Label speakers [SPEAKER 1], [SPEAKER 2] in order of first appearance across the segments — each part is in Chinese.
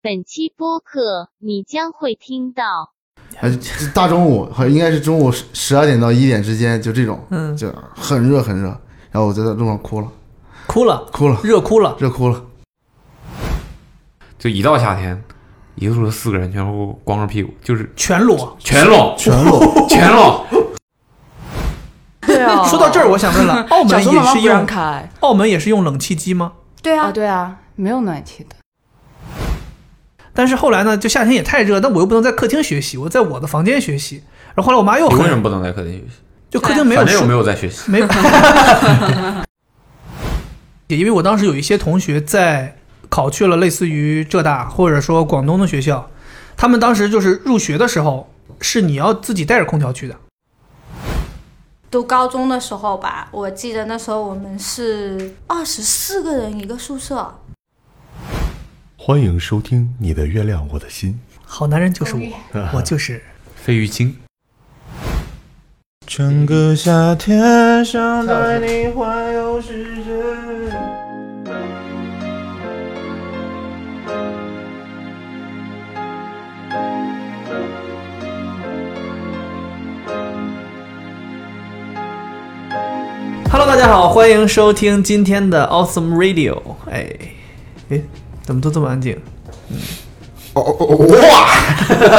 [SPEAKER 1] 本期播客你将会听到
[SPEAKER 2] 还是大中午，好像应该是中午十十二点到一点之间，就这种，
[SPEAKER 3] 嗯
[SPEAKER 2] 就很热很热。然后我就在路上哭了，
[SPEAKER 3] 哭了，
[SPEAKER 2] 哭了，
[SPEAKER 3] 热哭了。
[SPEAKER 2] 热哭了。
[SPEAKER 4] 就一到夏天，一个宿舍四个人全部光着屁股，就是
[SPEAKER 3] 全裸。
[SPEAKER 4] 全裸，
[SPEAKER 2] 全裸，
[SPEAKER 4] 全裸。
[SPEAKER 5] 对啊，
[SPEAKER 3] 说到这儿，我想问了， 澳
[SPEAKER 5] 小
[SPEAKER 3] 门
[SPEAKER 5] 时候
[SPEAKER 3] 也
[SPEAKER 5] 妈妈
[SPEAKER 3] 是
[SPEAKER 5] 不让
[SPEAKER 3] 用
[SPEAKER 5] 开
[SPEAKER 3] 澳门也是用冷气机吗？
[SPEAKER 5] 对啊，对啊，没有暖气的。
[SPEAKER 3] 但是后来呢，就夏天也太热，但我又不能在客厅学习，我在我的房间学习。然后后来我妈又
[SPEAKER 4] 你为什
[SPEAKER 3] 很，
[SPEAKER 4] 么不能在客厅学习？
[SPEAKER 3] 就客厅没有
[SPEAKER 4] 反正
[SPEAKER 3] 书
[SPEAKER 4] 又没有在学习。
[SPEAKER 3] 没 有。也因为我当时有一些同学在考去了类似于浙大或者说广东的学校，他们当时就是入学的时候是你要自己带着空调去的。
[SPEAKER 6] 读高中的时候吧，我记得那时候我们是二十四个人一个宿舍，
[SPEAKER 7] 欢迎收听《你的月亮我的心
[SPEAKER 3] 好男人就是我，我就是
[SPEAKER 4] 费玉清，》。
[SPEAKER 7] 整个夏天想
[SPEAKER 2] 带
[SPEAKER 7] 你环游世界。
[SPEAKER 3] Hello，大家好，欢迎收听今天的 Awesome Radio。哎，哎，怎么都这么安静？嗯
[SPEAKER 2] 哦哦哦哦哇！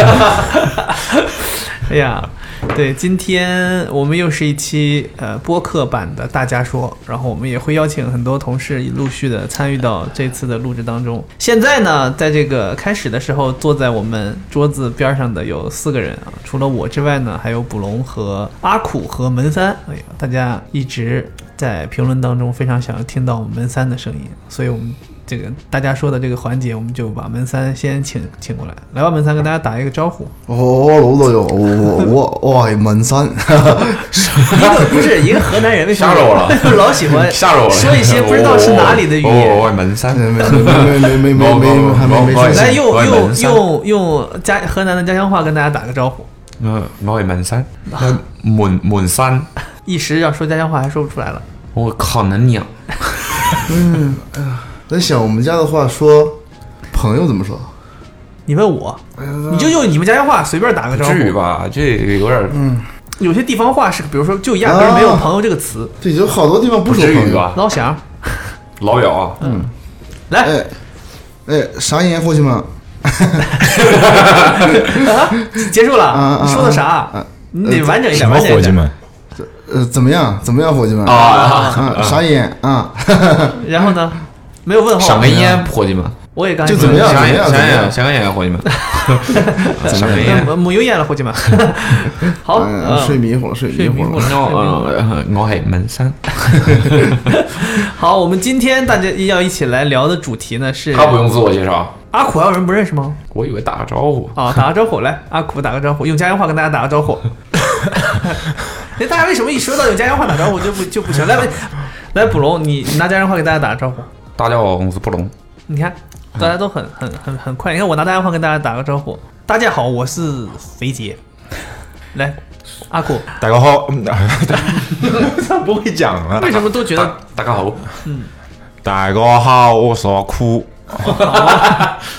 [SPEAKER 3] 哎呀，对，今天我们又是一期呃播客版的大家说，然后我们也会邀请很多同事陆续的参与到这次的录制当中。现在呢，在这个开始的时候，坐在我们桌子边上的有四个人啊，除了我之外呢，还有卜龙和阿苦和门三。哎呀，大家一直在评论当中非常想要听到我们门三的声音，所以我们。这个大家说的这个环节，我们就把门三先请请过来，来吧，门三跟大家打一个招呼。
[SPEAKER 2] 我哦我老豆有我我我门三，
[SPEAKER 3] 一个不是一个河南人，为什么
[SPEAKER 4] 吓着我了？
[SPEAKER 3] 老喜欢
[SPEAKER 4] 吓着我了！
[SPEAKER 3] 说一些不知道是哪里的语言。
[SPEAKER 4] 我门 三
[SPEAKER 2] 没没没没没没没没还没没
[SPEAKER 4] 哦
[SPEAKER 3] 来
[SPEAKER 2] 没。
[SPEAKER 3] 用
[SPEAKER 4] 我也
[SPEAKER 3] 用
[SPEAKER 4] 门山
[SPEAKER 3] 用用家河南的家乡话跟大家打个招呼，
[SPEAKER 4] 呃，我系门山，门门山，
[SPEAKER 3] 一时要说家乡话还说不出来了。
[SPEAKER 4] 我靠，能鸟！
[SPEAKER 2] 嗯在哎想我们家的话说，朋友怎么说？
[SPEAKER 3] 你问我，你就用你们家乡话随便打个招呼。嗯
[SPEAKER 4] 至于吧？这个有点
[SPEAKER 3] 有些地方话是，比如说就压根儿没有“朋友”这个词。
[SPEAKER 2] 对，有好多地方不
[SPEAKER 4] 不
[SPEAKER 2] 说
[SPEAKER 4] 至
[SPEAKER 2] 朋
[SPEAKER 4] 于
[SPEAKER 2] 友。
[SPEAKER 4] 吧？
[SPEAKER 3] 老乡，
[SPEAKER 4] 老表啊，
[SPEAKER 3] 嗯来，
[SPEAKER 2] 哎哎，啥烟伙计们？
[SPEAKER 3] 结束
[SPEAKER 2] 啊
[SPEAKER 3] 了，
[SPEAKER 2] 啊
[SPEAKER 3] 你说的啥？你得完整一
[SPEAKER 7] 什
[SPEAKER 3] 点，
[SPEAKER 7] 么
[SPEAKER 3] 完整
[SPEAKER 7] 伙
[SPEAKER 3] 一
[SPEAKER 7] 计
[SPEAKER 3] 点。
[SPEAKER 7] 们？
[SPEAKER 2] 呃，怎么样？怎么样，伙计们？
[SPEAKER 4] 啊，
[SPEAKER 2] 啊，啥烟啊？
[SPEAKER 3] 然后呢，没有问
[SPEAKER 4] 赏
[SPEAKER 3] 候
[SPEAKER 4] 个，烟，伙计们，
[SPEAKER 3] 我也刚才
[SPEAKER 2] 就怎么
[SPEAKER 3] 说
[SPEAKER 2] 样
[SPEAKER 4] 想想想想
[SPEAKER 3] 啊
[SPEAKER 4] 个烟，伙计 们，赏个烟。
[SPEAKER 3] 嗯母油烟了，伙计们。 好，
[SPEAKER 2] 哎
[SPEAKER 3] 嗯
[SPEAKER 2] 睡迷糊了，睡迷
[SPEAKER 3] 睡迷
[SPEAKER 2] 糊
[SPEAKER 3] 糊
[SPEAKER 2] 了。
[SPEAKER 3] 了。
[SPEAKER 4] 我我系门 山，
[SPEAKER 3] 好，我们今天大家要一起来聊的主题呢是
[SPEAKER 4] 他不用自我介绍，
[SPEAKER 3] 阿苦，还有人不认识吗？
[SPEAKER 4] 我以为打个招呼。
[SPEAKER 3] 啊、打个招呼，来，阿苦打个招呼，用家乡话跟大家打个 招呼。哎，大家为什么一说到用家乡话打招呼就不就不行？来，来，捕龙，你你拿家乡话给大家打个招呼。
[SPEAKER 4] 大家好，我是布隆。
[SPEAKER 3] 你看，
[SPEAKER 7] 嗯
[SPEAKER 3] 大家都很很很很快。你看我拿家乡话跟大家打个招呼，大家好，我是肥杰。来，阿苦，
[SPEAKER 7] 大家 好，嗯不会讲了
[SPEAKER 3] 为。什么都觉得嗯
[SPEAKER 4] 大大家好，
[SPEAKER 7] 大家好，我是阿酷，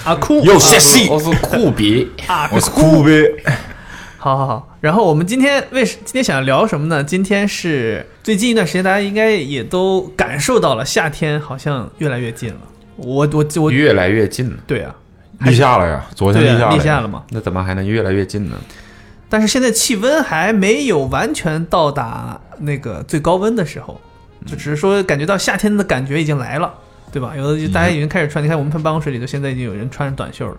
[SPEAKER 3] 阿苦
[SPEAKER 7] 又谢戏，
[SPEAKER 4] 我是酷比，
[SPEAKER 3] 阿
[SPEAKER 7] 我是酷呗。
[SPEAKER 3] 啊好好好，然后我们今天为什今天想聊什么呢？今天是最近一段时间，大家应该也都感受到了，夏天好像越来越近了。我我我，
[SPEAKER 4] 越来越近了。
[SPEAKER 3] 对啊，
[SPEAKER 7] 立夏了呀，昨天
[SPEAKER 3] 对
[SPEAKER 7] 立夏
[SPEAKER 3] 啊，
[SPEAKER 7] 了
[SPEAKER 3] 立
[SPEAKER 7] 呀，
[SPEAKER 3] 夏了嘛。
[SPEAKER 4] 那怎么还能越来越近呢？
[SPEAKER 3] 但是现在气温还没有完全到达那个最高温的时候，
[SPEAKER 7] 嗯
[SPEAKER 3] 就只是说感觉到夏天的感觉已经来了，对吧？有的就大家已经开始穿，你看我们办公室里头现在已经有人穿短袖了。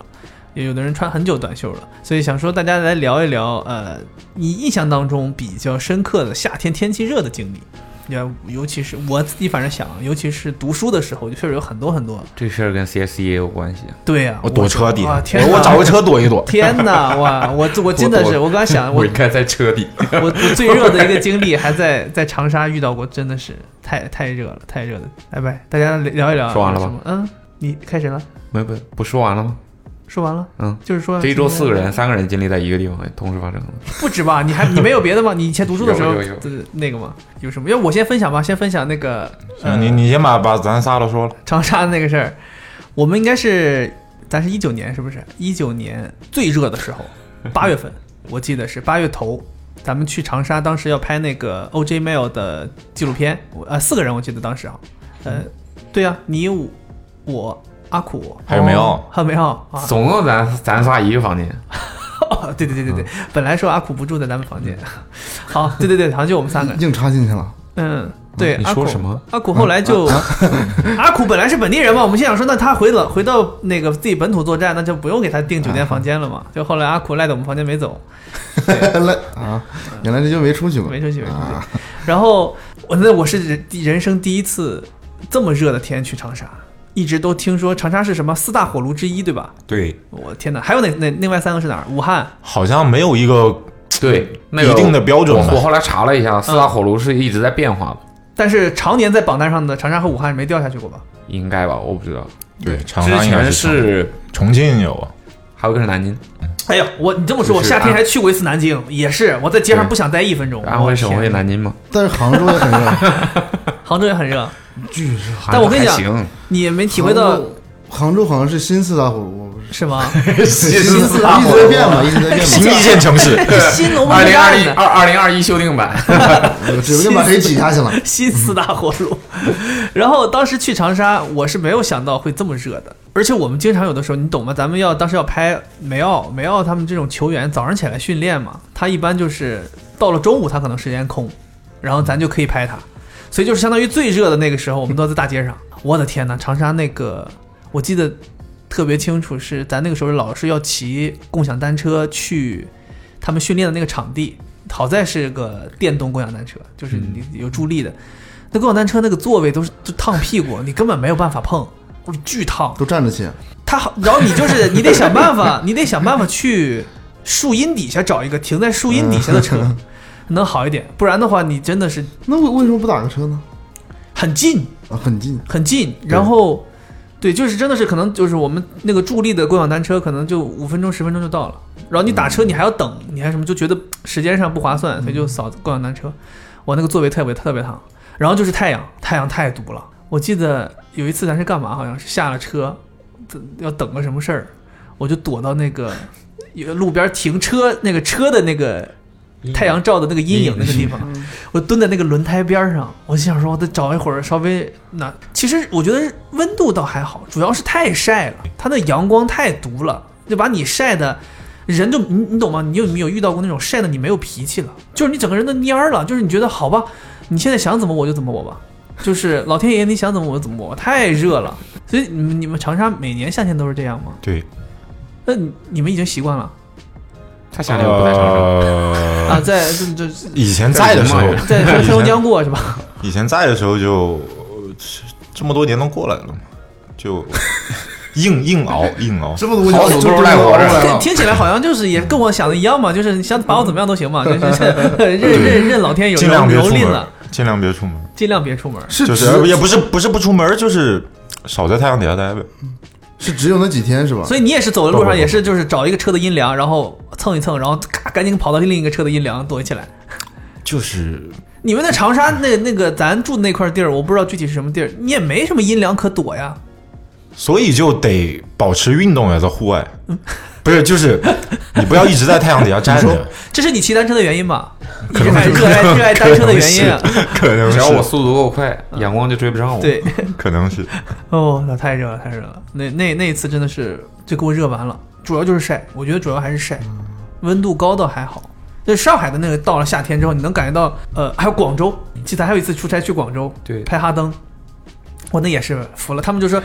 [SPEAKER 3] 也有的人穿很久短袖了，所以想说大家来聊一聊，呃，你印象当中比较深刻的夏天天气热的经历。也尤其是我自己，反正想，尤其是读书的时候，就确实有很多很多。
[SPEAKER 4] 这事儿跟 CS 也有关系。
[SPEAKER 3] 对呀、
[SPEAKER 7] 我躲车底
[SPEAKER 3] 啊
[SPEAKER 7] 下，
[SPEAKER 3] 天哪
[SPEAKER 7] 我我找个车躲一躲。
[SPEAKER 3] 天 哪，哇，我我真的是，
[SPEAKER 4] 我
[SPEAKER 3] 我 刚想，我
[SPEAKER 4] 应该在车底。
[SPEAKER 3] 我我最热的一个经历还在在长沙遇到过，真的是太太热了，太热了。拜拜，大家聊一聊。
[SPEAKER 4] 说完了吧
[SPEAKER 3] 有什么？嗯，你开始了，
[SPEAKER 4] 没不不说完了吗？
[SPEAKER 3] 说完了。
[SPEAKER 4] 嗯，
[SPEAKER 3] 就是说哦
[SPEAKER 4] 这一周四个人，三个人经历在一个地方哎同时发生了。
[SPEAKER 3] 不止吧？你还你没有别的吗？你以前读书的时候
[SPEAKER 4] 有有有
[SPEAKER 3] 呃那个吗？有什么？要不我先分享吧，先分享那个。呃
[SPEAKER 7] 行，你你先把把咱仨都说了。
[SPEAKER 3] 长沙的那个事儿，我们应该是咱是一九年是不是？一九年最热的时候，八月份，我记得是八月头，咱们去长沙，当时要拍那个 O.J. Mail 的纪录片，我呃四个人，我记得当时啊，呃，
[SPEAKER 8] 嗯
[SPEAKER 3] 对啊，你我我阿苦
[SPEAKER 8] 还有梅奥，
[SPEAKER 3] 还有梅奥啊，
[SPEAKER 4] 总共咱咱仨一个房间，
[SPEAKER 3] 哦， 对对对对对，
[SPEAKER 8] 嗯
[SPEAKER 3] 本来说阿苦不住在咱们房间， 好，对对对，好像就我们三个，
[SPEAKER 2] 硬插进去了。
[SPEAKER 3] 嗯，对，
[SPEAKER 4] 你
[SPEAKER 3] 阿
[SPEAKER 4] 说
[SPEAKER 3] 苦
[SPEAKER 4] 什么？啊
[SPEAKER 3] 阿苦后来就， 阿苦本来是本地人嘛，我们心想说，那他回了回到那个自己本土作战，那就不用给他订酒店房间了
[SPEAKER 4] 啊
[SPEAKER 3] 嘛。就后来阿苦赖在我们房间没走，
[SPEAKER 2] 来啊，原来这就没出去过，
[SPEAKER 3] 没出去没出去
[SPEAKER 2] 啊
[SPEAKER 3] 然后我那我是人人生第一次这么热的天去长沙，一直都听说长沙是什么四大火炉之一，对吧？
[SPEAKER 8] 对，
[SPEAKER 3] 我天哪，还有哪哪另外三个是哪儿？武汉
[SPEAKER 8] 好像没有一个
[SPEAKER 4] 对，那个
[SPEAKER 8] 一定的标准
[SPEAKER 4] 我
[SPEAKER 8] 吧
[SPEAKER 4] 我后来查了一下，四
[SPEAKER 3] 嗯
[SPEAKER 4] 大火炉是一直在变化的，
[SPEAKER 3] 但是常年在榜单上的长沙和武汉没掉下去过吧？
[SPEAKER 4] 应该吧？我不知道，
[SPEAKER 8] 对，长
[SPEAKER 4] 之
[SPEAKER 8] 沙应该是
[SPEAKER 4] 前是
[SPEAKER 8] 重庆有，啊
[SPEAKER 4] 还有一个是南京，
[SPEAKER 3] 哎呀，我你这么说，我
[SPEAKER 4] 就是啊
[SPEAKER 3] 夏天
[SPEAKER 4] 安
[SPEAKER 3] 还去过一次南京，也是我在街上
[SPEAKER 4] 对
[SPEAKER 3] 不想待一分钟。
[SPEAKER 4] 安徽省
[SPEAKER 3] 我
[SPEAKER 4] 会
[SPEAKER 3] 天
[SPEAKER 4] 南京嘛，
[SPEAKER 2] 但是杭州也很热，
[SPEAKER 3] 杭州也很热，
[SPEAKER 2] 巨热。
[SPEAKER 3] 但我跟 你
[SPEAKER 4] 还
[SPEAKER 3] 讲
[SPEAKER 4] 行，
[SPEAKER 3] 你也没体会到
[SPEAKER 2] 杭州，杭州好像是新四大火炉，不是
[SPEAKER 3] 是吗？
[SPEAKER 2] 新
[SPEAKER 4] 嗯
[SPEAKER 3] 四大火
[SPEAKER 2] 一
[SPEAKER 3] 炉
[SPEAKER 2] 直在变嘛，一直在变
[SPEAKER 8] 新一线城市，
[SPEAKER 3] 新龙
[SPEAKER 4] 二
[SPEAKER 3] 门
[SPEAKER 4] 零二
[SPEAKER 3] 阵
[SPEAKER 4] 一
[SPEAKER 3] 呢？
[SPEAKER 4] 二二零二一修订 版，
[SPEAKER 2] 嘛，指不定把谁挤下去了。
[SPEAKER 3] 新四大火炉。然后当时去长沙，我是没有想到会这么热的，而且我们经常有的时候，你懂吗？咱们要当时要拍梅奥，梅奥他们这种球员早上起来训练嘛，他一般就是到了中午他可能时间空，然后咱就可以拍他，所以就是相当于最热的那个时候，我们都在大街上。我的天呐，长沙那个我记得特别清楚，是咱那个时候老是要骑共享单车去他们训练的那个场地。好在是个电动共享单车，就是
[SPEAKER 2] 嗯
[SPEAKER 3] 你有助力的。那共享单车那个座位都是就烫屁股，你根本没有办法碰，我巨烫。
[SPEAKER 2] 都站着去，
[SPEAKER 3] 它好，然后你就是 你得想办法，你得想办法去树荫底下找一个停在树荫底下的车， 能好一点。不然的话，你真的是
[SPEAKER 2] 那为为什么不打个车呢？
[SPEAKER 3] 很近，
[SPEAKER 2] 啊，很近，
[SPEAKER 3] 很近，然后对，就是真的是可能就是我们那个助力的共享单车，可能就五分钟十分钟就到了，然后你打车你还要等，你还什么就觉得时间上不划算，所以就扫共享单车。我那个座位特别特别烫，然后就是太阳，太阳太毒了。我记得有一次咱是干嘛，好像是下了车，要等个什么事儿，我就躲到那个有路边停车那个车的那个太阳照的那个阴影那个地方，我蹲在那个轮胎边上，我心想说，我得找一会儿稍微那。其实我觉得温度倒还好，主要是太晒了，它那阳光太毒了，就把你晒的。人就你你懂吗？你有没有遇到过那种晒的你没有脾气了，就是你整个人都蔫儿了，就是你觉得好吧，你现在想怎么我就怎么我吧，就是老天爷你想怎么我就怎么我，太热了。所以你们你们长沙每年夏天都是这样吗？
[SPEAKER 8] 对，
[SPEAKER 3] 那你你们已经习惯了
[SPEAKER 4] 他夏天不在长沙，
[SPEAKER 3] 啊？
[SPEAKER 8] 呃，
[SPEAKER 3] 在哎就就就
[SPEAKER 8] 以前在的时候，
[SPEAKER 3] 在 黑龙江过是吧？
[SPEAKER 8] 以前在的时候就呃这么多年都过来了嘛，就 硬硬熬硬熬。
[SPEAKER 2] 这么多
[SPEAKER 4] 好
[SPEAKER 2] 就
[SPEAKER 4] 久不如来我这儿
[SPEAKER 2] 了。
[SPEAKER 3] 听起来好像就是也跟我想的一样嘛， 就是你想把我怎么样都 行嘛，就是 认认认老天有
[SPEAKER 8] 尽量
[SPEAKER 3] 蹂
[SPEAKER 8] 别
[SPEAKER 3] 蹂
[SPEAKER 8] 出
[SPEAKER 3] 躏
[SPEAKER 8] 门
[SPEAKER 3] 了，，
[SPEAKER 8] 尽量别出门，
[SPEAKER 3] 尽量别出门。
[SPEAKER 2] 是
[SPEAKER 8] 就
[SPEAKER 2] 只
[SPEAKER 8] 是也不是不是不出门，就是少在太阳底下待呗。
[SPEAKER 2] 是只有那几天是吧？
[SPEAKER 3] 所以你也是走的路
[SPEAKER 8] 不不
[SPEAKER 3] 上
[SPEAKER 8] 不
[SPEAKER 3] 也是就是找一个车的阴凉，然后蹭一蹭，然后咔赶紧跑到另一个车的阴凉躲起来。
[SPEAKER 8] 就是
[SPEAKER 3] 你们那长沙那那个咱住的那块地儿，我不知道具体是什么地儿，你也没什么阴凉可躲呀。
[SPEAKER 8] 所以就得保持运动呀，在户外，
[SPEAKER 3] 嗯
[SPEAKER 8] 不是 就是你不要一直在太阳底下站着，
[SPEAKER 3] 这是你骑单车的原因吧？你热爱热爱热爱单车的原因啊。
[SPEAKER 8] 可能
[SPEAKER 4] 只
[SPEAKER 8] 是
[SPEAKER 4] 要我速度够快，阳光就追不上我。
[SPEAKER 3] 对，
[SPEAKER 8] 可能是
[SPEAKER 3] 哦，那太热了，太热了。那那那一次真的是就给我热完了，主要就是晒，我觉得主要还是晒，
[SPEAKER 8] 嗯
[SPEAKER 3] 温度高倒还好。就上海的那个到了夏天之后，你能感觉到，呃，还有广州，记得还有一次出差去广州，
[SPEAKER 4] 对
[SPEAKER 3] 拍哈登，我那也是服了。他们就说，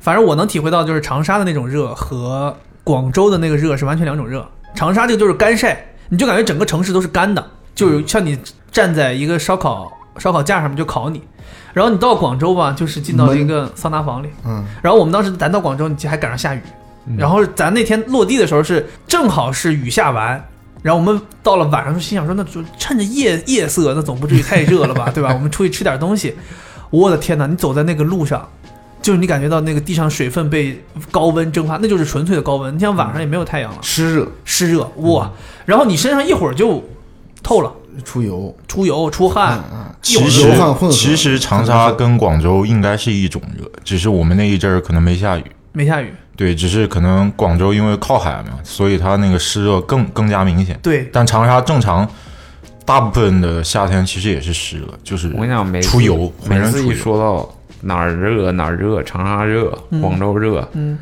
[SPEAKER 3] 反正我能体会到，就是长沙的那种热和广州的那个热是完全两种热。长沙这个就是干晒，你就感觉整个城市都是干的，就是像你站在一个烧烤烧烤架上面就烤你。然后你到广州吧，就是进到一个桑拿房里，
[SPEAKER 2] 嗯，
[SPEAKER 3] 然后我们当时咱到广州，你还赶上下雨，然后咱那天落地的时候是正好是雨下完。然后我们到了晚上，就心想说，那就趁着夜夜色，那总不至于太热了吧，对吧？我们出去吃点东西。我的天哪，你走在那个路上，就是你感觉到那个地上水分被高温蒸发，那就是纯粹的高温。你像晚上也没有太阳了，
[SPEAKER 2] 湿热
[SPEAKER 3] 湿热哇，然后你身上一会儿就透了，
[SPEAKER 2] 出油，
[SPEAKER 3] 出油出汗，一会
[SPEAKER 8] 其
[SPEAKER 3] 儿
[SPEAKER 8] 实
[SPEAKER 2] 流汗混合
[SPEAKER 8] 其实长沙跟广州应该是一种热，只是我们那一阵儿可能没下雨，
[SPEAKER 3] 没下雨。
[SPEAKER 8] 对，只是可能广州因为靠海嘛，所以它那个湿热更更加明显。
[SPEAKER 3] 对，
[SPEAKER 8] 但长沙正常，大部分的夏天其实也是湿热，就是
[SPEAKER 4] 我跟你讲，每次
[SPEAKER 8] 出油，浑
[SPEAKER 4] 每
[SPEAKER 8] 身
[SPEAKER 4] 次
[SPEAKER 8] 出油。
[SPEAKER 4] 一说到哪儿热哪儿热，长沙热，广州热，
[SPEAKER 3] 嗯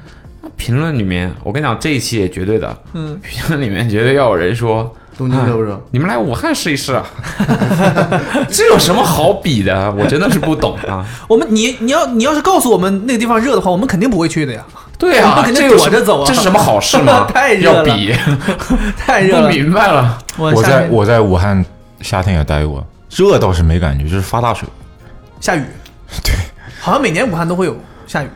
[SPEAKER 4] 评论里面，我跟你讲，这一期也绝对的，
[SPEAKER 3] 嗯，
[SPEAKER 4] 评论里面绝对要有人说，啊
[SPEAKER 2] 东京热不热？
[SPEAKER 4] 你们来武汉试一试啊， 这有什么好比的？我真的是不懂啊。
[SPEAKER 3] 我们你你要你要是告诉我们那个地方热的话，我们肯定不会去的呀，
[SPEAKER 4] 对
[SPEAKER 3] 我们
[SPEAKER 4] 啊，
[SPEAKER 3] 肯定
[SPEAKER 4] 这有
[SPEAKER 3] 躲着
[SPEAKER 4] 什么
[SPEAKER 3] 走啊
[SPEAKER 4] 这是什么好事吗？
[SPEAKER 3] 太热
[SPEAKER 4] 要
[SPEAKER 3] 了
[SPEAKER 4] 比，
[SPEAKER 3] 太热
[SPEAKER 4] 不
[SPEAKER 3] 了。
[SPEAKER 4] 明白了。
[SPEAKER 3] 我
[SPEAKER 8] 我
[SPEAKER 3] 下
[SPEAKER 8] 在
[SPEAKER 3] 面
[SPEAKER 8] 我在武汉夏天也待过，热倒是没感觉，就是发大水。
[SPEAKER 3] 下雨，
[SPEAKER 8] 对，
[SPEAKER 3] 好像每年武汉都会有下雨，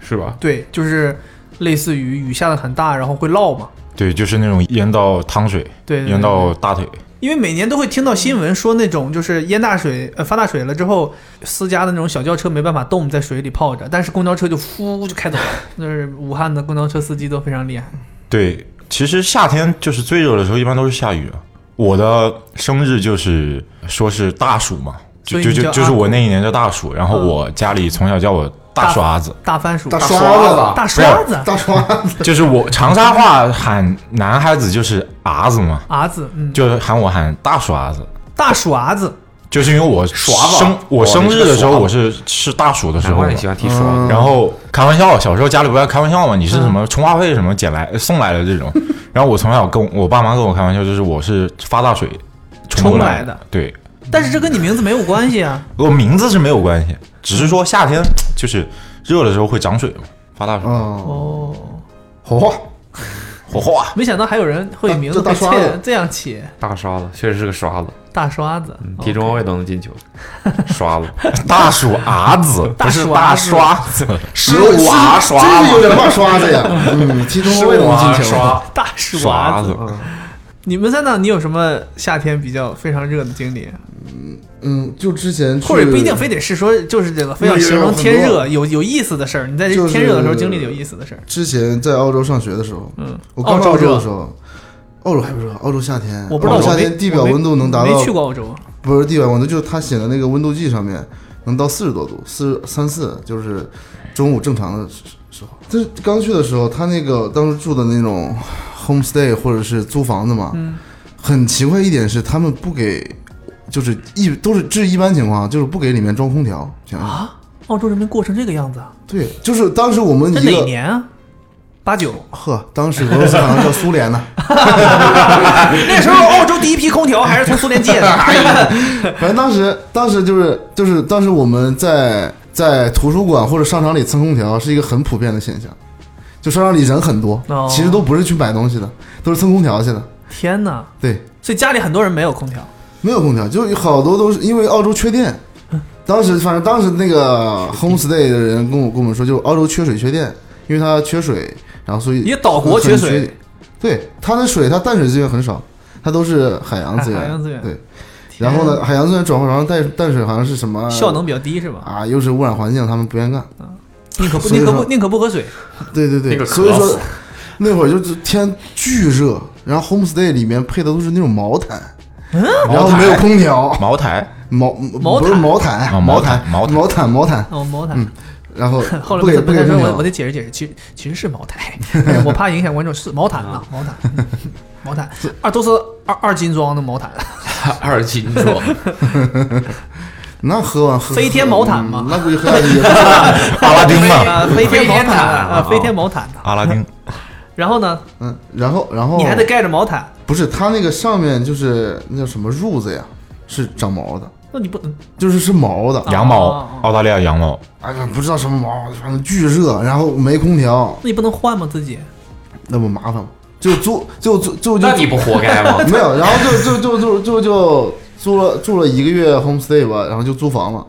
[SPEAKER 4] 是吧？
[SPEAKER 3] 对，就是类似于雨下的很大，然后会涝嘛。
[SPEAKER 8] 对，就是那种淹到汤水，
[SPEAKER 3] 对对对
[SPEAKER 8] 淹到大腿。
[SPEAKER 3] 因为每年都会听到新闻说那种就是淹大水，呃，发大水了之后，私家的那种小轿车没办法动，在水里泡着，但是公交车就呼就开走了。就是武汉的公交车司机都非常厉害。
[SPEAKER 8] 对，其实夏天就是最热的时候，一般都是下雨啊。我的生日就是说是大暑嘛，就
[SPEAKER 3] 所以
[SPEAKER 8] 就
[SPEAKER 3] 你叫
[SPEAKER 8] 就
[SPEAKER 3] 阿嗯
[SPEAKER 8] 就是我那一年叫大暑，然后我家里从小叫我大刷子，
[SPEAKER 3] 大番薯，
[SPEAKER 2] 大
[SPEAKER 3] 大
[SPEAKER 2] 刷
[SPEAKER 4] 啊
[SPEAKER 2] 子，
[SPEAKER 3] 大刷子，
[SPEAKER 2] 大刷子，
[SPEAKER 8] 就是我长沙话喊男孩子就是伢子嘛，
[SPEAKER 3] 伢子，嗯，
[SPEAKER 8] 就是喊我喊大刷子，
[SPEAKER 3] 大耍子，
[SPEAKER 8] 就是因为我
[SPEAKER 4] 耍子
[SPEAKER 8] 生我
[SPEAKER 4] 哇
[SPEAKER 8] 生
[SPEAKER 4] 你是
[SPEAKER 8] 日的时候
[SPEAKER 4] 耍子
[SPEAKER 8] 我是是大暑的时
[SPEAKER 4] 难
[SPEAKER 8] 候嘛
[SPEAKER 4] 怪你喜欢踢说，
[SPEAKER 2] 嗯
[SPEAKER 8] 然后开玩笑，小时候家里不爱开玩笑嘛，你是什么充话费什么捡来送来的这种。然后我从小跟我我爸妈跟我开玩笑，就是我是发大水
[SPEAKER 3] 冲
[SPEAKER 8] 冲
[SPEAKER 3] 来的
[SPEAKER 8] 的，对，
[SPEAKER 3] 但是这跟你名字没有关系啊。
[SPEAKER 8] 我名字是没有关系，只是说夏天就是热的时候会涨水嘛，发大水，
[SPEAKER 2] 嗯，
[SPEAKER 3] 哦，
[SPEAKER 2] 火花，
[SPEAKER 8] 火花
[SPEAKER 3] 没想到还有人会名字
[SPEAKER 2] 这大
[SPEAKER 3] 会
[SPEAKER 2] 刷
[SPEAKER 3] 这
[SPEAKER 2] 子
[SPEAKER 3] 样这样起，
[SPEAKER 4] 大刷子确实是个刷子，
[SPEAKER 3] 大刷子，哦
[SPEAKER 4] 踢中后卫都能进球，刷子。
[SPEAKER 8] 大鼠伢子，不是
[SPEAKER 3] 大
[SPEAKER 8] 大
[SPEAKER 3] 鼠
[SPEAKER 8] 刷子，是娃刷
[SPEAKER 2] 真是
[SPEAKER 8] 嘛，
[SPEAKER 2] 有点怕刷子呀。嗯，踢中
[SPEAKER 8] 是
[SPEAKER 2] 后卫能
[SPEAKER 8] 娃
[SPEAKER 2] 进球。
[SPEAKER 8] 刷
[SPEAKER 3] 大刷
[SPEAKER 8] 刷
[SPEAKER 3] 子。
[SPEAKER 8] 子。
[SPEAKER 3] 你们三档，你有什么夏天比较非常热的经历？
[SPEAKER 2] 嗯，就之前去
[SPEAKER 3] 或者不一定非得是说就是这个，非要
[SPEAKER 2] 那也有
[SPEAKER 3] 形容天
[SPEAKER 2] 很多
[SPEAKER 3] 热有有意思的事儿。你在
[SPEAKER 2] 就
[SPEAKER 3] 这
[SPEAKER 2] 是
[SPEAKER 3] 天热的时候经历的有意思的事儿。
[SPEAKER 2] 呃之前在澳洲上学的时候，
[SPEAKER 3] 嗯，
[SPEAKER 2] 我刚到
[SPEAKER 3] 澳
[SPEAKER 2] 澳
[SPEAKER 3] 洲
[SPEAKER 2] 洲
[SPEAKER 3] 热
[SPEAKER 2] 的时候，澳洲还不热，啊澳洲夏天，
[SPEAKER 3] 我不知道
[SPEAKER 2] 澳洲
[SPEAKER 3] 我
[SPEAKER 2] 夏
[SPEAKER 3] 没
[SPEAKER 2] 天地表
[SPEAKER 3] 我没
[SPEAKER 2] 温度能达到
[SPEAKER 3] 没去过澳洲，
[SPEAKER 2] 不是地表温度，就是它写的那个温度计上面能到四十多度，四三四，就是中午正常的时时候。但是刚去的时候，他那个当时住的那种 homestay 或者是租房子嘛，很奇怪一点是他们不给，就是一都是这是一般情况，啊就是不给里面装空调，全是、
[SPEAKER 3] 啊澳洲人民过成这个样子啊？
[SPEAKER 2] 对，就是当时我们
[SPEAKER 3] 这
[SPEAKER 2] 一
[SPEAKER 3] 哪
[SPEAKER 2] 个。
[SPEAKER 3] 年啊？八 九
[SPEAKER 2] 呵，当时俄罗斯好像叫苏联呢，
[SPEAKER 3] 那时候，澳洲第一批空调还是从苏联借的。 哎呀
[SPEAKER 2] 反正当时，当时就是就是当时我们在在图书馆或者商场里蹭空调是一个很普遍的现象，就商场里人很多，
[SPEAKER 3] 哦
[SPEAKER 2] 其实都不是去买东西的，都是蹭空调去的。
[SPEAKER 3] 天哪！
[SPEAKER 2] 对，
[SPEAKER 3] 所以家里很多人没有空调，
[SPEAKER 2] 没有空调，就有好多都是因为澳洲缺电。当时反正当时那个 homestay 的人跟我跟我们说，就是澳洲缺水缺电，因为它缺水，然
[SPEAKER 4] 嗯
[SPEAKER 2] 后所以
[SPEAKER 3] 一个岛国缺水
[SPEAKER 2] 很缺，对它的水它淡水资源很少，它都是海洋资源，
[SPEAKER 3] 海海洋资源
[SPEAKER 2] 对。然后呢，海洋资源转化成淡淡水好像是什么
[SPEAKER 3] 效能比较低是吧？嗯
[SPEAKER 2] 啊，又是污染环境，他们不愿干。
[SPEAKER 3] 宁可不
[SPEAKER 2] 所以
[SPEAKER 3] 宁可不
[SPEAKER 2] 说
[SPEAKER 3] 宁可不喝水。
[SPEAKER 2] 对对
[SPEAKER 4] 那
[SPEAKER 2] 对，
[SPEAKER 4] 个
[SPEAKER 2] 所以
[SPEAKER 4] 渴
[SPEAKER 2] 说
[SPEAKER 4] 死
[SPEAKER 2] 那会儿就是天巨热，然后 homestay 里面配的都是那种毛毯，
[SPEAKER 3] 嗯
[SPEAKER 2] 然后没有空调，
[SPEAKER 8] 茅台，
[SPEAKER 2] 毛
[SPEAKER 3] 毛
[SPEAKER 2] 不是
[SPEAKER 3] 毯
[SPEAKER 2] 毛毯，
[SPEAKER 8] 啊
[SPEAKER 2] 毛
[SPEAKER 8] 毛毯
[SPEAKER 2] 毛
[SPEAKER 8] 毛毯
[SPEAKER 2] 毛毯毛毯，嗯
[SPEAKER 3] 哦，毛毯。
[SPEAKER 2] 然后
[SPEAKER 3] 后来
[SPEAKER 2] 不给不
[SPEAKER 3] 不
[SPEAKER 2] 给空
[SPEAKER 3] 说，我我
[SPEAKER 2] 调
[SPEAKER 3] 得，解释解释，其实其实是茅台， 哎呀我怕影响观众，是毛毯啊，毛毯，嗯毛毯，二都是二二斤装的毛毯，
[SPEAKER 4] 二斤重，
[SPEAKER 2] 那喝完喝
[SPEAKER 3] 飞天毛毯嘛
[SPEAKER 2] 嘛，那估计喝下 去也不行
[SPEAKER 8] 阿拉丁嘛，
[SPEAKER 3] 啊，飞天毛
[SPEAKER 4] 飞天
[SPEAKER 3] 毯
[SPEAKER 4] 毯
[SPEAKER 3] 啊，飞天毛毯的。
[SPEAKER 8] 阿拉丁，
[SPEAKER 3] 然后呢，
[SPEAKER 2] 嗯，然后然后
[SPEAKER 3] 你还得盖着毛毯，
[SPEAKER 2] 不是它那个上面就是那叫什么褥子呀，是长毛的，
[SPEAKER 3] 那你不能
[SPEAKER 2] 就是是毛的，
[SPEAKER 8] 羊
[SPEAKER 3] 哦
[SPEAKER 8] 毛
[SPEAKER 3] 哦，
[SPEAKER 8] 澳大利亚羊毛，
[SPEAKER 2] 哎呀，不知道什么毛，反正巨热，然后没空调，
[SPEAKER 3] 那你不能换吗？自己
[SPEAKER 2] 那不麻烦吗？就租就租就就
[SPEAKER 4] 那你不活该吗？
[SPEAKER 2] 没有，然后就就就就就就租了住了一个月 homestay 吧，然后就租房了。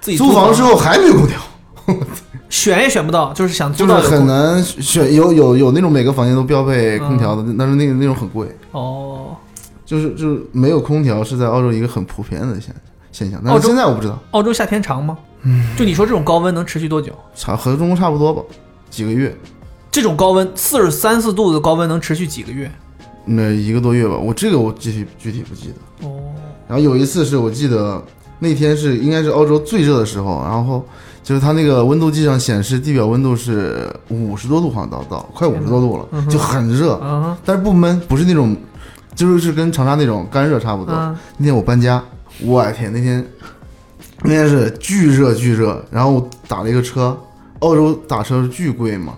[SPEAKER 3] 自己
[SPEAKER 2] 租
[SPEAKER 3] 房
[SPEAKER 2] 房之后还没有空调，
[SPEAKER 3] 选也选不到，就是想租
[SPEAKER 2] 就是
[SPEAKER 3] 到有空
[SPEAKER 2] 很嗯难选，有有有那种每个房间都标配空调的，但是那个那种很贵，
[SPEAKER 3] 哦。
[SPEAKER 2] 就是就是没有空调是在澳洲一个很普遍的现现象，但
[SPEAKER 3] 澳
[SPEAKER 2] 是
[SPEAKER 3] 洲
[SPEAKER 2] 现在我不知道，嗯
[SPEAKER 3] 澳洲夏天长吗？就你说这种高温能持续多久？
[SPEAKER 2] 差和中国差不多吧，几个月，
[SPEAKER 3] 这种高温四十三四度的高温能持续几个月？
[SPEAKER 2] 那一个多月吧，我这个我具体具体不记得。
[SPEAKER 3] 哦，
[SPEAKER 2] 然后有一次是我记得那天是应该是澳洲最热的时候，然后就是它那个温度计上显示地表温度是五十多度，好像到到快五十多度了，就很热，
[SPEAKER 3] 啊
[SPEAKER 2] 但是不闷，不是那种，就是跟长沙那种干热差不多。
[SPEAKER 3] 啊，
[SPEAKER 2] 那天我搬家，我天，那天那天是巨热巨热，然后我打了一个车，澳洲打车巨贵嘛，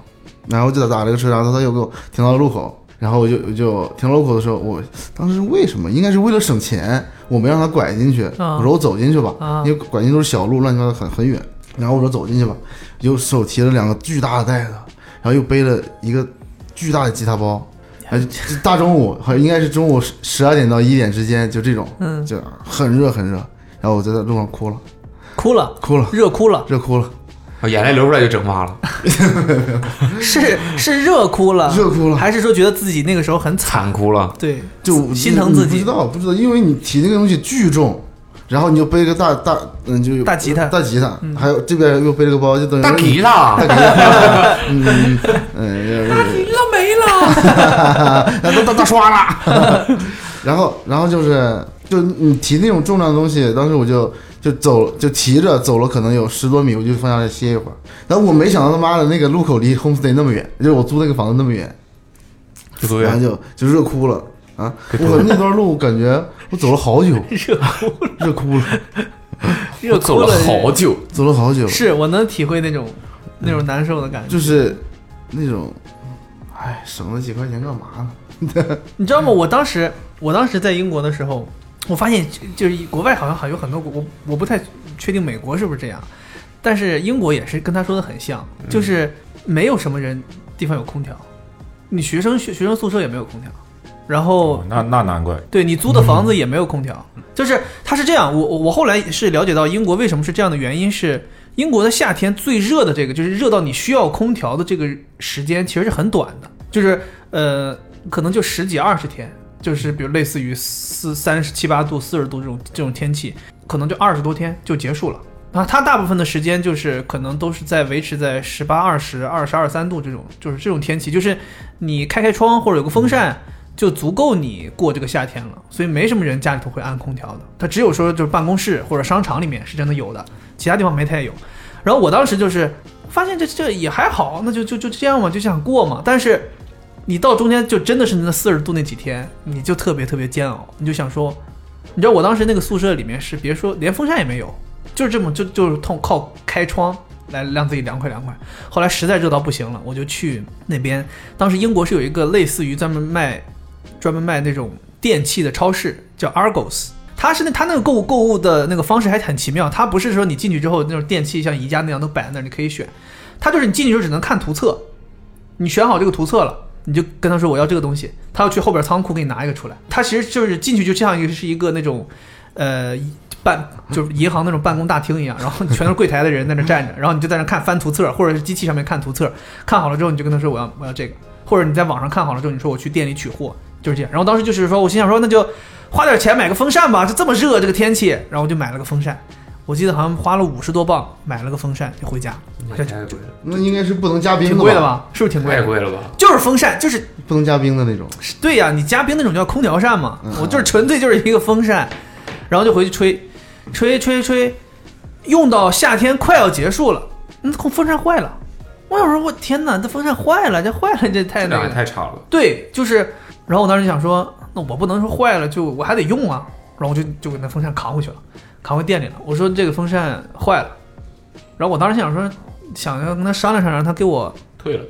[SPEAKER 2] 然后就打打了个车，然后他又给我停到了路口，然后我就我就停到路口的时候，我当时是为什么？应该是为了省钱，我没让他拐进去，
[SPEAKER 3] 啊
[SPEAKER 2] 我说我走进去吧，
[SPEAKER 3] 啊
[SPEAKER 2] 因为拐进去都是小路，乱七八糟很很远，然后我说走进去吧，就手提了两个巨大的袋子，然后又背了一个巨大的吉他包。哎，就大中午，好像应该是中午十十二点到一点之间，就这种，
[SPEAKER 3] 嗯，
[SPEAKER 2] 就很热很热，然后我就在路上哭了，
[SPEAKER 3] 哭了，
[SPEAKER 2] 哭了，
[SPEAKER 3] 热哭了，
[SPEAKER 2] 热哭了，
[SPEAKER 4] 啊眼泪流出来就蒸发了，
[SPEAKER 3] 是是热哭了，
[SPEAKER 2] 热哭了
[SPEAKER 3] 还是说觉得自己那个时候很惨？
[SPEAKER 4] 惨哭了。
[SPEAKER 3] 对，
[SPEAKER 2] 就
[SPEAKER 3] 心疼自
[SPEAKER 2] 你不
[SPEAKER 3] 己
[SPEAKER 2] 知。道不知道，因为你提那个东西巨重，然后你就背个大大嗯就有
[SPEAKER 3] 大吉他嗯
[SPEAKER 2] 大吉他，还有这边又背了个包，就等于
[SPEAKER 4] 大吉他
[SPEAKER 2] 大，吉他，嗯嗯，大吉 他没 了，大大大刷了，然后然后就是就你提那种重量的东西，当时我就就走就提着走了，可能有十多米，我就放下来歇一会儿。但我没想到他妈的那个路口离 homestay 那么远，就是我租那个房子那么远，
[SPEAKER 4] 有多
[SPEAKER 2] 然后
[SPEAKER 4] 远？
[SPEAKER 2] 就就热哭了啊！我那段路感觉我走了好久，
[SPEAKER 3] 热哭，
[SPEAKER 2] 热哭了，
[SPEAKER 3] 热
[SPEAKER 4] 我
[SPEAKER 3] 哭
[SPEAKER 4] 走了好久，
[SPEAKER 2] 走了好久，
[SPEAKER 3] 是我能体会那种那种难受的感觉。
[SPEAKER 2] 就是那种，哎，省了几块钱干嘛呢？
[SPEAKER 3] 你知道吗？我当时我当时在英国的时候，我发现就就是国外好像还有很多国，我我不太确定美国是不是这样，但是英国也是跟他说的很像，
[SPEAKER 2] 嗯
[SPEAKER 3] 就是没有什么人地方有空调，你学生学学生宿舍也没有空调，然后
[SPEAKER 8] 哦那那难怪，
[SPEAKER 3] 对你租的房子也没有空调，就是它是这样。我我我后来是了解到英国为什么是这样的原因是，英国的夏天最热的这个就是热到你需要空调的这个时间其实是很短的，就是呃可能就十几二十天，就是比如类似于四三十七八度、四十度这种这种天气，可能就二十多天就结束了。啊，它大部分的时间就是可能都是在维持在十八、二十二、十二三度这种，就是这种天气，就是你开开窗或者有个风扇，就足够你过这个夏天了，所以没什么人家里头会安空调的。它只有说就是办公室或者商场里面是真的有的，其他地方没太有。然后我当时就是发现这这也还好，那就就就这样嘛，就想过嘛。但是你到中间就真的是那四十度那几天，你就特别特别煎熬，你就想说，你知道我当时那个宿舍里面是别说连风扇也没有，就是这么就就是通靠开窗来让自己凉快凉快。后来实在热到不行了，我就去那边，当时英国是有一个类似于专门卖专门卖那种电器的超市，叫 Argos。它是那它那个购物购物的那个方式还很奇妙，它不是说你进去之后那种电器像宜家那样都摆在那儿你可以选，它就是你进去就只能看图册，你选好这个图册了，你就跟他说我要这个东西，他要去后边仓库给你拿一个出来。他其实就是进去就像一个是一个那种，呃，办就是银行那种办公大厅一样，然后全都是柜台的人在那站着，然后你就在那看翻图册，或者是机器上面看图册，看好了之后你就跟他说我要我要这个，或者你在网上看好了之后你说我去店里取货，就是这样。然后当时就是说我心想说那就花点钱买个风扇吧，这这么热这个天气，然后我就买了个风扇。我记得好像花了五十多镑买了个风扇就回家，
[SPEAKER 4] 太贵了，
[SPEAKER 2] 那应该是不能加冰
[SPEAKER 3] 挺
[SPEAKER 2] 的
[SPEAKER 3] 贵的？吧？是不是挺贵
[SPEAKER 4] 太
[SPEAKER 3] 的？
[SPEAKER 4] 贵了吧？
[SPEAKER 3] 就是风扇，就是
[SPEAKER 2] 不能加冰的那种，
[SPEAKER 3] 对呀、你加冰那种叫空调扇嘛，
[SPEAKER 2] 嗯
[SPEAKER 3] 我就是纯粹就是一个风扇，然后就回去吹，吹吹吹，用到夏天快要结束了，那空风扇坏了，我想说我天哪，这风扇坏了，这坏了这太
[SPEAKER 4] 质
[SPEAKER 3] 那
[SPEAKER 4] 量
[SPEAKER 3] 个
[SPEAKER 4] 也
[SPEAKER 3] 了，
[SPEAKER 4] 太差了。
[SPEAKER 3] 对，就是，然后我当时就想说，那我不能说坏了就我还得用啊，然后我就就给那风扇扛回去了，扛回店里了。我说这个风扇坏了，然后我当时想说，想要跟他商量商量，让他给我
[SPEAKER 4] 退了，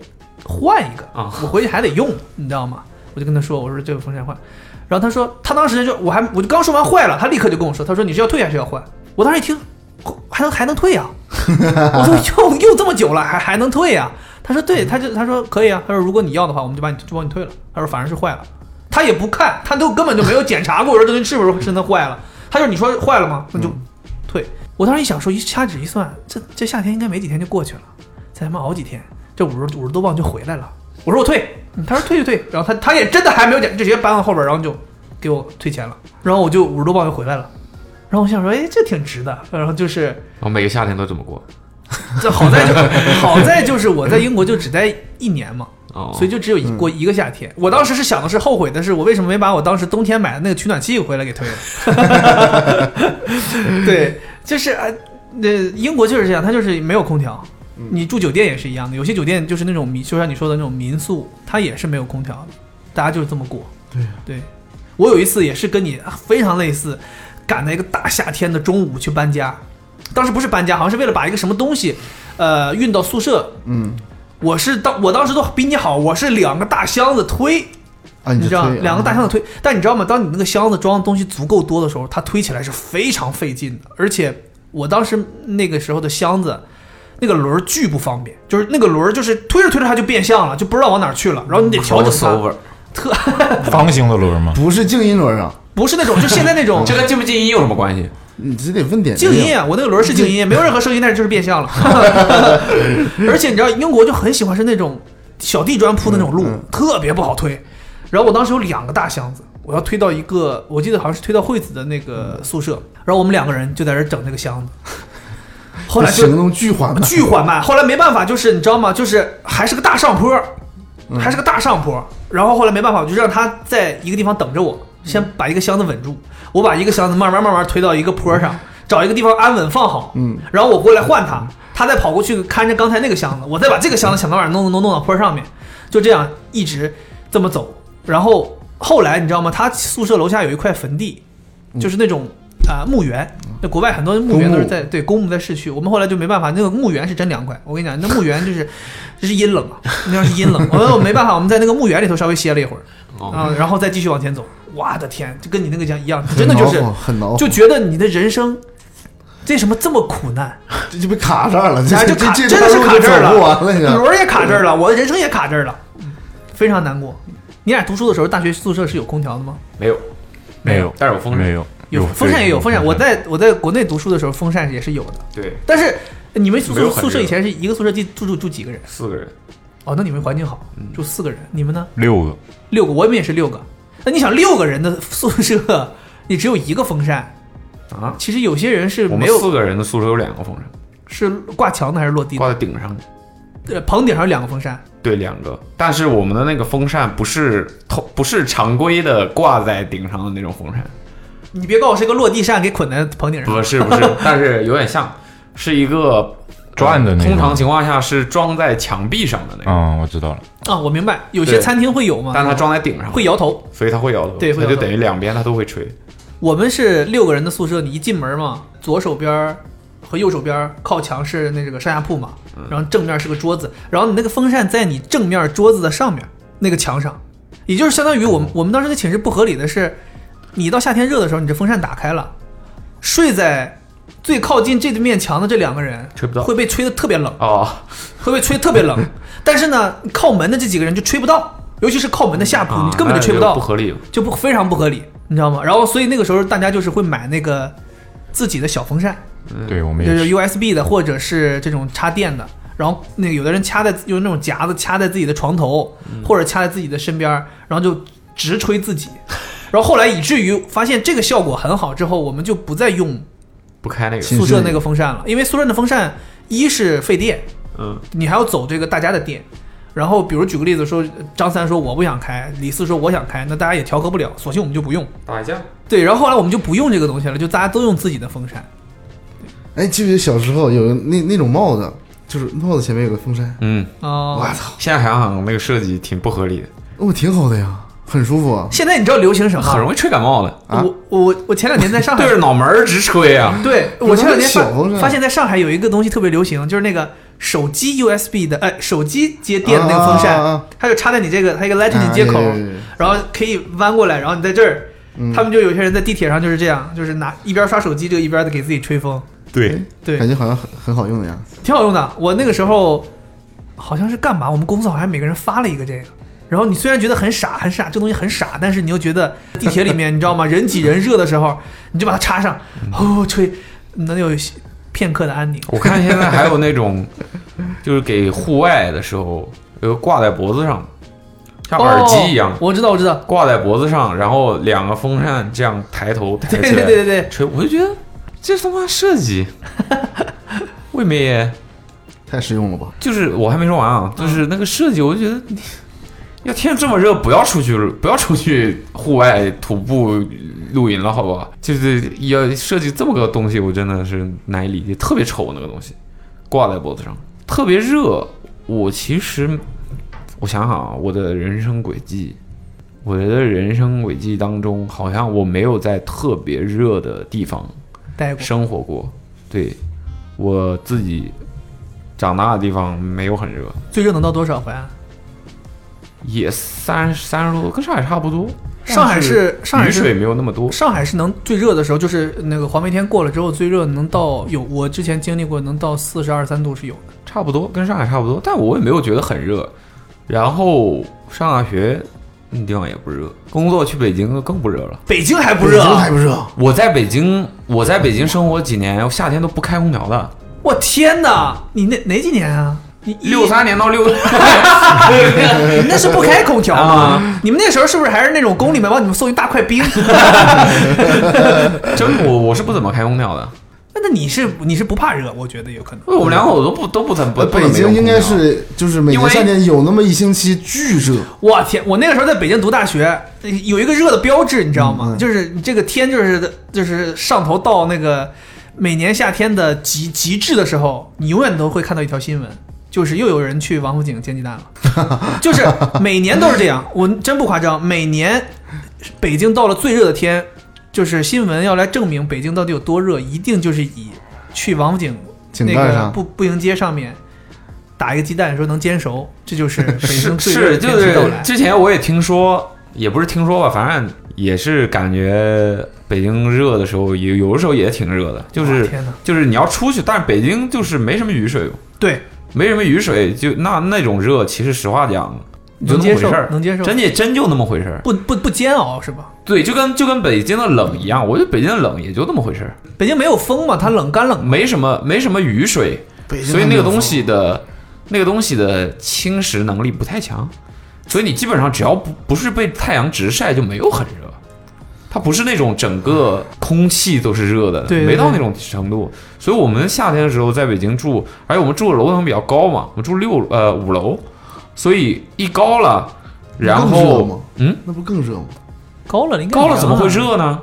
[SPEAKER 3] 换一个
[SPEAKER 4] 啊
[SPEAKER 3] 我回去还得用，你知道吗？我就跟他说，我说这个风扇换，然后他说他当时就我还我就刚说完坏了，他立刻就跟我说，他说你是要退还是要换？我当时一听，哦还能还能退啊？ 我 说又又这么久了，还还能退啊？他说对，他就他说可以啊，他说如果你要的话，我们就把你就帮你退了。他说反正是坏了，他也不看，他都根本就没有检查过，我 说这东西是不是真的坏了？他说你说坏了吗？那就退。我当时一想说，一掐指一算，这这夏天应该没几天就过去了，再他妈熬几天，这五十五十多磅就回来了。我说我退，嗯他说退就退，然后他他也真的还没有检，就直接搬到后边，然后就给我退钱了，然后我就五十多磅就回来了。然后我想说，哎，这挺值的。然后就是
[SPEAKER 4] 我每个夏天都这么过。
[SPEAKER 3] 这好 在就好在就是我在英国就只待一年嘛，
[SPEAKER 4] 哦，
[SPEAKER 3] 所以就只有一过一个夏天。我当时是想的是后悔的是，我为什么没把我当时冬天买的那个取暖器回来给退了？对，就是啊，那英国就是这样，它就是没有空调。你住酒店也是一样的，有些酒店就是那种民，就像你说的那种民宿，它也是没有空调的，大家就是这么过。
[SPEAKER 2] 对
[SPEAKER 3] 对，我有一次也是跟你非常类似，赶在一个大夏天的中午去搬家，当时不是搬家，好像是为了把一个什么东西，呃，运到宿舍。
[SPEAKER 2] 嗯，
[SPEAKER 3] 我是当我当时都比你好，我是两个大箱子推，
[SPEAKER 2] 啊，
[SPEAKER 3] 你
[SPEAKER 2] 就
[SPEAKER 3] 知道
[SPEAKER 2] 推
[SPEAKER 3] 两个大箱子推，但你知道吗？当你那个箱子装的东西足够多的时候，它推起来是非常费劲的。而且我当时那个时候的箱子，那个轮儿巨不方便，就是那个轮儿就是推着推着它就变向了，就不知道往哪儿去了，然后你得 调整
[SPEAKER 4] Cross
[SPEAKER 3] 它。
[SPEAKER 4] over，
[SPEAKER 8] 方形的轮吗？
[SPEAKER 2] 不是静音轮啊，
[SPEAKER 3] 不是那种，就现在那 种
[SPEAKER 4] 这跟进不进音有什么关系？
[SPEAKER 2] 你只得问点
[SPEAKER 3] 静音啊，我那个轮儿是静 音，没有任何声音，但是就是变向了。 而且你知道，英国就很喜欢是那种小地砖铺的那种路，
[SPEAKER 2] 嗯嗯
[SPEAKER 3] 特别不好推。然后我当时有两个大箱子，我要推到一个，我记得好像是推到惠子的那个
[SPEAKER 2] 嗯
[SPEAKER 3] 宿舍，然后我们两个人就在这儿整那个箱子。 后来就
[SPEAKER 2] 行动巨缓慢，
[SPEAKER 3] 巨缓慢。后来没办法，就是你知道吗？就是还是个大上坡，
[SPEAKER 2] 嗯
[SPEAKER 3] 还是个大上坡。然后后来没办法，我就让他在一个地方等着我，
[SPEAKER 2] 嗯
[SPEAKER 3] 先把一个箱子稳住。我把一个箱子慢慢慢慢推到一个坡上，找一个地方安稳放好。
[SPEAKER 2] 嗯，
[SPEAKER 3] 然后我过来换他，他再跑过去看着刚才那个箱子，我再把这个箱子想办法弄弄弄弄到坡上面，就这样一直这么走。然后后来你知道吗？他宿舍楼下有一块坟地，就是那种啊、呃墓园。那国外很多墓园都是在对公墓在市区，我们后来就没办法，那个墓园是真凉快。我跟你讲，那墓园就是 这是阴冷啊，那要是阴冷，我 们我没办法，我们在那个墓园里头稍微歇了一会儿啊、然后再继续往前走。我的天，就跟你那个讲一样，真的就是
[SPEAKER 2] 很恼火很恼火，
[SPEAKER 3] 就觉得你的人生为什么这么苦难？
[SPEAKER 2] 这就被卡这儿了，
[SPEAKER 3] 哎就
[SPEAKER 2] 这
[SPEAKER 3] 卡
[SPEAKER 2] 这
[SPEAKER 3] 真的是卡这儿
[SPEAKER 2] 这
[SPEAKER 3] 了
[SPEAKER 2] 段路就走不完了，你知道
[SPEAKER 3] 轮儿也卡这儿了，我的人生也卡这儿了，非常难过。你俩读书的时候，大学宿舍是有空调的吗？
[SPEAKER 4] 没有，
[SPEAKER 8] 没有，
[SPEAKER 4] 但是有风扇。
[SPEAKER 8] 没有，
[SPEAKER 3] 有风扇也有风扇，我在我在国内读书的时候，风扇也是有的。
[SPEAKER 4] 对，
[SPEAKER 3] 但是你们宿
[SPEAKER 4] 没有
[SPEAKER 3] 舍
[SPEAKER 4] 很
[SPEAKER 3] 宿舍
[SPEAKER 4] 热
[SPEAKER 3] 以前是一个宿舍住住住住几个人？
[SPEAKER 4] 四个人，
[SPEAKER 3] 哦，那你们环境好，住四个人。你们呢？
[SPEAKER 8] 六个，
[SPEAKER 3] 六个，我们也是六个。那你想六个人的宿舍，你只有一个风扇
[SPEAKER 4] 啊？
[SPEAKER 3] 其实有些人是
[SPEAKER 4] 我
[SPEAKER 3] 没
[SPEAKER 4] 们
[SPEAKER 3] 有，
[SPEAKER 4] 四个人的宿舍有两个风扇，
[SPEAKER 3] 是挂墙的还是落地的？
[SPEAKER 4] 挂在顶上。
[SPEAKER 3] 呃，棚顶上有两个风扇，
[SPEAKER 4] 对，两个，但是我们的那个风扇不是透，不是常规的挂在顶上的那种风扇，
[SPEAKER 3] 你别告诉我是个落地扇给捆在棚顶上。
[SPEAKER 4] 不是不 是，但是有点像，是一个
[SPEAKER 8] 转的那种
[SPEAKER 4] 通常情况下是装在墙壁上的那种，
[SPEAKER 8] 嗯，我知道了，
[SPEAKER 3] 啊，我明白，有些
[SPEAKER 4] 对
[SPEAKER 3] 餐厅会有嘛，
[SPEAKER 4] 但它装在顶上
[SPEAKER 3] 会，摇头。
[SPEAKER 4] 所以它会摇头，
[SPEAKER 3] 对会
[SPEAKER 4] 它
[SPEAKER 3] 摇
[SPEAKER 4] 就
[SPEAKER 3] 头
[SPEAKER 4] 等于两边它都会吹。
[SPEAKER 3] 我们是六个人的宿舍，你一进门嘛，左手边儿和右手边儿靠墙是那个上下铺嘛，
[SPEAKER 4] 嗯
[SPEAKER 3] 然后正面是个桌子，然后你那个风扇在你正面桌子的上面那个墙上，也就是相当于我
[SPEAKER 4] 嗯
[SPEAKER 3] 们我们当时的寝室不合理的是，你到夏天热的时候，你这风扇打开了，睡在最靠近这面墙的这两个人
[SPEAKER 4] 吹不到
[SPEAKER 3] 会被吹得特别冷，
[SPEAKER 4] 哦，
[SPEAKER 3] 会被吹得特 别冷，但是呢，靠门的这几个人就吹不到，尤其是靠门的下铺，
[SPEAKER 4] 啊
[SPEAKER 3] 你根本
[SPEAKER 4] 那
[SPEAKER 3] 就吹不到，
[SPEAKER 4] 不合理。
[SPEAKER 3] 就不非常不合理，你知道吗？然后所以那个时候大家就是会买那个自己的小风扇，
[SPEAKER 8] 对我们
[SPEAKER 3] 就
[SPEAKER 8] 也
[SPEAKER 3] 是
[SPEAKER 8] 是，
[SPEAKER 3] USB 的或者是这种插电的。然后那个有的人掐在用那种夹子掐在自己的床头，
[SPEAKER 4] 嗯
[SPEAKER 3] 或者掐在自己的身边儿，然后就直吹自己。然后后来以至于发现这个效果很好之后，我们就不再用
[SPEAKER 4] 不开那个，
[SPEAKER 2] 寝
[SPEAKER 3] 宿
[SPEAKER 2] 室
[SPEAKER 3] 舍
[SPEAKER 2] 里
[SPEAKER 3] 那个风扇了，因为宿舍的风扇一是费电，
[SPEAKER 4] 嗯，
[SPEAKER 3] 你还要走这个大家的电。然后，比如举个例子说，张三说我不想开，李四说我想开，那大家也调和不了，索性我们就不用。
[SPEAKER 4] 打一架。
[SPEAKER 3] 对，然后后来我们就不用这个东西了，就大家都用自己的风扇。
[SPEAKER 2] 哎，记不记得小时候有个那那种帽子，就是帽子前面有个风扇，
[SPEAKER 4] 嗯，
[SPEAKER 3] 哦、
[SPEAKER 2] 我操，
[SPEAKER 4] 现在想想那个设计挺不合理的，
[SPEAKER 2] 哦，挺好的呀，很舒服啊。
[SPEAKER 3] 现哎在你知道流行什么？
[SPEAKER 4] 很容易吹感冒的，
[SPEAKER 2] 啊
[SPEAKER 3] 我我我前两年在上海
[SPEAKER 4] 对着脑门儿直吹啊。
[SPEAKER 3] 对，
[SPEAKER 2] 不是
[SPEAKER 3] 我前两
[SPEAKER 2] 那
[SPEAKER 3] 天
[SPEAKER 2] 小风扇
[SPEAKER 3] 发发现，在上海有一个东西特别流行，就是那个手机 USB 的，哎，手机接电的那个风扇，
[SPEAKER 2] 啊啊啊啊
[SPEAKER 3] 它就插在你这个，它一个 Lightning 接口，
[SPEAKER 2] 哎哎哎
[SPEAKER 3] 然后可以弯过来，然后你在这儿。
[SPEAKER 2] 嗯
[SPEAKER 3] 他们就有些人在地铁上就是这样，就是拿一边刷手机，这个一边的给自己吹风，
[SPEAKER 8] 对，
[SPEAKER 3] 对
[SPEAKER 2] 感觉好像很很好用的样子。
[SPEAKER 3] 挺好用的。我那个时候好像是干嘛，我们公司好像每个人发了一个这个。然后你虽然觉得很傻，很傻，这东西很傻，但是你又觉得地铁里面，你知道吗？人挤人热的时候，你就把它插上，哦，吹，能有片刻的安宁。
[SPEAKER 4] 嗯我看现在还有那种，就是给户外的时候，有个挂在脖子上，像耳机一样
[SPEAKER 3] 哦，我知道，我知道。
[SPEAKER 4] 挂在脖子上，然后两个风扇这样抬头抬
[SPEAKER 3] 对
[SPEAKER 4] 起
[SPEAKER 3] 对
[SPEAKER 4] 来
[SPEAKER 3] 对对对，
[SPEAKER 4] 吹，我就觉得这他妈设计未免也
[SPEAKER 2] 太实用了吧？
[SPEAKER 4] 就是我还没说完啊，就是那个设计，我就觉得你要天这么热，不要出去，不要出去户外徒步露营了，好不好？就是要设计这么个东西，我真的是难以理解，特别丑那个东西，挂在脖子上，特别热。我其实，我想想啊，我的人生轨迹，我觉得人生轨迹当中，好像我没有在特别热的地方
[SPEAKER 3] 待过。
[SPEAKER 4] 生活过。对我自己长大的地方没有很热，
[SPEAKER 3] 最热能到多少回啊？
[SPEAKER 4] 也三三十多度，跟上海差不多。
[SPEAKER 3] 上海是上海
[SPEAKER 4] 雨水
[SPEAKER 3] 是
[SPEAKER 4] 没有那么多，
[SPEAKER 3] 上海是能最热的时候，就是那个黄梅天过了之后，最热能到有我之前经历过能到四十二三度是有的。
[SPEAKER 4] 差不多跟上海差不多，但我也没有觉得很热。然后上大学那地方也不热，工作去北京更不热了。
[SPEAKER 3] 北京还不
[SPEAKER 2] 北
[SPEAKER 3] 热
[SPEAKER 2] 京
[SPEAKER 3] 啊，
[SPEAKER 2] 还不热，
[SPEAKER 4] 我在北京，我在北京生活几年，我夏天都不开空调的。
[SPEAKER 3] 我天哪！你那哪几年啊？你一
[SPEAKER 4] 六三年到 六，
[SPEAKER 3] 你那是不开空调吗
[SPEAKER 4] 啊？
[SPEAKER 3] 你们那时候是不是还是那种宫里面帮你们送一大块 冰？
[SPEAKER 4] 真我我是不怎么开空调的，
[SPEAKER 3] 那那你是你是不怕热？我觉得有可能。
[SPEAKER 4] 因为我们两口子都不都不怎么不不怎
[SPEAKER 2] 呃北
[SPEAKER 4] 么用
[SPEAKER 2] 京应该
[SPEAKER 4] 空调
[SPEAKER 2] 是就是每
[SPEAKER 4] 因
[SPEAKER 2] 年
[SPEAKER 4] 为
[SPEAKER 2] 夏天有那么一星期巨热，
[SPEAKER 3] 我天！我那个时候在北京读大学，有一个热的标志，你知道吗？
[SPEAKER 2] 嗯
[SPEAKER 3] 就是你这个天就是就是上头到那个每年夏天的极极致的时候，你永远都会看到一条新闻。就是又有人去王府井煎鸡蛋了，就是每年都是这样，我真不夸张。每年北京到了最热的天，就是新闻要来证明北京到底有多热，一定就是以去王府井
[SPEAKER 2] 井
[SPEAKER 3] 那
[SPEAKER 2] 盖
[SPEAKER 3] 个
[SPEAKER 2] 上
[SPEAKER 3] 步步行街上面打一个鸡蛋，说能煎熟，这就是北 京最热
[SPEAKER 4] 是
[SPEAKER 3] 的
[SPEAKER 4] 就
[SPEAKER 3] 天气
[SPEAKER 4] 是
[SPEAKER 3] 到来。
[SPEAKER 4] 之前我也听说，也不是听说吧，反正也是感觉北京热的时候，有有的时候也挺热的，就
[SPEAKER 3] 哇
[SPEAKER 4] 是
[SPEAKER 3] 天哪
[SPEAKER 4] 就是你要出去，但是北京就是没什么雨水，哦
[SPEAKER 3] 对，
[SPEAKER 4] 没什么雨水，就那那种热，其实实话讲，就那
[SPEAKER 3] 能
[SPEAKER 4] 么
[SPEAKER 3] 接
[SPEAKER 4] 回
[SPEAKER 3] 受
[SPEAKER 4] 事儿，，
[SPEAKER 3] 能接受，
[SPEAKER 4] 真也真就那么回事儿。
[SPEAKER 3] 不不不煎熬是吧？
[SPEAKER 4] 对，就跟就跟北京的冷一样，我觉得北京的冷也就那么回事儿，
[SPEAKER 3] 北京没有风嘛，它冷干冷嘛。
[SPEAKER 4] 没什么没什么雨水，
[SPEAKER 2] 北京
[SPEAKER 4] 所以
[SPEAKER 2] 还没
[SPEAKER 4] 那个
[SPEAKER 2] 有
[SPEAKER 4] 东
[SPEAKER 2] 风
[SPEAKER 4] 西的那个东西的侵蚀能力不太强，所以你基本上只要不不是被太阳直晒，就没有很热。它不是那种整个空气都是热的，
[SPEAKER 3] 对对
[SPEAKER 4] 没到
[SPEAKER 3] 对
[SPEAKER 4] 那种程度。所以我们夏天的时候在北京住，而且我们住的楼层比较高嘛，我们住六呃五楼，所以一高了，然
[SPEAKER 2] 那更热吗
[SPEAKER 4] 后嗯 哎
[SPEAKER 2] 那不更热吗？哎
[SPEAKER 3] 高了，应该
[SPEAKER 4] 高了怎么会？热呢？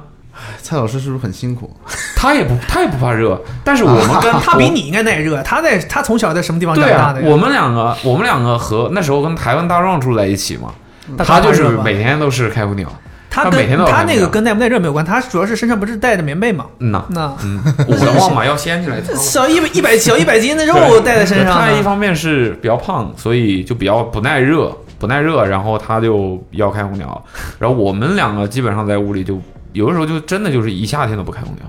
[SPEAKER 2] 蔡老师是不是很辛苦？
[SPEAKER 4] 他也不他也不怕热，但是我们跟
[SPEAKER 3] 啊 他比你应该耐热，他在他从小在什么地方长
[SPEAKER 4] 对
[SPEAKER 3] 大
[SPEAKER 4] 啊
[SPEAKER 3] 的，呀？
[SPEAKER 4] 我们两个，我们两个和那时候跟台湾大壮住在一起嘛，
[SPEAKER 3] 大
[SPEAKER 4] 他就
[SPEAKER 3] 大
[SPEAKER 4] 是
[SPEAKER 3] 嗯热吧
[SPEAKER 4] 每天都是开空调。
[SPEAKER 3] 他
[SPEAKER 4] 他每
[SPEAKER 3] 跟
[SPEAKER 4] 天都有
[SPEAKER 3] 他
[SPEAKER 4] 寒
[SPEAKER 3] 那
[SPEAKER 4] 假
[SPEAKER 3] 个跟耐不耐热没有关，他主要是身上不是带着棉被嘛？
[SPEAKER 4] 嗯呐，
[SPEAKER 3] 那
[SPEAKER 4] 嗯，我的望嘛要掀起来
[SPEAKER 3] 这。小一百一百小一百斤的肉带在身上啊
[SPEAKER 4] 他一
[SPEAKER 3] 呢，
[SPEAKER 4] 方面是比较胖，所以就比较不耐热，不耐热，然后他就要开空调。然后我们两个基本上在屋里就有的时候就真的就是一夏天都不开空调，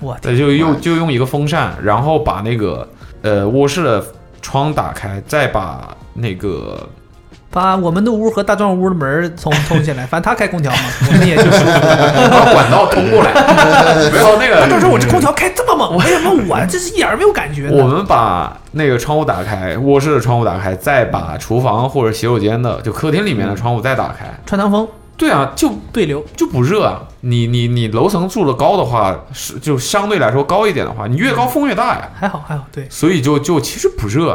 [SPEAKER 3] 我天，
[SPEAKER 4] 对，就用就用一个风扇，然后把那个呃卧室的窗打开，再把那个
[SPEAKER 3] 把我们的屋和大壮屋的门儿 通通起来，反正他开空调嘛，我们也就是。
[SPEAKER 4] 把管道通过来， 没有那个。嗯
[SPEAKER 3] 到时候我这空调开这么猛，为什么我这是一点儿没有感觉呢？
[SPEAKER 4] 我们把那个窗户打开，卧室的窗户打开，再把厨房或者洗手间的就客厅里面的窗户再打开。
[SPEAKER 3] 穿堂风
[SPEAKER 4] 对啊，就
[SPEAKER 3] 对流，
[SPEAKER 4] 就不热啊。你你你楼层住的高的话，是就相对来说高一点的话，你越高风越大呀，
[SPEAKER 3] 还好还好，对。
[SPEAKER 4] 所以就就其实不热。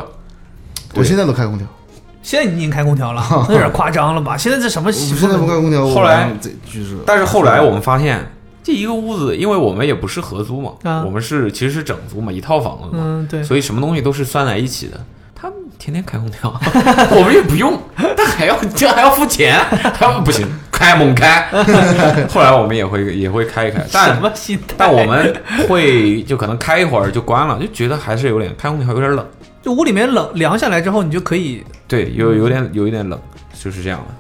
[SPEAKER 4] 对
[SPEAKER 2] 我现在都开空调，
[SPEAKER 3] 现在你已经开 空调了，那有点夸张了吧？现在这什么？
[SPEAKER 2] 我现在不开空调，我
[SPEAKER 4] 后来
[SPEAKER 2] 这巨热。
[SPEAKER 4] 但是后来我们发现，这一个屋子，因为我们也不是合租嘛，
[SPEAKER 3] 啊
[SPEAKER 4] 我们是其实是整租嘛，一套房子嘛，
[SPEAKER 3] 嗯，对，
[SPEAKER 4] 所以什么东西都是算在一起的。他们天天开空调， 我们也不用，但还要这还要付钱，还要不行，开猛开。 后来我们也会也会开一 开，
[SPEAKER 3] 什
[SPEAKER 4] 但
[SPEAKER 3] 么心态？
[SPEAKER 4] 但我们会就可能开一会儿就关了，就觉得还是有点开空调有点冷，
[SPEAKER 3] 就屋里面冷凉下来之后，你就可以
[SPEAKER 4] 对，有有点有一点冷，就是这样的。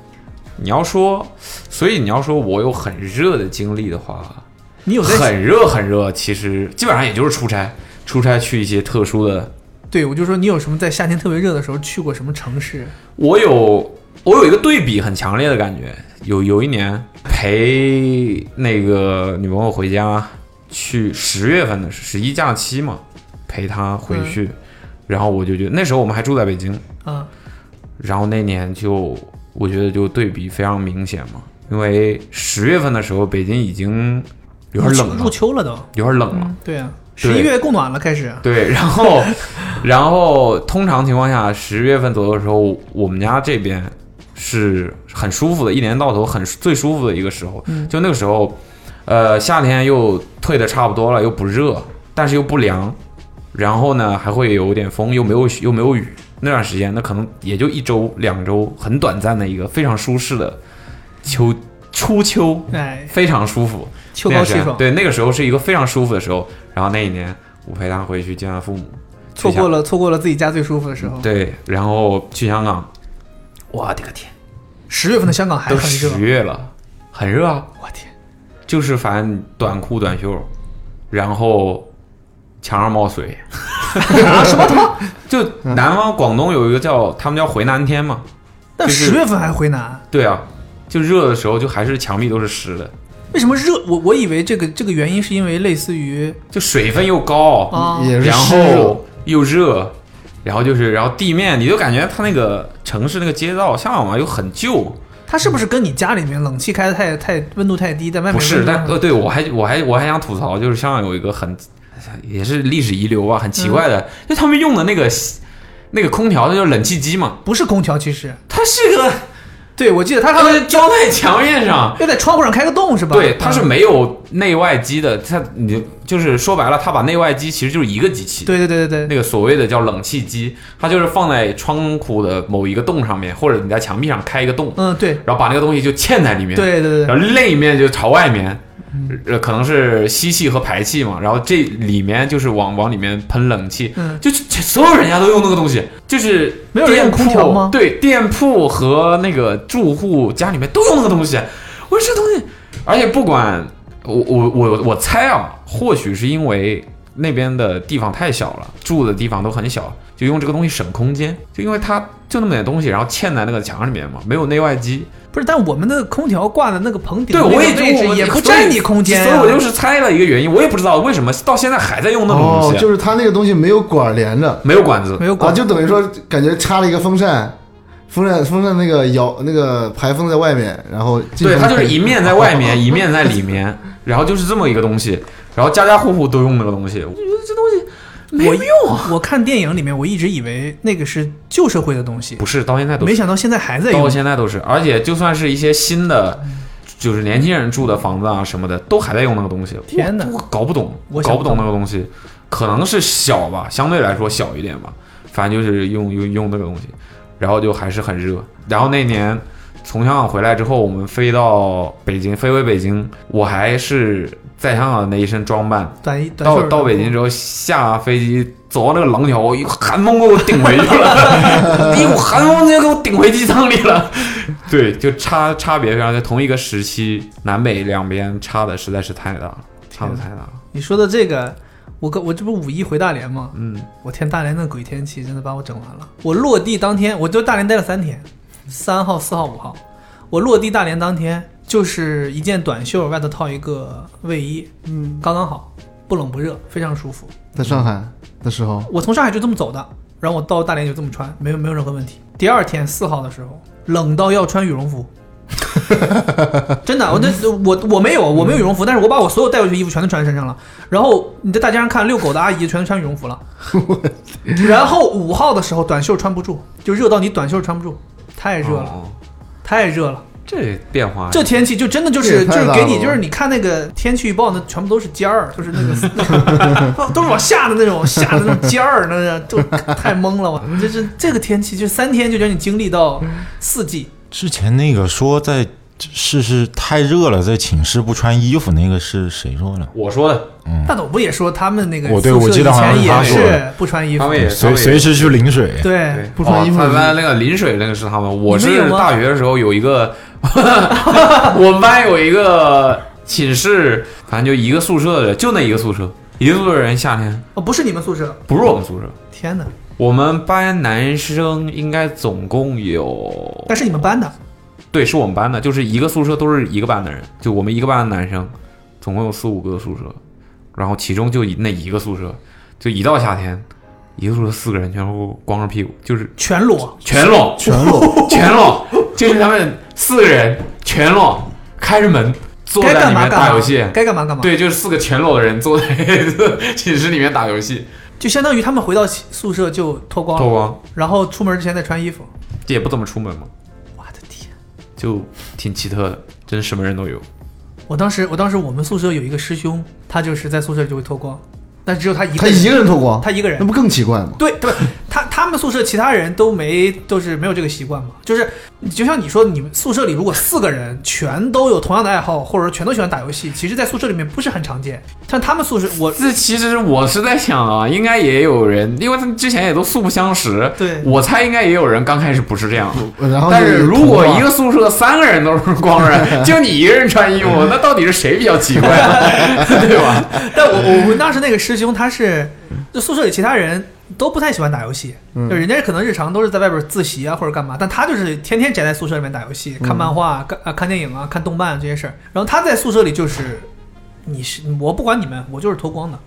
[SPEAKER 4] 你要说，所以你要说我有很热的经历的话，
[SPEAKER 3] 你有在
[SPEAKER 4] 很热很热，其实基本上也就是出差，出差去一些特殊的
[SPEAKER 3] 对我就说你有什么在夏天特别热的时候去过什么城市？
[SPEAKER 4] 我有我有一个对比很强烈的感觉，有有一年陪那个女朋友回家，去十月份的十一假期嘛，陪她回去，
[SPEAKER 3] 嗯
[SPEAKER 4] 然后我就觉得那时候我们还住在北京，
[SPEAKER 3] 啊，
[SPEAKER 4] 然后那年就我觉得就对比非常明显嘛，因为十月份的时候北京已经有点冷
[SPEAKER 3] 入
[SPEAKER 4] 了，
[SPEAKER 3] 秋了都。
[SPEAKER 4] 有点冷了，
[SPEAKER 3] 嗯，对啊，
[SPEAKER 4] 对
[SPEAKER 3] 十一月供暖了开始。
[SPEAKER 4] 对， 然后，然后通常情况下，十月份左右的时候，我们家这边是很舒服的，一年到头很最舒服的一个时候。就那个时候，呃，夏天又退的差不多了，又不热，但是又不凉，然后呢还会有点风，又没有又没有雨。那段时间，那可能也就一周两周，很短暂的一个非常舒适的秋初秋，
[SPEAKER 3] 哎，
[SPEAKER 4] 非常舒服。
[SPEAKER 3] 秋
[SPEAKER 4] 那
[SPEAKER 3] 高
[SPEAKER 4] 个
[SPEAKER 3] 气
[SPEAKER 4] 时候
[SPEAKER 3] 爽，
[SPEAKER 4] 对，那个时候是一个非常舒服的时候。然后那一年，我陪他回去见他父母，
[SPEAKER 3] 错过了错过了自己家最舒服的时候。
[SPEAKER 4] 对，然后去香港，我的个天，
[SPEAKER 3] 十月份的香港还
[SPEAKER 4] 都
[SPEAKER 3] 很热
[SPEAKER 4] 十，月了，很热啊！
[SPEAKER 3] 我天，
[SPEAKER 4] 就是反正短裤短袖，然后墙上冒 水，什么 就南方广东有一个叫他们叫回南天嘛，
[SPEAKER 3] 但
[SPEAKER 4] 就是
[SPEAKER 3] 十月份还回南，
[SPEAKER 4] 对啊，就热的时候就还是墙壁都是湿的，
[SPEAKER 3] 为什么热？我我以为这个这个原因是因为类似于
[SPEAKER 4] 就水分又高，
[SPEAKER 3] 啊，
[SPEAKER 2] 也是
[SPEAKER 4] 然
[SPEAKER 2] 湿热
[SPEAKER 4] 后又热，然后就是然后地面你就感觉它那个城市那个街道，香港嘛又很旧，
[SPEAKER 3] 它是不是跟你家里面冷气开的太太温度太低，在外面
[SPEAKER 4] 不是，
[SPEAKER 3] 温度
[SPEAKER 4] 但
[SPEAKER 3] 很
[SPEAKER 4] 呃，对我还我还我还想吐槽，就是香港有一个很也是历史遗留吧，很奇怪的，就他们用的那个那个空调，那叫冷气机嘛，
[SPEAKER 3] 不是空调，其实
[SPEAKER 4] 它是个
[SPEAKER 3] 对我记得它
[SPEAKER 4] 它
[SPEAKER 3] 好
[SPEAKER 4] 是
[SPEAKER 3] 像
[SPEAKER 4] 装在墙面上，
[SPEAKER 3] 要在窗户上开个洞是吧？
[SPEAKER 4] 对，它是
[SPEAKER 3] 嗯
[SPEAKER 4] 没有内外机的，它你就是说白了，它把内外机其实就是一个机器，
[SPEAKER 3] 对对对对对，
[SPEAKER 4] 那个所谓的叫冷气机，它就是放在窗户的某一个洞上面，或者你在墙壁上开一个洞，
[SPEAKER 3] 嗯对
[SPEAKER 4] 然后把那个东西就嵌在里面，
[SPEAKER 3] 嗯对对对嗯对
[SPEAKER 4] 然后另一面就朝外面，呃，可能是吸气和排气嘛，然后这里面就是往往里面喷冷气，
[SPEAKER 3] 嗯
[SPEAKER 4] 就就就所有人家都用那个东西，就是
[SPEAKER 3] 没有人用
[SPEAKER 4] 店铺
[SPEAKER 3] 空调吗
[SPEAKER 4] 对，店铺和那个住户家里面都用那个东西，我说这东西，而且不管我我我我猜啊，或许是因为。那边的地方太小了，住的地方都很小，就用这个东西省空间。就因为它就那么点东西，然后嵌在那个墙里面嘛，没有内外机，
[SPEAKER 3] 不是，但我们的空调挂的那个棚顶
[SPEAKER 4] 对，
[SPEAKER 3] 的那
[SPEAKER 4] 我也
[SPEAKER 3] 个位
[SPEAKER 4] 就
[SPEAKER 3] 置
[SPEAKER 4] 我
[SPEAKER 3] 也不
[SPEAKER 4] 所以
[SPEAKER 3] 占你空间
[SPEAKER 4] 所以
[SPEAKER 3] 啊
[SPEAKER 4] 我就是猜了一个原因，我也不知道为什么到现在还在用那种东
[SPEAKER 2] 哦，
[SPEAKER 4] 西，
[SPEAKER 2] 就是它那个东西没有管儿连着，
[SPEAKER 4] 没有管子
[SPEAKER 3] 没。有
[SPEAKER 2] 啊，
[SPEAKER 3] 管
[SPEAKER 2] 就等于说感觉插了一个风扇，风扇风扇那个摇那个排风在外面，然后进
[SPEAKER 4] 对，
[SPEAKER 2] 风哦
[SPEAKER 4] 它就是
[SPEAKER 2] 可以
[SPEAKER 4] 一面在外面，一面在里面，然后就是这么一个东西，然后家家户户都用那个东西，我觉得这东西没有用啊。
[SPEAKER 3] 我看电影里面，我一直以为那个是旧社会的东西
[SPEAKER 4] 不，是，到现在都
[SPEAKER 3] 没
[SPEAKER 4] 是，
[SPEAKER 3] 想到现在还在
[SPEAKER 4] 到
[SPEAKER 3] 用。
[SPEAKER 4] 现在都是，而且就算是一些新的，就是年轻人住的房子啊什么的，都还在用那个东西。
[SPEAKER 3] 天哪
[SPEAKER 4] 我我搞不懂，
[SPEAKER 3] 我想
[SPEAKER 4] 搞不懂
[SPEAKER 3] 不
[SPEAKER 4] 那
[SPEAKER 3] 到
[SPEAKER 4] 个东西，可能是小吧，相对来说小一点吧，反正就是用用用那个东西，然后就还是很热。然后那年从香港回来之后，我们飞到北京，飞回北京，我还是在香港的那一身装扮，
[SPEAKER 3] 短一短袖
[SPEAKER 4] 到
[SPEAKER 3] 儿
[SPEAKER 4] 到北京之后下飞机。走到那个廊桥，一个寒风给我顶回去 了，一股寒风直接给我顶回机舱里了。对，就差差别非常大，在同一个时期，南北两边差的实在是太大了，差的太大了。
[SPEAKER 3] 你说的这个，我跟我这不五一回大连吗？
[SPEAKER 4] 嗯，
[SPEAKER 3] 我天，大连那鬼天气真的把我整完了。我落地当天，我就大连待了三天，三号、四号、五号。我落地大连当天，就是一件短袖，外头套一个卫衣，嗯，刚刚好，不冷不热，非常舒服。
[SPEAKER 2] 在上海的时候，
[SPEAKER 3] 我从上海就这么走的，然后我到大连就这么穿，没有没有任何问题。第二天四号的时候，冷到要穿羽绒 服，真的，我这我我没有我没有羽绒服，但是我把我所有带回去的衣服全都穿身上了。然后你在大街上看遛狗的阿姨全都穿羽绒服 了，然后五号的时候短袖穿不住，就热到你短袖穿不住，太热了，
[SPEAKER 4] 哦
[SPEAKER 3] 太热了。
[SPEAKER 4] 这变化
[SPEAKER 3] 这天气就真的就
[SPEAKER 2] 这
[SPEAKER 3] 是
[SPEAKER 2] 也
[SPEAKER 3] 就
[SPEAKER 2] 太
[SPEAKER 3] 是
[SPEAKER 2] 大
[SPEAKER 3] 给
[SPEAKER 2] 了
[SPEAKER 3] 你
[SPEAKER 2] 吧
[SPEAKER 3] 就是你看那个天气预报，那全部都是尖儿，就是那个那个都是往下的那种下的那种尖儿，那个就太 懵了。我就是这个天气，就三天就让你经历到四季。
[SPEAKER 8] 之前那个说在是是太热了，在寝室不穿衣服，那个是谁说的？
[SPEAKER 4] 我说的，
[SPEAKER 3] 大董不也说他们那个
[SPEAKER 8] 我对
[SPEAKER 3] 宿舍
[SPEAKER 8] 我记得
[SPEAKER 3] 以
[SPEAKER 8] 好像
[SPEAKER 3] 前
[SPEAKER 8] 是他
[SPEAKER 3] 也
[SPEAKER 8] 说的
[SPEAKER 3] 是不穿衣服
[SPEAKER 4] 他，们也
[SPEAKER 8] 随随时去淋水。
[SPEAKER 3] 对，
[SPEAKER 2] 不穿衣服
[SPEAKER 4] 他们哦那个淋水那个是他们，我
[SPEAKER 3] 你们
[SPEAKER 4] 是
[SPEAKER 3] 有吗
[SPEAKER 4] 大学的时候有一个， 我们班有一个寝室，反正就一个宿舍的，就那一个宿舍，一个宿舍人夏天
[SPEAKER 3] 哦，不是你们宿舍，
[SPEAKER 4] 不是我们宿舍，
[SPEAKER 3] 天哪！
[SPEAKER 4] 我们班男生应该总共有
[SPEAKER 3] 但是你们班的，
[SPEAKER 4] 对，是我们班的，就是一个宿舍都是一个班的人，就我们一个班的男生，总共有四五个宿舍，然后其中就那一个宿舍，就一到夏天，一个宿舍四个人全部光着屁股，就是
[SPEAKER 3] 全裸，
[SPEAKER 4] 全裸，
[SPEAKER 2] 全裸，
[SPEAKER 4] 全裸，就是他们四个人全裸，开着门坐
[SPEAKER 3] 该
[SPEAKER 4] 在
[SPEAKER 3] 干
[SPEAKER 4] 里
[SPEAKER 3] 嘛
[SPEAKER 4] 面打
[SPEAKER 3] 干
[SPEAKER 4] 游
[SPEAKER 3] 嘛
[SPEAKER 4] 戏，，
[SPEAKER 3] 该干嘛干嘛。
[SPEAKER 4] 对，就是四个全裸的人坐在寝室里面打游戏，
[SPEAKER 3] 就相当于他们回到宿舍就脱光
[SPEAKER 4] 脱
[SPEAKER 3] 了，
[SPEAKER 4] 光，
[SPEAKER 3] 然后出门之前再穿衣服。
[SPEAKER 4] 也不怎么出门嘛。
[SPEAKER 3] 我的天！
[SPEAKER 4] 就挺奇特的，真什么人都有。
[SPEAKER 3] 我当时，我当时我们宿舍有一个师兄，他就是在宿舍里就会脱光，但只有他一个
[SPEAKER 2] 他一个人脱光，
[SPEAKER 3] 他一个人
[SPEAKER 2] 那不更奇怪吗？
[SPEAKER 3] 对对，他他们宿舍其他人都没都是没有这个习惯嘛，就是就像你说，你们宿舍里如果四个人全都有同样的爱好，或者说全都喜欢打游戏，其实，在宿舍里面不是很常见。像他们宿舍，我
[SPEAKER 4] 这其实我是在想啊，应该也有人，因为他们之前也都素不相识。
[SPEAKER 3] 对
[SPEAKER 4] 我猜应该也有人刚开始不是这样。
[SPEAKER 2] 然后
[SPEAKER 4] 但
[SPEAKER 2] 就是
[SPEAKER 4] 如果
[SPEAKER 2] 同化啊
[SPEAKER 4] 一个宿舍三个人都是光 人，就你一个人穿衣服，那到底是谁比较奇怪，啊 对吧？
[SPEAKER 3] 但我我们当时那个师兄他是，就宿舍里其他人都不太喜欢打游戏，
[SPEAKER 2] 嗯
[SPEAKER 3] 就人家可能日常都是在外边自习啊或者干嘛，但他就是天天宅在宿舍里面打游戏、
[SPEAKER 2] 嗯
[SPEAKER 3] 看漫画、看啊看电影啊、看动漫这些事儿。然后他在宿舍里就是，你是我不管你们，我就是脱光的，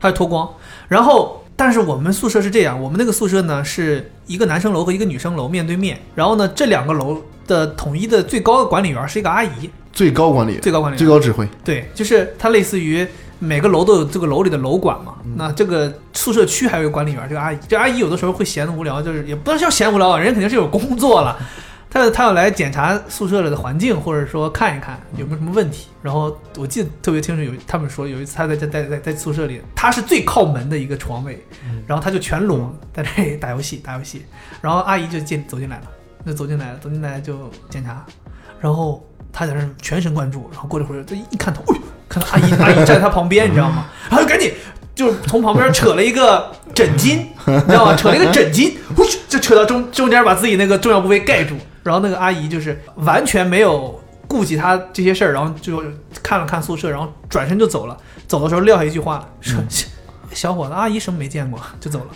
[SPEAKER 3] 他是脱光。然后但是我们宿舍是这样，我们那个宿舍呢是一个男生楼和一个女生楼面对面，然后呢这两个楼的统一的最高的管理员是一个阿姨，
[SPEAKER 2] 最高管理，
[SPEAKER 3] 最高管理员
[SPEAKER 2] 最高指挥，
[SPEAKER 3] 对，就是它类似于每个楼都有这个楼里的楼管嘛。那这个宿舍区还有一个管理员，这个阿姨，这阿姨有的时候会闲得无聊，就是也不能叫闲无聊啊，人家肯定是有工作了。她她要来检查宿舍里的环境，或者说看一看有没有什么问题。然后我记得特别清楚有，他们说有一次她在在在在在宿舍里，她是最靠门的一个床位，然后她就全裸在那里打游戏打游戏，然后阿姨就进走进来了，就走进来了，走进来就检查，然后他在那儿全神贯注，然后过了一会儿，他一看头，哎呦，看到阿姨 阿姨站在他旁边，你知道吗？然后就赶紧就是从旁边扯了一个枕巾， 你知道吗？扯了一个枕巾，呼咻就扯到中中间，把自己那个重要部位盖住。然后那个阿姨就是完全没有顾及他这些事儿，然后就看了看宿舍，然后转身就走了。走的时候撂下一句话，说。小伙子，阿姨什么没见过就走了，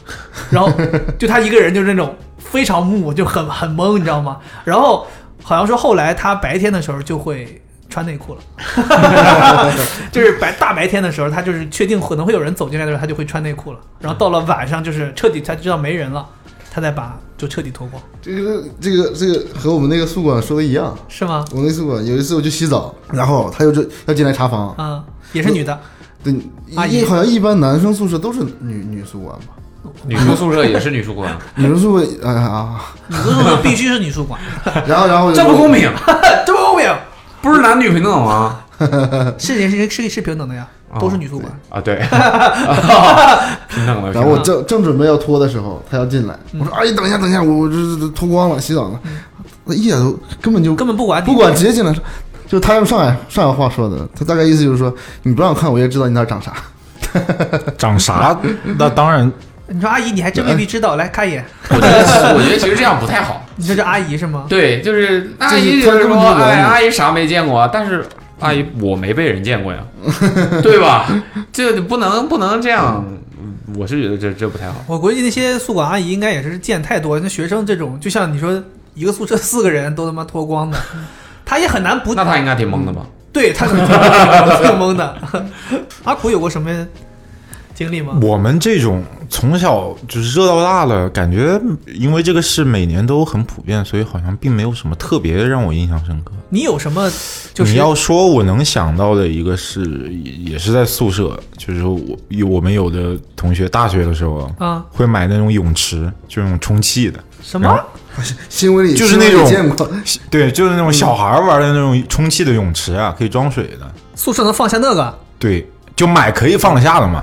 [SPEAKER 3] 然后就他一个人就是那种非常木，就很很懵，你知道吗？然后好像说后来他白天的时候就会穿内裤了， 就是白大白天的时候，他就是确定可能会有人走进来的时候，他就会穿内裤了。然后到了晚上，就是彻底他知道没人了，他再把就彻底脱光，
[SPEAKER 2] 这个这个这个和我们那个宿管说的一样。
[SPEAKER 3] 是吗？
[SPEAKER 2] 我那宿管有一次我去洗澡，然后他就这要进来查房，
[SPEAKER 3] 啊、也是女的，
[SPEAKER 2] 对，
[SPEAKER 3] 阿
[SPEAKER 2] 一
[SPEAKER 3] 姨
[SPEAKER 2] 好像一般男生宿舍都是女女宿管吧，
[SPEAKER 4] 女生宿舍也是女宿管，
[SPEAKER 2] 女生宿管啊啊，
[SPEAKER 3] 女宿舍必须是女宿管，
[SPEAKER 2] 然后然后
[SPEAKER 4] 这不公平，
[SPEAKER 3] 这不公 平。
[SPEAKER 4] 不是男女平等 吗？
[SPEAKER 3] 是人是是是平等的呀，都是女宿管。
[SPEAKER 4] 啊， 对，平等嗯的。
[SPEAKER 2] 然后我正正准备要脱的时候，他要进来，我说：“阿姨，等一下，等一下，我我这这这脱光了，洗澡呢。”
[SPEAKER 4] 嗯
[SPEAKER 2] 他一点都根本就
[SPEAKER 3] 根本不管你
[SPEAKER 2] 不管，直接进来，就他用上海上海话说的，他大概意思就是说，你不让我看，我也知道你那儿长啥。
[SPEAKER 8] 长 啥？那当然，
[SPEAKER 3] 你说阿姨，你还真未必知道，来看一眼。
[SPEAKER 4] 我觉得，我觉得其实这样不太好。
[SPEAKER 3] 你说这阿姨是吗？
[SPEAKER 4] 对，就是阿姨
[SPEAKER 2] 就
[SPEAKER 4] 就是
[SPEAKER 2] 是他根本
[SPEAKER 4] 说，
[SPEAKER 2] 就不管
[SPEAKER 4] 哎，
[SPEAKER 2] 你
[SPEAKER 4] 阿姨啥没见过啊？但是阿姨
[SPEAKER 2] 嗯
[SPEAKER 4] 我没被人见过 呀，对吧？这不能不能这样，我是觉得这这不太好。
[SPEAKER 3] 我估计那些宿管阿姨应该也是见太多，那 学生这种，就像你说一个宿舍四个人都他妈脱光的， 他也很难不
[SPEAKER 4] 那他应该挺懵的
[SPEAKER 8] 嗯
[SPEAKER 4] 吧？
[SPEAKER 3] 对他可能挺懵的。 阿苦有过什么经历吗？
[SPEAKER 8] 我们这种从小就是热到大的感觉，因为这个事每年都很普遍，所以好像并没有什么特别让我印象深刻。
[SPEAKER 3] 你有什么就是
[SPEAKER 8] 你要说我能想到的一个是，也也是在宿舍，就是我有我们有的同学大学的时候啊
[SPEAKER 3] 啊
[SPEAKER 8] 会买那种泳池，就那种充气的，
[SPEAKER 3] 什
[SPEAKER 8] 然
[SPEAKER 3] 么
[SPEAKER 8] 后？
[SPEAKER 2] 新闻里
[SPEAKER 8] 就是那种
[SPEAKER 2] 新闻里见 过，嗯
[SPEAKER 8] 对，就是那种小孩玩的那种充气的泳池啊，可以装水的，
[SPEAKER 3] 宿舍能放下那个，
[SPEAKER 8] 对，就买可以放得下的嘛，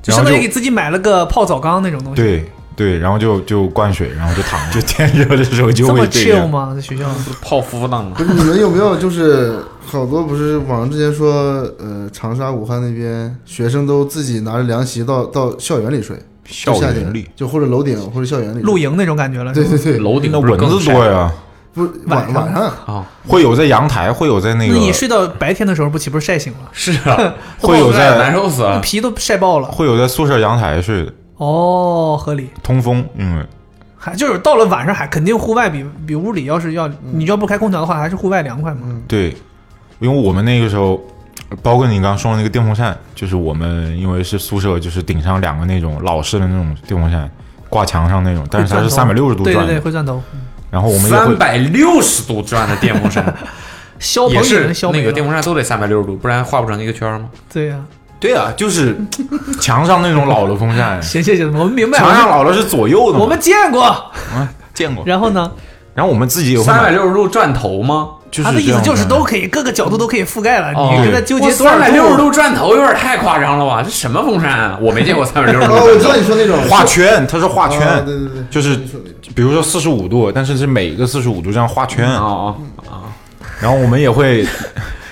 [SPEAKER 3] 就
[SPEAKER 8] 然
[SPEAKER 3] 相
[SPEAKER 8] 后
[SPEAKER 3] 当
[SPEAKER 8] 就
[SPEAKER 3] 于给自己买了个泡澡缸那种东西。
[SPEAKER 8] 对对，然后就就灌水，然后就躺，就天热的时候就
[SPEAKER 3] 这么
[SPEAKER 8] 会这
[SPEAKER 3] chill
[SPEAKER 8] 样。
[SPEAKER 3] 吗？在学校
[SPEAKER 4] 泡芙当
[SPEAKER 2] 不是你们有没有就是好多不是网上之前说，呃，长沙、武汉那边学生都自己拿着凉席到到校园里睡，就
[SPEAKER 8] 校
[SPEAKER 2] 夏
[SPEAKER 8] 园
[SPEAKER 2] 天
[SPEAKER 8] 里，
[SPEAKER 2] 就或者楼顶或者校园里睡
[SPEAKER 3] 露。营那种感觉了，是
[SPEAKER 2] 对
[SPEAKER 3] 吧
[SPEAKER 2] 对对，
[SPEAKER 4] 楼顶
[SPEAKER 8] 那
[SPEAKER 4] 不是
[SPEAKER 8] 蚊
[SPEAKER 4] 更
[SPEAKER 8] 子
[SPEAKER 4] 晒
[SPEAKER 8] 多呀，
[SPEAKER 2] 不是晚
[SPEAKER 3] 晚
[SPEAKER 2] 晚上
[SPEAKER 4] 啊，
[SPEAKER 8] 会有在阳台，会有在那
[SPEAKER 3] 那
[SPEAKER 8] 个，
[SPEAKER 3] 你睡到白天的时候，不岂不是晒醒了？
[SPEAKER 4] 是 啊，
[SPEAKER 8] 会有在
[SPEAKER 4] 难受死
[SPEAKER 3] 那
[SPEAKER 4] 啊。
[SPEAKER 3] 皮都晒爆了。
[SPEAKER 8] 会有在宿舍阳台睡的，
[SPEAKER 3] 哦，合理。
[SPEAKER 8] 通风，因为
[SPEAKER 3] 还就是到了晚上还肯定户外比比屋里要是要
[SPEAKER 8] 嗯
[SPEAKER 3] 你要不开空调的话，还是户外凉快嘛。
[SPEAKER 8] 对，因为我们那个时候，包括你刚刚说的那个电风扇，就是我们因为是宿舍，就是顶上两个那种老式的那种电风扇，挂墙上那种，但是它是
[SPEAKER 3] 会
[SPEAKER 8] 三
[SPEAKER 3] 转
[SPEAKER 8] 百
[SPEAKER 3] 头
[SPEAKER 8] 六十度
[SPEAKER 3] 对
[SPEAKER 8] 转的，
[SPEAKER 3] 对对，会转头。
[SPEAKER 8] 然后我们也
[SPEAKER 4] 三
[SPEAKER 8] 会
[SPEAKER 4] 百六十度转的电风 扇，
[SPEAKER 3] 肖
[SPEAKER 4] 也
[SPEAKER 3] 鹏也
[SPEAKER 4] 是
[SPEAKER 3] 能肖
[SPEAKER 4] 那个电
[SPEAKER 3] 风
[SPEAKER 4] 风扇都得三百六十度，不然画不成一个圈儿吗？
[SPEAKER 3] 对呀、
[SPEAKER 8] 对啊，就是墙上那种老的风 扇，
[SPEAKER 3] 行行行，我们明白
[SPEAKER 8] 墙上
[SPEAKER 3] 了，
[SPEAKER 8] 老的是左右的嘛，
[SPEAKER 3] 我们见过。
[SPEAKER 8] 啊见过。
[SPEAKER 3] 然后呢？
[SPEAKER 8] 然后我们自己也会
[SPEAKER 4] 三百
[SPEAKER 8] 买，
[SPEAKER 4] 六十度转头吗？
[SPEAKER 8] 就是
[SPEAKER 3] 他的意
[SPEAKER 8] 这
[SPEAKER 3] 思
[SPEAKER 8] 样
[SPEAKER 3] 就是
[SPEAKER 8] 的
[SPEAKER 3] 都可以，各个角度都可以覆盖了。
[SPEAKER 4] 哦
[SPEAKER 3] 你跟他纠结多
[SPEAKER 4] 三
[SPEAKER 3] 少
[SPEAKER 4] 百六十
[SPEAKER 3] 度？
[SPEAKER 4] 度转头有点太夸张了吧？这什么风扇啊？我没见过三百六十度
[SPEAKER 2] 哦，
[SPEAKER 4] 转
[SPEAKER 2] 我知道
[SPEAKER 4] 头。
[SPEAKER 2] 你说那种
[SPEAKER 8] 画圈，它是
[SPEAKER 3] 哦
[SPEAKER 8] 画圈，
[SPEAKER 2] 啊对对对，
[SPEAKER 8] 就是比如说四十五度，但是是每个四十五度这样画圈，
[SPEAKER 4] 哦
[SPEAKER 8] 然后我们也会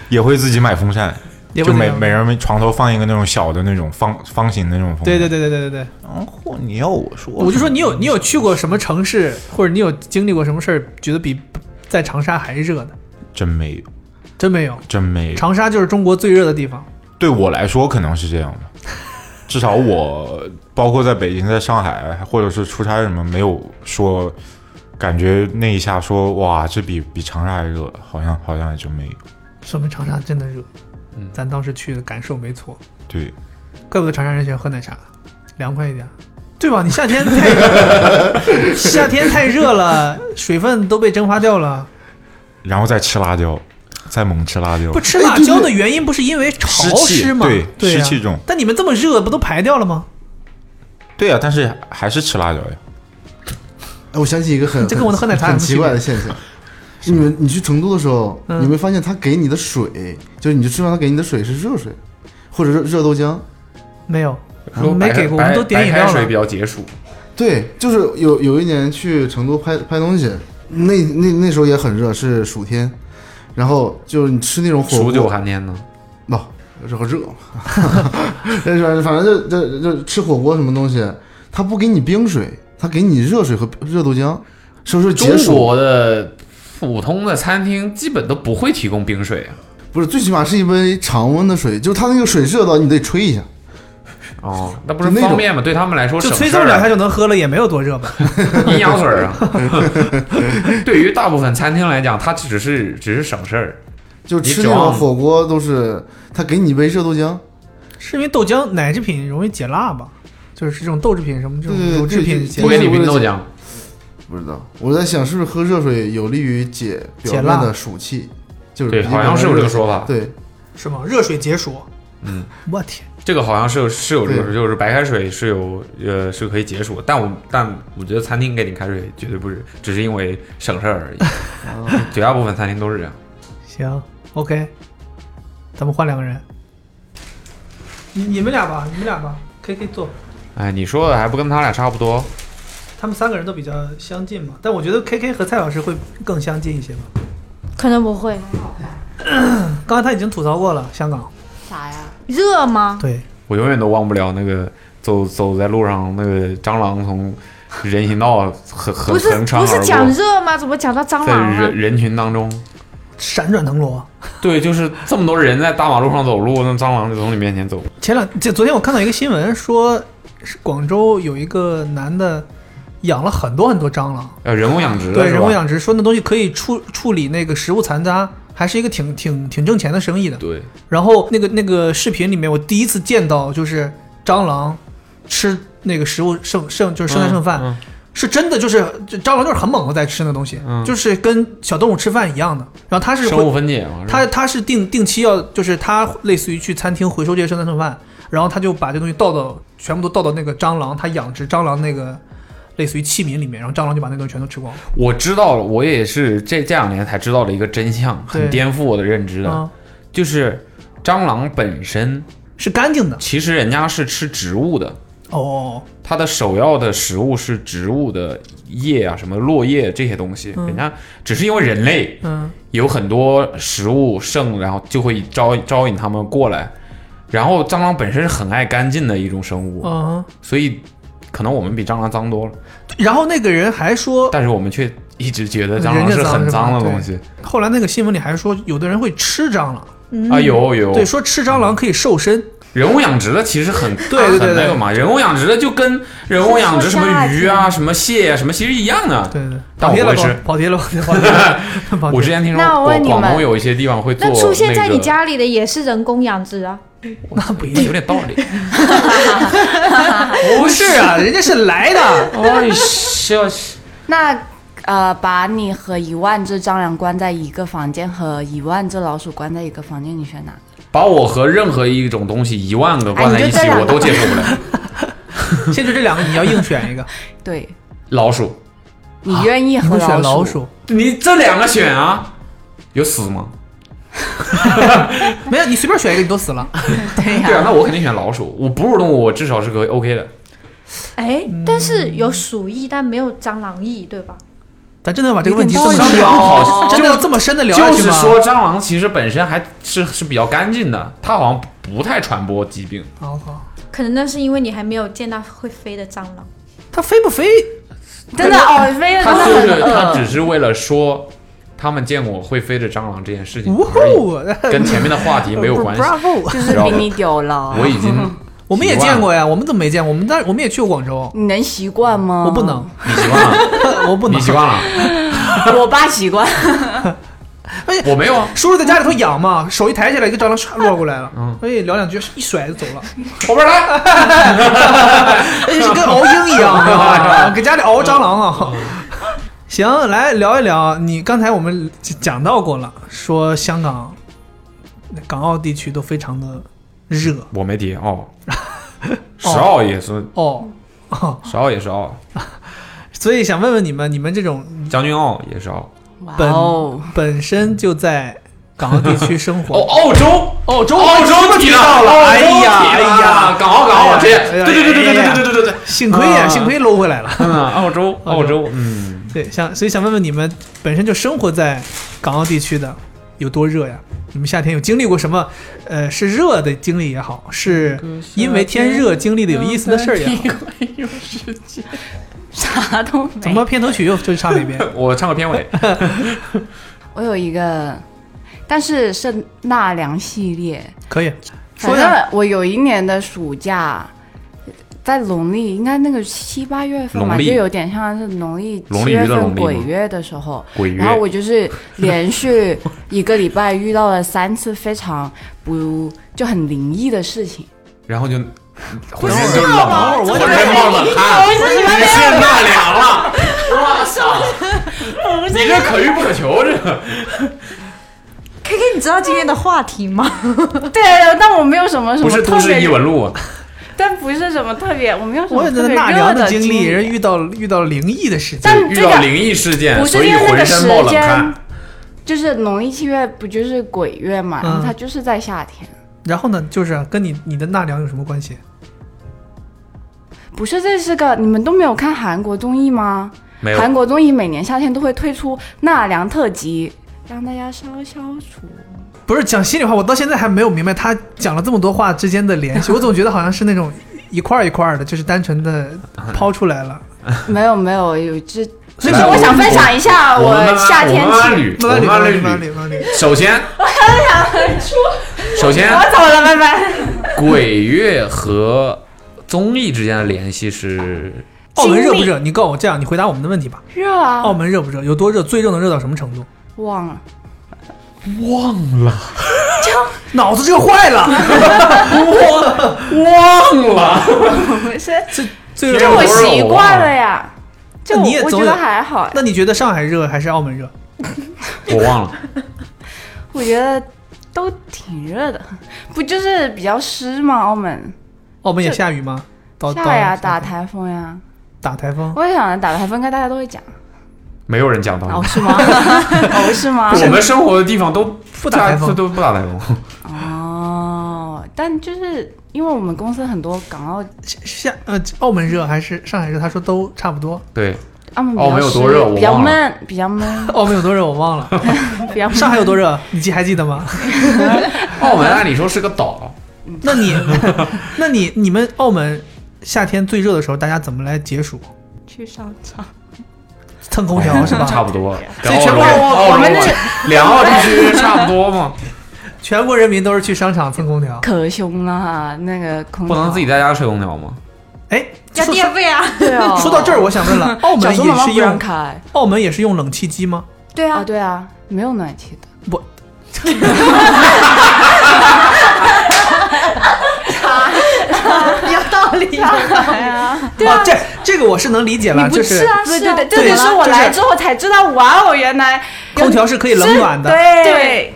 [SPEAKER 8] 也会自己买风扇，
[SPEAKER 3] 也不
[SPEAKER 8] 就
[SPEAKER 3] 怎么
[SPEAKER 8] 每
[SPEAKER 3] 样
[SPEAKER 8] 每人床头放一个那种小的那种方方形的那种风扇。
[SPEAKER 3] 对对对对对对对，
[SPEAKER 8] 然后你要我说，
[SPEAKER 3] 我就说你有你有去过什么城市，或者你有经历过什么事儿，觉得比在长沙还热呢？
[SPEAKER 8] 真没有，
[SPEAKER 3] 真没有，
[SPEAKER 8] 真没有。
[SPEAKER 3] 长沙就是中国最热的地方。
[SPEAKER 8] 对我来说可能是这样吧，至少我包括在北京、在上海，或者是出差什么，没有说感觉那一下说哇，这比比长沙还热，好像好像还真没有。
[SPEAKER 3] 说明长沙真的热。
[SPEAKER 8] 嗯
[SPEAKER 3] 咱当时去的感受没错，
[SPEAKER 8] 对，
[SPEAKER 3] 怪不得长沙人喜欢喝奶茶，凉快一点，对吧？你夏天太 夏天太热了，水分都被蒸发掉了。
[SPEAKER 8] 然后再吃辣椒，再猛吃辣椒
[SPEAKER 3] 不，吃辣椒的原因不是因为潮
[SPEAKER 8] 湿气
[SPEAKER 3] 湿吗？
[SPEAKER 8] 对
[SPEAKER 3] 呀
[SPEAKER 8] 湿气重
[SPEAKER 3] 但你们这么热，不都排掉了吗？
[SPEAKER 8] 对啊，但是还是吃辣椒呀。
[SPEAKER 2] 哎，我想起一个很
[SPEAKER 3] 这跟我的喝奶茶有
[SPEAKER 2] 很
[SPEAKER 3] 什么
[SPEAKER 2] 奇
[SPEAKER 3] 区别
[SPEAKER 2] 怪的现象。你们你去成都的时候，
[SPEAKER 3] 嗯
[SPEAKER 2] 你没发现他给你的水，就是你去吃饭他给你的水是热水，或者是热豆浆？
[SPEAKER 3] 没有，
[SPEAKER 4] 哦哦，
[SPEAKER 3] 没给过，我们都点饮料
[SPEAKER 4] 白开水
[SPEAKER 3] 了
[SPEAKER 4] 比。较解暑。
[SPEAKER 2] 对，就是有有一年去成都拍拍东西，那那那时候也很热，是暑天，然后就是你吃那种火
[SPEAKER 4] 数
[SPEAKER 2] 锅，
[SPEAKER 4] 九寒天呢？
[SPEAKER 2] 不，热热， 但是反正就就就吃火锅什么东西，他不给你冰水，他给你热水和热豆浆，是不是
[SPEAKER 4] 中
[SPEAKER 2] 解暑？
[SPEAKER 4] 国的普通的餐厅基本都不会提供冰 水啊。
[SPEAKER 2] 不是，最起码是一杯常温的水，就是它那个水热到你得吹一下。
[SPEAKER 4] 哦，那不是
[SPEAKER 2] 就那种
[SPEAKER 4] 方便吗？对他们来说
[SPEAKER 3] 就
[SPEAKER 4] 省
[SPEAKER 3] 吹
[SPEAKER 4] 事
[SPEAKER 3] 这么
[SPEAKER 4] 儿
[SPEAKER 3] 两
[SPEAKER 4] 啊
[SPEAKER 3] 下就能喝了，也没有多热吧？
[SPEAKER 4] 阴阳水儿啊。 对于大部分餐厅来讲，它只是只是省事儿。
[SPEAKER 2] 就吃
[SPEAKER 4] 你指
[SPEAKER 2] 那种
[SPEAKER 4] 望
[SPEAKER 2] 火锅都是他给你一杯热豆浆，
[SPEAKER 3] 是因为豆浆奶制品容易解辣吧？就是这种豆制品什么这种
[SPEAKER 2] 对对对
[SPEAKER 3] 乳制品
[SPEAKER 2] 对
[SPEAKER 3] 解
[SPEAKER 4] 不
[SPEAKER 2] 对
[SPEAKER 4] 给你冰豆浆，
[SPEAKER 2] 不知道我在想是不是喝热水有利于解表
[SPEAKER 3] 解
[SPEAKER 2] 面
[SPEAKER 3] 辣
[SPEAKER 2] 的暑气，就是
[SPEAKER 4] 对，
[SPEAKER 2] 比
[SPEAKER 4] 好像是有这个说法。
[SPEAKER 2] 对，
[SPEAKER 3] 是吗？热水解暑。
[SPEAKER 4] 嗯，
[SPEAKER 3] 我天，
[SPEAKER 4] 这个好像是有是有这个说，
[SPEAKER 2] 对
[SPEAKER 4] 就是白开水是有呃是可以解暑，但我但我觉得餐厅给你开水绝对不是，只是因为省事儿而已。
[SPEAKER 8] 哦
[SPEAKER 4] 绝大部分餐厅都是这样。
[SPEAKER 3] 行，OK，咱们换两个人。你你们俩吧，你们俩吧，可以可以坐。
[SPEAKER 4] 哎，你说的还不跟他俩差不多？
[SPEAKER 3] 他们三个人都比较相近嘛，但我觉得 K K 和蔡老师会更相近一些吧。
[SPEAKER 6] 可能不会
[SPEAKER 3] 刚才他已经吐槽过了，香港
[SPEAKER 5] 啥呀？
[SPEAKER 6] 热吗？
[SPEAKER 3] 对，
[SPEAKER 4] 我永远都忘不了那个走走在路上那个蟑螂从人行道横横
[SPEAKER 6] 不是
[SPEAKER 4] 横穿
[SPEAKER 6] 不
[SPEAKER 4] 而
[SPEAKER 6] 是讲
[SPEAKER 4] 过，
[SPEAKER 6] 热啊吗？怎么讲到蟑
[SPEAKER 4] 在
[SPEAKER 6] 螂了
[SPEAKER 4] 人？人群当中。
[SPEAKER 3] 闪转腾挪。
[SPEAKER 4] 对，就是这么多人在大马路上走路，那蟑螂就从你面前走。
[SPEAKER 3] 前两这昨天我看到一个新闻说，是广州有一个男的养了很多很多蟑螂，
[SPEAKER 4] 呃，人工养殖的
[SPEAKER 3] 对
[SPEAKER 4] 是吧
[SPEAKER 3] 人工养殖，说那东西可以处处理那个食物残渣，还是一个挺挺挺挣钱的生意的。
[SPEAKER 4] 对，
[SPEAKER 3] 然后那个那个视频里面，我第一次见到就是蟑螂吃那个食物剩剩就是剩菜剩饭，
[SPEAKER 4] 嗯嗯
[SPEAKER 3] 是真的就是就蟑螂就是很猛的在吃那东西，
[SPEAKER 4] 嗯
[SPEAKER 3] 就是跟小动物吃饭一样的。然后它是
[SPEAKER 4] 生
[SPEAKER 3] 会
[SPEAKER 4] 物分解嘛。是吧
[SPEAKER 3] 他他是定定期要，就是他类似于去餐厅回收这些剩菜剩饭，然后他就把这东西倒到全部都倒到那个蟑螂他养殖蟑螂那个类似于器皿里面，然后蟑螂就把那东西全都吃光了。
[SPEAKER 4] 我知道了，我也是这这两年才知道了一个真相，
[SPEAKER 3] 对
[SPEAKER 4] 很颠覆我的认知的，
[SPEAKER 3] 啊，
[SPEAKER 4] 就是蟑螂本身
[SPEAKER 3] 是干净的
[SPEAKER 4] 其实人家是吃植物的，
[SPEAKER 3] 哦，
[SPEAKER 4] 它的首要的食物是植物的叶啊，什么落叶这些东西，
[SPEAKER 3] 嗯
[SPEAKER 4] 人家只是因为人类
[SPEAKER 3] 嗯，
[SPEAKER 4] 有很多食物剩，然后就会招招引它们过来。然后蟑螂本身是很爱干净的一种生物，
[SPEAKER 3] 嗯，
[SPEAKER 4] 所以可能我们比蟑螂脏多了，
[SPEAKER 3] 然后那个人还说，
[SPEAKER 4] 但是我们却一直觉得
[SPEAKER 3] 人
[SPEAKER 4] 蟑螂
[SPEAKER 3] 家
[SPEAKER 4] 是
[SPEAKER 3] 脏
[SPEAKER 4] 很
[SPEAKER 3] 是吧
[SPEAKER 4] 脏的
[SPEAKER 3] 对
[SPEAKER 4] 东西
[SPEAKER 3] 后来那个新闻里还说，有的人会吃蟑螂，
[SPEAKER 4] 啊，有有
[SPEAKER 3] 对，说吃蟑螂可以 瘦身，
[SPEAKER 4] 人工养殖的其实很
[SPEAKER 3] 对对对
[SPEAKER 4] 很那个嘛，人工养殖的就跟人工养殖什么鱼啊、什么蟹啊、什么其实一样的。
[SPEAKER 3] 对对，
[SPEAKER 4] 但
[SPEAKER 3] 跑题
[SPEAKER 4] 我
[SPEAKER 3] 了，
[SPEAKER 4] 不会吃
[SPEAKER 3] 跑题了，跑题了， 跑题了跑题
[SPEAKER 4] 我
[SPEAKER 3] 了
[SPEAKER 4] 之前听说
[SPEAKER 6] 那我问
[SPEAKER 4] 广
[SPEAKER 6] 你
[SPEAKER 4] 广
[SPEAKER 6] 们
[SPEAKER 4] 东有一些地方会做
[SPEAKER 6] 那出现在你
[SPEAKER 4] 那个
[SPEAKER 6] 家里的也是人工养殖啊？
[SPEAKER 3] 那 不一
[SPEAKER 4] 有
[SPEAKER 3] 定，
[SPEAKER 4] 点道理。
[SPEAKER 3] 不是啊，人家是来的，
[SPEAKER 4] 哎笑死！
[SPEAKER 5] 那呃，把你和一万只蟑螂关在一个房间，和一万只老鼠关在一个房间，你选哪个？
[SPEAKER 4] 把我和任何一种东西一万个关在一
[SPEAKER 5] 哎
[SPEAKER 4] 起，
[SPEAKER 5] 你就这样
[SPEAKER 4] 我都接受不了。
[SPEAKER 3] 现在这两个你要硬选一个，
[SPEAKER 5] 对
[SPEAKER 4] 老鼠，
[SPEAKER 5] 你愿意
[SPEAKER 3] 你
[SPEAKER 5] 和
[SPEAKER 4] 啊
[SPEAKER 3] 会选
[SPEAKER 5] 老
[SPEAKER 3] 老鼠，
[SPEAKER 4] 你这两个选啊，有死吗？
[SPEAKER 3] 没有，你随便选一个，你都死了。
[SPEAKER 5] 对
[SPEAKER 4] 对啊，
[SPEAKER 5] 呀、
[SPEAKER 4] 那我肯定选老鼠。我哺乳动物，我至少是个 OK 的。
[SPEAKER 6] 哎，但是有鼠疫，但没有蟑螂疫，对吧？
[SPEAKER 3] 咱真的要把这个问题这么
[SPEAKER 4] 有点
[SPEAKER 3] 聊
[SPEAKER 4] 哦
[SPEAKER 3] 真的要这么深的聊下
[SPEAKER 4] 就
[SPEAKER 3] 去
[SPEAKER 4] 是
[SPEAKER 3] 吗？
[SPEAKER 4] 说，蟑螂其实本身还是是比较干净的，它好像不太传播疾病。
[SPEAKER 3] 好好，
[SPEAKER 6] 可能那是因为你还没有见到会飞的蟑螂。
[SPEAKER 3] 它飞不飞？
[SPEAKER 5] 真的哦，飞了真
[SPEAKER 3] 啊
[SPEAKER 4] 它
[SPEAKER 5] 的
[SPEAKER 4] 就是
[SPEAKER 5] 很
[SPEAKER 4] 它只
[SPEAKER 5] 饿。
[SPEAKER 4] 是为了说，他们见过会飞的蟑螂这件事情
[SPEAKER 3] 呜
[SPEAKER 4] 而已，
[SPEAKER 3] 呼，
[SPEAKER 4] 跟前面的话题没有关系。
[SPEAKER 3] Bravo！
[SPEAKER 5] 就是比你丢了，
[SPEAKER 4] 我已经，
[SPEAKER 3] 我们也见过呀，我们怎么没见过？我们但我们也去过广州，
[SPEAKER 5] 你能习惯吗？
[SPEAKER 3] 我不能，
[SPEAKER 4] 你习惯 了，
[SPEAKER 3] 我不能。
[SPEAKER 4] 你习惯了，
[SPEAKER 5] 我爸习 惯。
[SPEAKER 4] 我没有啊，
[SPEAKER 3] 哎叔叔在家里头养嘛，手一抬起来，一个蟑螂唰落过来了，哎，聊两句，一甩就走了，
[SPEAKER 4] 嗯 后边来。
[SPEAKER 3] 哎，是跟熬鹰一样，你知 道吧给家里熬蟑螂
[SPEAKER 4] 嗯
[SPEAKER 3] 啊。 行，来聊一聊，你刚才我们讲到过了，说香港、港澳地区都非常的热
[SPEAKER 4] 我没提 哦，十澳也是，
[SPEAKER 3] 哦，
[SPEAKER 4] 十澳也是澳，
[SPEAKER 3] 所以想问问你们，你们这种
[SPEAKER 4] 将军哦澳也是澳。
[SPEAKER 5] 哇
[SPEAKER 3] 本、
[SPEAKER 5] 哦，
[SPEAKER 3] 本身就在港澳地区生活，
[SPEAKER 4] 哦，澳洲，
[SPEAKER 3] 澳洲
[SPEAKER 4] 澳洲提到了，哎
[SPEAKER 3] 哎呀
[SPEAKER 4] 呀，
[SPEAKER 3] 哎呀，
[SPEAKER 4] 港澳港澳，啊这
[SPEAKER 3] 哎呀
[SPEAKER 4] 对对对对对
[SPEAKER 3] 哎呀
[SPEAKER 4] 对对对对对，
[SPEAKER 3] 幸亏呀、
[SPEAKER 4] 啊
[SPEAKER 3] 幸亏搂回来了。
[SPEAKER 4] 嗯，澳洲
[SPEAKER 3] 澳
[SPEAKER 4] 澳
[SPEAKER 3] 洲
[SPEAKER 4] 洲，嗯，
[SPEAKER 3] 对，想所以想问问你们，本身就生活在港澳地区的有多热呀？你们夏天有经历过什么？呃，是热的经历也好，是因为天热经历的有意思的 事儿也好，
[SPEAKER 5] 啥都没。
[SPEAKER 3] 怎么片头曲又就差那边？
[SPEAKER 4] 我唱个片尾，
[SPEAKER 5] 我有一个，但是是纳凉系列。
[SPEAKER 3] 可以
[SPEAKER 5] 反
[SPEAKER 3] 说呀
[SPEAKER 5] 正我有一年的暑假，在农历应该那个七八月份嘛，
[SPEAKER 4] 农
[SPEAKER 5] 就
[SPEAKER 4] 历
[SPEAKER 5] 有点像是农历
[SPEAKER 4] 农
[SPEAKER 5] 七
[SPEAKER 4] 历
[SPEAKER 5] 月
[SPEAKER 4] 娱乐
[SPEAKER 5] 份
[SPEAKER 4] 农历
[SPEAKER 5] 鬼
[SPEAKER 4] 吗
[SPEAKER 5] 月的时候，
[SPEAKER 4] 鬼
[SPEAKER 5] 然后我就是连续一个礼拜遇到了三次非常不就很灵异的事情。
[SPEAKER 4] 然 后就浑身都冷
[SPEAKER 3] 吧
[SPEAKER 4] 了，
[SPEAKER 3] 我
[SPEAKER 4] 浑身冒冷汗，你是纳凉了，我操， 你这可遇不可求，这个
[SPEAKER 6] K K，你知道今天的话题吗？
[SPEAKER 5] 对，但我没有什么什
[SPEAKER 4] 不
[SPEAKER 5] 么
[SPEAKER 4] 是
[SPEAKER 5] 特
[SPEAKER 4] 都市异
[SPEAKER 5] 别，
[SPEAKER 4] 闻录，啊
[SPEAKER 5] 但不是什么特别，我没有什
[SPEAKER 3] 我
[SPEAKER 5] 么
[SPEAKER 3] 也
[SPEAKER 5] 特
[SPEAKER 3] 在
[SPEAKER 5] 别
[SPEAKER 3] 纳
[SPEAKER 5] 热
[SPEAKER 3] 凉的经历，
[SPEAKER 5] 历，
[SPEAKER 3] 人遇到遇到灵异的事情
[SPEAKER 5] 但，
[SPEAKER 4] 遇
[SPEAKER 5] 这
[SPEAKER 4] 到
[SPEAKER 5] 个
[SPEAKER 4] 灵异事件，
[SPEAKER 5] 不
[SPEAKER 4] 所
[SPEAKER 5] 是
[SPEAKER 4] 以
[SPEAKER 5] 因为那
[SPEAKER 4] 浑
[SPEAKER 5] 个
[SPEAKER 4] 身
[SPEAKER 5] 时
[SPEAKER 4] 冒冷
[SPEAKER 5] 间
[SPEAKER 4] 汗。，
[SPEAKER 5] 就是农历七月不就是鬼月嘛，然后
[SPEAKER 3] 嗯
[SPEAKER 5] 它就是在夏天，
[SPEAKER 3] 然后呢，就是跟你你的纳凉有什么关系？
[SPEAKER 5] 不是这是个你们都没有看韩国综艺吗？
[SPEAKER 4] 没有，
[SPEAKER 5] 韩国综艺每年夏天都会推出纳凉特辑，让大家消消暑。
[SPEAKER 3] 不是讲心里话，我到现在还没有明白他讲了这么多话之间的联 系，我总觉得好像是那种一块儿一块儿的，就是单纯的抛出来了。
[SPEAKER 5] 没有没有，有这，
[SPEAKER 3] 所以
[SPEAKER 5] 就是
[SPEAKER 3] 我
[SPEAKER 5] 我想分享一下
[SPEAKER 4] 哎我们慢慢
[SPEAKER 5] 夏天
[SPEAKER 4] 我们慢慢
[SPEAKER 5] 起。
[SPEAKER 4] 捋，
[SPEAKER 3] 慢
[SPEAKER 4] 我们
[SPEAKER 3] 慢
[SPEAKER 4] 慢
[SPEAKER 3] 捋，
[SPEAKER 4] 慢
[SPEAKER 3] 慢慢
[SPEAKER 4] 捋
[SPEAKER 3] 捋，慢慢捋。
[SPEAKER 4] 首先，我很 想出。首先，
[SPEAKER 5] 我走了， 拜拜。
[SPEAKER 4] 鬼月和综艺之间的联系是，
[SPEAKER 3] 澳门热不热？你告诉我，这样你回答我们的问题吧。
[SPEAKER 5] 热啊，
[SPEAKER 3] 澳门热不热？有多热？最热能热到什么程度？
[SPEAKER 5] 忘了，
[SPEAKER 3] 脑子热坏了，
[SPEAKER 4] 忘了，
[SPEAKER 5] 不是，
[SPEAKER 3] 最
[SPEAKER 5] 这
[SPEAKER 3] 热
[SPEAKER 5] 我
[SPEAKER 4] 不是
[SPEAKER 5] 习
[SPEAKER 4] 我
[SPEAKER 5] 惯
[SPEAKER 4] 忘了
[SPEAKER 5] 了呀。这
[SPEAKER 3] 啊那
[SPEAKER 5] 我
[SPEAKER 3] 你也
[SPEAKER 5] 我
[SPEAKER 3] 走
[SPEAKER 5] 觉得
[SPEAKER 3] 了
[SPEAKER 5] 还好，
[SPEAKER 3] 那你觉得上海热还是澳门热？
[SPEAKER 4] 我忘了。
[SPEAKER 5] 我觉得都挺热的，不就是比较湿吗？澳门
[SPEAKER 3] 澳门也下雨吗？到到
[SPEAKER 5] 下呀，打台风呀。
[SPEAKER 3] 打台风。
[SPEAKER 5] 我想着打台风，应该大家都会讲。
[SPEAKER 4] 没有人讲到
[SPEAKER 5] 哦，，是吗？哦，是吗？
[SPEAKER 4] 我们生活的地方 都不
[SPEAKER 3] 打台风
[SPEAKER 4] 都不打台风。
[SPEAKER 5] 哦，但就是因为我们公司很多港澳
[SPEAKER 3] 下呃，澳门热还是上海热？他说都差不多。
[SPEAKER 4] 对，
[SPEAKER 5] 澳啊门比
[SPEAKER 4] 澳
[SPEAKER 5] 较
[SPEAKER 4] 门有
[SPEAKER 5] 湿
[SPEAKER 4] 多热我
[SPEAKER 5] 比较
[SPEAKER 4] 忘了
[SPEAKER 5] 闷，比较 闷，
[SPEAKER 3] 澳门有多热我忘 了，
[SPEAKER 5] 比较闷。
[SPEAKER 3] 上海有多热你记还记得吗？
[SPEAKER 4] 澳哦门按理说是个岛，
[SPEAKER 5] 嗯
[SPEAKER 3] 那你， 那你你们澳门夏天最热的时候，大家怎么来解暑？
[SPEAKER 5] 去商场，
[SPEAKER 3] 蹭空调是吧？
[SPEAKER 4] 差不多。
[SPEAKER 3] 所
[SPEAKER 4] 跟
[SPEAKER 3] 以
[SPEAKER 4] 澳
[SPEAKER 3] 全
[SPEAKER 4] 洲
[SPEAKER 3] 部
[SPEAKER 4] 澳
[SPEAKER 5] 我
[SPEAKER 4] 洲
[SPEAKER 5] 们
[SPEAKER 4] 嘛
[SPEAKER 5] 是
[SPEAKER 4] 两澳地区差不多嘛，
[SPEAKER 3] 全国人民都是去商场蹭空调。
[SPEAKER 5] 可凶了哈，那个空
[SPEAKER 4] 不能
[SPEAKER 5] 调
[SPEAKER 4] 自己。在家吹空调吗？
[SPEAKER 3] 哎，
[SPEAKER 6] 要
[SPEAKER 3] 说
[SPEAKER 6] 电费 啊！
[SPEAKER 5] 对哦，
[SPEAKER 3] 说到这儿，我想问 了，澳
[SPEAKER 5] 小
[SPEAKER 3] 门
[SPEAKER 5] 时候
[SPEAKER 3] 也
[SPEAKER 5] 妈妈
[SPEAKER 3] 是
[SPEAKER 5] 不让
[SPEAKER 3] 用
[SPEAKER 5] 开
[SPEAKER 3] 澳门也是用冷气机吗？
[SPEAKER 6] 对
[SPEAKER 5] 啊，
[SPEAKER 6] 啊，
[SPEAKER 5] 对啊，没有暖气的。
[SPEAKER 3] 不，
[SPEAKER 6] 有道理。
[SPEAKER 3] 对啊，这这个我是能理解了，
[SPEAKER 5] 你不
[SPEAKER 3] 就
[SPEAKER 5] 吃啊？对对对，
[SPEAKER 3] 对
[SPEAKER 5] 这就是我
[SPEAKER 3] 就是
[SPEAKER 5] 来之后才知道，哇哦，原来
[SPEAKER 3] 空调是可以冷暖的，
[SPEAKER 5] 对
[SPEAKER 6] 对，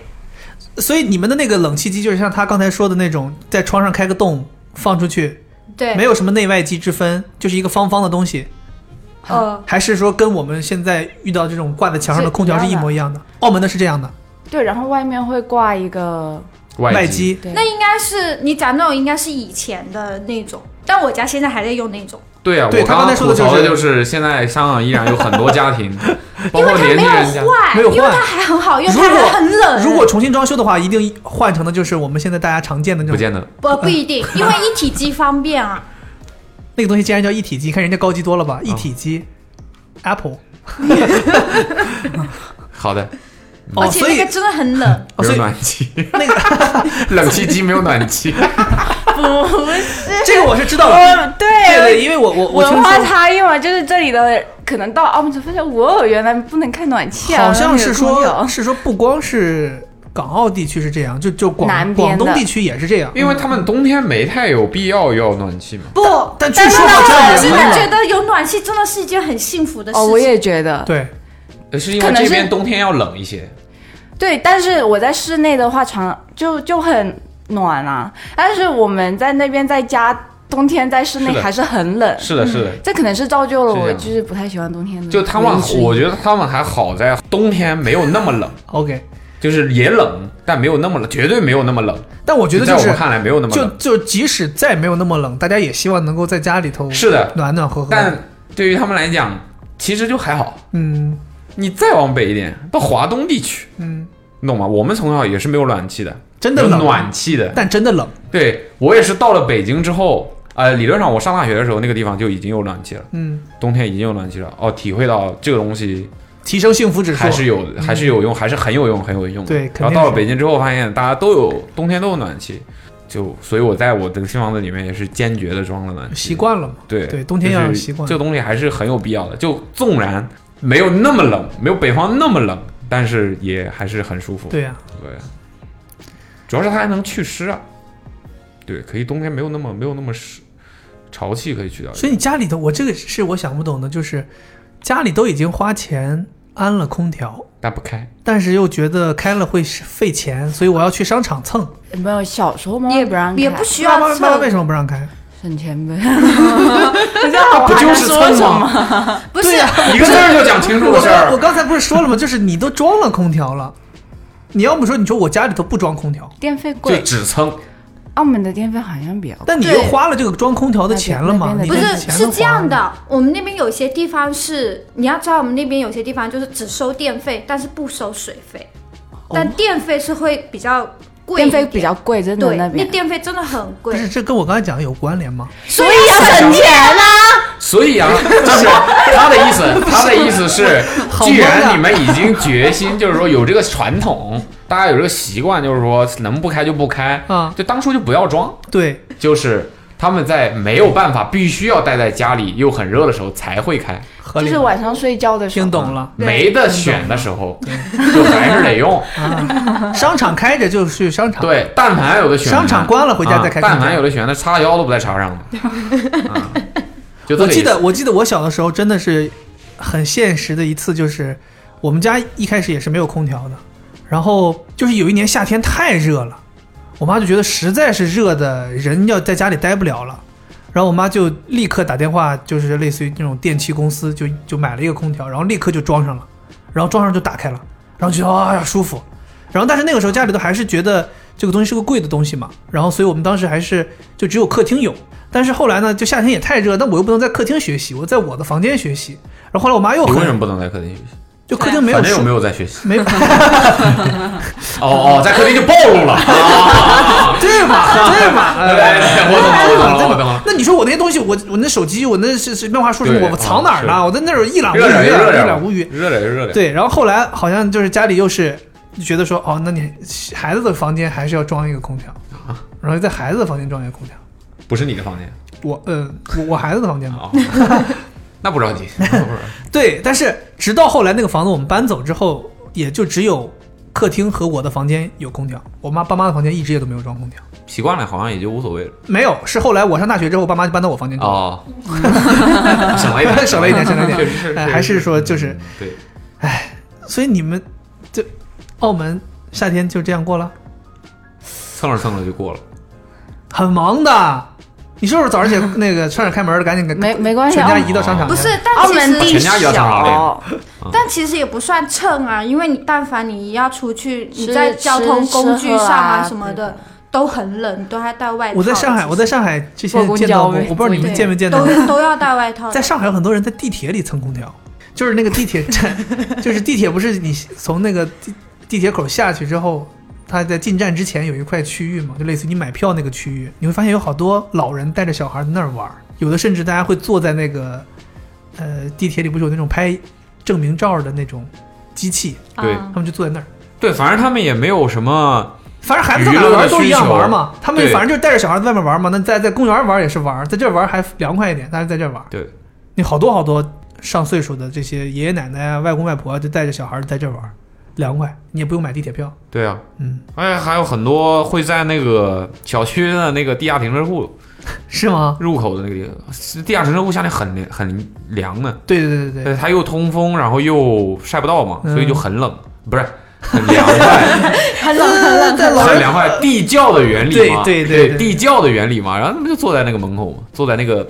[SPEAKER 3] 所以你们的那个冷气机就是像他刚才说的那种，在窗上开个洞放出去，
[SPEAKER 6] 对，
[SPEAKER 3] 没有什么内外机之分，就是一个方方的东西。
[SPEAKER 5] 哦嗯
[SPEAKER 6] 呃，
[SPEAKER 3] 还是说跟我们现在遇到这种挂在墙上的空调是一模一样的？澳门的是这样的，
[SPEAKER 5] 对，然后外面会挂一个，
[SPEAKER 3] 外
[SPEAKER 4] 机
[SPEAKER 3] 机。
[SPEAKER 5] 对，
[SPEAKER 6] 那应该是你讲那种应该是以前的那种，但我家现在还在用那种，
[SPEAKER 4] 对啊，
[SPEAKER 3] 对
[SPEAKER 4] 我
[SPEAKER 3] 他
[SPEAKER 4] 刚
[SPEAKER 3] 刚
[SPEAKER 4] 刚
[SPEAKER 3] 才说
[SPEAKER 4] 吐
[SPEAKER 3] 的就是
[SPEAKER 4] 槽的就是现在香港依然有很多家 庭，包
[SPEAKER 3] 哦
[SPEAKER 6] 因
[SPEAKER 4] 括
[SPEAKER 6] 为它
[SPEAKER 4] 年
[SPEAKER 6] 没
[SPEAKER 4] 轻
[SPEAKER 6] 有
[SPEAKER 4] 人家，
[SPEAKER 6] 坏，
[SPEAKER 3] 没有
[SPEAKER 6] 因为
[SPEAKER 3] 坏
[SPEAKER 6] 它还很好用，
[SPEAKER 3] 如
[SPEAKER 6] 哦它
[SPEAKER 3] 果
[SPEAKER 6] 还很冷。
[SPEAKER 3] 如果重新装修的话，一定换成的就是我们现在大家常见的那
[SPEAKER 4] 不
[SPEAKER 3] 种，
[SPEAKER 4] 见得
[SPEAKER 6] 不不一定，因为一体机方便啊。
[SPEAKER 3] 那个东西竟然叫一体机，看人家高级多了吧？
[SPEAKER 4] 嗯
[SPEAKER 3] 一体机，Apple。
[SPEAKER 4] 好的，
[SPEAKER 3] 哦，
[SPEAKER 6] 而且
[SPEAKER 3] 所
[SPEAKER 6] 那
[SPEAKER 3] 以
[SPEAKER 6] 个真的很冷，
[SPEAKER 3] 哦
[SPEAKER 4] 没
[SPEAKER 3] 所
[SPEAKER 4] 有
[SPEAKER 3] 以
[SPEAKER 4] 暖气，
[SPEAKER 3] 那个
[SPEAKER 4] 冷气机没有暖 气，
[SPEAKER 5] 不是，
[SPEAKER 3] 这个我是知道的。
[SPEAKER 5] 我对
[SPEAKER 3] 对对，因为我我我听
[SPEAKER 5] 文化
[SPEAKER 3] 说。
[SPEAKER 5] 差异嘛，就是这里的可能到澳门才发现，我原来不能开暖气啊，
[SPEAKER 3] 好像是
[SPEAKER 5] 那个空
[SPEAKER 3] 说，
[SPEAKER 5] 调
[SPEAKER 3] 是说不光是港澳地区是这样，就就广
[SPEAKER 5] 南
[SPEAKER 3] 广
[SPEAKER 5] 边的
[SPEAKER 3] 东地区也是这样。
[SPEAKER 4] 因为他们冬天没太有必要要暖气嘛。
[SPEAKER 6] 不，
[SPEAKER 3] 但
[SPEAKER 6] 但
[SPEAKER 3] 据
[SPEAKER 6] 是
[SPEAKER 3] 说好像
[SPEAKER 6] 我
[SPEAKER 3] 也
[SPEAKER 6] 真
[SPEAKER 3] 没有啊
[SPEAKER 6] 的觉得有暖气真的是一件很幸福的事
[SPEAKER 5] 哦，
[SPEAKER 6] 情。
[SPEAKER 5] 我也觉得，
[SPEAKER 3] 对，
[SPEAKER 4] 呃是因
[SPEAKER 5] 可
[SPEAKER 4] 为
[SPEAKER 5] 能
[SPEAKER 4] 这
[SPEAKER 5] 是
[SPEAKER 4] 边冬天要冷一些，
[SPEAKER 5] 对，但是我在室内的话，床就就很暖啊。但是我们在那边在家，冬天在室内
[SPEAKER 4] 是的
[SPEAKER 5] 还是很冷。嗯
[SPEAKER 4] 是的，是的。
[SPEAKER 5] 这可能是造就了
[SPEAKER 4] 是这
[SPEAKER 5] 我，
[SPEAKER 4] 样
[SPEAKER 5] 就是不太喜欢冬天
[SPEAKER 3] 嗯
[SPEAKER 5] 的。
[SPEAKER 4] 就他们，我觉得他们还好在冬天没有那么 冷，
[SPEAKER 3] OK，
[SPEAKER 4] 就是也冷，但没有那么冷，绝对没有那么冷。
[SPEAKER 3] 但我觉得
[SPEAKER 4] 在
[SPEAKER 3] 就
[SPEAKER 4] 我
[SPEAKER 3] 是
[SPEAKER 4] 们看来没有那么
[SPEAKER 3] 就
[SPEAKER 4] 冷，
[SPEAKER 3] 就即使再没有那么冷，大家也希望能够在家里头
[SPEAKER 4] 是的
[SPEAKER 3] 暖暖和和。
[SPEAKER 4] 但对于他们来讲，其实就还好。
[SPEAKER 3] 嗯
[SPEAKER 4] 你再往北一点，到华东地区，
[SPEAKER 3] 嗯，
[SPEAKER 4] 你懂吗？我们从小也是没有暖气的，
[SPEAKER 3] 真的
[SPEAKER 4] 有
[SPEAKER 3] 冷
[SPEAKER 4] 暖气的。
[SPEAKER 3] 但真的冷，
[SPEAKER 4] 对我也是到了北京之后，呃，理论上我上大学的时候，那个地方就已经有暖气了，
[SPEAKER 3] 嗯，
[SPEAKER 4] 冬天已经有暖气了。哦，体会到这个东西
[SPEAKER 3] 提升幸福指数嗯
[SPEAKER 4] 还是有，还是有用，还是很有用，很有用的。
[SPEAKER 3] 对肯定
[SPEAKER 4] 然后到了
[SPEAKER 3] 是
[SPEAKER 4] 北京之后，发现大家都有冬天都有暖气，就所以我在我的新房子里面也是坚决的装了暖气。
[SPEAKER 3] 习惯了嘛？
[SPEAKER 4] 对
[SPEAKER 3] 对，冬天要有习惯
[SPEAKER 4] 就是这东西还是很有必要的。就纵然没有那么冷，没有北方那么冷，但是也还是很舒服。
[SPEAKER 3] 对呀、
[SPEAKER 4] 对主要是它还能祛湿啊。对，可以冬天没有那么没有那么湿，潮气可以去掉。
[SPEAKER 3] 所以你家里头，我这个是我想不懂的，就是家里都已经花钱安了空调，
[SPEAKER 4] 但不开，
[SPEAKER 3] 但是又觉得开了会费钱，所以我要去商场蹭。
[SPEAKER 5] 得没有小时候妈妈
[SPEAKER 6] 也
[SPEAKER 5] 不让
[SPEAKER 6] 也
[SPEAKER 5] 开
[SPEAKER 6] 不需
[SPEAKER 3] 爸
[SPEAKER 6] 要
[SPEAKER 3] 爸爸爸为
[SPEAKER 6] 蹭，
[SPEAKER 3] 什么不让开？
[SPEAKER 5] 省钱呗。人家好
[SPEAKER 4] 不
[SPEAKER 5] 怕
[SPEAKER 4] 就
[SPEAKER 5] 他
[SPEAKER 4] 是
[SPEAKER 5] 说
[SPEAKER 4] 蹭
[SPEAKER 5] 什么？
[SPEAKER 4] 吗？
[SPEAKER 6] 不是
[SPEAKER 3] 对呀、
[SPEAKER 4] 一个字儿就讲清楚的
[SPEAKER 3] 啊我
[SPEAKER 4] 事
[SPEAKER 3] 刚我
[SPEAKER 4] 儿。
[SPEAKER 3] 刚才不是说了吗？就是你都装了空调了，你要不说你说我家里头不装空调，
[SPEAKER 5] 电费
[SPEAKER 4] 就
[SPEAKER 5] 贵，
[SPEAKER 4] 只蹭，
[SPEAKER 5] 澳门的电费好像比较贵。
[SPEAKER 3] 但你又
[SPEAKER 6] 对
[SPEAKER 3] 花了这个装空调的钱了嘛？
[SPEAKER 5] 那
[SPEAKER 3] 你
[SPEAKER 5] 边
[SPEAKER 6] 不
[SPEAKER 5] 那边
[SPEAKER 3] 这
[SPEAKER 6] 是
[SPEAKER 3] 钱
[SPEAKER 6] 是
[SPEAKER 3] 都
[SPEAKER 6] 这
[SPEAKER 3] 花
[SPEAKER 6] 样
[SPEAKER 3] 了
[SPEAKER 6] 的，我们那边有些地方是你要知道，我们那边有些地方就是只收电费，但是不收水费，
[SPEAKER 3] 哦
[SPEAKER 6] 但电费是会比较贵一
[SPEAKER 5] 电
[SPEAKER 6] 点，
[SPEAKER 5] 费比较贵，真的
[SPEAKER 6] 对，
[SPEAKER 5] 那
[SPEAKER 6] 那
[SPEAKER 5] 边
[SPEAKER 6] 电费真的很
[SPEAKER 3] 不是
[SPEAKER 6] 贵，
[SPEAKER 3] 这跟我刚才讲的有关联吗？
[SPEAKER 6] 所以要省钱啦。
[SPEAKER 4] 所以啊， 就是他的意思，他的意思是，
[SPEAKER 3] 好
[SPEAKER 4] 既
[SPEAKER 3] 闷啊
[SPEAKER 4] 然你们已经决心，就是说有这个传 统，大家有这个习惯，就是说能不开就不开
[SPEAKER 3] 啊
[SPEAKER 4] 就当初就不要装，
[SPEAKER 3] 对，
[SPEAKER 4] 就是他们在没有办法，必须要待在家里又很热的时候才会开，
[SPEAKER 3] 合
[SPEAKER 5] 就
[SPEAKER 3] 理。
[SPEAKER 5] 是晚上睡觉的时候。
[SPEAKER 3] 听懂了，
[SPEAKER 4] 没得选的时候
[SPEAKER 3] 嗯
[SPEAKER 4] 就还是得 用。
[SPEAKER 3] 商场开着就去商场。，
[SPEAKER 4] 对，但凡有的选，
[SPEAKER 3] 商场关了回家再
[SPEAKER 4] 啊
[SPEAKER 3] 开空调
[SPEAKER 4] 但凡有的选，那插腰都不带插上的。 啊就这
[SPEAKER 3] 我
[SPEAKER 4] 个
[SPEAKER 3] 记
[SPEAKER 4] 意思
[SPEAKER 3] 得我记得我小的时候真的是很现实的一次，就是我们家一开始也是没有空调的，然后就是有一年夏天太热了，我妈就觉得实在是热的人要在家里待不了了。然后我妈就立刻打电话，就是类似于那种电器公司，就就买了一个空调，然后立刻就装上了，然后装上就打开了，然后觉得哎呀舒服，然后但是那个时候家里头还是觉得这个东西是个贵的东西嘛，然后所以我们当时还是就只有客厅有，但是后来呢，就夏天也太热，但我又不能在客厅学习，我在我的房间学习，然后后来我妈又
[SPEAKER 4] 你为什
[SPEAKER 3] 很
[SPEAKER 4] 么 不能在客厅学习？
[SPEAKER 3] 就客厅没有
[SPEAKER 4] 反正有
[SPEAKER 3] 书
[SPEAKER 4] 没有在学习？
[SPEAKER 3] 没有
[SPEAKER 4] 哦哦，在客厅就暴露了。啊
[SPEAKER 3] 对吧对吧？
[SPEAKER 4] 对对
[SPEAKER 3] 哎
[SPEAKER 4] 对我懂了我懂了我懂了。
[SPEAKER 3] 那你说我那些东西，我我那手机，我那是是漫画书什么，
[SPEAKER 4] 对
[SPEAKER 3] 我藏哪儿
[SPEAKER 4] 啊
[SPEAKER 3] 呢？
[SPEAKER 4] 是
[SPEAKER 3] 我在那儿一览无余
[SPEAKER 4] 热
[SPEAKER 3] 啊，
[SPEAKER 4] 点
[SPEAKER 3] 一
[SPEAKER 4] 热
[SPEAKER 3] 览
[SPEAKER 4] 点
[SPEAKER 3] 无余。
[SPEAKER 4] 热点热点。
[SPEAKER 3] 对，然后后来好像就是家里又是觉得说，哦，那你孩子的房间还是要装一个 空调，然后在孩子的房间装一个空调。
[SPEAKER 4] 不是你的房间
[SPEAKER 3] 我嗯，我我孩子的房间嘛。
[SPEAKER 4] 啊，那不着急，那不着急
[SPEAKER 3] 对，但是直到后来那个房子我们搬走之后，也就只有客厅和我的房间有空调，我妈爸妈的房间一直也都没有装空调。
[SPEAKER 4] 习惯了好像也就无所谓了。
[SPEAKER 3] 没有，是后来我上大学之后，爸妈就搬到我房间去了。
[SPEAKER 4] 哦，省了一点，
[SPEAKER 3] 嗯 省了一点省 了一点
[SPEAKER 4] 确实是
[SPEAKER 3] 哎
[SPEAKER 4] 确实
[SPEAKER 3] 还是说就是
[SPEAKER 4] 对，
[SPEAKER 3] 所以你们这澳门夏天就这样过了，
[SPEAKER 4] 蹭着蹭着就过了。
[SPEAKER 3] 很忙的。你是不是早上姐那个趁着开门了，赶紧给
[SPEAKER 5] 没没关系
[SPEAKER 3] 全家
[SPEAKER 5] 澳
[SPEAKER 3] 移到商场去？
[SPEAKER 6] 哦不是，但
[SPEAKER 5] 澳
[SPEAKER 6] 其
[SPEAKER 5] 门
[SPEAKER 6] 实
[SPEAKER 5] 地
[SPEAKER 4] 全家要上
[SPEAKER 5] 小，
[SPEAKER 3] 嗯
[SPEAKER 6] 但其实也不算蹭啊，因为你但凡你要出去，你
[SPEAKER 5] 吃
[SPEAKER 6] 在交通工具上
[SPEAKER 5] 吃喝啊
[SPEAKER 6] 啊什么的都很冷，你都还带外套。
[SPEAKER 3] 我在上海，我在上海这些
[SPEAKER 5] 坐公
[SPEAKER 3] 见到
[SPEAKER 5] 交
[SPEAKER 3] 过，
[SPEAKER 5] 呗
[SPEAKER 3] 我不知道你们
[SPEAKER 6] 对
[SPEAKER 3] 见没见
[SPEAKER 6] 都
[SPEAKER 3] 到 过。
[SPEAKER 6] 都要带外套。
[SPEAKER 3] 在上海有很多人在地铁里蹭空调，就是那个地铁站，就是地铁不是你从那个地地铁口下去之后，它在进站之前有一块区域嘛，就类似于你买票那个区域，你会发现有好多老人带着小孩在那儿玩儿，有的甚至大家会坐在那个呃地铁里不是有那种拍证明照的那种机器，
[SPEAKER 4] 对
[SPEAKER 3] 他们就坐在那儿。
[SPEAKER 4] 对，反正他们也没有什么，
[SPEAKER 3] 反正孩子在哪儿玩都一样玩嘛，他们
[SPEAKER 4] 对
[SPEAKER 3] 反正就是带着小孩在外面玩嘛。那在在公园玩也是玩，在这儿玩还凉快一点，但是在这儿玩，
[SPEAKER 4] 对，
[SPEAKER 3] 你好多好多上岁数的这些爷爷奶奶啊、外公外婆啊就带着小孩在这儿玩，凉快，你也不用买地铁票。
[SPEAKER 4] 对啊，
[SPEAKER 3] 嗯，
[SPEAKER 4] 哎，还有很多会在那个小区的那个地下停车库
[SPEAKER 3] 是吗？
[SPEAKER 4] 入口的那个地方，是地下停车库夏天很很凉的，
[SPEAKER 3] 对对对
[SPEAKER 4] 呃，
[SPEAKER 3] 对对，
[SPEAKER 4] 它又通风，然后又晒不到嘛，
[SPEAKER 3] 嗯
[SPEAKER 4] 所以就很冷，不是很凉 快，
[SPEAKER 5] 很冷很冷。
[SPEAKER 3] 在老
[SPEAKER 4] 很
[SPEAKER 3] 人
[SPEAKER 4] 凉快。地窖的原理嘛，
[SPEAKER 3] 对对对
[SPEAKER 4] 对
[SPEAKER 3] 对
[SPEAKER 4] 地窖的原理嘛，然后他们就坐在那个门口嘛，坐在那个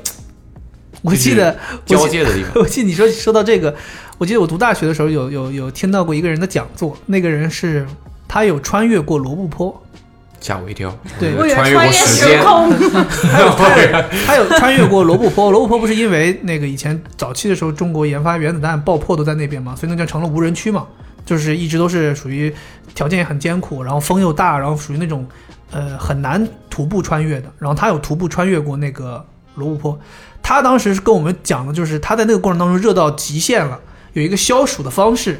[SPEAKER 3] 我记得我
[SPEAKER 4] 交
[SPEAKER 3] 记
[SPEAKER 4] 界的地方。
[SPEAKER 3] 我记得你说说到这个，我记得我读大学的时候有有有听到过一个人的讲座，那个人是他有穿越过罗布泊，
[SPEAKER 4] 吓我一跳，
[SPEAKER 3] 对
[SPEAKER 4] 我以为嗯穿越过时间，
[SPEAKER 3] 还有还有还有穿越过罗布泊，罗布泊不是因为那个以前早期的时候中国研发原子弹爆破都在那边嘛，所以那就成了无人区嘛，就是一直都是属于条件也很艰苦，然后风又大，然后属于那种呃很难徒步穿越的。然后他有徒步穿越过那个罗布泊，他当时是跟我们讲的就是他在那个过程当中热到极限了，有一个消暑的方式，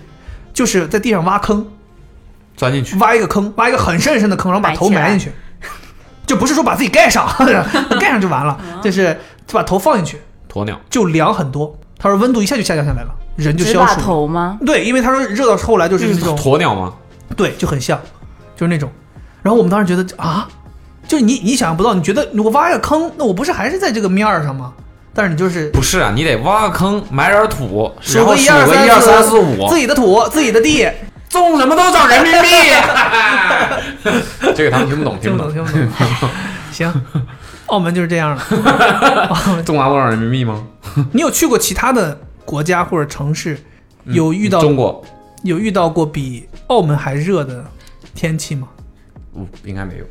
[SPEAKER 3] 就是在地上挖坑，
[SPEAKER 4] 钻进去。
[SPEAKER 3] 挖一个坑，挖一个很深很深的坑，然后把头埋进去，就不是说把自己盖上， 盖上就完了，就是就把头放进去
[SPEAKER 4] 鸵鸟，
[SPEAKER 3] 就凉很多。他说温度一下就下降下来了，人就
[SPEAKER 5] 只
[SPEAKER 3] 消
[SPEAKER 5] 把
[SPEAKER 3] 暑了。
[SPEAKER 5] 头吗？
[SPEAKER 3] 对，因为他说热到后来就
[SPEAKER 4] 就是是
[SPEAKER 3] 那种
[SPEAKER 4] 鸵鸟吗？
[SPEAKER 3] 对，就很像，就是那种。然后我们当时觉得啊，就是你你想象不到，你觉得如果挖一个坑，那我不是还是在这个面儿上吗？但是你就是
[SPEAKER 4] 不是啊，你得挖个坑，埋点土，然
[SPEAKER 3] 数
[SPEAKER 4] 后
[SPEAKER 3] 一
[SPEAKER 4] 数个一二
[SPEAKER 3] 二
[SPEAKER 4] 三四
[SPEAKER 3] 四
[SPEAKER 4] 五，
[SPEAKER 3] 自己的土，自己的地，
[SPEAKER 4] 种什么都长人民币。 这个他们听不懂，
[SPEAKER 3] 听
[SPEAKER 4] 不
[SPEAKER 3] 不懂 听不懂。行， 澳门就是这样的。
[SPEAKER 4] 种啥都长人民币吗？
[SPEAKER 3] 你有去过其他的国家或者城市，有遇
[SPEAKER 4] 嗯
[SPEAKER 3] 到、
[SPEAKER 4] 中国，
[SPEAKER 3] 有遇到过比澳门还热的天气吗？
[SPEAKER 4] 嗯，应该没有。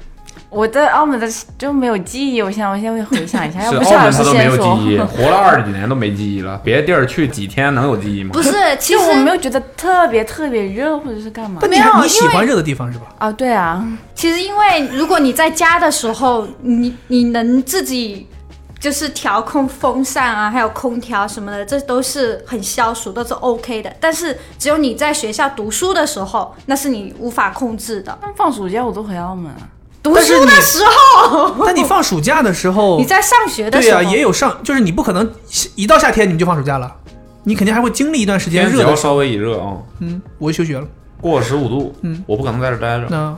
[SPEAKER 5] 我在澳门的就没有记忆，我现在我现在会回想一下，要不
[SPEAKER 4] 哎是澳
[SPEAKER 5] 下
[SPEAKER 4] 门
[SPEAKER 5] 次
[SPEAKER 4] 他都没
[SPEAKER 5] 先
[SPEAKER 4] 有
[SPEAKER 5] 说。
[SPEAKER 4] 记忆， 活了二十几年都没记忆了，别的地儿去几天能有记忆吗？
[SPEAKER 6] 不是，其
[SPEAKER 5] 就
[SPEAKER 6] 实
[SPEAKER 5] 我没有觉得特别特别热或者是干嘛
[SPEAKER 3] 但你
[SPEAKER 6] 没有因
[SPEAKER 3] 还
[SPEAKER 6] 为
[SPEAKER 3] 你喜欢热的地方是吧？
[SPEAKER 5] 啊？对 啊，
[SPEAKER 6] 其实因为如果你在家的时候，你你能自己就是调控风扇啊，还有空调什么的，这都是很消暑，都是 OK 的。但是只有你在学校读书的时候，那是你无法控制的。
[SPEAKER 5] 但放暑假我都回澳门啊。
[SPEAKER 6] 读书的时候，
[SPEAKER 3] 但你放暑假的时 候，
[SPEAKER 6] 你在上学的
[SPEAKER 3] 哦对啊
[SPEAKER 6] 时
[SPEAKER 3] 呀、
[SPEAKER 6] 候，
[SPEAKER 3] 也有上，就是你不可能一到夏天你们就放暑假了，你肯定还会经历一段时间
[SPEAKER 4] 天只
[SPEAKER 3] 热
[SPEAKER 4] 要
[SPEAKER 3] 的时候。
[SPEAKER 4] 稍微一热啊，
[SPEAKER 3] 嗯，我就休学了。
[SPEAKER 4] 过十五度，
[SPEAKER 3] 嗯，
[SPEAKER 4] 我不可能在这待着。
[SPEAKER 3] 那嗯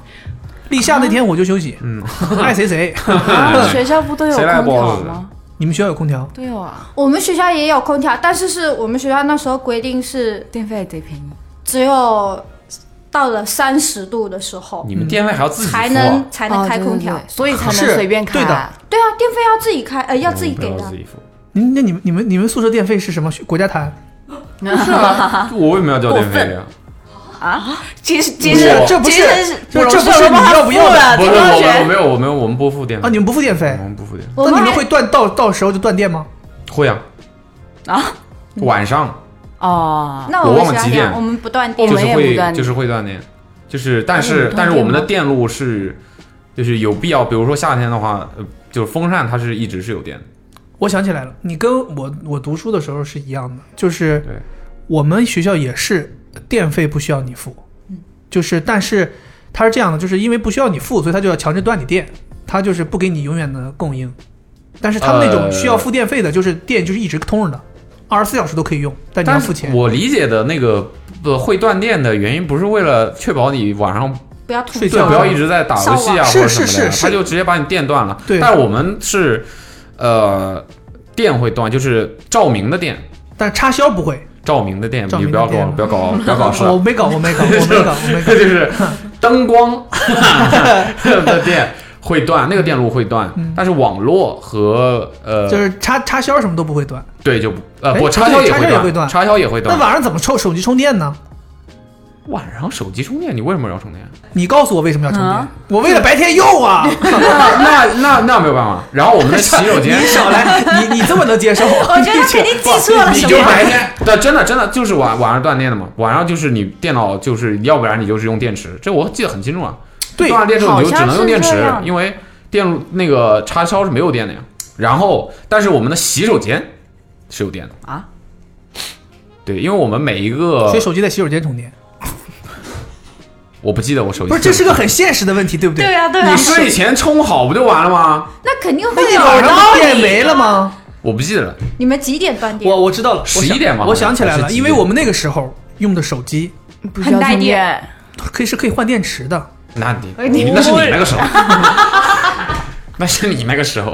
[SPEAKER 3] 立夏那天我就休息，
[SPEAKER 4] 嗯，
[SPEAKER 3] 爱谁 谁。
[SPEAKER 5] 啊，学校不都有
[SPEAKER 4] 谁来
[SPEAKER 5] 空调
[SPEAKER 4] boss
[SPEAKER 5] 吗？
[SPEAKER 3] 你们学校有空调？
[SPEAKER 5] 对啊，
[SPEAKER 6] 我们学校也有空调，但是是我们学校那时候规定是
[SPEAKER 5] 电费也得便宜。
[SPEAKER 6] 只有到了三十度的时候
[SPEAKER 4] 你们电费还要自己付啊
[SPEAKER 6] 才能才能开空调。
[SPEAKER 5] 哦对对对所以才
[SPEAKER 3] 是
[SPEAKER 5] 能随便开。
[SPEAKER 3] 对的
[SPEAKER 6] 对啊，电费要自己开，呃，要自己
[SPEAKER 4] 嗯不
[SPEAKER 6] 给的
[SPEAKER 4] 自。己付。
[SPEAKER 3] 您那你们你们你们宿舍电费是什么？国 家谈？
[SPEAKER 4] 我为什么要交电费啊呀？
[SPEAKER 5] 啊其实
[SPEAKER 4] 其实我
[SPEAKER 3] 这不
[SPEAKER 5] 其
[SPEAKER 3] 是
[SPEAKER 5] 实是
[SPEAKER 3] 这这
[SPEAKER 5] 荣
[SPEAKER 3] 不
[SPEAKER 5] 盛
[SPEAKER 3] 是你
[SPEAKER 5] 帮他
[SPEAKER 3] 要不要
[SPEAKER 5] 付
[SPEAKER 3] 的
[SPEAKER 5] 了
[SPEAKER 4] 不是
[SPEAKER 5] 这个
[SPEAKER 4] 我们，
[SPEAKER 5] 学
[SPEAKER 4] 我没有，我没有，我们不付电费
[SPEAKER 3] 啊？你们不付电费
[SPEAKER 4] 我？们不付电费。
[SPEAKER 6] 我
[SPEAKER 3] 那你们
[SPEAKER 6] 还
[SPEAKER 3] 会断到到时候就断电吗？
[SPEAKER 4] 会啊，
[SPEAKER 5] 啊，
[SPEAKER 4] 晚上
[SPEAKER 5] 哦，
[SPEAKER 6] 那
[SPEAKER 4] 我
[SPEAKER 6] 我们
[SPEAKER 4] 忘了
[SPEAKER 6] 学校
[SPEAKER 4] 几
[SPEAKER 6] 这样
[SPEAKER 4] 点
[SPEAKER 6] 我们不断
[SPEAKER 5] 我
[SPEAKER 6] 电。
[SPEAKER 4] 就
[SPEAKER 5] 们
[SPEAKER 4] 是
[SPEAKER 5] 也不断
[SPEAKER 4] 会
[SPEAKER 5] 电
[SPEAKER 4] 就是会断电，就是但
[SPEAKER 5] 那你
[SPEAKER 4] 是
[SPEAKER 5] 们断电吗
[SPEAKER 4] 但是我们的电路是就是有必要，比如说夏天的话，呃就是风扇它是一直是有电的，
[SPEAKER 3] 我想起来了，你跟我我读书的时候是一样的，就是
[SPEAKER 4] 对
[SPEAKER 3] 我们学校也是电费不需要你付，就是但是它是这样的，就是因为不需要你付，所以它就要强制断你电，它就是不给你永远的供应。但是他们那种
[SPEAKER 4] 呃
[SPEAKER 3] 需要付电费的，就是电就是一直通着的，二十四小时都可以用，但你要
[SPEAKER 4] 但是
[SPEAKER 3] 付钱。
[SPEAKER 4] 我理解的那个呃会断电的原因，不是为了确保你晚上
[SPEAKER 6] 不要通
[SPEAKER 3] 睡
[SPEAKER 6] 知
[SPEAKER 4] 对
[SPEAKER 3] 觉
[SPEAKER 4] 不要一直在打游戏啊
[SPEAKER 3] 是
[SPEAKER 4] 或者什么
[SPEAKER 3] 是
[SPEAKER 4] 的，
[SPEAKER 3] 是
[SPEAKER 4] 他就直接把你电断了。
[SPEAKER 3] 对
[SPEAKER 4] 但我们是呃电会断，就是照明的电，
[SPEAKER 3] 但是插销不会，
[SPEAKER 4] 照明的电，
[SPEAKER 3] 照
[SPEAKER 4] 你
[SPEAKER 3] 明的
[SPEAKER 4] 不要搞
[SPEAKER 3] 电
[SPEAKER 4] 不要 搞不要搞事啊
[SPEAKER 3] 我。没搞，我没搞，我没搞，我没搞
[SPEAKER 4] 这。就是灯光 的电会断，那个电路会断，但是网络和呃，
[SPEAKER 3] 嗯就是插插销什么都不会断。
[SPEAKER 4] 对就不呃
[SPEAKER 3] 哎
[SPEAKER 4] 不
[SPEAKER 3] 不
[SPEAKER 4] 插
[SPEAKER 3] 对
[SPEAKER 4] 销也
[SPEAKER 3] 插销也会
[SPEAKER 4] 断，
[SPEAKER 3] 断
[SPEAKER 4] 插销也会
[SPEAKER 3] 那
[SPEAKER 4] 断。
[SPEAKER 3] 晚上怎么充手机充电呢？
[SPEAKER 4] 晚上手机充电，你为什么要充电？
[SPEAKER 3] 你告诉我为什么要充电
[SPEAKER 5] 啊？
[SPEAKER 3] 我为了白天用啊！
[SPEAKER 4] 那那那没有办法。然后我们的洗手间
[SPEAKER 3] 你，少来，你你这么能接受？啊我
[SPEAKER 6] 我觉得他肯定记错了
[SPEAKER 4] 你
[SPEAKER 6] 什
[SPEAKER 4] 就
[SPEAKER 6] 么。
[SPEAKER 4] 白天，对，真的真的就是晚晚上断电的嘛。晚上就是你电脑就是，要不然你就是用电池，这我记得很清楚啊。
[SPEAKER 3] 对
[SPEAKER 4] 断了电之后你就只能用电
[SPEAKER 5] 好像
[SPEAKER 4] 池
[SPEAKER 5] 是这，样
[SPEAKER 4] 因为电路那个插销是没有电的呀。然后，但是我们的洗手间是有电的
[SPEAKER 5] 啊。
[SPEAKER 4] 对，因为我们每一个
[SPEAKER 3] 所以，手机在洗手间充电，
[SPEAKER 4] 我不记得我手机
[SPEAKER 3] 不是这是个很现实的问题，对不对？
[SPEAKER 6] 对啊，对啊
[SPEAKER 4] 你，睡前充好不就完了吗？
[SPEAKER 6] 那肯定
[SPEAKER 3] 那
[SPEAKER 6] 会
[SPEAKER 3] 你
[SPEAKER 6] 有
[SPEAKER 3] 晚上
[SPEAKER 6] 道
[SPEAKER 3] 不也
[SPEAKER 6] 理。
[SPEAKER 3] 没了吗？
[SPEAKER 4] 我不记得了。
[SPEAKER 6] 你们几点断电
[SPEAKER 3] 哦我？我知道了，我想
[SPEAKER 4] 11点嘛
[SPEAKER 3] 我想起来
[SPEAKER 4] 还
[SPEAKER 3] 了，
[SPEAKER 4] 是几
[SPEAKER 3] 因
[SPEAKER 4] 点
[SPEAKER 3] 为我们那个时候用的手机
[SPEAKER 5] 不需要充电，
[SPEAKER 3] 可以是可以换电池的，
[SPEAKER 4] 那你
[SPEAKER 6] 哎
[SPEAKER 4] 你那是你那个 时候，那是你那个时 候。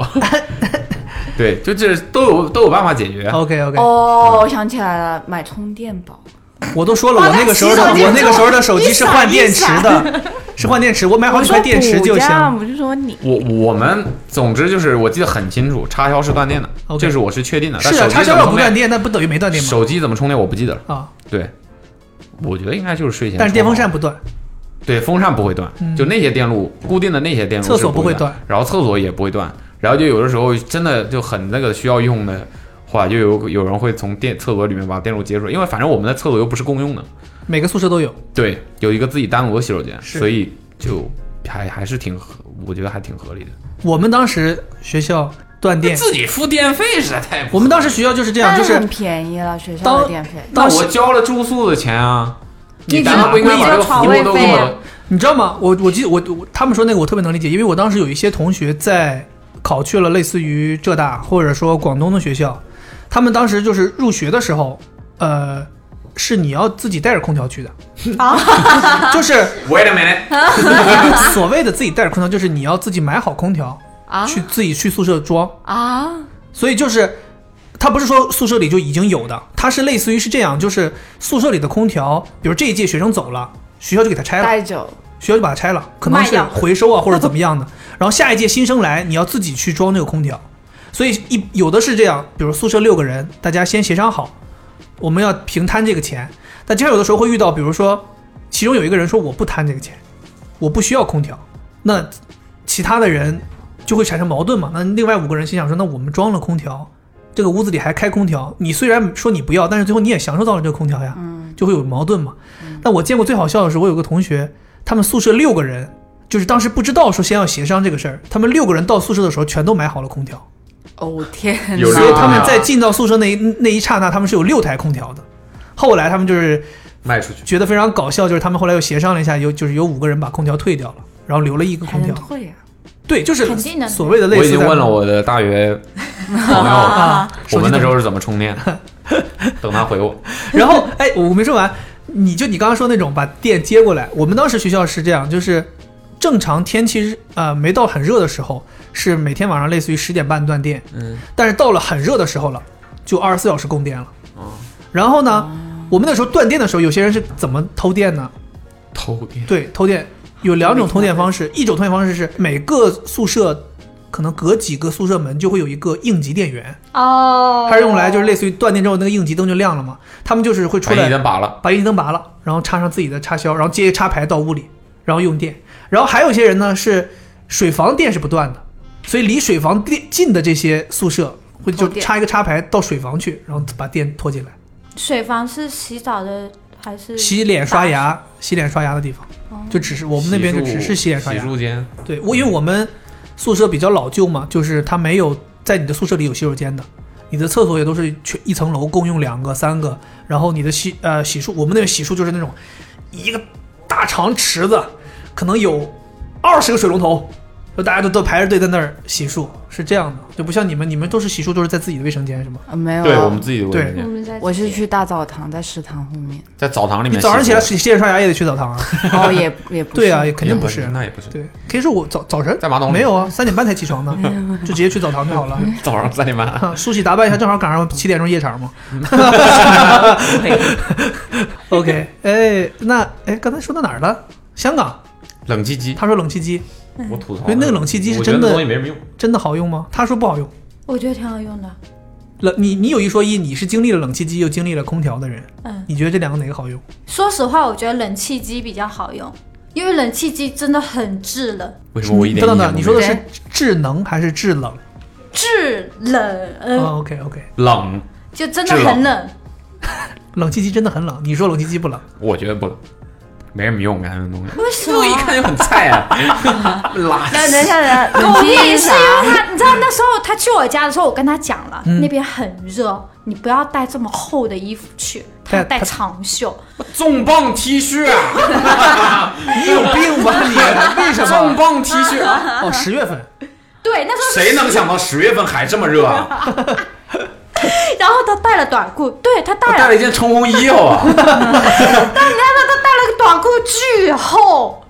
[SPEAKER 4] 对，就这都有都有办法解决。啊
[SPEAKER 3] OK OK，、
[SPEAKER 5] 哦，我想起来了，买充电宝。
[SPEAKER 3] 我都说了，我那个时候的
[SPEAKER 6] 那洗手间
[SPEAKER 3] 我那个时候的手机
[SPEAKER 6] 一
[SPEAKER 3] 是
[SPEAKER 6] 闪
[SPEAKER 3] 换电池的，是换电池，我买好
[SPEAKER 5] 我
[SPEAKER 3] 几
[SPEAKER 5] 说
[SPEAKER 3] 块电池就
[SPEAKER 5] 补价
[SPEAKER 3] 行。
[SPEAKER 5] 不是说你
[SPEAKER 4] 我我们总之就是我记得很清楚，插销是断电的
[SPEAKER 3] OK
[SPEAKER 4] 这是我是确定的。但
[SPEAKER 3] 是啊，
[SPEAKER 4] 手
[SPEAKER 3] 插
[SPEAKER 4] 机怎
[SPEAKER 3] 销
[SPEAKER 4] 么
[SPEAKER 3] 要
[SPEAKER 4] 充
[SPEAKER 3] 不断电，那不等于没断电吗？
[SPEAKER 4] 手机怎么充电我不记得了。
[SPEAKER 3] 啊，
[SPEAKER 4] 对，我觉得应该就是睡前充好。
[SPEAKER 3] 但是电风扇不断，
[SPEAKER 4] 对风扇不会断，就那些电路固定的那些电路
[SPEAKER 3] 厕所
[SPEAKER 4] 是不
[SPEAKER 3] 不会
[SPEAKER 4] 断
[SPEAKER 3] 断，
[SPEAKER 4] 然后厕所也不会断，然后就有的时候真的就很那个需要用的话，就有有人会从电厕所里面把电路接出来，因为反正我们的厕所又不是共用的。
[SPEAKER 3] 每个宿舍都有。
[SPEAKER 4] 对，有一个自己单独的洗手间，
[SPEAKER 3] 是
[SPEAKER 4] 所以就还还是挺合，我觉得还挺合理的。
[SPEAKER 3] 我们当时学校断电，
[SPEAKER 4] 己付电费实在太不……
[SPEAKER 3] 我们当时学校就是这样，
[SPEAKER 5] 但
[SPEAKER 3] 就是
[SPEAKER 5] 很
[SPEAKER 3] 是
[SPEAKER 5] 便宜了，学校的电费。
[SPEAKER 4] 那
[SPEAKER 3] 当时
[SPEAKER 4] 我交了住宿的钱啊，你
[SPEAKER 3] 你
[SPEAKER 4] 难道不应该把这个服务
[SPEAKER 5] 你交
[SPEAKER 4] 都给
[SPEAKER 5] 床位费
[SPEAKER 4] 我
[SPEAKER 5] 啊？
[SPEAKER 3] 你知道吗？我我记得我我他们说那个我特别能理解，因为我当时有一些同学在考去了类似于浙大或者说广东的学校，他们当时就是入学的时候，呃，是你要自己带着空调去的， 啊， 就是
[SPEAKER 4] 我也得买。
[SPEAKER 3] 所谓的自己带着空调，就是你要自己买好空调啊，去自己去宿舍装啊。所以就是，它不是说宿舍里就已经有的，它是类似于是这样，就是宿舍里的空调，比如这一届学生走了，学校就给它拆了，
[SPEAKER 5] 带走，
[SPEAKER 3] 学校就把它拆了，可能
[SPEAKER 6] 卖
[SPEAKER 3] 是
[SPEAKER 6] 掉
[SPEAKER 3] 回收啊或者怎么样的。然后下一届新生来，你要自己去装这个空调。所以一有的是这样，比如宿舍六个人，大家先协商好，我们要平摊这个钱。但经常有的时候会遇到，比如说，其中有一个人说我不摊这个钱，我不需要空调，那其他的人就会产生矛盾嘛。那另外五个人心想说，那我们装了空调，这个屋子里还开空调，你虽然说你不要，但是最后你也享受到了这个空调呀，就会有矛盾嘛。那我见过最好笑的是，我有个同学，他们宿舍六个人，就是当时不知道说先要协商这个事儿，他们六个人到宿舍的时候全都买好了空调。
[SPEAKER 5] 哦天哪！
[SPEAKER 4] 有
[SPEAKER 3] 所以
[SPEAKER 4] 六
[SPEAKER 3] 他们
[SPEAKER 4] 啊
[SPEAKER 3] 在进到宿舍那一那一刹那，他们是有六台空调的。后来他们就是
[SPEAKER 4] 卖出去，
[SPEAKER 3] 觉得非常搞笑，就是他们后来又协商了一下，有就是有五个人把空调退掉了，然后留了一个
[SPEAKER 5] 还
[SPEAKER 3] 空
[SPEAKER 5] 能
[SPEAKER 3] 调。
[SPEAKER 5] 退啊？
[SPEAKER 3] 对，就是
[SPEAKER 6] 肯定的
[SPEAKER 3] 所谓的类
[SPEAKER 4] 我
[SPEAKER 3] 似
[SPEAKER 4] 已经
[SPEAKER 3] 在
[SPEAKER 4] 问了我的大学朋友，
[SPEAKER 3] 啊，
[SPEAKER 4] 我
[SPEAKER 3] 手机
[SPEAKER 4] 们那
[SPEAKER 3] 等
[SPEAKER 4] 时候是怎么充电
[SPEAKER 3] 啊
[SPEAKER 4] 的，等他回我。
[SPEAKER 3] 然后哎，我没说完，你就你刚刚说那种把电接过来，我们当时学校是这样，就是正常天气日呃没到很热的时候，是每天晚上类似于十点半断电，
[SPEAKER 4] 嗯，
[SPEAKER 3] 但是到了很热的时候了，就二十四小时供电了。然后呢，我们那时候断电的时候，有些人是怎么偷电呢？
[SPEAKER 4] 偷 电，
[SPEAKER 3] 对，偷电有两种偷电方式，一种偷电方式是每个宿舍可能隔几个宿舍门就会有一个应急电源，
[SPEAKER 6] 哦，
[SPEAKER 3] 它是用来就是类似于断电之后那个应急灯就亮了嘛，他们就是 会出
[SPEAKER 4] 把一
[SPEAKER 3] 来
[SPEAKER 4] 灯拔了，
[SPEAKER 3] 把应急灯拔了，然后插上自己的插销，然后接一插排到屋里，然后用电。然后还有一些人呢是水房电是不断的，所以离水房电近的这些宿舍会就
[SPEAKER 5] 偷电
[SPEAKER 3] 插一个插排到水房去，然后把电拖进来，
[SPEAKER 6] 水房是洗澡的还是
[SPEAKER 3] 洗脸刷牙、洗脸刷牙的地方，就只是我们那边就只是洗脸刷牙
[SPEAKER 4] 哦洗。漱间，
[SPEAKER 3] 对我，因为我们宿舍比较老旧嘛，就是它没有在你的宿舍里有洗手间的，你的厕所也都是全一层楼共用两个、三个，然后你的洗呃洗漱，我们那个洗漱就是那种一个大长池子，可能有二十个水龙头，就大家都都排着队在那儿洗漱，是这样的，就不像你们，你们都是洗漱都是在自己的卫生间是吗？
[SPEAKER 5] 啊没有啊，
[SPEAKER 4] 对我们自己的卫生
[SPEAKER 6] 我
[SPEAKER 4] 间，
[SPEAKER 6] 们在
[SPEAKER 5] 我是去大澡堂，在食堂后面。
[SPEAKER 4] 在澡堂里
[SPEAKER 3] 你
[SPEAKER 4] 面洗漱。
[SPEAKER 3] 早上起来洗洗脸刷牙也得去澡 堂啊？
[SPEAKER 5] 哦，也也不是。
[SPEAKER 3] 对啊，也肯定
[SPEAKER 4] 也
[SPEAKER 3] 不是。
[SPEAKER 4] 那也不是，
[SPEAKER 3] 对，可以说我早早晨
[SPEAKER 4] 在马桶里
[SPEAKER 3] 没有啊，三点半才 起床呢，就直接去澡堂就好了。
[SPEAKER 4] 早上三点半。
[SPEAKER 3] 啊，梳洗打扮一下，正好赶上七点钟夜场嘛。OK，哎，那哎，刚才说到哪儿了？香港
[SPEAKER 4] 冷气机，
[SPEAKER 3] 他说冷气机，
[SPEAKER 4] 我吐槽了。
[SPEAKER 3] 因为那个冷气机是
[SPEAKER 4] 我觉
[SPEAKER 3] 真
[SPEAKER 4] 得那东
[SPEAKER 3] 的
[SPEAKER 4] 西没什么用。
[SPEAKER 3] 真的好用吗？他说不好用。
[SPEAKER 6] 我觉得挺好用的。
[SPEAKER 3] 冷，你你有一说一，你是经历了冷气机又经历了空调的人，
[SPEAKER 6] 嗯，
[SPEAKER 3] 你觉得这两个哪个好用？
[SPEAKER 6] 说实话，我觉得冷气机比较好用，因为冷气机真的很制冷，
[SPEAKER 4] 为什么我一点
[SPEAKER 3] 等
[SPEAKER 4] 印
[SPEAKER 3] 等
[SPEAKER 4] 象
[SPEAKER 3] 等，
[SPEAKER 4] 都没
[SPEAKER 3] 你说
[SPEAKER 4] 有
[SPEAKER 3] 的是制能还是制冷？
[SPEAKER 6] 制冷，呃，
[SPEAKER 3] 啊，OK OK，
[SPEAKER 4] 冷？
[SPEAKER 6] 就真的很冷。
[SPEAKER 3] 冷气机真的很冷，你说冷气机不冷？
[SPEAKER 4] 我觉得不冷，没什么用，感觉那东 西。
[SPEAKER 6] 为什
[SPEAKER 4] 这一看就很菜啊！ 垃
[SPEAKER 5] 那
[SPEAKER 4] 圾。
[SPEAKER 5] 等一下，等一下，
[SPEAKER 6] 我
[SPEAKER 5] 你
[SPEAKER 6] 也
[SPEAKER 5] 是
[SPEAKER 6] 是，
[SPEAKER 5] 啥？
[SPEAKER 6] 因为他，你知道那时候他去我家的时候，我跟他讲了，
[SPEAKER 3] 嗯
[SPEAKER 6] 那边很热，你不要带这么厚的衣服去，他
[SPEAKER 3] 带
[SPEAKER 6] 要带
[SPEAKER 3] 他
[SPEAKER 6] 长袖。
[SPEAKER 4] 重磅 T 恤啊，
[SPEAKER 3] 你有病吧你？啊为什
[SPEAKER 4] 重
[SPEAKER 3] 么？
[SPEAKER 4] 磅 T 恤啊，
[SPEAKER 3] 哦，十月份，
[SPEAKER 6] 对，那时候
[SPEAKER 4] 谁能想到十月份还这么热啊？
[SPEAKER 6] 然后他带了短裤，对他带
[SPEAKER 4] 我
[SPEAKER 3] 哦
[SPEAKER 6] 了，
[SPEAKER 4] 带了一件冲锋衣，好啊吧？
[SPEAKER 6] 但然后他带了个短裤巨厚，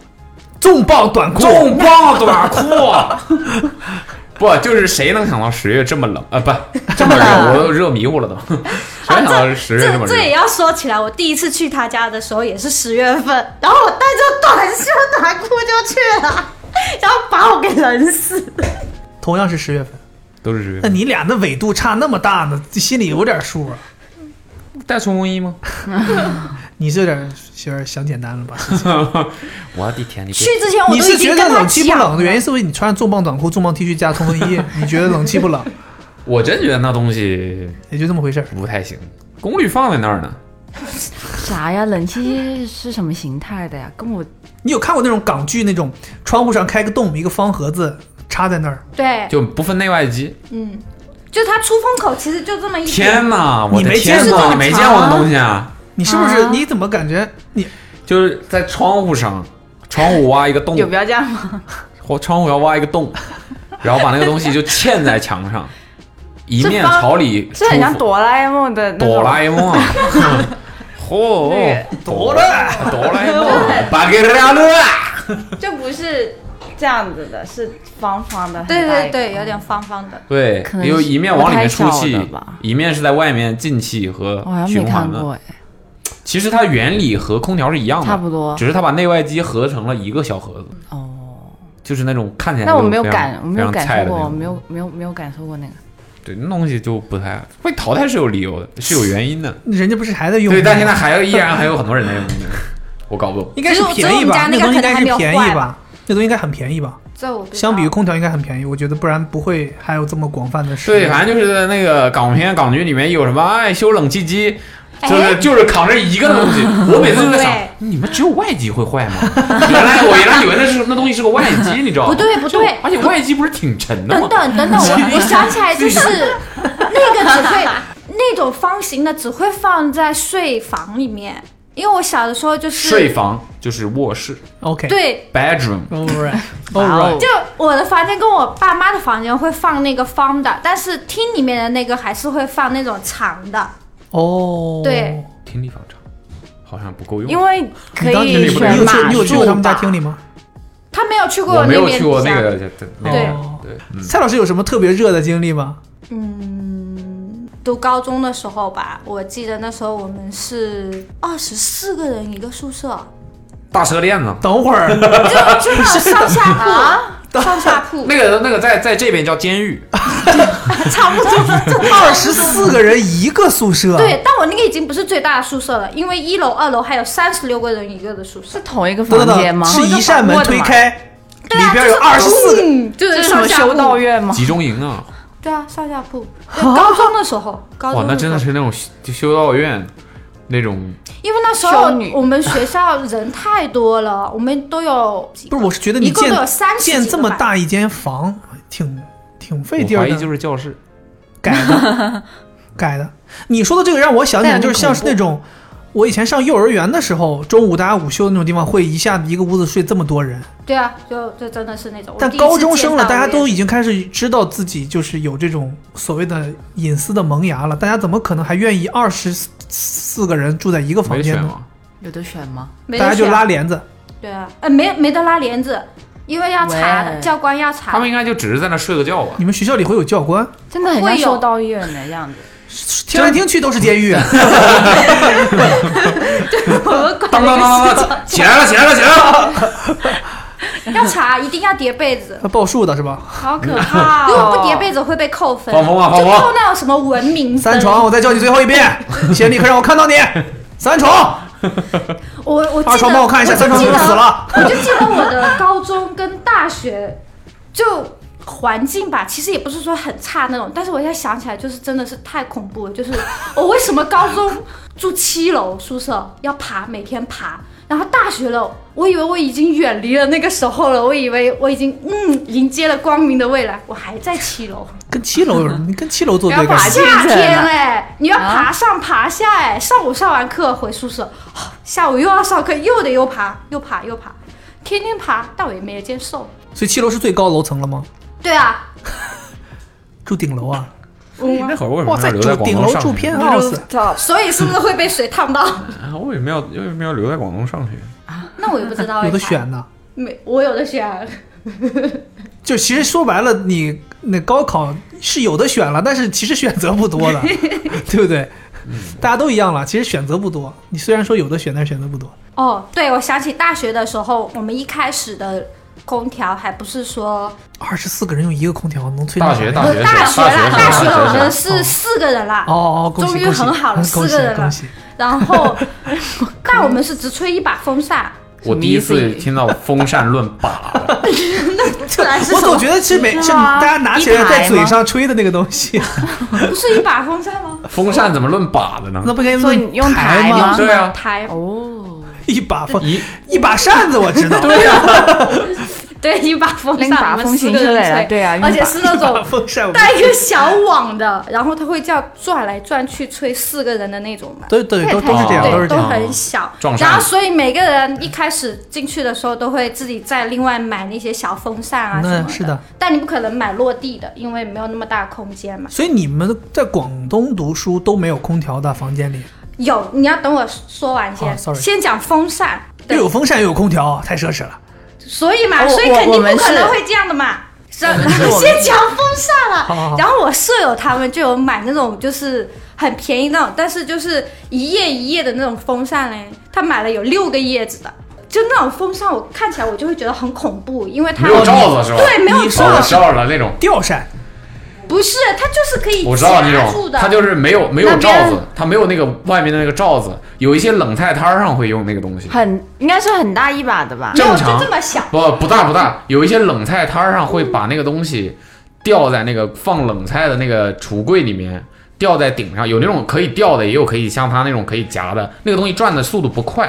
[SPEAKER 3] 重磅短裤，
[SPEAKER 4] 重磅 短裤。 不，就是谁能想到十月这么冷啊？不，这么热，我都热迷糊了都。谁想到十月么
[SPEAKER 6] 这
[SPEAKER 4] 热
[SPEAKER 6] 啊这？也要说起来，我第一次去他家的时候也是十月份，然后我带着短袖短裤就去了， 然后把我给冷死。
[SPEAKER 3] 同样是十月份，
[SPEAKER 4] 都是十月
[SPEAKER 3] 那
[SPEAKER 4] 份。
[SPEAKER 3] 你俩那纬度差那么大呢，心里有点数啊。
[SPEAKER 4] 带冲锋衣吗？
[SPEAKER 3] 你是有点有点想简单了吧？
[SPEAKER 4] 我的天，你别
[SPEAKER 6] 去之前我
[SPEAKER 3] 你
[SPEAKER 6] 都
[SPEAKER 3] 是
[SPEAKER 6] 已
[SPEAKER 3] 觉
[SPEAKER 6] 经
[SPEAKER 3] 得
[SPEAKER 6] 跟他
[SPEAKER 3] 冷气不
[SPEAKER 6] 讲
[SPEAKER 3] 冷的
[SPEAKER 6] 了
[SPEAKER 3] 原因是为你穿重磅短裤、重磅 T 恤加冲锋 衣，你觉得冷气不冷，
[SPEAKER 4] 我真觉得那东西
[SPEAKER 3] 也就这么回事儿。
[SPEAKER 4] 不太行，功率放在那儿呢。
[SPEAKER 5] 啥呀？冷气机是什么形态的呀？跟我
[SPEAKER 3] 你有看过那种港剧那种窗户上开个洞，一个方盒子插在那儿？
[SPEAKER 6] 对，
[SPEAKER 4] 就不分内外机。
[SPEAKER 6] 嗯，就他出风口其实就这么一点
[SPEAKER 4] 天哪，我
[SPEAKER 3] 你
[SPEAKER 4] 的
[SPEAKER 3] 没
[SPEAKER 4] 天
[SPEAKER 3] 见过
[SPEAKER 4] 哪，
[SPEAKER 3] 吗
[SPEAKER 4] 你没见过的东西啊！
[SPEAKER 3] 你是不是？
[SPEAKER 5] 啊
[SPEAKER 3] 你怎么感觉你
[SPEAKER 4] 就是在窗户上，窗户挖一个洞，
[SPEAKER 5] 有必要这样吗？
[SPEAKER 4] 或窗户要挖一 个洞，然后把那个东西就嵌在墙上，一面
[SPEAKER 5] 这方
[SPEAKER 4] 朝里出
[SPEAKER 5] 这很像哆啦 A 梦的那种
[SPEAKER 4] 哆啦 A 梦啊！ 哦嚯，
[SPEAKER 3] 哆啦
[SPEAKER 4] 哆 啦 A 梦，巴给拉勒啊，
[SPEAKER 5] 就不是这样子的，是方方的。
[SPEAKER 6] 对
[SPEAKER 5] 很大
[SPEAKER 6] 对
[SPEAKER 5] 一个
[SPEAKER 6] 对，有点方方的。
[SPEAKER 4] 对
[SPEAKER 5] 可，能是
[SPEAKER 4] 因为一面往里面出
[SPEAKER 5] 不太
[SPEAKER 4] 气
[SPEAKER 5] 小的吧，
[SPEAKER 4] 一面是在外面进气和
[SPEAKER 5] 我好像
[SPEAKER 4] 循
[SPEAKER 5] 没看
[SPEAKER 4] 环的。
[SPEAKER 5] 过哎，
[SPEAKER 4] 其实它原理和空调是一样的，
[SPEAKER 5] 差不多
[SPEAKER 4] 只是它把内外机合成了一个小盒子，
[SPEAKER 5] 哦。
[SPEAKER 4] 就是那种看起来
[SPEAKER 5] 那我没有
[SPEAKER 4] 就非常
[SPEAKER 5] 感，我没有
[SPEAKER 4] 非常
[SPEAKER 5] 感
[SPEAKER 4] 菜
[SPEAKER 5] 受
[SPEAKER 4] 的那
[SPEAKER 5] 过，我
[SPEAKER 4] 种
[SPEAKER 5] 没有没有没有感受过那个。
[SPEAKER 4] 对，那东西就不太会淘汰是有理由的，是有原因的。
[SPEAKER 3] 人家不是还在用吗？
[SPEAKER 4] 对，但现在还有依然还有很多人在用， 我搞不懂。
[SPEAKER 3] 应该是
[SPEAKER 6] 只有
[SPEAKER 3] 便
[SPEAKER 6] 我
[SPEAKER 3] 宜
[SPEAKER 6] 们
[SPEAKER 3] 吧
[SPEAKER 6] 家？那个
[SPEAKER 3] 东西
[SPEAKER 6] 可能
[SPEAKER 3] 应该
[SPEAKER 6] 还
[SPEAKER 3] 是
[SPEAKER 6] 没有
[SPEAKER 3] 便
[SPEAKER 6] 坏
[SPEAKER 3] 宜吧
[SPEAKER 6] 吧？
[SPEAKER 3] 那东西应该很便宜吧？
[SPEAKER 6] 这我不知道
[SPEAKER 3] 相比于空调应该很便宜，我觉得不然不会还有这么广泛的使用。
[SPEAKER 4] 对，反正就是那个港片、港剧里面有什么哎修冷气机，
[SPEAKER 6] 哎
[SPEAKER 4] 就是就是扛着一 个东西。我每次都在想
[SPEAKER 6] 对，
[SPEAKER 4] 你们只有外机会坏吗？原来我原来以为那是那东西是个外机，你知道吗？
[SPEAKER 6] 不对不对
[SPEAKER 4] 就而且外机不是挺沉的吗
[SPEAKER 6] 等？等等等， 我我想起来就是那个只会那种方形的只会放在睡房里面，因为我小的时候就是
[SPEAKER 4] 睡房就是卧室
[SPEAKER 3] OK，
[SPEAKER 6] 对，
[SPEAKER 4] bedroom，
[SPEAKER 3] ，All right，
[SPEAKER 5] 哇
[SPEAKER 3] All
[SPEAKER 5] 哦
[SPEAKER 3] right，
[SPEAKER 6] 就我的房间跟我爸妈的房间会放那个方的，但是厅里面的那个还是会放那种长的。
[SPEAKER 3] 哦，
[SPEAKER 6] 对，
[SPEAKER 4] 听力方长，好像不够用。
[SPEAKER 5] 因为可
[SPEAKER 3] 你当
[SPEAKER 5] 以
[SPEAKER 3] 时
[SPEAKER 5] 选
[SPEAKER 3] 你有去
[SPEAKER 5] 码
[SPEAKER 3] 你有去过
[SPEAKER 5] 数
[SPEAKER 3] 他们家
[SPEAKER 5] 吧。
[SPEAKER 3] 厅里吗？
[SPEAKER 6] 他没有去过
[SPEAKER 4] 我
[SPEAKER 6] 那
[SPEAKER 4] 没有
[SPEAKER 6] 边
[SPEAKER 4] 去过那
[SPEAKER 6] 家
[SPEAKER 4] 个那个
[SPEAKER 3] 哦
[SPEAKER 4] 对，嗯
[SPEAKER 3] 蔡老师有什么特别热的经历吗？
[SPEAKER 6] 嗯读高中的时候吧，我记得那时候我们是二十四个人一个宿 舍，
[SPEAKER 4] 大车链子。
[SPEAKER 3] 等会儿，
[SPEAKER 6] 就就那种上
[SPEAKER 4] 啊
[SPEAKER 6] 下铺，上下铺，
[SPEAKER 4] 那个那个在在这边叫监狱，
[SPEAKER 6] 差不多就
[SPEAKER 3] 二 十四个人一个宿舍，
[SPEAKER 6] 对，，但我那个已经不是最大的宿舍了，因为一楼、二楼还有三十六个人一个的宿舍
[SPEAKER 5] 是。同一个
[SPEAKER 3] 等
[SPEAKER 5] 房
[SPEAKER 3] 等
[SPEAKER 5] 间
[SPEAKER 3] 等，
[SPEAKER 5] 吗？
[SPEAKER 3] 是一扇门推开，
[SPEAKER 6] 对啊
[SPEAKER 3] 里边有
[SPEAKER 6] 就是
[SPEAKER 3] 二十四个，
[SPEAKER 5] 嗯，
[SPEAKER 6] 就是
[SPEAKER 5] 这是什么
[SPEAKER 6] 上下
[SPEAKER 5] 修道
[SPEAKER 6] 铺
[SPEAKER 5] 院吗？
[SPEAKER 4] 集中营啊！
[SPEAKER 6] 对啊，上下 铺。对高中的时候，高
[SPEAKER 4] 哇
[SPEAKER 6] 中，
[SPEAKER 4] 那真的
[SPEAKER 6] 时候，
[SPEAKER 4] 是那种就修道院那种
[SPEAKER 6] 因为那时
[SPEAKER 5] 修
[SPEAKER 6] 候
[SPEAKER 5] 女
[SPEAKER 6] 我们学校人太多了，我们都有几个
[SPEAKER 3] 不是，我是觉得你
[SPEAKER 6] 一共
[SPEAKER 3] 建
[SPEAKER 6] 都有30
[SPEAKER 3] 建这
[SPEAKER 6] 几
[SPEAKER 3] 么
[SPEAKER 6] 个吧
[SPEAKER 3] 大一间房，挺挺费地
[SPEAKER 4] 我
[SPEAKER 3] 儿
[SPEAKER 4] 怀
[SPEAKER 3] 的，
[SPEAKER 4] 疑就是教室，
[SPEAKER 3] 改的，改的。你说的这个让我想起来，
[SPEAKER 5] 但
[SPEAKER 3] 就是像是那种我以前上幼儿园的时候，中午大家午休的那种地方，会一下子一个屋子睡这么多人。
[SPEAKER 6] 对啊，就就真的是那种。我
[SPEAKER 3] 但
[SPEAKER 6] 第一次
[SPEAKER 3] 高中生了，
[SPEAKER 6] 见到
[SPEAKER 3] 大家
[SPEAKER 6] 的
[SPEAKER 3] 都
[SPEAKER 6] 也
[SPEAKER 3] 已经开始知道自己就是有这种所谓的隐私的萌芽了，大家怎么可能还愿意二十四个人住在一个
[SPEAKER 4] 没
[SPEAKER 3] 房间
[SPEAKER 4] 选
[SPEAKER 3] 呢？
[SPEAKER 4] 吗？
[SPEAKER 5] 有的选吗？
[SPEAKER 6] 没
[SPEAKER 4] 啊
[SPEAKER 3] 大
[SPEAKER 6] 得
[SPEAKER 3] 家就
[SPEAKER 6] 选啊
[SPEAKER 3] 拉帘子，
[SPEAKER 6] 对啊，呃，没没得拉帘子，因为要查的，
[SPEAKER 5] 喂
[SPEAKER 6] 教官要查
[SPEAKER 4] 他们。应该就只是在那睡个觉吧。
[SPEAKER 3] 你们学校里会有教官，
[SPEAKER 5] 真的很
[SPEAKER 6] 会
[SPEAKER 5] 像
[SPEAKER 6] 有
[SPEAKER 5] 修道院的 样子。
[SPEAKER 3] 听来听去都是监狱啊。
[SPEAKER 6] 我们管
[SPEAKER 4] 当当当当当，起来了，起来了，起来了！
[SPEAKER 6] 要查一定要叠被子，
[SPEAKER 3] 它报数的是吧？
[SPEAKER 6] 好可怕、 哦如果不叠被子会被扣分，
[SPEAKER 4] 放风啊
[SPEAKER 6] 就
[SPEAKER 4] 放风
[SPEAKER 6] 扣那种什么文明分。
[SPEAKER 3] 三床，我再叫你最后一遍， 先立刻让我看到你。三床，
[SPEAKER 6] 我我记
[SPEAKER 3] 二
[SPEAKER 6] 得
[SPEAKER 3] 床帮我看一下，
[SPEAKER 6] 我就
[SPEAKER 3] 三床
[SPEAKER 6] 记
[SPEAKER 3] 怎么
[SPEAKER 6] 得
[SPEAKER 3] 死了？
[SPEAKER 6] 我就记得我的高中跟大学就环境吧，其实也不是说很差那种，但是我现在想起来，就是真的是太恐怖了。就是我为什么高中住七楼宿舍要爬，每天爬。然后大学了，我以为我已经远离了那个时候了，我以为我已经嗯迎接了光明的未来，我还在七楼。
[SPEAKER 3] 跟七楼有什么？你跟七楼作对干
[SPEAKER 5] 不要
[SPEAKER 3] 什
[SPEAKER 6] 夏
[SPEAKER 5] 爬进
[SPEAKER 3] 么？
[SPEAKER 5] 去了
[SPEAKER 6] 天哎、你要爬上爬下哎、上午上完课回宿舍，哦下午又要上课，又得又爬又爬又爬，天天爬，但我也没有见瘦。
[SPEAKER 3] 所以七楼是最高楼层了吗？
[SPEAKER 6] 对啊，
[SPEAKER 3] 住顶楼啊！
[SPEAKER 4] 那会儿为什么
[SPEAKER 3] 哇塞，
[SPEAKER 4] 要留在
[SPEAKER 3] 住
[SPEAKER 4] 广
[SPEAKER 3] 顶
[SPEAKER 4] 东
[SPEAKER 3] 楼
[SPEAKER 4] 上
[SPEAKER 3] 住
[SPEAKER 4] 学？
[SPEAKER 3] 偏 house，
[SPEAKER 6] 所以是不是会被水烫到？
[SPEAKER 4] 啊，为什么要为什么要留在广东上学？
[SPEAKER 6] 那我也不知道、哎
[SPEAKER 3] 有的，选呢。
[SPEAKER 6] 没我有的选，
[SPEAKER 3] 就其实说白了，你那高考是有的选了，但是其实选择不 多的，对不对？
[SPEAKER 4] 嗯
[SPEAKER 3] 大家都一样了，其实选择不多。你虽然说有的选，但是选择不多。
[SPEAKER 6] 哦，对，我想起大学的时候，我们一开始的空调还不是说
[SPEAKER 3] 二十四个人用一个空调能吹
[SPEAKER 4] 大学大
[SPEAKER 6] 不
[SPEAKER 4] 学
[SPEAKER 6] 是呃
[SPEAKER 4] 是
[SPEAKER 6] 大
[SPEAKER 4] 学
[SPEAKER 6] 啦，
[SPEAKER 3] 啊
[SPEAKER 6] 大
[SPEAKER 4] 学
[SPEAKER 6] 学了，我们
[SPEAKER 4] 是
[SPEAKER 6] 是四个人啦。
[SPEAKER 3] 哦哦，恭喜
[SPEAKER 6] 终于
[SPEAKER 3] 恭喜
[SPEAKER 6] 很好了
[SPEAKER 3] 嗯
[SPEAKER 6] 四
[SPEAKER 3] 恭喜
[SPEAKER 6] 个人了
[SPEAKER 3] 恭喜！
[SPEAKER 6] 然 后，但我们是只吹一把风扇，
[SPEAKER 4] 我第一次听到风扇论 粑了。
[SPEAKER 6] 这然是
[SPEAKER 3] 我
[SPEAKER 6] 什么
[SPEAKER 3] 总觉得是每是
[SPEAKER 5] 道啊
[SPEAKER 3] 大家拿起来在嘴上吹的那个东西，
[SPEAKER 6] 不是一把风扇吗？
[SPEAKER 4] 风扇嗯怎么论把的呢？
[SPEAKER 3] 那不该
[SPEAKER 5] 所以你用台
[SPEAKER 3] 吗？
[SPEAKER 5] 吗
[SPEAKER 4] 啊对啊，
[SPEAKER 6] 台
[SPEAKER 5] 哦，
[SPEAKER 3] 一把风，
[SPEAKER 4] 一
[SPEAKER 3] 一把扇子，我知道。对呀，
[SPEAKER 6] 对，一把风扇，
[SPEAKER 5] 拎把
[SPEAKER 6] 我们
[SPEAKER 5] 风
[SPEAKER 6] 四
[SPEAKER 5] 琴
[SPEAKER 6] 个
[SPEAKER 5] 之
[SPEAKER 6] 人
[SPEAKER 5] 类的，
[SPEAKER 6] 吹
[SPEAKER 5] 对啊，
[SPEAKER 6] 而且是那 种
[SPEAKER 3] 风扇。
[SPEAKER 6] 带一个小网的，然后它会这样转来转去吹四个人的那种嘛。
[SPEAKER 3] 对对，
[SPEAKER 5] 这也
[SPEAKER 3] 都
[SPEAKER 5] 太
[SPEAKER 3] 都是这样，
[SPEAKER 6] 对，
[SPEAKER 3] 都是
[SPEAKER 6] 都
[SPEAKER 3] 这样。啊
[SPEAKER 6] 很小
[SPEAKER 4] 撞，
[SPEAKER 6] 然后
[SPEAKER 4] 上
[SPEAKER 6] 所以每个人一开始进去的时候都会自己再另外买那些小风扇啊什么
[SPEAKER 3] 那是的，
[SPEAKER 6] 但你不可能买落地的，因为没有那么大空间嘛。
[SPEAKER 3] 所以你们在广东读书都没有空调的房间里，
[SPEAKER 6] 有，你要等我说完先，
[SPEAKER 4] 哦
[SPEAKER 3] 啊，sorry
[SPEAKER 6] 先讲风扇。
[SPEAKER 3] 又
[SPEAKER 6] 对
[SPEAKER 3] 有风扇又有空调，太奢侈了。
[SPEAKER 6] 所以
[SPEAKER 4] 哦
[SPEAKER 6] 嘛，
[SPEAKER 5] 我
[SPEAKER 6] 所以肯
[SPEAKER 5] 我我
[SPEAKER 6] 定
[SPEAKER 5] 们
[SPEAKER 6] 不可能
[SPEAKER 5] 是
[SPEAKER 6] 会这样的嘛。然
[SPEAKER 5] 们是
[SPEAKER 6] 后
[SPEAKER 5] 我们
[SPEAKER 6] 先讲风扇了，
[SPEAKER 3] 好好好
[SPEAKER 6] 然后我舍友他们就有买那种就是很便宜那种，但是就是一叶一叶的那种风扇嘞，他买了有六个叶子的，就那种风扇，我看起来我就会觉得很恐怖，因为它
[SPEAKER 4] 没有罩子是吧？
[SPEAKER 6] 对，没有
[SPEAKER 3] 你
[SPEAKER 4] 哦，
[SPEAKER 6] 罩
[SPEAKER 4] 我
[SPEAKER 6] 子，
[SPEAKER 4] 知道了那种，
[SPEAKER 3] 吊扇，
[SPEAKER 6] 不是，它就是可以
[SPEAKER 4] 我知道那
[SPEAKER 6] 夹住
[SPEAKER 4] 种，
[SPEAKER 6] 的，
[SPEAKER 4] 它就是没有没有
[SPEAKER 6] 那边
[SPEAKER 4] 罩子，它没有那个外面的那个罩子，有一些冷菜摊儿上会用那个东西，
[SPEAKER 5] 很应该是很大一把的吧
[SPEAKER 6] 没？有
[SPEAKER 4] 正常
[SPEAKER 6] 就这么小，
[SPEAKER 4] 不不大不大，有一些冷菜摊儿上会把那个东西吊在那个放冷菜的那个橱柜里面。吊在顶上，有那种可以吊的，也有可以像它那种可以夹的。那个东西转的速度不快，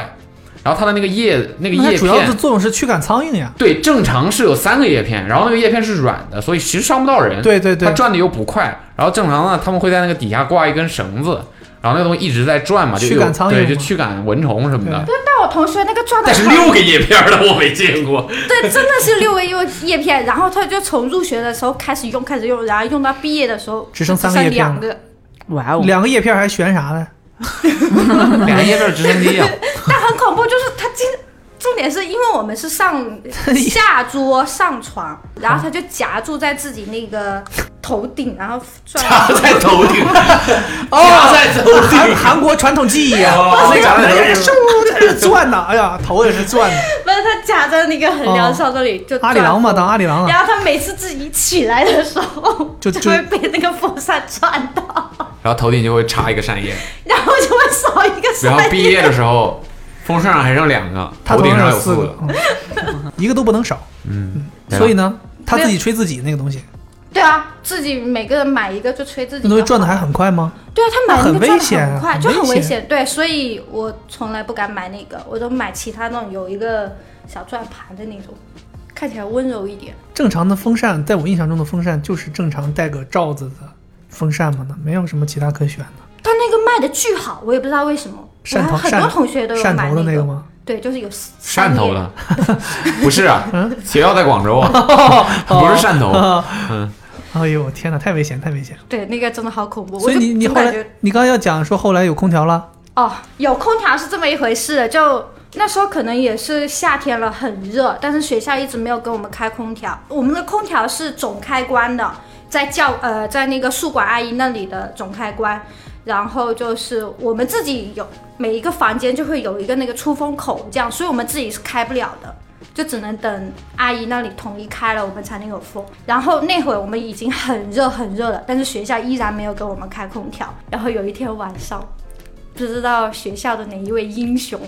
[SPEAKER 4] 然后它的那个叶那个
[SPEAKER 3] 那它
[SPEAKER 4] 叶
[SPEAKER 3] 主要
[SPEAKER 4] 片
[SPEAKER 3] 的作用是驱赶苍蝇呀。
[SPEAKER 4] 对，正常是有三个叶片，然后那个叶片是软的，所以其实伤不到人。
[SPEAKER 3] 对对对
[SPEAKER 4] 它转的又不快。然后正常呢，他们会在那个底下挂一根绳子，然后那个东西一直在转嘛，就有
[SPEAKER 3] 驱赶苍蝇
[SPEAKER 4] 对，
[SPEAKER 3] 嘛
[SPEAKER 4] 就驱赶蚊虫什么的
[SPEAKER 3] 对。
[SPEAKER 6] 但我同学那个转的
[SPEAKER 4] 但是
[SPEAKER 6] 很
[SPEAKER 4] 六个叶片的我没见过，
[SPEAKER 6] 对，真的是六个叶叶片，然后他就从入学的时候开始用，开始用，然后用到毕业的时候
[SPEAKER 3] 只剩三
[SPEAKER 6] 三
[SPEAKER 3] 个叶片
[SPEAKER 6] 两
[SPEAKER 3] 了
[SPEAKER 6] 个。
[SPEAKER 5] 哇哦，
[SPEAKER 3] 两个叶片还悬啥呢？
[SPEAKER 4] 两个叶片直升机啊！
[SPEAKER 6] 但很恐怖，就是他今重点是因为我们是上下桌上床，然后他就夹住在自己那个头顶，然后转。
[SPEAKER 4] 在头 顶，
[SPEAKER 3] 哦，
[SPEAKER 4] 在头
[SPEAKER 3] 韩韩国传统技艺啊，
[SPEAKER 4] 哦
[SPEAKER 3] 那长得也是在这转呐，哎呀，头也是转 的。
[SPEAKER 6] 不是他夹在那个横梁上这里就
[SPEAKER 3] 阿里郎嘛，当阿里郎啊
[SPEAKER 6] 转。
[SPEAKER 3] 了，
[SPEAKER 6] 然后他每次自己起来的时候，
[SPEAKER 3] 就就
[SPEAKER 6] 会被那个风扇转到，
[SPEAKER 4] 然后头顶就会插一个 扇叶，
[SPEAKER 6] 然后就会少一个扇
[SPEAKER 4] 然
[SPEAKER 6] 叶。
[SPEAKER 4] 后毕业的时候，风扇上还剩两个，
[SPEAKER 3] 他
[SPEAKER 4] 头顶
[SPEAKER 3] 上
[SPEAKER 4] 上有
[SPEAKER 3] 四
[SPEAKER 4] 个
[SPEAKER 3] 个，，嗯一个都不能少。嗯，所以呢，他自己吹自己那个东西，
[SPEAKER 6] 对啊，自己每个人买一个就吹自己就好。
[SPEAKER 3] 那东西转的还很快吗？
[SPEAKER 6] 对啊，他买那
[SPEAKER 3] 那很
[SPEAKER 6] 个转
[SPEAKER 3] 危
[SPEAKER 6] 的
[SPEAKER 3] 险啊
[SPEAKER 6] 很快，
[SPEAKER 3] 很
[SPEAKER 6] 就很
[SPEAKER 3] 危
[SPEAKER 6] 危
[SPEAKER 3] 险
[SPEAKER 6] 险。对，所以我从来不敢买那个，我都买其他那种有一个小转盘的那种，看起来温柔一点。
[SPEAKER 3] 正常的风扇，在我印象中的风扇就是正常带个罩子的风扇嘛，那没有什么其他可选的。
[SPEAKER 6] 他那个卖的巨好，我也不知道为什么。我
[SPEAKER 3] 汕头
[SPEAKER 6] 还很
[SPEAKER 3] 汕
[SPEAKER 6] 多同学都有
[SPEAKER 3] 汕
[SPEAKER 6] 买
[SPEAKER 3] 头的那
[SPEAKER 6] 个
[SPEAKER 3] 个吗？
[SPEAKER 6] 对，就是有
[SPEAKER 4] 汕
[SPEAKER 6] 汕
[SPEAKER 4] 头的， 不是啊，
[SPEAKER 3] 嗯
[SPEAKER 4] 学校在广州啊，不是汕
[SPEAKER 3] 哦
[SPEAKER 4] 头。嗯
[SPEAKER 3] 哎呦，天哪，太危险，太危险！
[SPEAKER 6] 对，那个真的好恐怖。
[SPEAKER 3] 所以
[SPEAKER 6] 我就
[SPEAKER 3] 你你
[SPEAKER 6] 总
[SPEAKER 3] 后来
[SPEAKER 6] 感觉
[SPEAKER 3] 你刚刚要讲说后来有空调了，
[SPEAKER 6] 哦，有空调是这么一回事，就那时候可能也是夏天了，很热，但是学校一直没有给我们开空调。我们的空调是总开关的，在教呃在那个宿管阿姨那里的总开关，然后就是我们自己有每一个房间就会有一个那个出风口，这样，所以我们自己是开不了的。就只能等阿姨那里统一开了，我们才能有风。然后那会儿我们已经很热很热了，但是学校依然没有给我们开空调。然后有一天晚上，不知道学校的哪一位英雄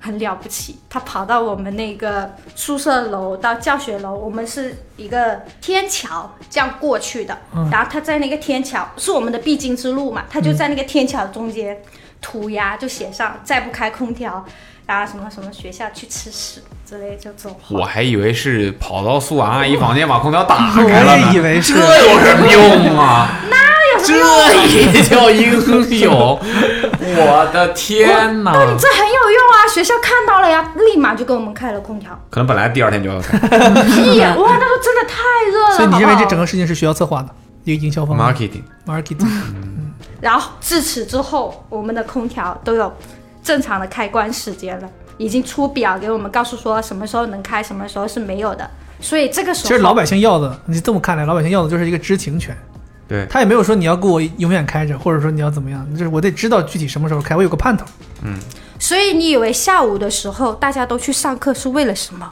[SPEAKER 6] 很了不起，他跑到我们那个宿舍楼到教学楼，我们是一个天桥这样过去的。然后他在那个天桥是我们的必经之路嘛，他就在那个天桥中间涂鸦，就写上再不开空调，然后什么什么学校去吃屎之类就这种话。
[SPEAKER 4] 我还以为是跑到苏婉阿姨房间把空调打
[SPEAKER 3] 我
[SPEAKER 4] 开了呢，
[SPEAKER 3] 也以为是
[SPEAKER 4] 这有什么用啊？那有什么这也叫英勇？ 我的天哪！
[SPEAKER 6] 这很有用啊！学校看到了呀，立马就给我们开了空调。
[SPEAKER 4] 可能本来第二天就要开。
[SPEAKER 6] 屁 呀！哇，那时候真的太热了，
[SPEAKER 3] 所以你认为
[SPEAKER 6] 嗯好不
[SPEAKER 3] 这
[SPEAKER 6] 好
[SPEAKER 3] 整个事情是学校策划的一个营销方案
[SPEAKER 4] Marketing，
[SPEAKER 3] marketing？
[SPEAKER 6] 嗯然后自此之后，我们的空调都有正常的开关时间了，已经出表给我们，告诉说什么时候能开，什么时候是没有的。所以这个时
[SPEAKER 3] 其
[SPEAKER 6] 候，
[SPEAKER 3] 实老百姓要的，你这么看来，老百姓要的就是一个知情权。
[SPEAKER 4] 对
[SPEAKER 3] 他也没有说你要给我永远开着，或者说你要怎么样，就是我得知道具体什么时候开，我有个盼头。
[SPEAKER 6] 所以你以为下午的时候大家都去上课是为了什么？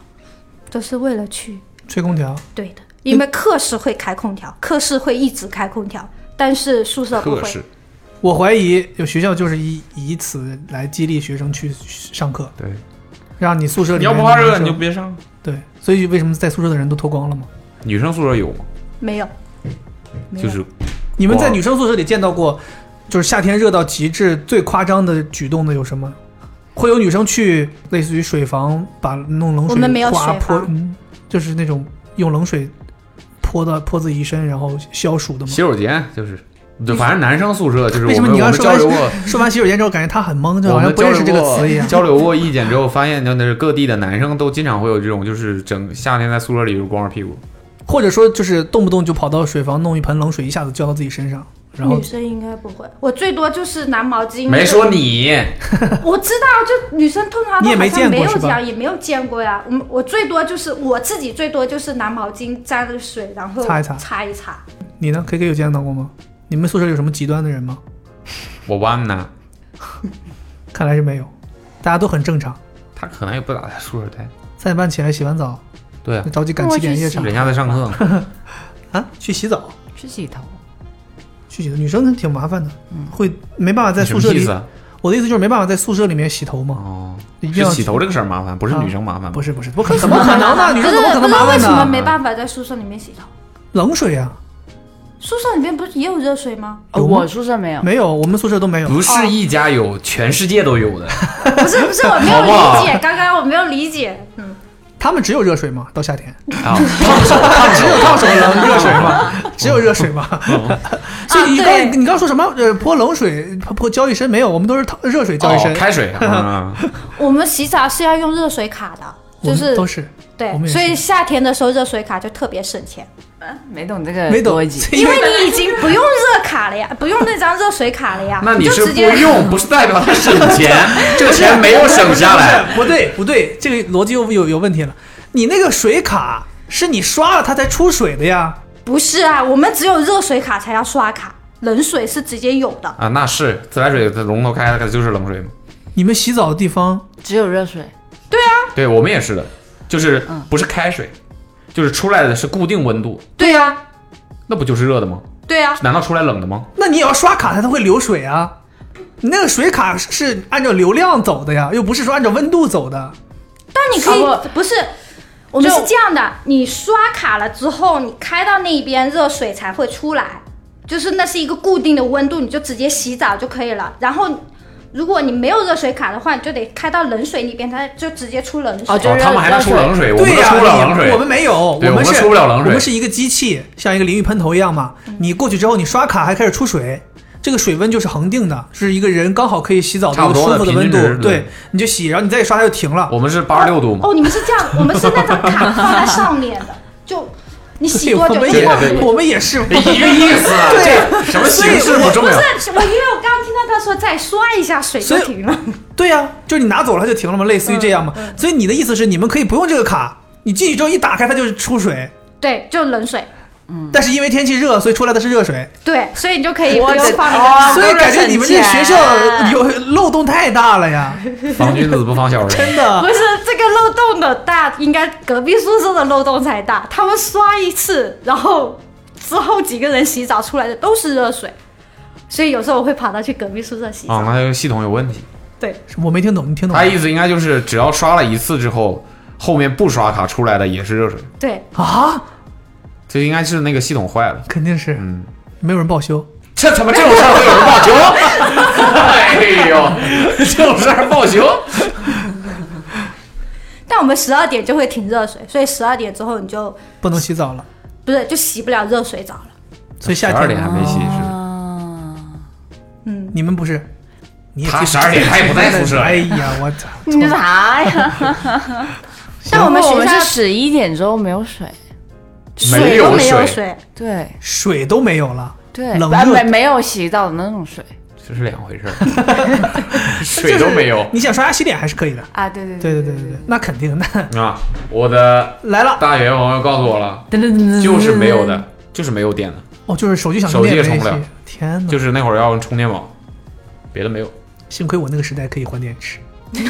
[SPEAKER 6] 都是为了去
[SPEAKER 3] 吹空调，
[SPEAKER 6] 对的，因为课室会开空调，课室会一直开空调，但是宿舍不
[SPEAKER 4] 课
[SPEAKER 6] 会
[SPEAKER 4] 室。
[SPEAKER 3] 我怀疑有学校就是以以此来激励学生去上课，
[SPEAKER 4] 对，
[SPEAKER 3] 让你宿舍
[SPEAKER 4] 你
[SPEAKER 3] 里
[SPEAKER 4] 要
[SPEAKER 3] 面
[SPEAKER 4] 不怕热，
[SPEAKER 3] 男生
[SPEAKER 4] 你就别上。
[SPEAKER 3] 对。所以为什么在宿舍的人都脱光了吗？
[SPEAKER 4] 女生宿舍有吗？
[SPEAKER 6] 没有，没有
[SPEAKER 4] 就是
[SPEAKER 3] 你们在女生宿舍里见到过，就是夏天热到极致最夸张的举动的有什么？会有女生去类似于水房把弄冷水，
[SPEAKER 6] 我们没有
[SPEAKER 3] 哗
[SPEAKER 6] 水
[SPEAKER 3] 泼
[SPEAKER 6] 房，
[SPEAKER 3] 嗯，就是那种用冷水泼到泼自己一身，然后消暑的吗
[SPEAKER 4] 洗？手间，就是，对，反正男生宿舍就是我
[SPEAKER 3] 为什么
[SPEAKER 4] 们
[SPEAKER 3] 你
[SPEAKER 4] 我
[SPEAKER 3] 刚
[SPEAKER 4] 们
[SPEAKER 3] 说
[SPEAKER 4] 交
[SPEAKER 3] 完
[SPEAKER 4] 流过。
[SPEAKER 3] 说完洗手间之后，感觉他很懵，就
[SPEAKER 4] 我
[SPEAKER 3] 好像
[SPEAKER 4] 们
[SPEAKER 3] 不
[SPEAKER 4] 交
[SPEAKER 3] 认
[SPEAKER 4] 流
[SPEAKER 3] 识这个词一
[SPEAKER 4] 过
[SPEAKER 3] 样。
[SPEAKER 4] 交流过意见之后，发现真的是各地的男生都经常会有这种，就是整夏天在宿舍里就光着屁股。
[SPEAKER 3] 或者说就是动不动就跑到水房弄一盆冷水，一下子浇到自己身上，然后
[SPEAKER 6] 女生应该不会，我最多就是拿毛巾。
[SPEAKER 4] 没说你，
[SPEAKER 6] 我知道，就女生通常
[SPEAKER 3] 你
[SPEAKER 6] 都
[SPEAKER 3] 也
[SPEAKER 6] 好
[SPEAKER 3] 没
[SPEAKER 6] 像
[SPEAKER 3] 见过
[SPEAKER 6] 没有
[SPEAKER 3] 是吧
[SPEAKER 6] 这样，也没有见过呀。我我最多就是我自己最多就是拿毛巾沾着水，然后
[SPEAKER 3] 擦一擦
[SPEAKER 6] 擦一擦。
[SPEAKER 3] 你呢？K K 有见到过吗？你们宿舍有什么极端的人吗？
[SPEAKER 4] 我弯呢。
[SPEAKER 3] 看来是没有，大家都很正常。
[SPEAKER 4] 他可能也不咋在宿舍待。
[SPEAKER 3] 三点半起来洗完澡，
[SPEAKER 4] 对啊，
[SPEAKER 3] 着急赶七点夜场
[SPEAKER 4] 人家在上课呢。
[SPEAKER 3] 啊，去洗澡，
[SPEAKER 9] 去洗嗯头，
[SPEAKER 3] 去洗澡。女生挺麻烦的，会没办法在
[SPEAKER 4] 你什
[SPEAKER 3] 宿
[SPEAKER 4] 么
[SPEAKER 3] 舍
[SPEAKER 4] 意
[SPEAKER 3] 里
[SPEAKER 4] 思。啊？
[SPEAKER 3] 我的意思就是没办法在宿舍里面洗头嘛，
[SPEAKER 4] 哦，
[SPEAKER 3] 一定
[SPEAKER 4] 是
[SPEAKER 3] 要啊
[SPEAKER 4] 洗。头这个事儿麻烦，不是女生麻烦吗。
[SPEAKER 3] 不是不是，不可怎么可能呢？女
[SPEAKER 6] 不
[SPEAKER 3] 生
[SPEAKER 6] 是
[SPEAKER 3] 怎
[SPEAKER 6] 不
[SPEAKER 3] 么可能
[SPEAKER 6] 是
[SPEAKER 3] 麻
[SPEAKER 6] 为
[SPEAKER 3] 烦
[SPEAKER 6] 什么
[SPEAKER 3] 呢？
[SPEAKER 6] 没办法在宿舍里面洗头？
[SPEAKER 3] 冷水啊，
[SPEAKER 6] 宿舍里面不是也有热水吗？
[SPEAKER 9] 哦
[SPEAKER 3] 有吗
[SPEAKER 9] 我宿舍没有，
[SPEAKER 3] 没有，我们宿舍都没有。
[SPEAKER 4] 不是一家有，全世界都有的。
[SPEAKER 6] 不是不是，我没有
[SPEAKER 4] 好不好
[SPEAKER 6] 理解，刚刚我没有理解。嗯，
[SPEAKER 3] 他们只有热水嘛，到夏天
[SPEAKER 4] 啊，
[SPEAKER 3] 只有烫手冷热水嘛，哦只有热水嘛。 所以你
[SPEAKER 6] 啊
[SPEAKER 3] 刚
[SPEAKER 6] 对
[SPEAKER 3] 你刚说什么？呃，泼冷水泼泼浇一身没有，我们都是烫热水浇一身
[SPEAKER 4] 哦，，开 水啊，嗯
[SPEAKER 6] 我们洗澡是要用热水卡的，
[SPEAKER 3] 我
[SPEAKER 6] 就
[SPEAKER 3] 们
[SPEAKER 6] 是
[SPEAKER 3] 都是我们
[SPEAKER 6] 对，
[SPEAKER 3] 也
[SPEAKER 6] 所以
[SPEAKER 3] 是
[SPEAKER 6] 夏天的时候热水卡就特别省钱。
[SPEAKER 9] 呃没懂
[SPEAKER 6] 呃
[SPEAKER 9] 这个
[SPEAKER 3] 没懂
[SPEAKER 9] 逻辑。，
[SPEAKER 3] 因
[SPEAKER 6] 因为你已经不用热卡了呀，不 用那张热水卡了呀
[SPEAKER 4] ，那你是
[SPEAKER 6] 就直
[SPEAKER 4] 不
[SPEAKER 6] 接
[SPEAKER 4] 用，不是代表他省钱， 这个钱没有省下来。
[SPEAKER 3] 不对不对，这个逻辑又有有问题了。你那个水卡是你刷了它才出水的呀，
[SPEAKER 6] 不是啊，我们只有热水卡才要刷卡，冷水是直接有的。
[SPEAKER 4] 啊，那是自来水的龙头开的就是冷水嘛。
[SPEAKER 3] 你们洗澡的地方
[SPEAKER 9] 只有热水，
[SPEAKER 4] 对我们也是的，就是
[SPEAKER 3] 嗯
[SPEAKER 4] 不是开水，就是出来的是固定温度，
[SPEAKER 6] 对呀、啊，
[SPEAKER 4] 那不就是热的吗？
[SPEAKER 6] 对呀、啊，
[SPEAKER 4] 难道出来冷的吗？
[SPEAKER 3] 那你也要刷卡，它才会流水啊。你那个水卡是是按照流量走的呀，又不是说按照温度走的。
[SPEAKER 6] 但你可以、
[SPEAKER 9] 啊
[SPEAKER 6] 不是。我们
[SPEAKER 9] 就是
[SPEAKER 6] 这样的，你刷卡了之后，你开到那边热水才会出来，就是那是一个固定的温度，你就直接洗澡就可以了。然后，如果你没有热水卡的话，你就得开到冷水那边，它就直接出冷水。
[SPEAKER 9] 哦就
[SPEAKER 4] 哦，
[SPEAKER 9] 是
[SPEAKER 4] 他们还能
[SPEAKER 9] 热
[SPEAKER 4] 出冷水，我们
[SPEAKER 3] 对
[SPEAKER 4] 都
[SPEAKER 3] 呀、
[SPEAKER 4] 出不了冷
[SPEAKER 3] 你
[SPEAKER 4] 水。
[SPEAKER 3] 我们没有，我
[SPEAKER 4] 对我们
[SPEAKER 3] 是
[SPEAKER 4] 出不了冷水
[SPEAKER 3] 我们是一个机器，像一个淋浴喷头一样嘛。
[SPEAKER 6] 嗯
[SPEAKER 3] 你过去之后，你刷卡还开始出水，这个水温就是恒定的，是一个人刚好可以洗澡的
[SPEAKER 4] 差
[SPEAKER 3] 一
[SPEAKER 4] 不
[SPEAKER 3] 个
[SPEAKER 4] 多
[SPEAKER 3] 舒
[SPEAKER 4] 的
[SPEAKER 3] 服的
[SPEAKER 4] 平
[SPEAKER 3] 温
[SPEAKER 4] 均
[SPEAKER 3] 度
[SPEAKER 4] 值。对
[SPEAKER 3] 对，你就洗，然后你再刷它就停了。
[SPEAKER 4] 我们是八十六度嘛，
[SPEAKER 6] 哦，你们是 这样，我们是那张卡放在上面的，就你洗
[SPEAKER 3] 对，
[SPEAKER 6] 多
[SPEAKER 3] 我
[SPEAKER 6] 久
[SPEAKER 3] 们
[SPEAKER 6] 就
[SPEAKER 3] 也
[SPEAKER 6] 放
[SPEAKER 4] 对对
[SPEAKER 3] 我们也是。
[SPEAKER 4] 一个意思啊。这 什么形式不重要。
[SPEAKER 6] 是我因为我刚刚听到他说再刷一下水就停了，
[SPEAKER 3] 对呀、就是你拿走了它就停了嘛，类似于这样
[SPEAKER 6] 嗯
[SPEAKER 3] 嘛。所以你的意思是，你们可以不用这个卡，你进去之后一打开它就是出水，
[SPEAKER 6] 对，就冷水，
[SPEAKER 3] 但是因为天气热，所以出来的是热水。
[SPEAKER 6] 对，所以你嗯就可以
[SPEAKER 9] 我
[SPEAKER 6] 不用
[SPEAKER 9] 的哦
[SPEAKER 6] 放那
[SPEAKER 9] 天
[SPEAKER 6] 个。
[SPEAKER 3] 啊所以感觉你们这学校
[SPEAKER 9] 啊
[SPEAKER 3] 有漏洞太大了呀，
[SPEAKER 4] 防君子不防小人，
[SPEAKER 3] 真 的
[SPEAKER 6] 不。是这个漏洞的大，应该隔壁宿舍的漏洞才大。他们刷一次，然后之后几个人洗澡出来的都是热水，所以有时候我会跑到去隔壁宿舍洗澡。
[SPEAKER 4] 啊，那就系统有问题。
[SPEAKER 6] 对，
[SPEAKER 3] 我没听懂，你听懂吗？
[SPEAKER 4] 他意思应该就是只要刷了一次之后，后面不刷卡出来的也是热水，
[SPEAKER 6] 对
[SPEAKER 3] 啊，
[SPEAKER 4] 这应该是那个系统坏了。
[SPEAKER 3] 肯定是，
[SPEAKER 4] 嗯，
[SPEAKER 3] 没有人报修。
[SPEAKER 4] 这怎么这种事儿会有人报 修？哎呦，这种事儿报修？
[SPEAKER 6] 但我们十二点就会停热水，所以十二点之后你就
[SPEAKER 3] 不能洗澡了，
[SPEAKER 6] 不是就洗不了热水澡了。
[SPEAKER 3] 所以夏
[SPEAKER 4] 十
[SPEAKER 3] 天啊
[SPEAKER 4] 二点还没洗是吧？
[SPEAKER 3] 你们不是？你也
[SPEAKER 4] 他
[SPEAKER 3] 记不
[SPEAKER 4] 12点他也不在宿舍
[SPEAKER 3] 哎呀，我操！
[SPEAKER 9] 你啥 呀？
[SPEAKER 6] 但我们
[SPEAKER 9] 我
[SPEAKER 6] 学
[SPEAKER 9] 们
[SPEAKER 6] 校
[SPEAKER 9] 是十一点之后没有水，
[SPEAKER 6] 水都没有
[SPEAKER 4] 没有
[SPEAKER 6] 水，
[SPEAKER 9] 对
[SPEAKER 3] 水都没有了，
[SPEAKER 9] 对，
[SPEAKER 3] 冷
[SPEAKER 9] 啊
[SPEAKER 3] 热
[SPEAKER 9] 没没有洗澡的那种水
[SPEAKER 4] 这是两回事儿， 水都没有
[SPEAKER 3] 你想刷牙洗脸还是可以的。
[SPEAKER 9] 啊，对对
[SPEAKER 3] 对对对对对，那 肯定的。
[SPEAKER 4] 啊！我的
[SPEAKER 3] 那来了，
[SPEAKER 4] 大学朋友告诉我了，
[SPEAKER 9] 对，噔噔噔噔
[SPEAKER 4] 就是没有的，就是没有电的，
[SPEAKER 3] 哦，就是手机响应
[SPEAKER 4] 手机也
[SPEAKER 3] 电
[SPEAKER 4] 充
[SPEAKER 3] 没
[SPEAKER 4] 不了
[SPEAKER 3] 戏天哪！
[SPEAKER 4] 就是那会儿要用充电宝，别的没有。
[SPEAKER 3] 幸亏我那个时代可以换电池，
[SPEAKER 9] 噔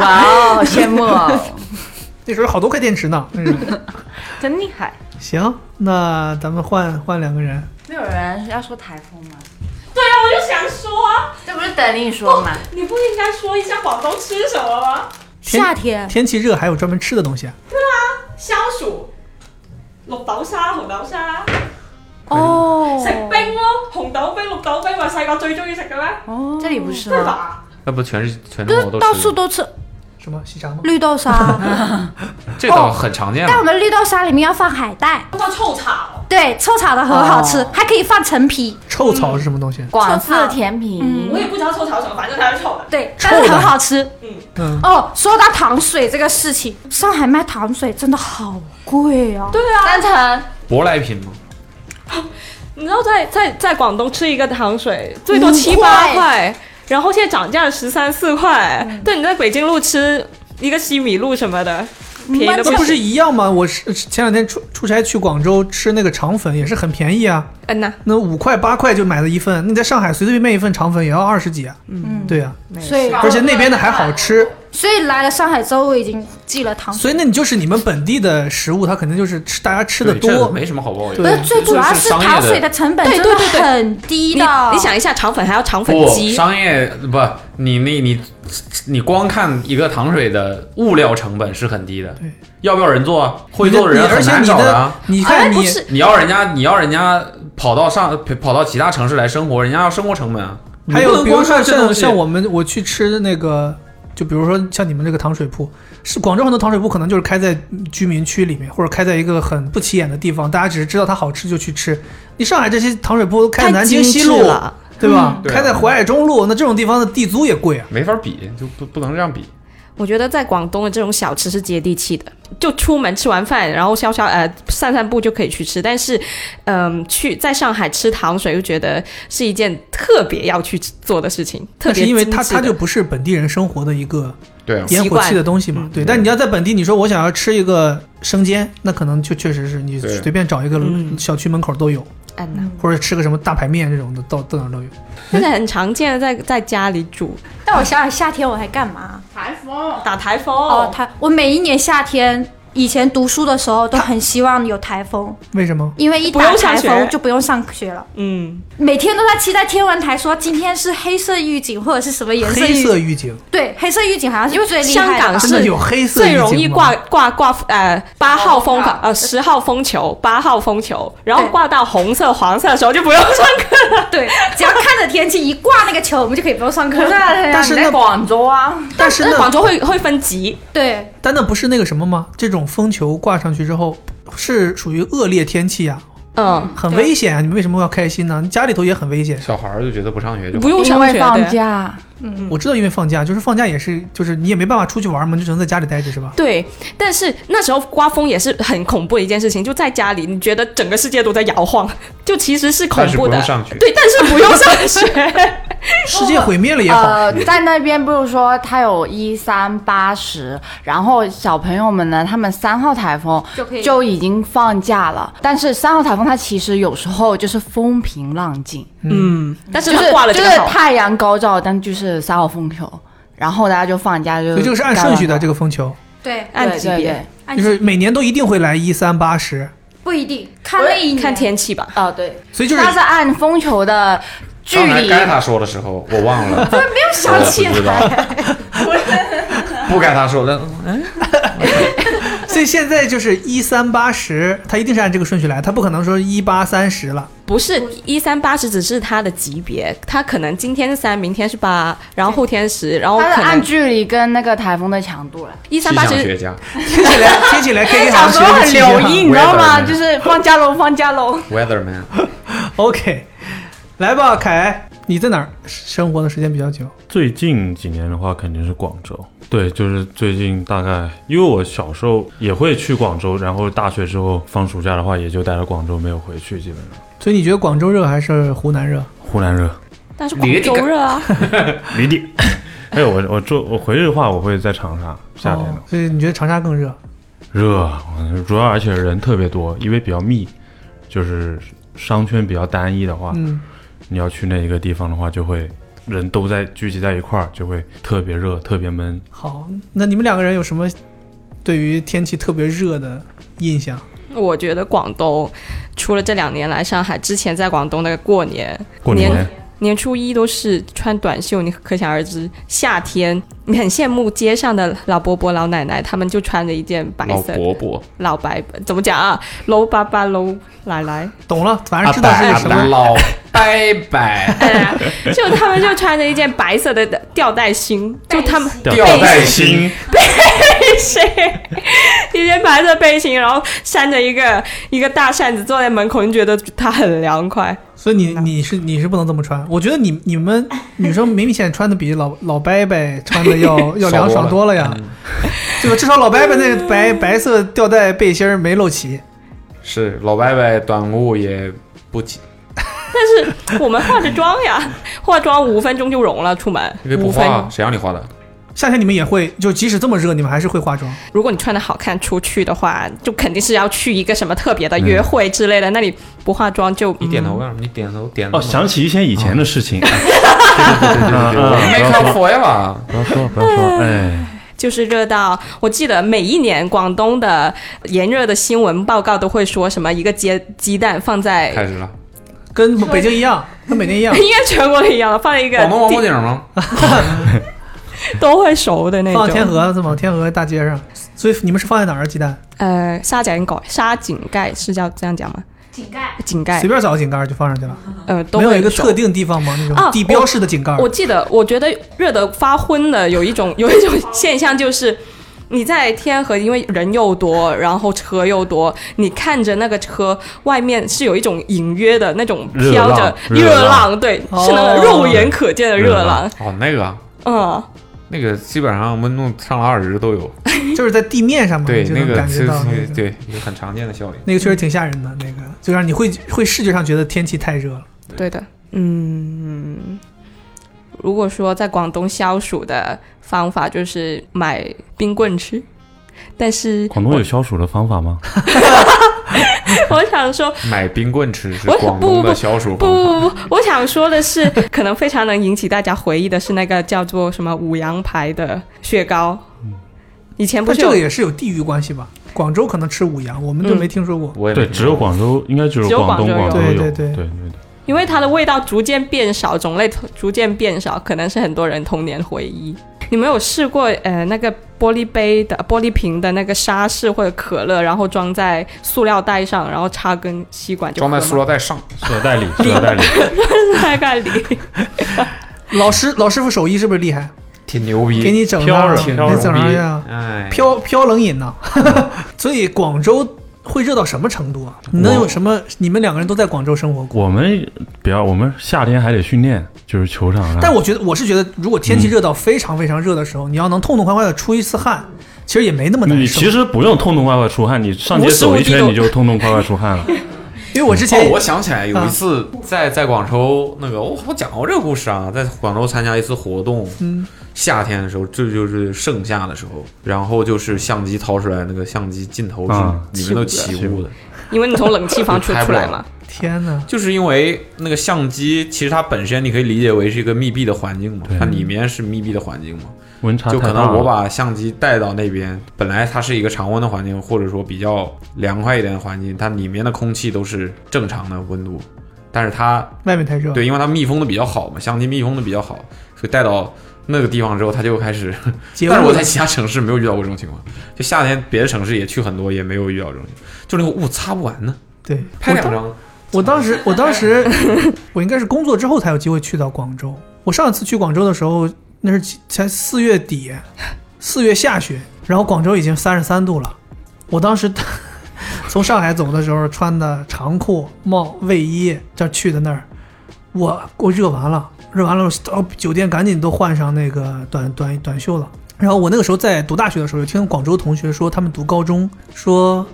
[SPEAKER 9] 哇哦，羡慕哦，
[SPEAKER 3] 那时候好多块电池呢。那是
[SPEAKER 9] 真厉害。
[SPEAKER 3] 行，那咱们换换两个人。
[SPEAKER 9] 没有人要说台风吗？
[SPEAKER 10] 对啊，我就想说啊，
[SPEAKER 9] 这不是等你说吗？
[SPEAKER 10] 你不应该说一下广东吃什么吗？
[SPEAKER 3] 天
[SPEAKER 6] 夏天
[SPEAKER 3] 天气热还有专门吃的东西啊？
[SPEAKER 10] 消暑，綠豆沙、紅豆沙，
[SPEAKER 9] 哦
[SPEAKER 10] 食冰咯，紅豆冰、綠豆冰咪細個最中意食嘅咩？
[SPEAKER 9] 这里不是
[SPEAKER 6] 啊
[SPEAKER 10] 對
[SPEAKER 9] 吗？
[SPEAKER 10] 吧？
[SPEAKER 4] 那不全是全
[SPEAKER 6] 就
[SPEAKER 4] 中
[SPEAKER 6] 是
[SPEAKER 4] 国都
[SPEAKER 6] 到
[SPEAKER 4] 吃
[SPEAKER 6] 处都吃
[SPEAKER 3] 什么西茶吗？
[SPEAKER 6] 绿豆沙，啊
[SPEAKER 4] 这倒很常见
[SPEAKER 6] 但我
[SPEAKER 4] 了。
[SPEAKER 6] 们绿豆沙里面要放海带，
[SPEAKER 10] 放臭炒，
[SPEAKER 6] 对，臭炒的很好吃，还可以放陈皮，
[SPEAKER 3] 哦臭草是什么东西？
[SPEAKER 9] 广式甜品，
[SPEAKER 10] 嗯我也不知道臭炒什么，反正它是臭的。
[SPEAKER 6] 对，但是很好吃。
[SPEAKER 3] 嗯，
[SPEAKER 6] 哦，说到糖水这个事情，上海卖糖水真的好贵哦。对，
[SPEAKER 10] 啊
[SPEAKER 9] 三层
[SPEAKER 4] 舶来品吗？
[SPEAKER 10] 你知道在在在广东吃一个糖水最多七八块，然后现在涨价十三四块。
[SPEAKER 6] 嗯
[SPEAKER 10] 对，你在北京路吃一个西米露什么的，便宜的
[SPEAKER 3] 那
[SPEAKER 10] 不
[SPEAKER 3] 不
[SPEAKER 10] 行
[SPEAKER 3] 是一样吗？我是呃前两天出出差去广州吃那个肠粉，也是很便宜啊，
[SPEAKER 10] 嗯呐，
[SPEAKER 3] 那五块八块就买了一份。那你在上海随随便便一份肠粉也要二十几啊？嗯，对啊，
[SPEAKER 6] 所以
[SPEAKER 3] 而且那边的还好吃，
[SPEAKER 6] 所以来了上海之后，我已经记了糖
[SPEAKER 3] 所
[SPEAKER 6] 水。
[SPEAKER 3] 以那你就是你们本地的食物，它肯定就是吃大家吃的
[SPEAKER 4] 对这
[SPEAKER 3] 多。
[SPEAKER 4] 没什么好抱怨
[SPEAKER 3] 对
[SPEAKER 6] 不
[SPEAKER 4] 的。
[SPEAKER 6] 是，最主要是糖水的成本
[SPEAKER 10] 对
[SPEAKER 6] 真
[SPEAKER 10] 对
[SPEAKER 6] 的
[SPEAKER 10] 对对
[SPEAKER 6] 很低
[SPEAKER 10] 你
[SPEAKER 6] 的。
[SPEAKER 10] 你想一下，肠粉还要肠粉
[SPEAKER 4] 不，
[SPEAKER 10] 机，
[SPEAKER 4] 商业不，你那你你光看一个糖水的物料成本是很低的，要不要人做啊？会
[SPEAKER 3] 你的
[SPEAKER 4] 做的人
[SPEAKER 3] 你而
[SPEAKER 4] 很
[SPEAKER 3] 且
[SPEAKER 4] 难
[SPEAKER 3] 你
[SPEAKER 4] 找
[SPEAKER 3] 的，
[SPEAKER 4] 啊。
[SPEAKER 3] 你
[SPEAKER 10] 哎
[SPEAKER 3] 看
[SPEAKER 10] 不
[SPEAKER 3] 你
[SPEAKER 10] 是
[SPEAKER 4] 你要人家，你要人家跑到上跑到其他城市来生活，人家要生活成本啊。
[SPEAKER 3] 还
[SPEAKER 4] 你不
[SPEAKER 3] 有
[SPEAKER 4] 能
[SPEAKER 3] 比如
[SPEAKER 4] 光
[SPEAKER 3] 说
[SPEAKER 4] 看这
[SPEAKER 3] 像
[SPEAKER 4] 东西
[SPEAKER 3] 像我们我去吃那个，就比如说像你们这个糖水铺，是广州很多糖水铺可能就是开在居民区里面，或者开在一个很不起眼的地方，大家只是知道它好吃就去吃。你上海这些糖水铺开在南京西路，对
[SPEAKER 10] 嗯
[SPEAKER 3] 吧？
[SPEAKER 4] 对啊
[SPEAKER 3] 开在淮海中路，那这种地方的地租也贵啊。
[SPEAKER 4] 没法比，就不不能这样比。
[SPEAKER 10] 我觉得在广东的这种小吃是接地气的，就出门吃完饭，然后消消呃散散步就可以去吃。但是，嗯、去在上海吃糖水，就觉得是一件特别要去做的事情，特
[SPEAKER 3] 但
[SPEAKER 10] 别
[SPEAKER 3] 是因为
[SPEAKER 10] 精
[SPEAKER 3] 它
[SPEAKER 10] 致
[SPEAKER 3] 它
[SPEAKER 10] 的
[SPEAKER 3] 就不是本地人生活的一个
[SPEAKER 4] 对啊，嗯
[SPEAKER 3] 烟
[SPEAKER 10] 习
[SPEAKER 3] 火气
[SPEAKER 10] 惯
[SPEAKER 3] 的东西嘛，对。但你要在本地，你说我想要吃一个生煎，那可能就确实是你
[SPEAKER 4] 对
[SPEAKER 3] 随便找一个小区门口都有，
[SPEAKER 10] 嗯呐，
[SPEAKER 3] 或者吃个什么大排面这种的，到到哪儿都有。
[SPEAKER 10] 现在很常见的在在家里煮
[SPEAKER 6] 但我想想夏天我还干嘛？
[SPEAKER 9] 台风，
[SPEAKER 10] 打台风
[SPEAKER 6] 哦，台我每一年夏天以前读书的时候都很希望有台风，
[SPEAKER 3] 为什么？
[SPEAKER 6] 因为一
[SPEAKER 10] 不
[SPEAKER 6] 打
[SPEAKER 10] 用上
[SPEAKER 6] 台
[SPEAKER 10] 学
[SPEAKER 6] 风就不用上学了。
[SPEAKER 10] 嗯，
[SPEAKER 6] 每天都在期待天文台说今天是黑色预警或者是什么颜色
[SPEAKER 3] 黑
[SPEAKER 6] 预
[SPEAKER 3] 色
[SPEAKER 6] 警。
[SPEAKER 3] 预警，
[SPEAKER 6] 对，黑色预警好像是最厉害
[SPEAKER 10] 香
[SPEAKER 6] 的。
[SPEAKER 10] 港
[SPEAKER 3] 真的
[SPEAKER 10] 是
[SPEAKER 3] 有黑色预
[SPEAKER 10] 最
[SPEAKER 3] 警
[SPEAKER 10] 容易
[SPEAKER 3] 吗
[SPEAKER 10] 挂挂挂呃八号风
[SPEAKER 9] 号
[SPEAKER 10] 呃十号风球八号风球，然后
[SPEAKER 6] 对
[SPEAKER 10] 挂到红色黄色的时候就不用上课了。
[SPEAKER 6] 对，只要看着天气一挂那个球，我们就可以不用上课了。
[SPEAKER 9] 但
[SPEAKER 3] 是
[SPEAKER 9] 你在
[SPEAKER 3] 那
[SPEAKER 9] 广州啊，
[SPEAKER 3] 但是
[SPEAKER 10] 那广
[SPEAKER 3] 那
[SPEAKER 10] 州会会分级，
[SPEAKER 6] 对，
[SPEAKER 3] 但那不是那个什么吗？这种风球挂上去之后，是属于恶劣天气啊，
[SPEAKER 10] 嗯，
[SPEAKER 3] 很危险啊！你为什么要开心呢？你家里头也很危险。
[SPEAKER 4] 小孩儿就觉得不上学就
[SPEAKER 10] 不用
[SPEAKER 9] 因
[SPEAKER 10] 上
[SPEAKER 9] 为
[SPEAKER 10] 学
[SPEAKER 9] 放
[SPEAKER 10] 的。
[SPEAKER 9] 假，
[SPEAKER 3] 嗯我知道，因为放假，就是放假也是，就是你也没办法出去玩嘛，你就只能在家里待着，是吧？
[SPEAKER 10] 对，但是那时候刮风也是很恐怖的一件事情，就在家里，你觉得整个世界都在摇晃，就其实是恐
[SPEAKER 4] 但是
[SPEAKER 10] 怖
[SPEAKER 4] 不
[SPEAKER 10] 的
[SPEAKER 4] 用。上学。
[SPEAKER 10] 对，但是不用上学。
[SPEAKER 3] 世界毁灭 了也好，
[SPEAKER 9] 呃，在那边不是说它有一三八十，然后小朋友们呢，他们三号台风
[SPEAKER 6] 就可以
[SPEAKER 9] 就已经放假了，但是三号台风它其实有时候就是风平浪静，
[SPEAKER 10] 嗯，但是
[SPEAKER 9] 就
[SPEAKER 10] 他
[SPEAKER 9] 是
[SPEAKER 10] 挂了
[SPEAKER 9] 就
[SPEAKER 10] 这
[SPEAKER 9] 是
[SPEAKER 10] 个好，
[SPEAKER 9] 太阳高照，但就是三号风球。然后大家就放假就
[SPEAKER 3] 所以这个是按顺序的这个风球，
[SPEAKER 6] 对，
[SPEAKER 9] 按级
[SPEAKER 10] 嗯
[SPEAKER 9] 别
[SPEAKER 6] 按
[SPEAKER 3] 就
[SPEAKER 6] 级
[SPEAKER 3] 是每年都一定会来一三八十，
[SPEAKER 6] 不一定看那一年看
[SPEAKER 10] 天气吧。
[SPEAKER 9] 哦，对，
[SPEAKER 3] 所以就是
[SPEAKER 9] 它是按风球的距
[SPEAKER 4] 刚才
[SPEAKER 9] 离。
[SPEAKER 4] 该 他说的时候，我忘 了，
[SPEAKER 9] 怎么没有想起来
[SPEAKER 4] 我不知道不该他说的，嗯，
[SPEAKER 3] 所以现在就是一三八十，它一定是按这个顺序来，它不可能说一八三十 了。
[SPEAKER 10] 不是一三八十，只是它的级别，它可能今天是三，明天是八，然后后天十，然后
[SPEAKER 9] 它
[SPEAKER 10] 可
[SPEAKER 9] 是按
[SPEAKER 10] 能
[SPEAKER 9] 距离跟那个台风的强度来。
[SPEAKER 10] 一三八十
[SPEAKER 4] 家，
[SPEAKER 3] 听起来听起来 K
[SPEAKER 9] 小
[SPEAKER 3] 行
[SPEAKER 9] 时
[SPEAKER 3] 学
[SPEAKER 9] 候
[SPEAKER 3] 的
[SPEAKER 9] 哎很留
[SPEAKER 3] 气 象
[SPEAKER 9] 意，你知道吗？就是放假喽，放假喽。
[SPEAKER 4] Weatherman，
[SPEAKER 3] OK，来吧，凯，你在哪儿生活的时间比较久？
[SPEAKER 11] 最近几年的话，肯定是广州。对，就是最近大概，因为我小时候也会去广州，然后大学之后放暑假的话，也就待在广州，没有回去，基本上。
[SPEAKER 3] 所以你觉得广州热还是湖南热？
[SPEAKER 11] 湖南热，
[SPEAKER 10] 但是广州热啊，
[SPEAKER 11] 离地。还有我我做我回去的话，我会在长沙，夏天
[SPEAKER 3] 哦所以你觉得长沙更热？
[SPEAKER 11] 热，啊主要而且人特别多，因为比较密，就是商圈比较单一的话，
[SPEAKER 3] 嗯
[SPEAKER 11] 你要去那一个地方的话，就会人都在聚集在一块儿，就会特别热，特别闷。
[SPEAKER 3] 好，那你们两个人有什么对于天气特别热的印象？
[SPEAKER 10] 我觉得广东除了这两年来上海，之前在广东那个过年，
[SPEAKER 11] 过年
[SPEAKER 10] 年年初一都是穿短袖，你可想而知，夏天你很羡慕街上的老伯伯、老奶奶，他们就穿着一件白色
[SPEAKER 4] 老伯伯、
[SPEAKER 10] 老白怎么讲啊？楼爸爸、楼奶奶，
[SPEAKER 3] 懂了，反正知道是什么。
[SPEAKER 4] 老拜拜，
[SPEAKER 10] 哎就他们就穿着一件白色的吊带芯，就他们
[SPEAKER 11] 吊带心，
[SPEAKER 10] 背心， 一件白色背心，然后扇着一个一个大扇子坐在门口，你觉得它很凉快。
[SPEAKER 3] 所以你你是你是不能这么穿，我觉得你你们女生明显穿的比老老伯伯穿的要 要凉爽多了呀，
[SPEAKER 4] 嗯
[SPEAKER 3] 对吧？至少老伯伯那个白白色吊带背心儿没露脐，
[SPEAKER 4] 是老伯伯短裤也不紧，
[SPEAKER 10] 但是我们化着妆呀， 化妆五分钟就融了，出门
[SPEAKER 4] 因为不
[SPEAKER 10] 五分钟。
[SPEAKER 4] 化，谁让你化的？
[SPEAKER 3] 夏天你们也会，就即使这么热，你们还是会化妆。
[SPEAKER 10] 如果你穿的好看出去的话，就肯定是要去一个什么特别的约会之类的。那你不化妆就
[SPEAKER 3] 嗯
[SPEAKER 10] 嗯你
[SPEAKER 4] 点头
[SPEAKER 3] 啊
[SPEAKER 4] 干什么？你点头点头
[SPEAKER 11] 哦，想起一些以前的事 情。
[SPEAKER 4] 对对对对对
[SPEAKER 11] 不
[SPEAKER 4] ，Make
[SPEAKER 11] 要
[SPEAKER 4] up
[SPEAKER 11] 说
[SPEAKER 4] forever。
[SPEAKER 11] 不要说，不要说，哎，
[SPEAKER 10] 就是热到，我记得每一年广东的炎热的新闻报告都会说什么一个鸡鸡蛋放在，
[SPEAKER 4] 开始了，
[SPEAKER 3] 跟北京一样，跟北京一样，
[SPEAKER 10] 应该全国都一样了，放在一个
[SPEAKER 4] 哦
[SPEAKER 3] 广东王府
[SPEAKER 10] 地
[SPEAKER 3] 井啊
[SPEAKER 4] 吗？
[SPEAKER 10] 都会熟的那种。
[SPEAKER 3] 放天河子嘛，天河大街上。所以你们是放在哪儿啊？鸡蛋
[SPEAKER 10] 呃，沙井盖，沙井盖是叫这样讲吗？
[SPEAKER 6] 井盖，
[SPEAKER 10] 井盖，
[SPEAKER 3] 随便找个井盖就放上去了。
[SPEAKER 10] 呃，都
[SPEAKER 3] 没有
[SPEAKER 10] 会
[SPEAKER 3] 一个
[SPEAKER 10] 熟啊
[SPEAKER 3] 特定地方吗？那种地标式的井盖儿。
[SPEAKER 10] 哦我。我记得，我觉得热得发昏的有一种 有一种现象就是。你在天河，因为人又多，然后车又多，你看着那个车外面是有一种隐约的那种
[SPEAKER 4] 热
[SPEAKER 10] 飘着
[SPEAKER 4] 浪热浪
[SPEAKER 10] 对，
[SPEAKER 4] 哦
[SPEAKER 10] 是那个肉眼可见的热浪。
[SPEAKER 4] 哦，那个啊
[SPEAKER 10] 嗯，
[SPEAKER 4] 那个基本上温度上了二十都有，
[SPEAKER 3] 就是在地面上嘛，
[SPEAKER 4] 对
[SPEAKER 3] 你就
[SPEAKER 4] 那
[SPEAKER 3] 能
[SPEAKER 4] 个
[SPEAKER 3] 感
[SPEAKER 4] 其
[SPEAKER 3] 觉
[SPEAKER 4] 实
[SPEAKER 3] 到那个
[SPEAKER 4] 对一个很常见的效应。
[SPEAKER 3] 那个确实挺吓人的，那个就让你会会视觉上觉得天气太热了。
[SPEAKER 10] 对的，嗯，如果说在广东消暑的方法就是买冰棍吃，但是
[SPEAKER 11] 广东有消暑的方法吗？
[SPEAKER 10] 我想说，
[SPEAKER 4] 买冰棍吃是
[SPEAKER 10] 我
[SPEAKER 4] 广
[SPEAKER 10] 不
[SPEAKER 4] 东
[SPEAKER 10] 不
[SPEAKER 4] 的消暑
[SPEAKER 10] 不
[SPEAKER 4] 方法。
[SPEAKER 10] 不不，我想说的是，可能非常能引起大家回忆的是那个叫做什么五羊牌的雪糕。
[SPEAKER 4] 嗯
[SPEAKER 10] 以前不
[SPEAKER 3] 但
[SPEAKER 10] 是
[SPEAKER 3] 这
[SPEAKER 10] 有
[SPEAKER 3] 个也是有地域关系吧？广州可能吃五羊，我们都
[SPEAKER 10] 嗯
[SPEAKER 3] 没听说过。
[SPEAKER 11] 对，只有广州，应该只
[SPEAKER 10] 只有
[SPEAKER 11] 广东、
[SPEAKER 10] 广
[SPEAKER 11] 广
[SPEAKER 10] 州
[SPEAKER 11] 州
[SPEAKER 10] 有
[SPEAKER 11] 有。
[SPEAKER 3] 对对
[SPEAKER 11] 对对，
[SPEAKER 10] 因为它的味道逐渐变少，种类逐渐变少，可能是很多人童年回忆。你们有试过呃那个玻璃杯的玻璃瓶的那个沙士或者可乐，然后装在塑料袋上，然后插根吸管就
[SPEAKER 4] 装在塑料
[SPEAKER 10] 袋，
[SPEAKER 4] 袋上，
[SPEAKER 11] 塑料袋里，塑料袋里。
[SPEAKER 10] 大概里
[SPEAKER 3] 老师老师傅手艺是不是厉害？
[SPEAKER 4] 挺牛逼，
[SPEAKER 3] 给你整
[SPEAKER 4] 飘着，
[SPEAKER 3] 上了
[SPEAKER 4] 飘
[SPEAKER 3] 你整上
[SPEAKER 4] 着
[SPEAKER 3] 呀
[SPEAKER 4] 逼，哎，
[SPEAKER 3] 飘飘冷 饮呐、所以广州会热到什么程度啊？你能有什么？你们两个人都在广州生活过，
[SPEAKER 11] 我们比较，我们夏天还得训练，就是球场
[SPEAKER 4] 嗯
[SPEAKER 11] 上。
[SPEAKER 3] 但我觉得我是觉得，如果天气热到非常非常热的时候，你要能痛痛快快的出一次汗，其实也没那么难
[SPEAKER 11] 你
[SPEAKER 3] 受。
[SPEAKER 11] 其实不用痛痛快快出汗，你上街走一圈你就痛痛快快出汗了。
[SPEAKER 3] 因为我之前啊
[SPEAKER 4] 哦，我想起来有一次在在广州那个，我哦我讲过这个故事啊，在广州参加一次活动，
[SPEAKER 3] 嗯，
[SPEAKER 4] 夏天的时候，这就是盛夏的时候，然后就是相机掏出来，那个相机镜头
[SPEAKER 11] 啊
[SPEAKER 4] 是里面都
[SPEAKER 11] 起
[SPEAKER 4] 起
[SPEAKER 11] 雾的
[SPEAKER 4] 雾的，
[SPEAKER 10] 因为你从冷气房出
[SPEAKER 4] 就拍
[SPEAKER 10] 出
[SPEAKER 4] 不了
[SPEAKER 10] 来嘛。
[SPEAKER 3] 天哪！
[SPEAKER 4] 就是因为那个相机，其实它本身你可以理解为是一个密闭的环境嘛，它里面是密闭的环境嘛，
[SPEAKER 11] 温差
[SPEAKER 4] 就
[SPEAKER 11] 太
[SPEAKER 4] 可
[SPEAKER 11] 大
[SPEAKER 4] 能
[SPEAKER 11] 了
[SPEAKER 4] 我把相机带到那边，本来它是一个常温的环境，或者说比较凉快一点的环境，它里面的空气都是正常的温度，但是它
[SPEAKER 3] 外面太热，
[SPEAKER 4] 对，因为它密封的比较好嘛，相机密封的比较好，所以带到那个地方之后，它就开始。
[SPEAKER 3] 结
[SPEAKER 4] 但是我
[SPEAKER 3] 雾
[SPEAKER 4] 在其他城市没有遇到过这种情况，就夏天别的城市也去很多，也没有遇到这种情况，就那个雾擦不完呢。
[SPEAKER 3] 对，
[SPEAKER 4] 拍两
[SPEAKER 3] 我当
[SPEAKER 4] 张。
[SPEAKER 3] 我当时，我当时，我应该是工作之后才有机会去到广州。我上一次去广州的时候，那是几才四月底，四月下旬，然后广州已经三十三度了。我当时 从上海走的时候，穿的长裤、帽、卫衣，这儿去的那儿，我我热完了，热完了到酒店赶紧都换上那个短短短袖了。然后我那个时候在读大学的时候，有听广州同学说，他们读高中说，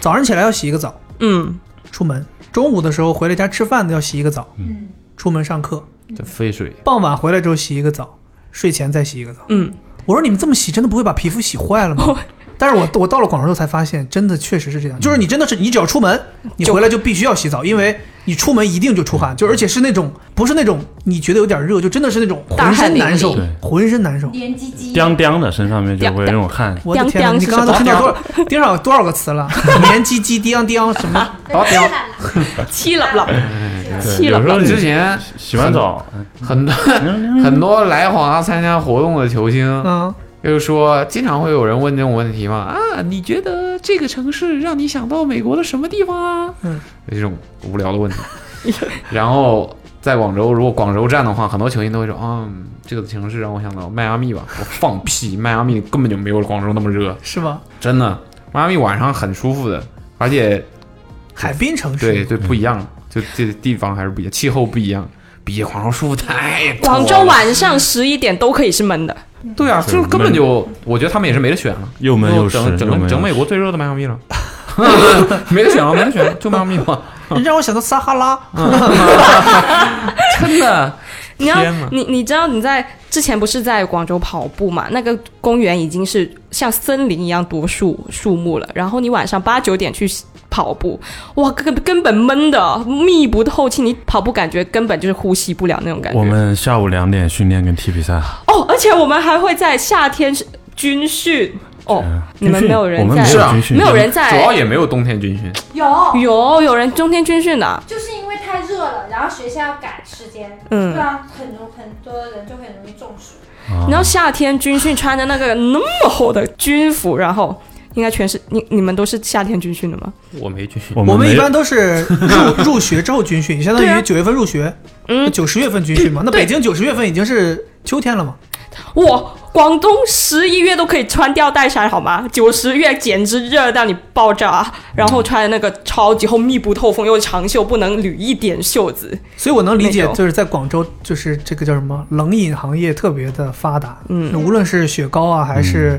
[SPEAKER 3] 早上起来要洗一个澡，
[SPEAKER 10] 嗯，
[SPEAKER 3] 出门，中午的时候回了家吃饭的要洗一个澡，
[SPEAKER 4] 嗯，
[SPEAKER 3] 出门上课，
[SPEAKER 4] 这飞嗯水，
[SPEAKER 3] 傍晚回来之后洗一个澡，睡前再洗一个澡。
[SPEAKER 10] 嗯，
[SPEAKER 3] 我说你们这么洗，真的不会把皮肤洗坏了 吗？但是我我到了广州才发现，真的确实是这样，就是你真的是你只要出门，你回来就必须要洗澡，因为你出门一定就出
[SPEAKER 10] 嗯
[SPEAKER 3] 汗，就而且是那种不是那种你觉得有点热，就真的是那种
[SPEAKER 10] 大
[SPEAKER 3] 浑
[SPEAKER 10] 汗
[SPEAKER 3] 身
[SPEAKER 10] 淋
[SPEAKER 3] 难受
[SPEAKER 10] 漓，
[SPEAKER 3] 浑身难受。
[SPEAKER 6] 连鸡鸡
[SPEAKER 11] 颠颠的身上面就会那种汗。
[SPEAKER 3] 我的天哪！你刚刚都听到多少 盯上有多少个词了？黏唧唧、叮叮什么？
[SPEAKER 4] 老屌，
[SPEAKER 10] 气了了。
[SPEAKER 4] 嗯
[SPEAKER 11] 对，有时候你
[SPEAKER 4] 之前
[SPEAKER 11] 洗完澡，
[SPEAKER 4] 很多很多来黄啊参加活动的球星，
[SPEAKER 3] 嗯，
[SPEAKER 4] 就是说经常会有人问这种问题嘛啊，你觉得这个城市让你想到美国的什么地方啊？
[SPEAKER 3] 嗯，
[SPEAKER 4] 这种无聊的问题。 然后在广州，如果广州站的话，很多球星都会说，嗯，这个城市让我想到迈阿密吧。我放屁，迈阿密根本就没有广州那么热，
[SPEAKER 3] 是吗？
[SPEAKER 4] 真的，迈阿密晚上很舒服的，而且
[SPEAKER 3] 海滨城市
[SPEAKER 4] 对对不一样，就这地方还是不一样，气候不一样，比广州舒服太多了。
[SPEAKER 10] 广州晚上十一点都可以是闷的，
[SPEAKER 4] 对啊，就是根本就，我觉得他们也是没得选了，
[SPEAKER 11] 又闷又湿
[SPEAKER 4] 整整
[SPEAKER 11] 又闷又
[SPEAKER 4] 个
[SPEAKER 11] 湿
[SPEAKER 4] 整美国最热的迈阿 密了， 没得选了，没啊得选了，就迈阿密嘛，
[SPEAKER 3] 你让我想到撒哈拉，嗯
[SPEAKER 4] 真的。
[SPEAKER 10] 你要
[SPEAKER 4] 天哪
[SPEAKER 10] 你你知道你在之前不是在广州跑步嘛？那个公园已经是像森林一样多树树木了。然后你晚上八九点去跑步，哇，根根本闷的密不透气，你跑步感觉根本就是呼吸不了那种感觉。
[SPEAKER 11] 我们下午两点训练跟踢比赛，
[SPEAKER 10] 哦，而且我们还会在夏天是军训哦，你们没有人在，
[SPEAKER 4] 是啊，
[SPEAKER 10] 没有人在，
[SPEAKER 4] 主要也没有冬天军训，
[SPEAKER 6] 有
[SPEAKER 10] 有有人中间军训的，
[SPEAKER 6] 就是因为太热了，然后学校要赶时间，
[SPEAKER 10] 嗯
[SPEAKER 6] 不然很容很多人就很容易中暑。
[SPEAKER 10] 你知道夏天军训穿着那个那么厚的军服，然后应该全是你你们都是夏天军训的吗？
[SPEAKER 4] 我没军训，
[SPEAKER 3] 我们一般都是入入学之后军训，相当于九月份入学，
[SPEAKER 10] 嗯，
[SPEAKER 3] 九十月份军训嘛。那北京九十月份已经是秋天了嘛？
[SPEAKER 10] 哇，广东十一月都可以穿吊带衫好吗？九十月简直热到你爆炸，啊然后穿那个超级厚密不透风，又长袖不能捋一点袖子，
[SPEAKER 3] 所以我能理解
[SPEAKER 10] 那，种
[SPEAKER 3] 就是在广州，就是这个叫什么冷饮行业特别的发达。
[SPEAKER 10] 嗯
[SPEAKER 3] 无论是雪糕啊，还是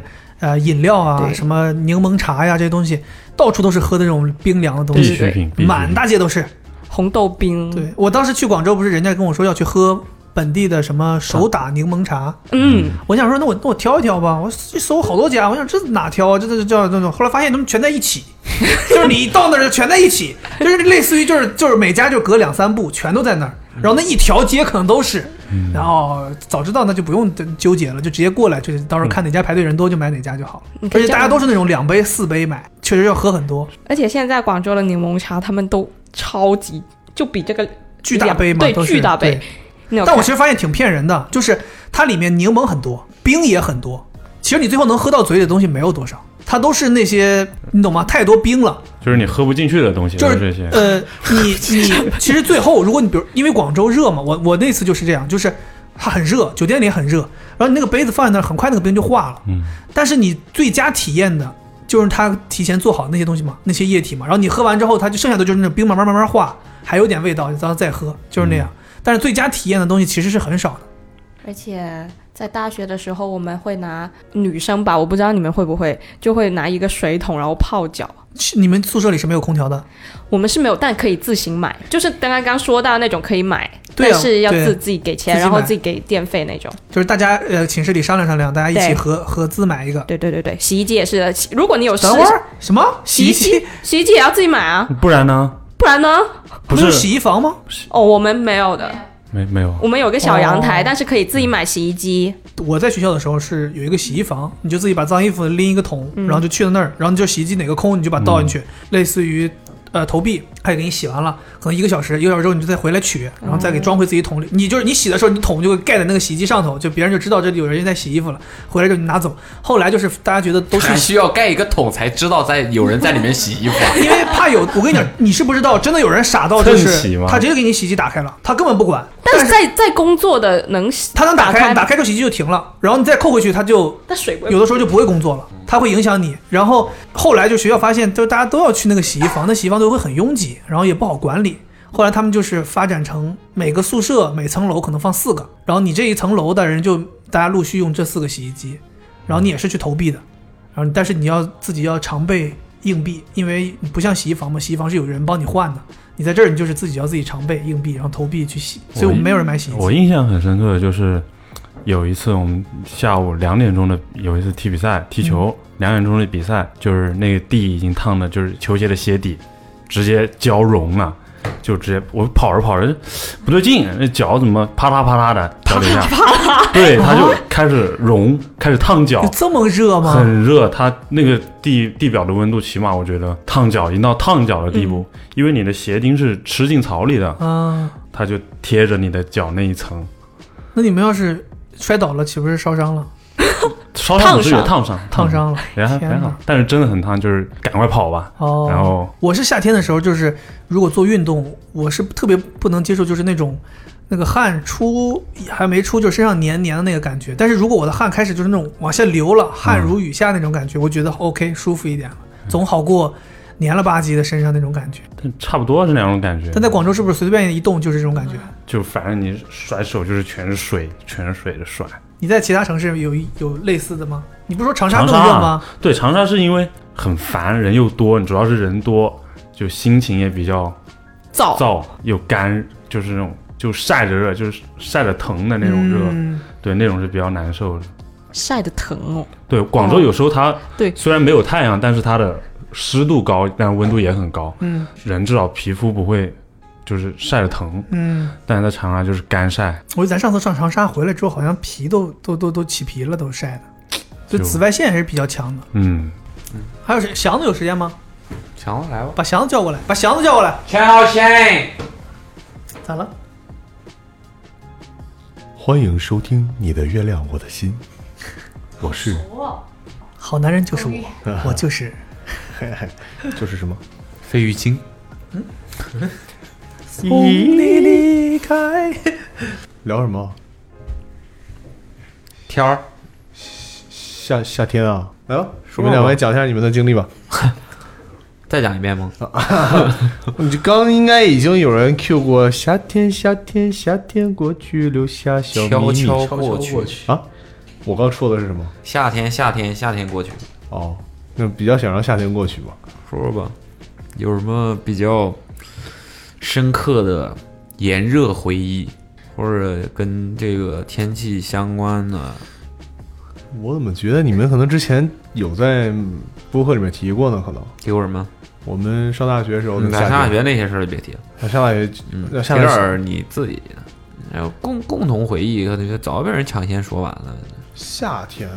[SPEAKER 11] 嗯
[SPEAKER 3] 呃饮料啊，
[SPEAKER 10] 对
[SPEAKER 3] 什么柠檬茶呀这些东西，到处都是喝的这种冰凉的东西，
[SPEAKER 11] 必需品必需品
[SPEAKER 3] 满大街都是。
[SPEAKER 10] 红豆冰。
[SPEAKER 3] 对我当时去广州，不是人家跟我说要去喝本地的什么手打柠檬茶，
[SPEAKER 10] 嗯，
[SPEAKER 3] 我想说那我那我挑一挑吧，我搜好多家，我想这哪挑啊？这这这叫那种，后来发现他们全在一起， 就是你一到那儿就全在一起，就是类似于就是就是每家就隔两三步，全都在那儿，然后那一条街可能都是，然后早知道那就不用纠结了，就直接过来，就是到时候看哪家排队人多就买哪家就好了
[SPEAKER 10] 嗯你，可
[SPEAKER 3] 而
[SPEAKER 10] 以
[SPEAKER 3] 且大家
[SPEAKER 10] 这样
[SPEAKER 3] 都是那种两杯四杯买，确实要喝很多。
[SPEAKER 10] 而且现在广州的柠檬茶他们都超级，就比这个
[SPEAKER 3] 巨大杯嘛
[SPEAKER 10] 对
[SPEAKER 3] 都，是
[SPEAKER 10] 巨大杯
[SPEAKER 3] 对。
[SPEAKER 10] 你有
[SPEAKER 3] 但我
[SPEAKER 10] 看
[SPEAKER 3] 其实发现挺骗人的，就是它里面柠檬很多，冰也很多，其实你最后能喝到嘴里的东西没有多少，它都是那些你懂吗？太多冰了。
[SPEAKER 11] 就是你喝不进去的东西，
[SPEAKER 3] 就
[SPEAKER 11] 都
[SPEAKER 3] 是
[SPEAKER 11] 是这些。
[SPEAKER 3] 呃，你你其实最后，如果你比如因为广州热嘛，我我那次就是这样，就是它很热，酒店里很热，然后你那个杯子放在那儿，很快那个冰就化了。
[SPEAKER 11] 嗯，
[SPEAKER 3] 但是你最佳体验的就是它提前做好那些东西嘛，那些液体嘛，然后你喝完之后，它就剩下的就是那冰慢慢慢慢化，还有点味道，然后再喝，就是那样。
[SPEAKER 11] 嗯
[SPEAKER 3] 但是最佳体验的东西其实是很少的。
[SPEAKER 10] 而且在大学的时候，我们会拿女生吧，我不知道你们会不会，就会拿一个水桶然后泡脚。
[SPEAKER 3] 是你们宿舍里是没有空调的？
[SPEAKER 10] 我们是没有，但可以自行买，就是刚刚刚说到那种可以买，
[SPEAKER 3] 对啊
[SPEAKER 10] 但是要
[SPEAKER 3] 对
[SPEAKER 10] 自自己给钱，
[SPEAKER 3] 自己
[SPEAKER 10] 然后
[SPEAKER 3] 买
[SPEAKER 10] 自己给电费那种。
[SPEAKER 3] 就是大家呃寝室里商量商量，大家一起
[SPEAKER 10] 对
[SPEAKER 3] 合合资买一个。
[SPEAKER 10] 对对对对，洗衣机也是的，洗如果你有事，
[SPEAKER 3] 等会儿什么
[SPEAKER 10] 洗衣
[SPEAKER 3] 洗
[SPEAKER 10] 机
[SPEAKER 3] 衣机？
[SPEAKER 10] 洗衣机也要自己买啊，
[SPEAKER 11] 不然呢？
[SPEAKER 10] 不然呢？
[SPEAKER 11] 不是
[SPEAKER 3] 洗衣房吗？
[SPEAKER 10] 哦，我们没有的，
[SPEAKER 11] 没没有啊，
[SPEAKER 10] 我们有个小阳台，
[SPEAKER 3] 哦
[SPEAKER 10] 但是可以自己买洗衣机。
[SPEAKER 3] 我在学校的时候是有一个洗衣房，你就自己把脏衣服拎一个桶，
[SPEAKER 10] 嗯
[SPEAKER 3] 然后就去到那儿，然后你就洗衣机哪个空你就把它倒进去，类似于呃投币，它也给你洗完了，可能一个小时，一个小时之后你就再回来取，
[SPEAKER 10] 嗯
[SPEAKER 3] 然后再给装回自己桶里。你就是你洗的时候，你桶就会盖在那个洗衣机上头，就别人就知道这里有人在洗衣服了，回来就你拿走。后来就是大家觉得都是
[SPEAKER 4] 还需要盖一个桶才知道在有人在里面洗衣服。 啊
[SPEAKER 3] 因为怕有，我跟你讲，你是不知道，真的有人傻到就
[SPEAKER 4] 蹭洗
[SPEAKER 3] 是
[SPEAKER 4] 吗
[SPEAKER 3] 他直接给你洗衣机打开了，他根本不管，
[SPEAKER 10] 但是在在工作的能
[SPEAKER 3] 他能打
[SPEAKER 10] 打开
[SPEAKER 3] 开，
[SPEAKER 10] 吗
[SPEAKER 3] 打开之后洗衣机就停了，然后你再扣回去，他就
[SPEAKER 10] 那水不会
[SPEAKER 3] 有的时候就不会工作了，它会影响你。然后后来就学校发现，就大家都要去那个洗衣房，那洗衣房都会很拥挤，然后也不好管理。后来他们就是发展成每个宿舍每层楼可能放四个，然后你这一层楼的人就大家陆续用这四个洗衣机，然后你也是去投币的，然后你但是你要自己要常备硬币，因为你不像洗衣房嘛，洗衣房是有人帮你换的，你在这儿你就是自己要自己常备硬币，然后投币去洗，所以我们没有人买洗衣机。
[SPEAKER 11] 我印象很深刻的就是有一次我们下午两点钟的有一次踢比赛踢
[SPEAKER 3] 嗯
[SPEAKER 11] 球，两点钟的比赛就是那个地已经烫的，就是球鞋的鞋底直接胶融了。就直接我跑着跑着不对劲，那脚怎么啪啦啪啦的脚底下，对，它就开始融，开始烫脚，
[SPEAKER 3] 这么热吗？
[SPEAKER 11] 很热，它那个地地表的温度，起码我觉得烫脚已经到烫脚的地步，
[SPEAKER 3] 嗯
[SPEAKER 11] 因为你的鞋钉是吃进草里的，
[SPEAKER 3] 啊，
[SPEAKER 11] 它就贴着你的脚那一层，
[SPEAKER 3] 那你们要是摔倒了，岂不是烧伤了？
[SPEAKER 11] 烧伤不是有烫伤，
[SPEAKER 3] 烫伤了
[SPEAKER 11] 人还
[SPEAKER 3] 天
[SPEAKER 11] 还
[SPEAKER 3] 哪
[SPEAKER 11] 好，但是真的很烫，就是赶快跑吧。
[SPEAKER 3] 哦，
[SPEAKER 11] 然后
[SPEAKER 3] 我是夏天的时候，就是如果做运动，我是特别不能接受，就是那种那个汗出还没出，就身上黏黏的那个感觉。但是如果我的汗开始就是那种往下流了，汗如雨下那种感觉，我觉
[SPEAKER 11] 嗯
[SPEAKER 3] 得 OK 舒服一点了，总好过黏了吧唧的身上那种感觉。
[SPEAKER 11] 但差不多是两种感觉，
[SPEAKER 3] 但在广州是不是随便一动就是这种感觉？
[SPEAKER 11] 就反正你甩手就是全是水，全是水的甩。
[SPEAKER 3] 你在其他城市有有类似的吗？你不是说长沙
[SPEAKER 11] 长
[SPEAKER 3] 更
[SPEAKER 11] 沙
[SPEAKER 3] 热
[SPEAKER 11] 啊
[SPEAKER 3] 吗？
[SPEAKER 11] 对，长沙是因为很烦，人又多，主要是人多，就心情也比较
[SPEAKER 10] 燥
[SPEAKER 11] 燥又干，就是那种就晒着热，就是晒着疼的那种热，
[SPEAKER 10] 嗯
[SPEAKER 11] 对，那种是比较难受的。
[SPEAKER 10] 晒得疼哦。
[SPEAKER 11] 对，广州有时候它、
[SPEAKER 10] 对
[SPEAKER 11] 虽然没有太阳，但是它的湿度高，但温度也很高，
[SPEAKER 10] 嗯，
[SPEAKER 11] 人至少皮肤不会就是晒着疼，
[SPEAKER 3] 嗯，
[SPEAKER 11] 但是在长沙就是干晒，
[SPEAKER 3] 我咱上次上长沙回来之后，好像皮都都都都起皮了，都晒的，就
[SPEAKER 11] 就
[SPEAKER 3] 紫外线还是比较强的。
[SPEAKER 11] 嗯，
[SPEAKER 3] 还有谁？祥子有时间吗？
[SPEAKER 4] 强子来吧，
[SPEAKER 3] 把祥子叫过来，把祥子叫过来。
[SPEAKER 4] 陈浩轩，
[SPEAKER 3] 咋了？
[SPEAKER 7] 欢迎收听《你的月亮我的心》，我是
[SPEAKER 3] 好男人就是我，我就是。
[SPEAKER 7] 就是什么
[SPEAKER 4] 费玉清，
[SPEAKER 3] 从你离开，
[SPEAKER 7] 聊什么？
[SPEAKER 4] 天儿哎
[SPEAKER 7] 夏夏天啊，来吧，你
[SPEAKER 4] 说
[SPEAKER 7] 们
[SPEAKER 4] 吧
[SPEAKER 7] 两位讲一下你们的经历 吧。
[SPEAKER 4] 再讲一遍吗？
[SPEAKER 7] 你就刚应该已经有人 Q 过夏天，夏天，夏天过去留下小秘密。
[SPEAKER 4] 悄悄过去悄悄过去
[SPEAKER 7] 啊！我刚说的是什么？
[SPEAKER 4] 夏天，夏天，夏天过去。
[SPEAKER 7] 哦，那比较想让夏天过去吧。
[SPEAKER 4] 说说吧，有什么比较深刻的炎热回忆，或者跟这个天气相关的？
[SPEAKER 7] 我怎么觉得你们可能之前有在播客里面提过呢？可能
[SPEAKER 4] 提过什么？
[SPEAKER 7] 我们上大学时候的
[SPEAKER 4] 嗯咱
[SPEAKER 7] 夏天
[SPEAKER 4] 上大学那些事儿就别提了，
[SPEAKER 7] 啊上大学，
[SPEAKER 4] 嗯，
[SPEAKER 7] 那
[SPEAKER 4] 提
[SPEAKER 7] 下面
[SPEAKER 4] 点儿你自己的，然后共共同回忆，可能就早被人抢先说完了。
[SPEAKER 7] 夏天，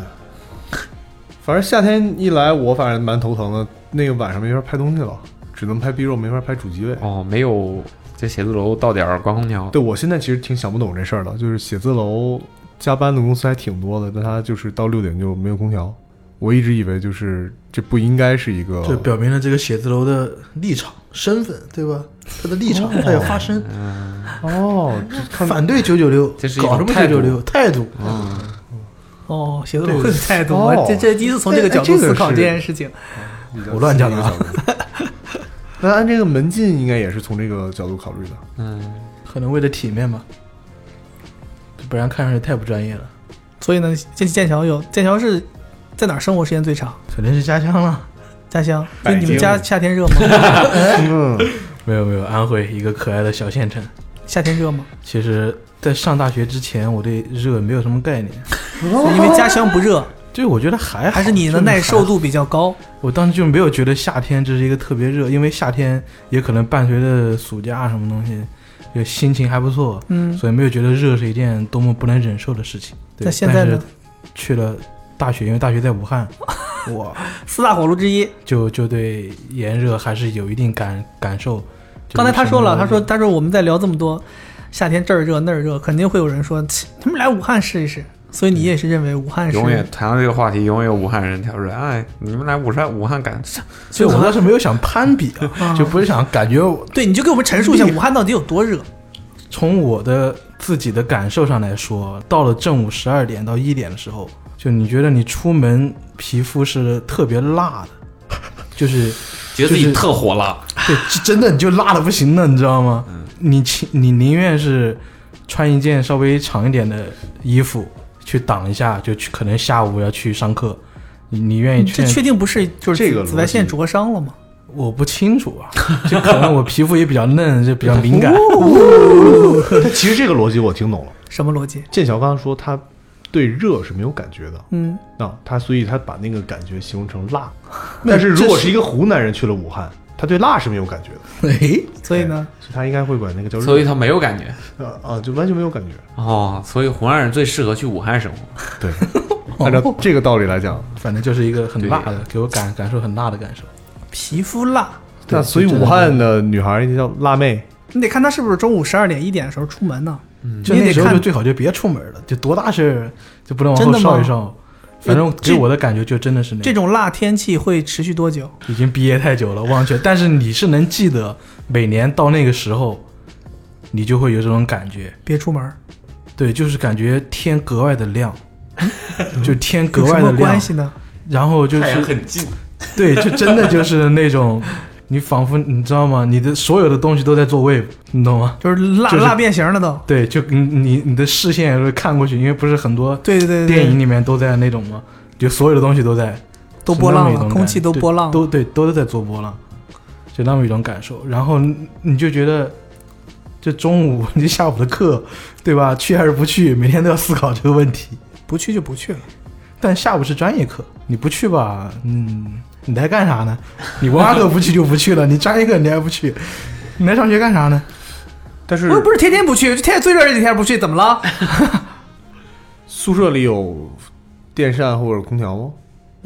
[SPEAKER 7] 反正夏天一来，我反正蛮头疼的。那个晚上没法拍东西了，只能拍 B 肉，没法拍主机位。
[SPEAKER 4] 哦，没有在写字楼到点儿关空调。
[SPEAKER 7] 对我现在其实挺想不懂这事儿的，就是写字楼加班的公司还挺多的，但它就是到六点就没有空调。我一直以为就是这不应该是一个
[SPEAKER 12] 这表明了这个写字楼的立场、身份，对吧？他的立场，
[SPEAKER 3] 哦
[SPEAKER 12] 他有发声，
[SPEAKER 4] 嗯
[SPEAKER 7] 哦，
[SPEAKER 12] 反对九九六，
[SPEAKER 4] 这是一种
[SPEAKER 12] 搞什么
[SPEAKER 4] 态
[SPEAKER 12] 九
[SPEAKER 4] 度
[SPEAKER 12] 九六态度？
[SPEAKER 2] 嗯
[SPEAKER 3] 哦，写字
[SPEAKER 12] 对
[SPEAKER 3] 楼会有态度，
[SPEAKER 12] 哦
[SPEAKER 3] 我这这第一次从这个角
[SPEAKER 7] 哎
[SPEAKER 3] 度
[SPEAKER 7] 哎这个
[SPEAKER 3] 思考
[SPEAKER 7] 是
[SPEAKER 3] 这件事情。
[SPEAKER 7] 我乱讲的啊。 那按这个门禁应该也是从这个角度考虑的。
[SPEAKER 4] 嗯，
[SPEAKER 12] 可能为了体面吧，不然看上去太不专业了。
[SPEAKER 3] 所以呢，剑剑桥有剑桥是在哪儿生活时间最长？
[SPEAKER 12] 肯定是家乡了，
[SPEAKER 3] 家乡。所
[SPEAKER 12] 北
[SPEAKER 3] 以
[SPEAKER 12] 京
[SPEAKER 3] 你们家夏 天热吗？
[SPEAKER 12] 嗯没有没有，安徽一个可爱的小县城。
[SPEAKER 3] 夏天热吗？
[SPEAKER 12] 其实，在上大学之前，我对热没有什么概念，
[SPEAKER 3] 是 因为家乡不热。
[SPEAKER 12] 对，我觉得还好
[SPEAKER 3] 还是你的耐受度比较高。
[SPEAKER 12] 我当时就没有觉得夏天这是一个特别热，因为夏天也可能伴随着暑假什么东西，也心情还不错，
[SPEAKER 3] 嗯
[SPEAKER 12] 所以没有觉得热是一件多么不能忍受的事情。对
[SPEAKER 3] 那现在
[SPEAKER 12] 但
[SPEAKER 3] 呢？
[SPEAKER 12] 是去了大学，因为大学在武 汉，哇，
[SPEAKER 3] 四大火炉之一，
[SPEAKER 12] 就就对炎热还是有一定感感受。
[SPEAKER 3] 刚才他说了，他
[SPEAKER 12] 说。
[SPEAKER 3] 说他说我们在聊这么多，夏天这儿热那儿热，肯定会有人说切他们来武汉试一试。所以
[SPEAKER 12] 嗯
[SPEAKER 3] 你也是认为武汉是
[SPEAKER 4] 永远谈到这个话题，永远有武汉人跳出来，哎，你们来武汉武汉 干，
[SPEAKER 12] 所以我倒是没有想攀比啊，就不是想感觉。
[SPEAKER 3] 对，你就给我们陈述一下武汉到底有多热。
[SPEAKER 12] 从我的自己的感受上来说，到了正午十二点到一点的时候，就你觉得你出门皮肤是特别辣的， 就是
[SPEAKER 4] 觉得自己
[SPEAKER 12] 就是
[SPEAKER 4] 特火辣。
[SPEAKER 12] 对，就真的你就辣的不行了，你知道吗？
[SPEAKER 4] 嗯
[SPEAKER 12] 你情你宁愿是穿一件稍微长一点的衣服去挡一下，就去可能下午要去上课，你你愿意去？
[SPEAKER 3] 嗯这确定不是就是
[SPEAKER 12] 这个
[SPEAKER 3] 紫外线灼伤了吗？
[SPEAKER 12] 我不清楚啊，就可能我皮肤也比较嫩，就比
[SPEAKER 3] 哦
[SPEAKER 12] 较 敏感。
[SPEAKER 7] 但 其实这个逻辑我听懂了。
[SPEAKER 3] 什么逻辑？
[SPEAKER 7] 剑桥刚刚说他对热是没有感觉的，
[SPEAKER 3] 嗯，
[SPEAKER 7] 啊，他所以他把那个感觉形容成 辣。但是如果是一个湖南人去了武汉，他对辣是没有感觉的。
[SPEAKER 3] 哎，所以呢，
[SPEAKER 7] 所以他应该会管那个叫热。
[SPEAKER 4] 所以他没有感觉
[SPEAKER 7] 啊啊，就完全没有感觉。
[SPEAKER 4] 哦，所以湖南人最适合去武汉生活。
[SPEAKER 7] 对，按
[SPEAKER 3] 哦
[SPEAKER 7] 照这个道理来讲，
[SPEAKER 12] 反正就是一个很辣的，给我感感受很辣的感受。
[SPEAKER 3] 皮肤辣，
[SPEAKER 7] 那所以武汉的女孩儿叫辣妹，
[SPEAKER 3] 你得看他是不是中午十二点一点的时候出门呢？
[SPEAKER 12] 嗯就
[SPEAKER 3] 你
[SPEAKER 12] 那
[SPEAKER 3] 得
[SPEAKER 12] 时候
[SPEAKER 3] 看
[SPEAKER 12] 就最好就别出门了，就多大事儿就不能往后
[SPEAKER 3] 真的吗
[SPEAKER 12] 稍一稍。反正给我的感觉就真的是那
[SPEAKER 3] 这
[SPEAKER 12] 样，
[SPEAKER 3] 种辣天气会持续多久？
[SPEAKER 12] 已经憋太久了，忘却。但是你是能记得，每年到那个时候，你就会有这种感觉。
[SPEAKER 3] 别出门，
[SPEAKER 12] 对，就是感觉天格外的 亮，就天格
[SPEAKER 3] 有什
[SPEAKER 12] 外的
[SPEAKER 3] 么
[SPEAKER 12] 亮。
[SPEAKER 3] 关系呢？
[SPEAKER 12] 然后就是
[SPEAKER 4] 太阳很近
[SPEAKER 12] 对，就真的就是那种，你仿佛你知道吗？你的所有的东西都在做 wave，你懂吗？
[SPEAKER 3] 就是辣
[SPEAKER 12] 就是
[SPEAKER 3] 辣变形了都。
[SPEAKER 12] 对，就你你你的视线也会看过去，因为不是很多
[SPEAKER 3] 对对对对
[SPEAKER 12] 电影里面都在那种吗？就所有的东西都在
[SPEAKER 3] 都
[SPEAKER 12] 是
[SPEAKER 3] 波
[SPEAKER 12] 那么
[SPEAKER 3] 浪
[SPEAKER 12] 一
[SPEAKER 3] 了
[SPEAKER 12] 种
[SPEAKER 3] 空
[SPEAKER 12] 感
[SPEAKER 3] 气都
[SPEAKER 12] 对
[SPEAKER 3] 波浪了
[SPEAKER 12] 都对，都是在做波浪，就那么一种感受。然后你你就觉得，这中午 你下午的课，对吧？去还是不去？每天都要思考这个问题。
[SPEAKER 3] 不去就不去了，
[SPEAKER 12] 但下午是专业课，你不去吧，嗯，你来干啥呢？你文化课不去就不去了，你专业课你还不去，你来上学干啥呢？
[SPEAKER 7] 但是
[SPEAKER 3] 我又不是天天不去，就天最热这几天不去，怎么了？
[SPEAKER 7] 宿舍里有电扇或者空调吗？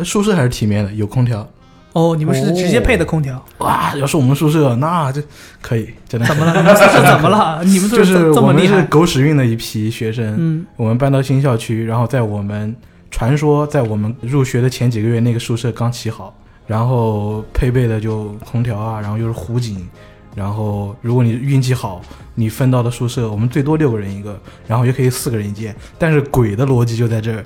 [SPEAKER 12] 宿舍还是体面的，有空调。
[SPEAKER 3] 哦，你们是直接配的空调？
[SPEAKER 12] 哇，要是我们宿舍，那这可以，真的。
[SPEAKER 3] 怎 么了你们宿舍怎么了你们宿舍
[SPEAKER 12] 就是
[SPEAKER 3] 这么
[SPEAKER 12] 我们
[SPEAKER 3] 厉害
[SPEAKER 12] 是狗屎运的一批学生。
[SPEAKER 3] 嗯，
[SPEAKER 12] 我们搬到新校区，然后在我们传说在我们入学的前几个月，那个宿舍刚起好，然后配备的就空调啊，然后又是湖景，然后如果你运气好，你分到的宿舍，我们最多六个人一个，然后也可以四个人一间。但是鬼的逻辑就在这儿，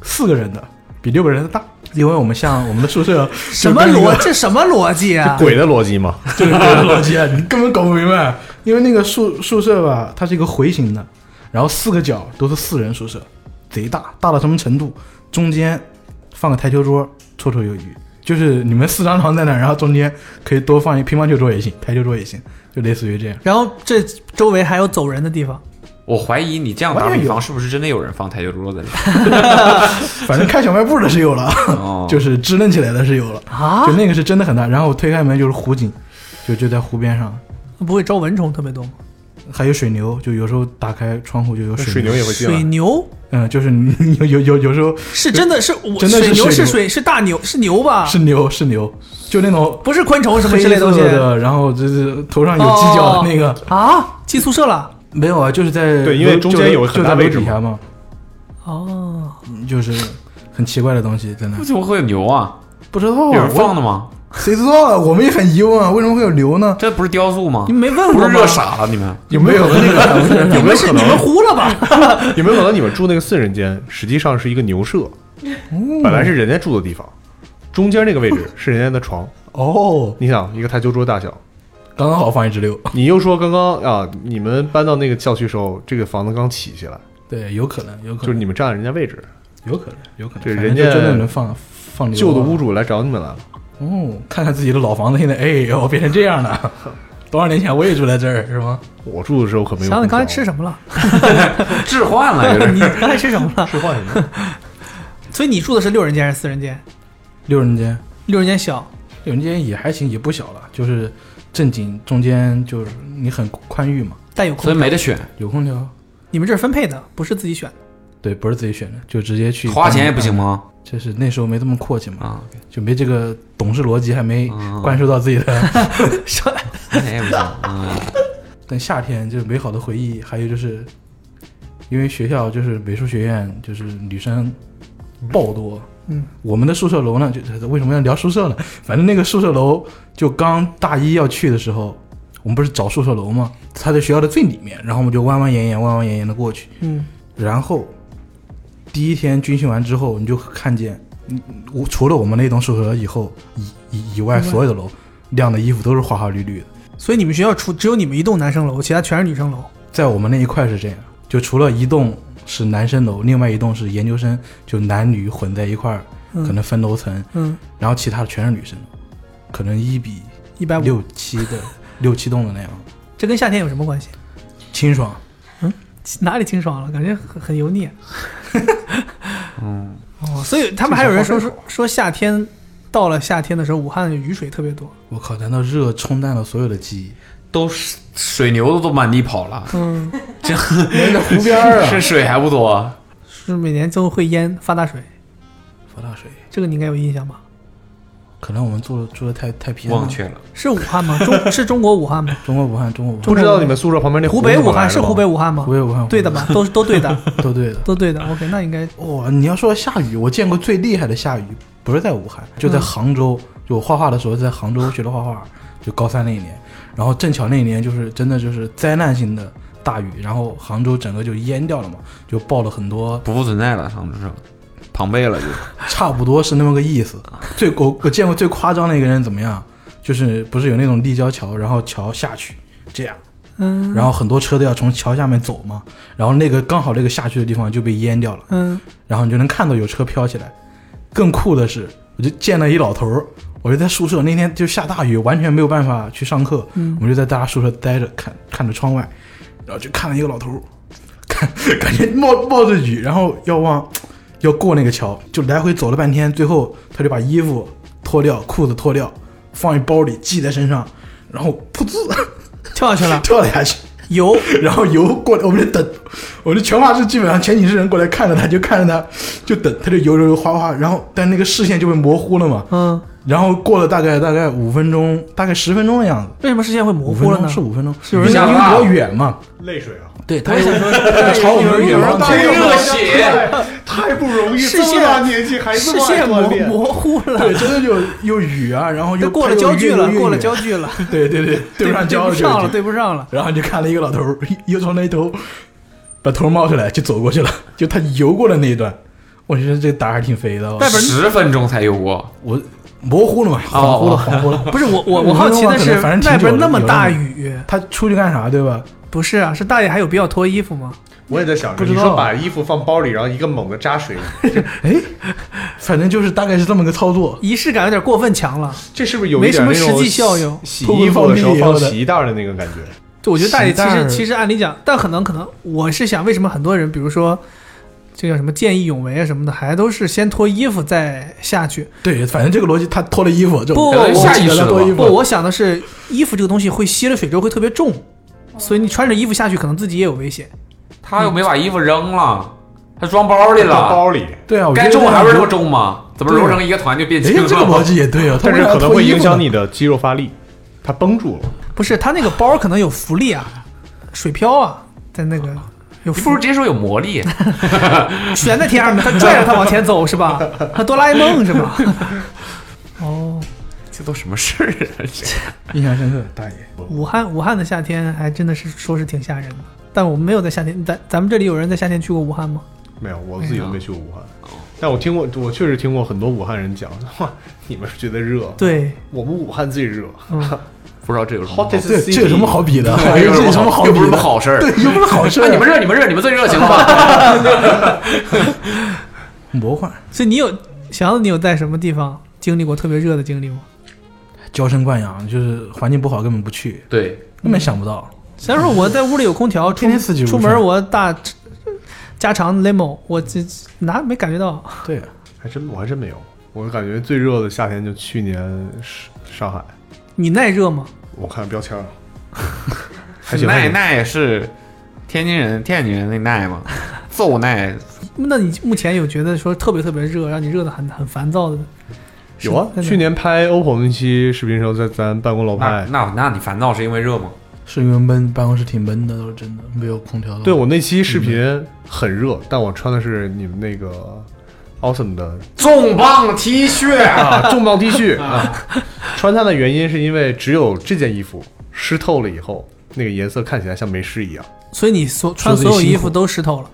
[SPEAKER 12] 四个人的比六个人的大，因为我们像我们的宿舍
[SPEAKER 3] 什么逻？这什么逻辑啊？
[SPEAKER 7] 鬼的逻辑 嘛，
[SPEAKER 12] 就是鬼的逻辑啊，你根本搞不明白。因为那个宿宿舍吧，它是一个回形的，然后四个角都是四人宿舍，贼大，大到什么程度？中间放个台球桌，绰绰有余。就是你们四张床在那儿，然后中间可以多放一乒乓球桌也行，台球桌也行，就类似于这样。
[SPEAKER 3] 然后这周围还有走人的地方，
[SPEAKER 4] 我怀疑你这样打
[SPEAKER 12] 完全
[SPEAKER 4] 比
[SPEAKER 12] 有
[SPEAKER 4] 方，是不是真的有人放台球桌在里面？
[SPEAKER 12] 反正开小卖部的是有了，
[SPEAKER 4] 哦
[SPEAKER 12] 就是支棱起来的是有了
[SPEAKER 3] 啊
[SPEAKER 12] 就那个是真的很大。然后我推开门就是湖景，就就在湖边上，
[SPEAKER 3] 不会招蚊虫特别多吗？
[SPEAKER 12] 还有水牛，就有时候打开窗户就有水
[SPEAKER 7] 水牛也会进来
[SPEAKER 3] 水牛，
[SPEAKER 12] 嗯，就是你 有有有有时候
[SPEAKER 3] 是真的是我
[SPEAKER 12] 真的
[SPEAKER 3] 水牛
[SPEAKER 12] 牛
[SPEAKER 3] 是水是大牛是牛吧？
[SPEAKER 12] 是牛是牛，就那种
[SPEAKER 3] 不是昆虫什么之
[SPEAKER 12] 黑
[SPEAKER 3] 类的东西
[SPEAKER 12] 色的，然后就是头上有犄角的那个，
[SPEAKER 3] 哦啊？寄宿舍了？
[SPEAKER 12] 没有啊，就是在
[SPEAKER 7] 对因为
[SPEAKER 12] 楼
[SPEAKER 7] 中间有很
[SPEAKER 12] 就
[SPEAKER 7] 大
[SPEAKER 12] 在
[SPEAKER 7] 位
[SPEAKER 12] 楼
[SPEAKER 7] 置
[SPEAKER 12] 底下
[SPEAKER 7] 嘛
[SPEAKER 12] 嘛，
[SPEAKER 3] 哦，
[SPEAKER 12] 就是很奇怪的东西在那
[SPEAKER 4] 为。什么会有牛啊？
[SPEAKER 12] 不知道
[SPEAKER 4] 有人放的吗？
[SPEAKER 12] 谁知道啊？我们也很疑问啊，为什么会有牛呢？
[SPEAKER 4] 这不是雕塑吗？
[SPEAKER 12] 你没问
[SPEAKER 4] 不
[SPEAKER 12] 过
[SPEAKER 4] 是
[SPEAKER 12] 吗
[SPEAKER 4] 热傻了你们？
[SPEAKER 12] 有没有那个
[SPEAKER 7] 有没有可能
[SPEAKER 3] 糊了吧？
[SPEAKER 7] 有没有可能你们住那个四人间，实际上是一个牛舍，
[SPEAKER 12] 哦嗯
[SPEAKER 7] 本来是人家住的地方，中间那个位置是人家的床。
[SPEAKER 12] 哦，
[SPEAKER 7] 你想一个台球桌大小，
[SPEAKER 12] 刚刚好放一只六。
[SPEAKER 7] 你又说刚刚啊，你们搬到那个校区时候，这个房子刚起起来，
[SPEAKER 12] 对，有可能，有可
[SPEAKER 7] 就是
[SPEAKER 12] 能，
[SPEAKER 7] 你们占了人家位置，
[SPEAKER 12] 有可能，有可能，
[SPEAKER 7] 这
[SPEAKER 12] 反
[SPEAKER 7] 人
[SPEAKER 12] 正
[SPEAKER 7] 家
[SPEAKER 12] 就真的能放放牛啊
[SPEAKER 7] 旧的屋主来找你们来了。
[SPEAKER 12] 哦，看看自己的老房子现在，哎呦，变成这 样了。多少年前我也住在这儿，是吗？
[SPEAKER 7] 我住的时候可没
[SPEAKER 3] 想想你刚才吃什么了？
[SPEAKER 4] 置换
[SPEAKER 12] 了有点
[SPEAKER 3] 你刚才吃什么了？
[SPEAKER 7] 置换什么？
[SPEAKER 3] 所以你住的是六人间还是四人间？
[SPEAKER 12] 六人间，
[SPEAKER 3] 六人间小，
[SPEAKER 12] 六人间也还行，也不小了，就是正经中间就是你很宽裕嘛。
[SPEAKER 3] 但有空
[SPEAKER 4] 所以
[SPEAKER 3] 调
[SPEAKER 4] 没得 选，
[SPEAKER 12] 有空调。
[SPEAKER 3] 你们这是分配的，不是自己选的。
[SPEAKER 12] 对，不是自己选的，就直接去
[SPEAKER 4] 花钱也不行吗？啊
[SPEAKER 12] 就是那时候没这么阔气嘛，就没这个懂事逻辑，还没
[SPEAKER 4] 嗯
[SPEAKER 12] 灌输到自己的。
[SPEAKER 4] 那也不行。嗯，
[SPEAKER 12] 但夏天就是美好的回忆，还有就是，因为学校就是美术学院，就是女生爆多。
[SPEAKER 3] 嗯，
[SPEAKER 12] 我们的宿舍楼呢，就是为什么要聊宿舍呢？反正那个宿舍楼，就刚大一要去的时候，我们不是找宿舍楼吗？它在学校的最里面，然后我们就弯弯眼眼、弯弯眼眼的过去。
[SPEAKER 3] 嗯，
[SPEAKER 12] 然后第一天军训完之后，你就看见，嗯我除了我们那栋宿舍以后以以以外，
[SPEAKER 3] 以外
[SPEAKER 12] 所有的楼晾的衣服都是花花绿绿的。
[SPEAKER 3] 嗯所以你们学校除只有你们一栋男生楼，其他全是女生楼。
[SPEAKER 12] 在我们那一块是这样，就除了一栋是男生楼，另外一栋是研究生，就男女混在一块儿，
[SPEAKER 3] 嗯
[SPEAKER 12] 可能分楼层，
[SPEAKER 3] 嗯，
[SPEAKER 12] 然后其他的全是女生，可能一比
[SPEAKER 3] 150
[SPEAKER 12] 六七的六七栋的那样，
[SPEAKER 3] 这跟夏天有什么关系？
[SPEAKER 12] 清爽。
[SPEAKER 3] 哪里清爽了？感觉很很油腻。
[SPEAKER 4] 嗯，
[SPEAKER 3] 哦，所以他们还有人说说说夏天到了夏天的时候，武汉雨水特别多。
[SPEAKER 12] 我靠，难道热冲淡了所有的记忆？
[SPEAKER 4] 都是水牛的都满地跑了，
[SPEAKER 3] 嗯，
[SPEAKER 4] 这
[SPEAKER 3] 连着湖 边儿啊
[SPEAKER 4] 是水还不多。
[SPEAKER 3] 是每年都会淹发大水，
[SPEAKER 12] 发大水，
[SPEAKER 3] 这个你应该有印象吧？
[SPEAKER 12] 可能我们住的住的太太偏
[SPEAKER 4] 忘却了。
[SPEAKER 3] 是武汉吗？中是中国武汉吗？
[SPEAKER 12] 中国武汉，中国武汉，
[SPEAKER 3] 不知道你们
[SPEAKER 7] 宿舍旁边
[SPEAKER 3] 湖北武汉是湖北武汉吗？
[SPEAKER 12] 湖北武汉，
[SPEAKER 3] 对的吧？都是都对的，
[SPEAKER 12] 都对的。
[SPEAKER 3] 都对的。OK，那应该
[SPEAKER 12] 哇，你要说下雨，我见过最厉害的下雨，不是在武汉，就在
[SPEAKER 3] 嗯
[SPEAKER 12] 杭州。就我画画的时候在杭州学的画画，就高三那一年，然后正巧那一年就是真的就是灾难性的大雨，然后杭州整个就淹掉了嘛，就爆了很多，
[SPEAKER 4] 不复存在了，他们是庞贝 了就。
[SPEAKER 12] 差不多是那么个意思。最我我见过最夸张的一个人怎么样？就是不是有那种立交桥，然后桥下去这样，
[SPEAKER 3] 嗯，
[SPEAKER 12] 然后很多车都要从桥下面走嘛，然后那个刚好那个下去的地方就被淹掉了。
[SPEAKER 3] 嗯，
[SPEAKER 12] 然后你就能看到有车飘起来。更酷的是，我就见了一老头儿，我就在宿舍那天就下大雨，完全没有办法去上课，
[SPEAKER 3] 嗯
[SPEAKER 12] 我们就在大家宿舍待着，看看着窗外， 然后就看了一个老头儿，看 感觉冒冒着雨，然后要往要过那个桥，就来回走了半天，最后他就把衣服脱掉，裤子脱掉，放一包里系在身上，然后噗呲
[SPEAKER 3] 跳下去了，
[SPEAKER 12] 跳了下去。
[SPEAKER 3] 游，
[SPEAKER 12] 然后游过来，我们就等，我们全画室基本上前几十人过来看着他，就看着他，就等，他就游游游哗哗，然后但那个视线就被模糊了嘛，
[SPEAKER 3] 嗯，
[SPEAKER 12] 然后过了大概大概五分钟，大概十分钟的样子，
[SPEAKER 3] 为什么视线会模
[SPEAKER 12] 五
[SPEAKER 3] 糊
[SPEAKER 12] 分
[SPEAKER 3] 了呢？
[SPEAKER 12] 钟是五分钟，
[SPEAKER 3] 是不是
[SPEAKER 12] 因为
[SPEAKER 3] 下
[SPEAKER 12] 因为
[SPEAKER 3] 了
[SPEAKER 12] 比较远嘛，
[SPEAKER 7] 泪水啊！
[SPEAKER 12] 对，他
[SPEAKER 3] 我也想说
[SPEAKER 12] 他朝我们远方
[SPEAKER 7] 太
[SPEAKER 12] 去
[SPEAKER 7] 热血， 太不容易，
[SPEAKER 3] 视
[SPEAKER 7] 这么
[SPEAKER 3] 线
[SPEAKER 7] 大 年纪还这
[SPEAKER 3] 视
[SPEAKER 7] 么爱
[SPEAKER 3] 线模
[SPEAKER 7] 锻炼
[SPEAKER 3] 模糊了，
[SPEAKER 12] 对，真的就又雨啊，然后又
[SPEAKER 3] 都过了
[SPEAKER 12] 又
[SPEAKER 3] 焦距了
[SPEAKER 12] 越游越
[SPEAKER 3] 过了
[SPEAKER 12] 远
[SPEAKER 3] 焦距了，
[SPEAKER 12] 对对对，对不上焦
[SPEAKER 3] 对不上了，对
[SPEAKER 12] 对
[SPEAKER 3] 不上了。
[SPEAKER 12] 然后就看了一个老头儿，又从那一头把头冒出来，就走过去了，就他游过了那一段，我觉得这胆儿还挺肥的、哦，
[SPEAKER 4] 十分钟才有哦过，
[SPEAKER 12] 我模糊了嘛，恍 惚了，恍惚了。
[SPEAKER 3] 不是我我我好奇的 是
[SPEAKER 12] 我反正挺久
[SPEAKER 3] 外边
[SPEAKER 12] 了
[SPEAKER 3] 那么大，
[SPEAKER 12] 有
[SPEAKER 3] 雨
[SPEAKER 12] 的他出去干啥对吧？
[SPEAKER 3] 不是啊，是大爷还有必要脱衣服吗？
[SPEAKER 7] 我也在想着，
[SPEAKER 3] 不知
[SPEAKER 7] 你
[SPEAKER 3] 道啊
[SPEAKER 7] 说把衣服放包里，然后一个猛的扎水哎里，
[SPEAKER 12] 反正就是大概是这么个操作。
[SPEAKER 3] 仪式感有点过分强了，
[SPEAKER 7] 这是不是有
[SPEAKER 3] 没
[SPEAKER 7] 一
[SPEAKER 3] 什
[SPEAKER 7] 点
[SPEAKER 3] 么
[SPEAKER 7] 那
[SPEAKER 3] 实
[SPEAKER 7] 种
[SPEAKER 3] 际效用？
[SPEAKER 7] 洗衣服的时候放洗衣袋的那个感觉？
[SPEAKER 3] 就我觉得大爷其
[SPEAKER 7] 洗袋
[SPEAKER 3] 实
[SPEAKER 7] 儿
[SPEAKER 3] 其实按理讲，但可能可能我是想，为什么很多人，比如说这叫什么见义勇为啊什么的，还都是先脱衣服再下去？
[SPEAKER 12] 对，反正这个逻辑，他脱了衣服，这
[SPEAKER 3] 不，
[SPEAKER 12] 我
[SPEAKER 3] 我
[SPEAKER 12] 下意识脱衣服，
[SPEAKER 3] 不，我想的是衣服这个东西会吸了水之后会特别重，所以你穿着衣服下去，可能自己也有危险。
[SPEAKER 4] 他又没把衣服扔了，他装包里了，
[SPEAKER 3] 装包里
[SPEAKER 12] 对啊我觉
[SPEAKER 4] 该
[SPEAKER 12] 得
[SPEAKER 4] 重还不是
[SPEAKER 12] 这
[SPEAKER 4] 那
[SPEAKER 12] 样
[SPEAKER 4] 么重吗？怎么揉成一个团就变轻
[SPEAKER 7] 哎
[SPEAKER 4] 了？
[SPEAKER 7] 这个逻辑
[SPEAKER 12] 也对啊
[SPEAKER 7] 但是可能会影响
[SPEAKER 12] 你
[SPEAKER 7] 的肌肉发力，它绷住了。
[SPEAKER 3] 不是，他那个包可能有浮力啊，水漂啊，在那个
[SPEAKER 4] 你
[SPEAKER 3] 有
[SPEAKER 4] 不
[SPEAKER 3] 浮
[SPEAKER 4] 如直接说有魔力，
[SPEAKER 3] 悬在天上的，他拽着他往前走是吧？他哆啦 A 梦是吧？ 哦，
[SPEAKER 4] 这都什么事儿啊？
[SPEAKER 12] 印象深刻，大爷。
[SPEAKER 3] 武汉武汉的夏天还真的是说是挺吓人的，但我们没有在夏天，咱咱们这里有人在夏天去过武汉吗？
[SPEAKER 7] 没有，我自己都没去过武汉，但我听过，我确实听过很多武汉人讲， 哇，你们是觉得热，
[SPEAKER 3] 对
[SPEAKER 7] 我们武汉最热，
[SPEAKER 4] 不知道这有什么
[SPEAKER 7] Hot
[SPEAKER 4] 好，
[SPEAKER 7] is the
[SPEAKER 4] 嗯对
[SPEAKER 7] city
[SPEAKER 4] 这有什么好比 的
[SPEAKER 3] 哎
[SPEAKER 7] 对
[SPEAKER 4] 有什么好
[SPEAKER 7] 这
[SPEAKER 4] 又不是什么好事儿
[SPEAKER 7] 对
[SPEAKER 12] 又不是好事儿
[SPEAKER 4] 啊你们热你们热你们最热行 吧
[SPEAKER 12] 魔幻。
[SPEAKER 3] 所以你有想想你有在什么地方经历过特别热的经历吗？
[SPEAKER 12] 娇生惯养， 就是环境不好根本不去。
[SPEAKER 4] 对，
[SPEAKER 12] 根本想不到。
[SPEAKER 3] 虽然说我在屋里有空 调，出
[SPEAKER 12] 四季如
[SPEAKER 3] 出门
[SPEAKER 12] 春
[SPEAKER 3] 我大加长 limo，我这哪没感觉到？
[SPEAKER 12] 对，
[SPEAKER 7] 还真我还真没有，我感觉最热的夏天就去年上上海，
[SPEAKER 3] 你耐热吗？
[SPEAKER 7] 我看标签儿，还行还
[SPEAKER 4] 奈
[SPEAKER 7] 行
[SPEAKER 4] 奈也是天津人，天津人那奈嘛，揍奈
[SPEAKER 3] 那你目前有觉得说特别特别热，让你热的很很烦躁的？
[SPEAKER 7] 有啊，去年拍 OPPO 那期视频时候，在咱办公楼拍。
[SPEAKER 4] 那那你烦躁是因为热吗？
[SPEAKER 12] 是因为闷，办公室挺闷的，都是真的，没有空调的话。
[SPEAKER 7] 对我那期视
[SPEAKER 12] 嗯
[SPEAKER 7] 频很热，但我穿的是你们那个 Awesome 的
[SPEAKER 4] 重磅 T 恤
[SPEAKER 7] 啊，重磅 T 恤啊。穿它的原因是因为只有这件衣服湿透了以后，那个颜色看起来像没湿一样。
[SPEAKER 3] 所以你所
[SPEAKER 7] 说
[SPEAKER 3] 穿
[SPEAKER 7] 自
[SPEAKER 3] 所
[SPEAKER 7] 己
[SPEAKER 3] 有衣
[SPEAKER 7] 辛苦
[SPEAKER 3] 服都湿透了。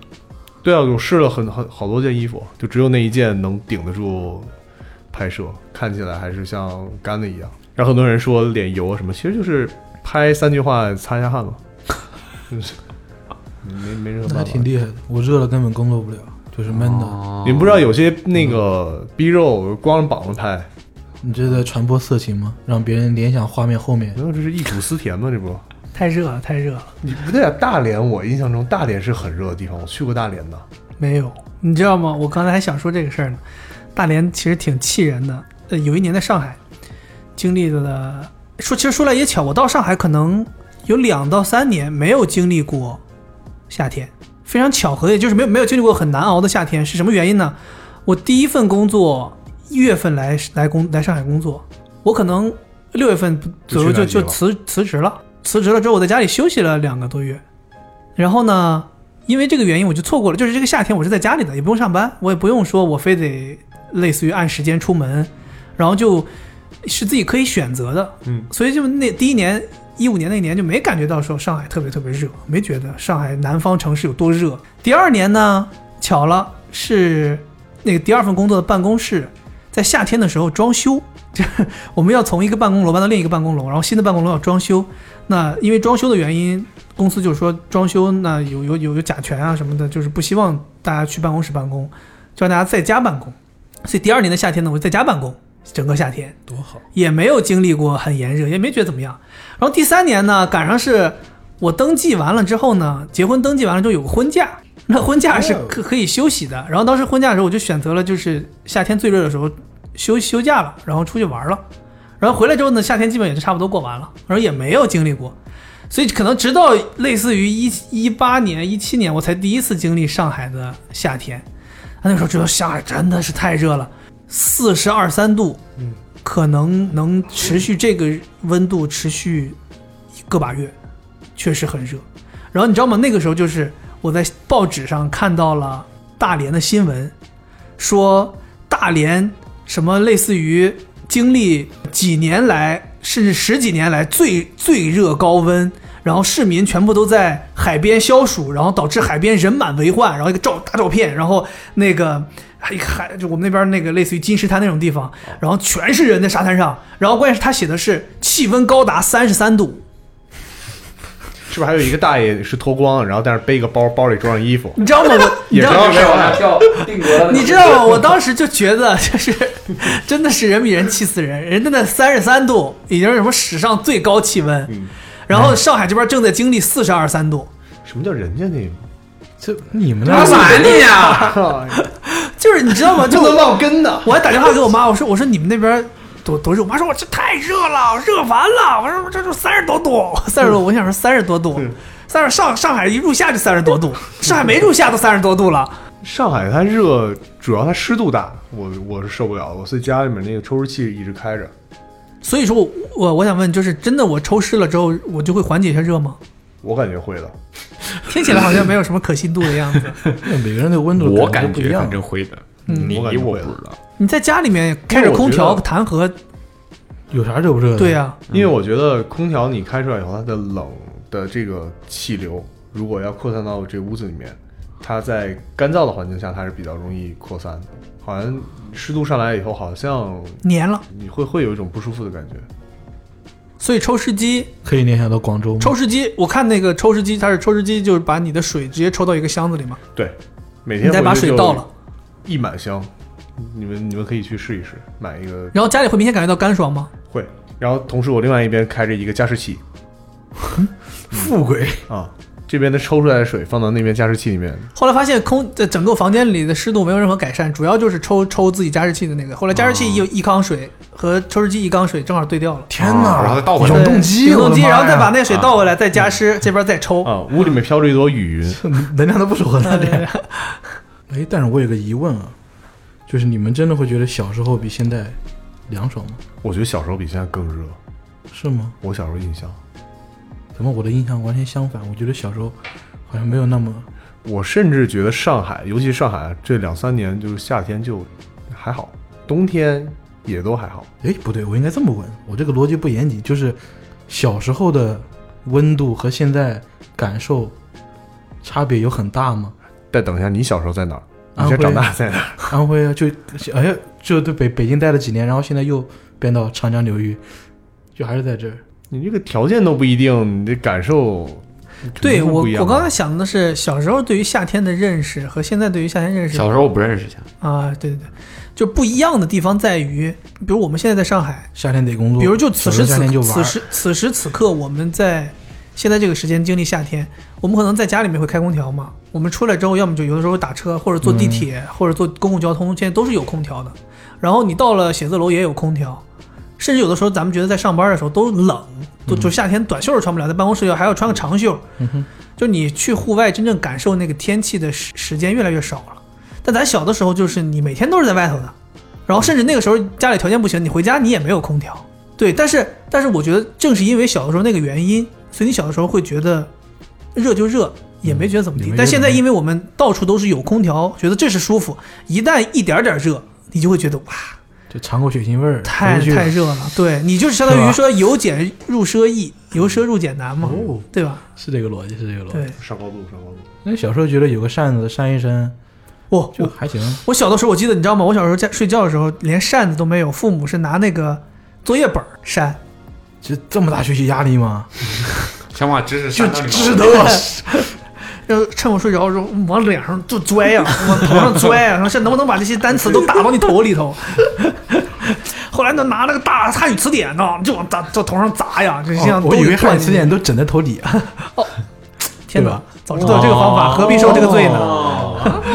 [SPEAKER 7] 对啊，我试了很很好多件衣服，就只有那一件能顶得住拍摄，看起来还是像干的一样。然后很多人说脸油啊什么，其实就是拍三句话擦一下汗 嘛，没没任何
[SPEAKER 12] 那
[SPEAKER 7] 办
[SPEAKER 12] 还
[SPEAKER 7] 法。
[SPEAKER 12] 挺厉害的。我热了根本工作不了，就是闷的。
[SPEAKER 7] 你们不知道有些那个逼肉光着膀子拍，
[SPEAKER 12] 你这在传播色情吗？让别人联想画面后面。
[SPEAKER 7] 没有，这是忆苦思甜吗？这不
[SPEAKER 3] 太热了，太热了。
[SPEAKER 7] 你不对啊！大连，我印象中大连是很热的地方，我去过大连的。
[SPEAKER 3] 没有，你知道吗？我刚才还想说这个事儿呢。大连其实挺气人的。呃，有一年在上海，经历了说，其实说来也巧，我到上海可能有两到三年没有经历过夏天，非常巧合，也就是没有没有经历过很难熬的夏天。是什么原因呢？我第一份工作一月份来来工来上海工作，我可能六月份左右就
[SPEAKER 12] 就去南极
[SPEAKER 3] 就
[SPEAKER 12] 了
[SPEAKER 3] 辞辞职了。辞职了之后，我在家里休息了两个多月，然后呢，因为这个原因，我就错过了。就是这个夏天，我是在家里的，也不用上班，我也不用说我非得类似于按时间出门，然后就是自己可以选择的。
[SPEAKER 7] 嗯，
[SPEAKER 3] 所以就那第一年一五年那年就没感觉到说上海特别特别热，没觉得上海南方城市有多热。第二年呢，巧了是那个第二份工作的办公室在夏天的时候装修，就是我们要从一个办公楼搬到另一个办公楼，然后新的办公楼要装修。那因为装修的原因，公司就说装修那有有有有甲醛啊什么的，就是不希望大家去办公室办公，就让大家在家办公。所以第二年的夏天呢，我就在家办公，整个夏天
[SPEAKER 12] 多好，
[SPEAKER 3] 也没有经历过很炎热，也没觉得怎么样。然后第三年呢，赶上是我登记完了之后呢，结婚登记完了之后有个婚假，那婚假是可可以休息的。然后当时婚假的时候，我就选择了就是夏天最热的时候休休假了，然后出去玩了。然后回来之后呢，夏天基本也就差不多过完了，然后也没有经历过，所以可能直到类似于一一八年、一七年，我才第一次经历上海的夏天。那个时候觉得上海真的是太热了，四十二三度，
[SPEAKER 7] 嗯，
[SPEAKER 3] 可能能持续这个温度持续一个把月，确实很热。然后你知道吗？那个时候就是我在报纸上看到了大连的新闻，说大连什么类似于经历几年来甚至十几年来最最热高温，然后市民全部都在海边消暑，然后导致海边人满为患，然后一个照大照片，然后那个。还海就我们那边那个类似于金石滩那种地方，然后全是人在沙滩上，然后关键是他写的是气温高达三十三度，
[SPEAKER 7] 是不是还有一个大爷是脱光，然后但是背个包，包里装上衣服？
[SPEAKER 3] 你知道吗？我你
[SPEAKER 7] 也
[SPEAKER 3] 知
[SPEAKER 7] 是
[SPEAKER 3] 道吗
[SPEAKER 7] 没有啊
[SPEAKER 3] 你知道吗？我当时就觉得，就是真的是人比人气死人，人家那三十三度已经是什么史上最高气温，
[SPEAKER 7] 嗯
[SPEAKER 3] 然后上海这边正在经历四十二三度，
[SPEAKER 7] 什么叫人家那？
[SPEAKER 12] 这你们
[SPEAKER 3] 那啊
[SPEAKER 7] 呀？
[SPEAKER 3] 就是你知道 吗？就
[SPEAKER 7] 不能落根的。
[SPEAKER 3] 我还打电话给我妈，我说我说你们那边多多热，我妈说我这太热了，热完了。我说这就三十多度，三十多，我想说三十多度，
[SPEAKER 12] 嗯
[SPEAKER 3] 三十上上海一入夏就三十多度，上海没入夏都三十多 度了。
[SPEAKER 7] 上海它热，主要它湿度大，我我是受不了的，我所以家里面那个抽湿器一直开着。
[SPEAKER 3] 所以说我我我想问，就是真的我抽湿了之后，我就会缓解一下热吗？
[SPEAKER 7] 我感觉会的，
[SPEAKER 3] 听起来好像没有什么可信度的 样子。
[SPEAKER 12] 每个人对温度
[SPEAKER 4] 我
[SPEAKER 12] 的
[SPEAKER 4] 感
[SPEAKER 12] 感觉都不一
[SPEAKER 4] 觉
[SPEAKER 12] 样
[SPEAKER 4] 反正会的，
[SPEAKER 3] 嗯
[SPEAKER 4] 你
[SPEAKER 3] 我
[SPEAKER 4] 我
[SPEAKER 3] 感觉
[SPEAKER 4] 不
[SPEAKER 3] 会
[SPEAKER 4] 知道。
[SPEAKER 3] 你在家里面开着空调谈何？
[SPEAKER 12] 有啥热不热的？
[SPEAKER 3] 对呀
[SPEAKER 7] 嗯因为我觉得空调你开出来以后，它的冷的这个气流，如果要扩散到这屋子里面，它在干燥的环境下，它是比较容易扩散的。好像湿度上来以后，好像
[SPEAKER 3] 粘了，
[SPEAKER 7] 你会会有一种不舒服的感觉。
[SPEAKER 3] 所以抽湿机，
[SPEAKER 12] 可以联想到广州吗？
[SPEAKER 3] 抽湿机，我看那个抽湿机，它是抽湿机，就是把你的水直接抽到一个箱子里嘛。
[SPEAKER 7] 对，每天
[SPEAKER 3] 你再把水倒了，
[SPEAKER 7] 一满箱。你们你们可以去试一试，买一个
[SPEAKER 3] 然后家里会明显感觉到干爽吗？
[SPEAKER 7] 会。然后同时我另外一边开着一个加湿器，
[SPEAKER 12] 富贵
[SPEAKER 7] 啊，这边的抽出来的水放到那边加湿器里面，
[SPEAKER 3] 后来发现空这整个房间里的湿度没有任何改善，主要就是抽抽自己加湿器的那个。后来加湿器有一缸水和抽湿机一缸水正好对调了。
[SPEAKER 2] 天
[SPEAKER 7] 哪啊然后再倒回来
[SPEAKER 3] 对
[SPEAKER 7] 永动机
[SPEAKER 3] 永
[SPEAKER 7] 我
[SPEAKER 3] 动
[SPEAKER 7] 的
[SPEAKER 3] 机，
[SPEAKER 7] 妈呀
[SPEAKER 3] 然后再把那水倒回来，再加湿，这边再抽。
[SPEAKER 7] 啊，屋里面飘着一朵雨云，
[SPEAKER 12] 能量都不是我的量。 哎，但是我有个疑问啊，就是你们真的会觉得小时候比现在凉爽吗？
[SPEAKER 7] 我觉得小时候比现在更热，
[SPEAKER 12] 是吗？
[SPEAKER 7] 我小时候印象，
[SPEAKER 12] 怎么我的印象完全相反？我觉得小时候好像没有那么
[SPEAKER 7] 我甚至觉得上海，尤其上海这两三年，就是夏天就还好，冬天也都还好。
[SPEAKER 12] 哎，不对，我应该这么问，我这个逻辑不严谨，就是小时候的温度和现在感受差别有很大吗？
[SPEAKER 7] 再等一下，你小时候在哪儿？你
[SPEAKER 12] 安
[SPEAKER 7] 现在
[SPEAKER 12] 徽
[SPEAKER 7] 长大在哪儿？？
[SPEAKER 12] 安徽啊，就哎呀，就对北北京待了几年，然后现在又变到长江流域，就还是在这儿。
[SPEAKER 7] 你这个条件都不一定，你这感受
[SPEAKER 3] 对我，我刚
[SPEAKER 7] 才
[SPEAKER 3] 才想的是小时候对于夏天的认识和现在对于夏天认识。
[SPEAKER 4] 小时候我不认识夏天
[SPEAKER 3] 啊，对对对，就不一样的地方在于，比如我们现在在上海，
[SPEAKER 12] 夏天得工作，
[SPEAKER 3] 比如就此
[SPEAKER 12] 小
[SPEAKER 3] 时此
[SPEAKER 12] 时候夏天就玩
[SPEAKER 3] 此时此时此刻，我们在现在这个时间经历夏天，我们可能在家里面会开空调嘛，我们出来之后，要么就有的时候打车，或者坐
[SPEAKER 12] 嗯
[SPEAKER 3] 地铁，或者坐公共交通，现在都是有空调的。然后你到了写字楼也有空调，甚至有的时候咱们觉得在上班的时候都冷，都就夏天短袖儿穿不了，在办公室要还要穿个长袖儿。
[SPEAKER 12] 嗯哼
[SPEAKER 3] 就你去户外真正感受那个天气的时时间越来越少了。但咱小的时候就是你每天都是在外头的，然后甚至那个时候家里条件不行，你回家你也没有空调。对，但是但是我觉得正是因为小的时候那个原因，所以你小的时候会觉得热就热，嗯也没觉得怎么地。但现在因为我们到处都是有空调，觉得这是舒服，一旦一点点热，你就会觉得哇，
[SPEAKER 12] 就尝口血腥味儿，
[SPEAKER 3] 太
[SPEAKER 12] 回不去
[SPEAKER 3] 太热了。对你就是相当于
[SPEAKER 12] 是
[SPEAKER 3] 说由俭入奢易，由奢入俭难嘛，对吧？
[SPEAKER 12] 是这个逻辑，是这个逻辑。
[SPEAKER 3] 对，
[SPEAKER 7] 上高度，上高度。
[SPEAKER 12] 那小时候觉得有个扇子扇一扇，
[SPEAKER 3] 哇，
[SPEAKER 12] 就还行。
[SPEAKER 3] 我小的时候，我记得你知道吗？我小时候在睡觉的时候，连扇子都没有，父母是拿那个作业本儿扇。
[SPEAKER 12] 这这么大学习压力吗？
[SPEAKER 4] 想把知识
[SPEAKER 3] 就
[SPEAKER 4] 删到你脑子
[SPEAKER 3] 知道啊 然后趁我睡着的时候，往脸上就拽呀、往头上拽呀、然后现在能不能把这些单词都打到你头里头？ 后来呢，拿那个大汉语词典呢，就往砸，就头上砸呀，就像、
[SPEAKER 12] 哦我以为汉语词典都枕在头底啊。对
[SPEAKER 3] 天哪
[SPEAKER 12] 吧？
[SPEAKER 3] 早知道这个方法，何必受这个罪呢？
[SPEAKER 4] 呢？哦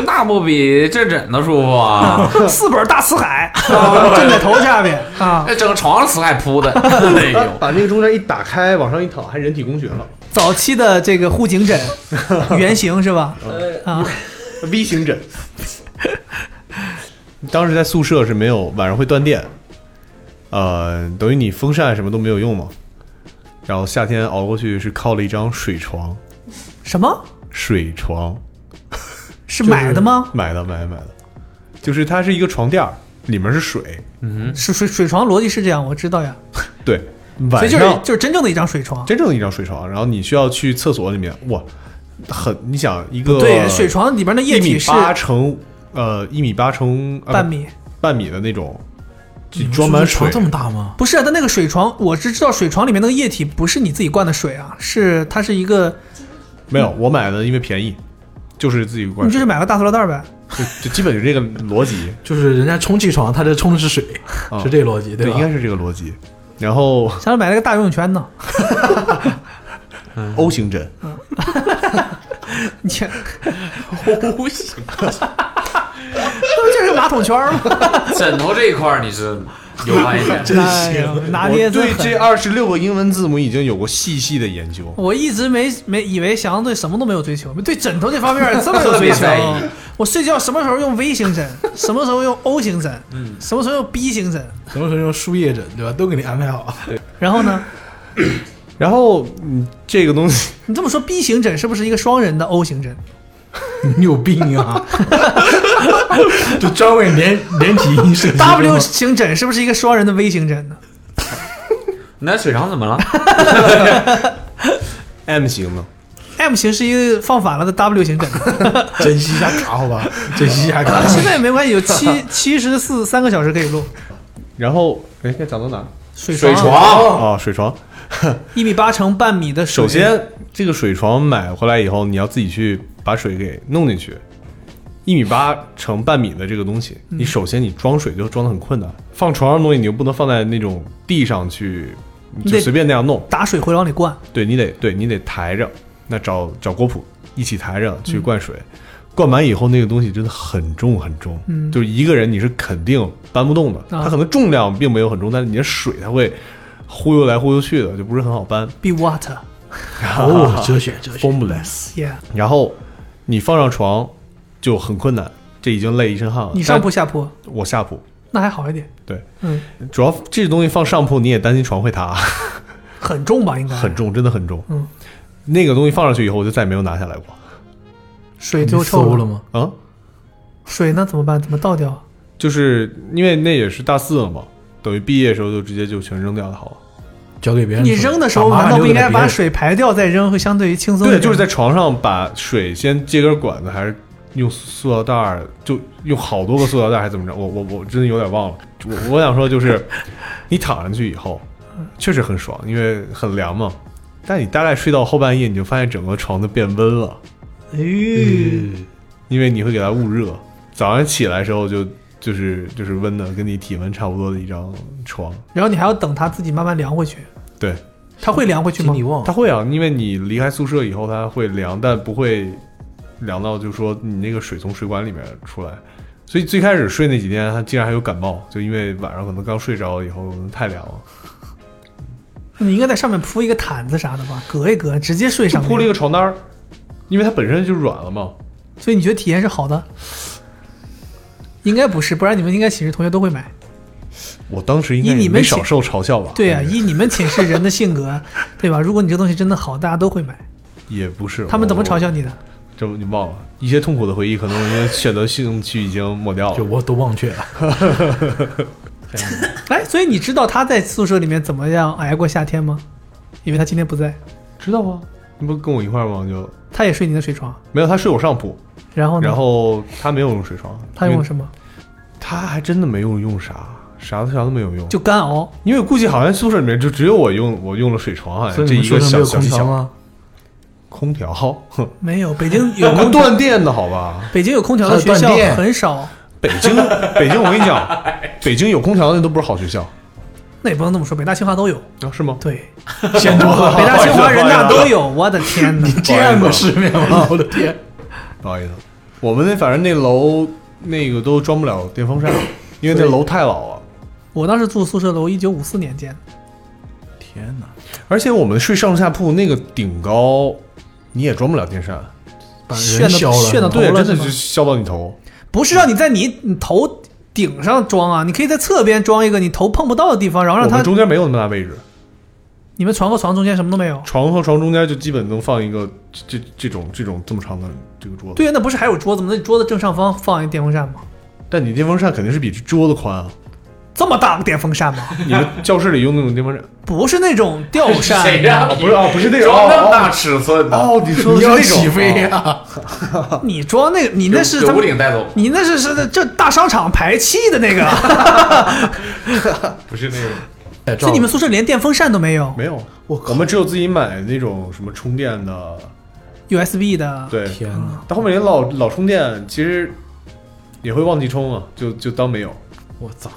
[SPEAKER 4] 那不比这枕头舒服啊？
[SPEAKER 3] 四本大辞海，啊枕在头下面啊。
[SPEAKER 4] 那整个床上死海铺的， 哎呦，
[SPEAKER 7] 把那个中间一打开，往上一躺，还人体工学了
[SPEAKER 3] 早期的这个护 颈枕，原型是吧？啊，
[SPEAKER 7] 呃，V 型枕。当时在宿舍是没有，晚上会断电，呃，等于你风扇什么都没有用嘛。然后夏天熬过去是靠了一张水床，
[SPEAKER 3] 什么
[SPEAKER 7] 水床
[SPEAKER 3] 是买的吗？？
[SPEAKER 7] 买的，买的，买的，就是它是一个床垫儿，里面是水，
[SPEAKER 3] 嗯，水水水床逻辑是这样，我知道呀。
[SPEAKER 7] 对，
[SPEAKER 3] 所
[SPEAKER 7] 晚
[SPEAKER 3] 以就是
[SPEAKER 7] 上
[SPEAKER 3] 就是真正的一张水床。
[SPEAKER 7] 真正的一张水床，然后你需要去厕所里面，哇，很，你想一个
[SPEAKER 3] 对，水床里边的液体是
[SPEAKER 7] 一米八乘呃一米八乘、呃
[SPEAKER 3] 半米，
[SPEAKER 7] 半米的那种，就装满水，
[SPEAKER 12] 大吗？
[SPEAKER 3] 不是啊，但那个水床，我只知道水床里面那个液体不是你自己灌的水啊，是它是一个，
[SPEAKER 7] 没有，我买的因为便宜，就是自己灌
[SPEAKER 3] 你
[SPEAKER 7] 水，
[SPEAKER 3] 就是买个大塑料袋呗。
[SPEAKER 7] 就就基本就这个逻 辑，
[SPEAKER 12] 就是人家充气床，他这充的是水，
[SPEAKER 7] 啊
[SPEAKER 12] 是这个逻辑，
[SPEAKER 7] 对，
[SPEAKER 12] 吧？
[SPEAKER 7] 应该是这个逻辑。然后
[SPEAKER 3] 想买了个大游泳圈呢，
[SPEAKER 12] 嗯
[SPEAKER 7] O 型 枕，
[SPEAKER 3] 你这
[SPEAKER 4] O 型，
[SPEAKER 3] 那不就是马桶圈吗？
[SPEAKER 4] 枕头这一块儿你是有
[SPEAKER 12] 啊
[SPEAKER 4] 发言
[SPEAKER 7] 真
[SPEAKER 4] 权，
[SPEAKER 7] 行，
[SPEAKER 3] 哎拿捏
[SPEAKER 7] 我
[SPEAKER 3] 得
[SPEAKER 7] 对
[SPEAKER 3] 很
[SPEAKER 7] 这二十六个英文字母已经有过细细的研究。
[SPEAKER 3] 我一直没没以为翔对什么都没有追求，对枕头这方面这么有追
[SPEAKER 7] 特别
[SPEAKER 3] 求
[SPEAKER 7] 在意。
[SPEAKER 3] 我睡觉什么时候用 V 型枕，什么时候用 O 型枕，
[SPEAKER 12] 嗯
[SPEAKER 3] 什么时候用 B 型枕，
[SPEAKER 12] 什么时候用输液枕，对吧？都给你安排好。
[SPEAKER 3] 然后 呢？
[SPEAKER 7] 然后嗯，这个东西
[SPEAKER 3] 你这么说，B 型枕是不是一个双人的 O 型枕？
[SPEAKER 12] 你有病啊！ 就专为连连体婴设计的吗
[SPEAKER 3] W 型枕是不是一个双人的 V 型枕呢？
[SPEAKER 4] 你那水床怎么了？
[SPEAKER 7] M 型呢？
[SPEAKER 3] M 型是一个放反了的 W 型枕，
[SPEAKER 12] 珍惜一下卡，好 吧？珍惜一下 卡。
[SPEAKER 3] 现在也没关系，有七七十四三个小时可以录，
[SPEAKER 7] 然后哎，该讲到哪？
[SPEAKER 3] 水
[SPEAKER 7] 水
[SPEAKER 3] 床
[SPEAKER 7] 床啊，水床。
[SPEAKER 3] 一米八乘半米的水。
[SPEAKER 7] 首先，这个水床买回来以后，你要自己去把水给弄进去。一米八乘半米的这个东西，
[SPEAKER 3] 嗯
[SPEAKER 7] 你首先你装水就装的很困难，放床上的东西你又不能放在那种地上去，
[SPEAKER 3] 你
[SPEAKER 7] 就
[SPEAKER 3] 得
[SPEAKER 7] 随便那样弄，
[SPEAKER 3] 打水回往里灌。
[SPEAKER 7] 对你得对你得抬着，那找找郭普一起抬着
[SPEAKER 3] 嗯
[SPEAKER 7] 去灌水，灌满以后那个东西真的很重很重，
[SPEAKER 3] 嗯啊
[SPEAKER 7] 就是一个人你是肯定搬不动的，它可能重量并没有很重，但是你的水它会忽悠来忽悠去的，就不是很好搬。
[SPEAKER 3] Be water，
[SPEAKER 12] 哦哲学
[SPEAKER 7] 哲学，formless。
[SPEAKER 3] yeah，
[SPEAKER 7] 然后你放上床就很困难，这已经累一身汗了。
[SPEAKER 3] 你上铺下铺？
[SPEAKER 7] 但我下铺，
[SPEAKER 3] 那还好一点，
[SPEAKER 7] 对，
[SPEAKER 3] 嗯，
[SPEAKER 7] 主要这东西放上铺你也担心床会塌，
[SPEAKER 3] 很重吧应该，
[SPEAKER 7] 很重，真的很重。
[SPEAKER 3] 嗯，
[SPEAKER 7] 那个东西放上去以后，我就再也没有拿下来过。
[SPEAKER 3] 水最后臭？
[SPEAKER 12] 吗？
[SPEAKER 7] 啊，
[SPEAKER 3] 水那怎么办？怎么倒掉？
[SPEAKER 7] 就是因为那也是大四了嘛，等于毕业的时候就直接就全扔掉了，好了。
[SPEAKER 12] 交给别
[SPEAKER 3] 你扔的时候难道不应该把水排掉再扔，会相对于轻松一
[SPEAKER 7] 对，
[SPEAKER 3] 点？
[SPEAKER 7] 就是在床上把水先接根管子，还是用塑料袋儿，就用好多个塑料袋，还是怎么着？我我我真的有点忘了。我我想说 就是，你躺上去以后，确实很爽，因为很凉嘛。但你大概睡到后半夜，你就发现整个床都变温了，嗯
[SPEAKER 3] 哎，
[SPEAKER 7] 因为你会给它捂热。早上起来的时候就就是就是温的，跟你体温差不多的一张床。
[SPEAKER 3] 然后你还要等它自己慢慢凉回去，
[SPEAKER 7] 对，
[SPEAKER 3] 它会凉回去吗？你
[SPEAKER 7] 它会啊，因为你离开宿舍以后，它会凉，但不会凉到就是说你那个水从水管里面出来。所以最开始睡那几天，它竟然还有感冒，就因为晚上可能刚睡着以后可能太凉了，
[SPEAKER 3] 你应该在上面铺一个毯子啥的吧，隔一隔，直接睡上面。
[SPEAKER 7] 铺了一个床单儿，因为它本身就软了嘛。
[SPEAKER 3] 所以你觉得体验是好的？应该不是，不然你们应该寝室同学都会买。
[SPEAKER 7] 我当时应该
[SPEAKER 3] 以你
[SPEAKER 7] 也
[SPEAKER 3] 们
[SPEAKER 7] 没少
[SPEAKER 3] 寝
[SPEAKER 7] 受嘲笑吧？
[SPEAKER 3] 对呀、以你们寝室人的性格， 对吧？如果你这东西真的好，大家都会买。
[SPEAKER 7] 也不是。哦
[SPEAKER 3] 他们怎么
[SPEAKER 7] 我
[SPEAKER 3] 嘲笑你的？
[SPEAKER 7] 这你忘了一些痛苦的回忆，可能因为选择兴趣已经抹掉了。就
[SPEAKER 12] 我都忘却了。
[SPEAKER 3] 哎，所以你知道他在宿舍里面怎么样挨过夏天吗？因为他今天不在。
[SPEAKER 7] 知道啊， 你不跟我一块儿吗？就
[SPEAKER 3] 他也睡你的水床，
[SPEAKER 7] 没有，他睡我上铺，
[SPEAKER 3] 然后呢？
[SPEAKER 7] 然后他没有用水床，
[SPEAKER 3] 哦他用了什么？
[SPEAKER 7] 他还真的没有用啥，啥啥都没有用，
[SPEAKER 3] 就干熬。
[SPEAKER 7] 因为估计好像宿舍里面就只有我用，我用了水床，好
[SPEAKER 12] 所
[SPEAKER 7] 像
[SPEAKER 12] 以
[SPEAKER 7] 这
[SPEAKER 12] 你们
[SPEAKER 7] 一个
[SPEAKER 12] 宿舍
[SPEAKER 7] 小小
[SPEAKER 12] 没有空
[SPEAKER 7] 技
[SPEAKER 12] 调
[SPEAKER 7] 巧。
[SPEAKER 12] 吗？
[SPEAKER 7] 空调， 哼
[SPEAKER 3] 没有，北京有
[SPEAKER 7] 那不
[SPEAKER 3] 空调
[SPEAKER 7] 断电的好吧？
[SPEAKER 3] 北京有空调的学校
[SPEAKER 7] 还有断电
[SPEAKER 3] 很少，
[SPEAKER 7] 北京，北京，我跟你讲，北京有空调的那都不是好学校。
[SPEAKER 3] 那也不能这么说，北大清华都有
[SPEAKER 7] 啊？是吗？
[SPEAKER 3] 对，
[SPEAKER 7] 先多了
[SPEAKER 3] 北大清华、人
[SPEAKER 7] 不
[SPEAKER 3] 大
[SPEAKER 7] 好意
[SPEAKER 3] 都
[SPEAKER 7] 思
[SPEAKER 3] 有。我的 天哪！你
[SPEAKER 7] 见过世面吗我的
[SPEAKER 3] 天！
[SPEAKER 7] 不好意思，我们那反正那楼那个都装不了电风扇，因为那楼太老啊了。
[SPEAKER 3] 我当时住宿舍楼，一九五四年建的。
[SPEAKER 12] 天哪！
[SPEAKER 7] 而且我们睡上下铺那个顶高，你也装不了电扇，
[SPEAKER 12] 把
[SPEAKER 3] 人削了炫到头
[SPEAKER 7] 对，
[SPEAKER 3] 了
[SPEAKER 7] 真的
[SPEAKER 3] 是吗
[SPEAKER 7] 就削到你头。
[SPEAKER 3] 不是让你在你你头顶上装啊，你可以在侧边装一个你头碰不到的地方，然后让
[SPEAKER 7] 我
[SPEAKER 3] 它
[SPEAKER 7] 们中间没有那么大位置，
[SPEAKER 3] 你们床和床中间什么都没有。
[SPEAKER 7] 床和床中间就基本能放一个这这这种这种这么长的这个桌子。
[SPEAKER 3] 对呀，那不是还有桌子吗？那你桌子正上方放一电风扇吗？
[SPEAKER 7] 但你电风扇肯定是比桌子宽啊。
[SPEAKER 3] 这么大个电风扇吗？
[SPEAKER 7] 你们教室里用那种电风 扇，
[SPEAKER 3] 不是那种吊扇，
[SPEAKER 7] 谁呀哦不是哦不是那种
[SPEAKER 4] 装那么大
[SPEAKER 7] 哦
[SPEAKER 4] 尺寸的
[SPEAKER 7] 哦你说的是那种你要起飞呀
[SPEAKER 4] 啊！
[SPEAKER 3] 你装那个，你那是
[SPEAKER 4] 就
[SPEAKER 3] 他
[SPEAKER 4] 屋顶带走，
[SPEAKER 3] 你那是是这大商场排气的 那个，
[SPEAKER 4] 不是那种。
[SPEAKER 3] 所以你们宿舍连电风扇都没有
[SPEAKER 7] 哎没有，我我们只有自己买那种什么充电的，
[SPEAKER 3] ，USB 的。
[SPEAKER 7] 对，天哪！但后面人老老充电，其实也会忘记充啊，就就当没有。
[SPEAKER 12] 我早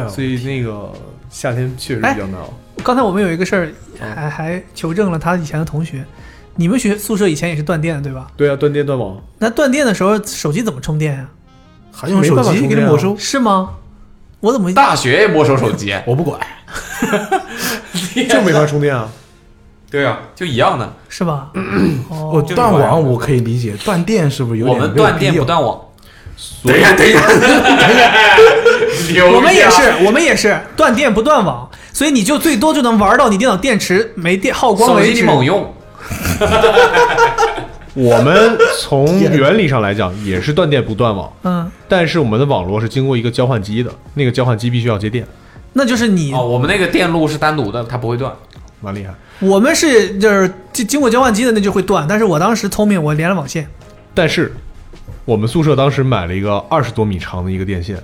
[SPEAKER 12] 呀！
[SPEAKER 7] 所以那个夏天确实比
[SPEAKER 3] 哎
[SPEAKER 7] 较难熬。
[SPEAKER 3] 刚才我们有一个事儿，
[SPEAKER 4] 嗯
[SPEAKER 3] 还还求证了他以前的同学，你们学宿舍以前也是断电的对吧？
[SPEAKER 7] 对啊，断电断网，
[SPEAKER 3] 那断电的时候，手机怎么充电呀、还
[SPEAKER 7] 用手机给它没办法充电啊没收
[SPEAKER 3] 是吗？我怎么
[SPEAKER 4] 大学也没 收手机？
[SPEAKER 12] 我 不管，
[SPEAKER 7] 就没法充电啊。
[SPEAKER 4] 对啊，就一样的。
[SPEAKER 3] 是吧？哦
[SPEAKER 12] 我嗯断网我可以理解，断电是不是有
[SPEAKER 4] 我
[SPEAKER 12] 点
[SPEAKER 4] 们
[SPEAKER 12] 没有
[SPEAKER 4] 断电
[SPEAKER 12] 必要
[SPEAKER 4] 不断网。
[SPEAKER 7] 等一下，
[SPEAKER 4] 等一下，
[SPEAKER 3] 我们也是，我们也是断电不断网，所以你就最多就能玩到你电脑电池没电耗光
[SPEAKER 4] 手
[SPEAKER 3] 为
[SPEAKER 4] 机你
[SPEAKER 3] 止。
[SPEAKER 4] 猛用，
[SPEAKER 7] 我们从原理上来讲 也是断电不断网，
[SPEAKER 3] 嗯，
[SPEAKER 7] 但是我们的网络是经过一个交换机的，那个交换机必须要接电，
[SPEAKER 3] 那就是你
[SPEAKER 4] 哦，我们那个电路是单独的，它不会断。
[SPEAKER 7] 蛮厉害。
[SPEAKER 3] 我们是就是经经过交换机的那就会断，但是我当时聪明，我连了网线，
[SPEAKER 7] 但是我们宿舍当时买了一个二十多米长的一个电线，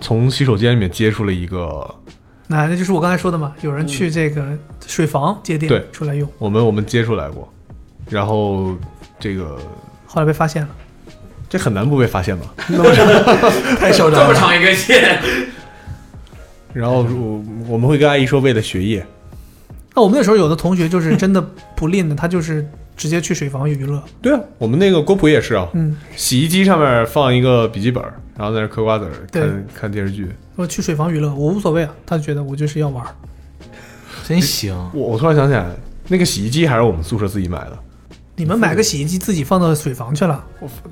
[SPEAKER 7] 从洗手间里面接出了一个，
[SPEAKER 3] 那那就是我刚才说的嘛，有人去这个水房接电
[SPEAKER 7] 对
[SPEAKER 3] 出来用，
[SPEAKER 7] 我们我们接出来过，然后这个
[SPEAKER 3] 后来被发现了。
[SPEAKER 7] 这很难不被发现吧？
[SPEAKER 12] 太嚣张了这么长
[SPEAKER 4] 一根线。
[SPEAKER 7] 然后我我们会跟阿姨说，为了学业，
[SPEAKER 3] 那我们那时候有的同学就是真的不吝的，他就是直接去水房娱乐。
[SPEAKER 7] 对啊，我们那个郭普也是啊，
[SPEAKER 3] 嗯，
[SPEAKER 7] 洗衣机上面放一个笔记本，然后在那嗑瓜子儿，
[SPEAKER 3] 对
[SPEAKER 7] 看看电视剧。
[SPEAKER 3] 我去水房娱乐，我无所谓啊。他觉得我就是要玩儿，真行。
[SPEAKER 7] 我我突然想起来，那个洗衣机还是我们宿舍自己买的，
[SPEAKER 3] 你们买个洗衣机自己放到水房去了，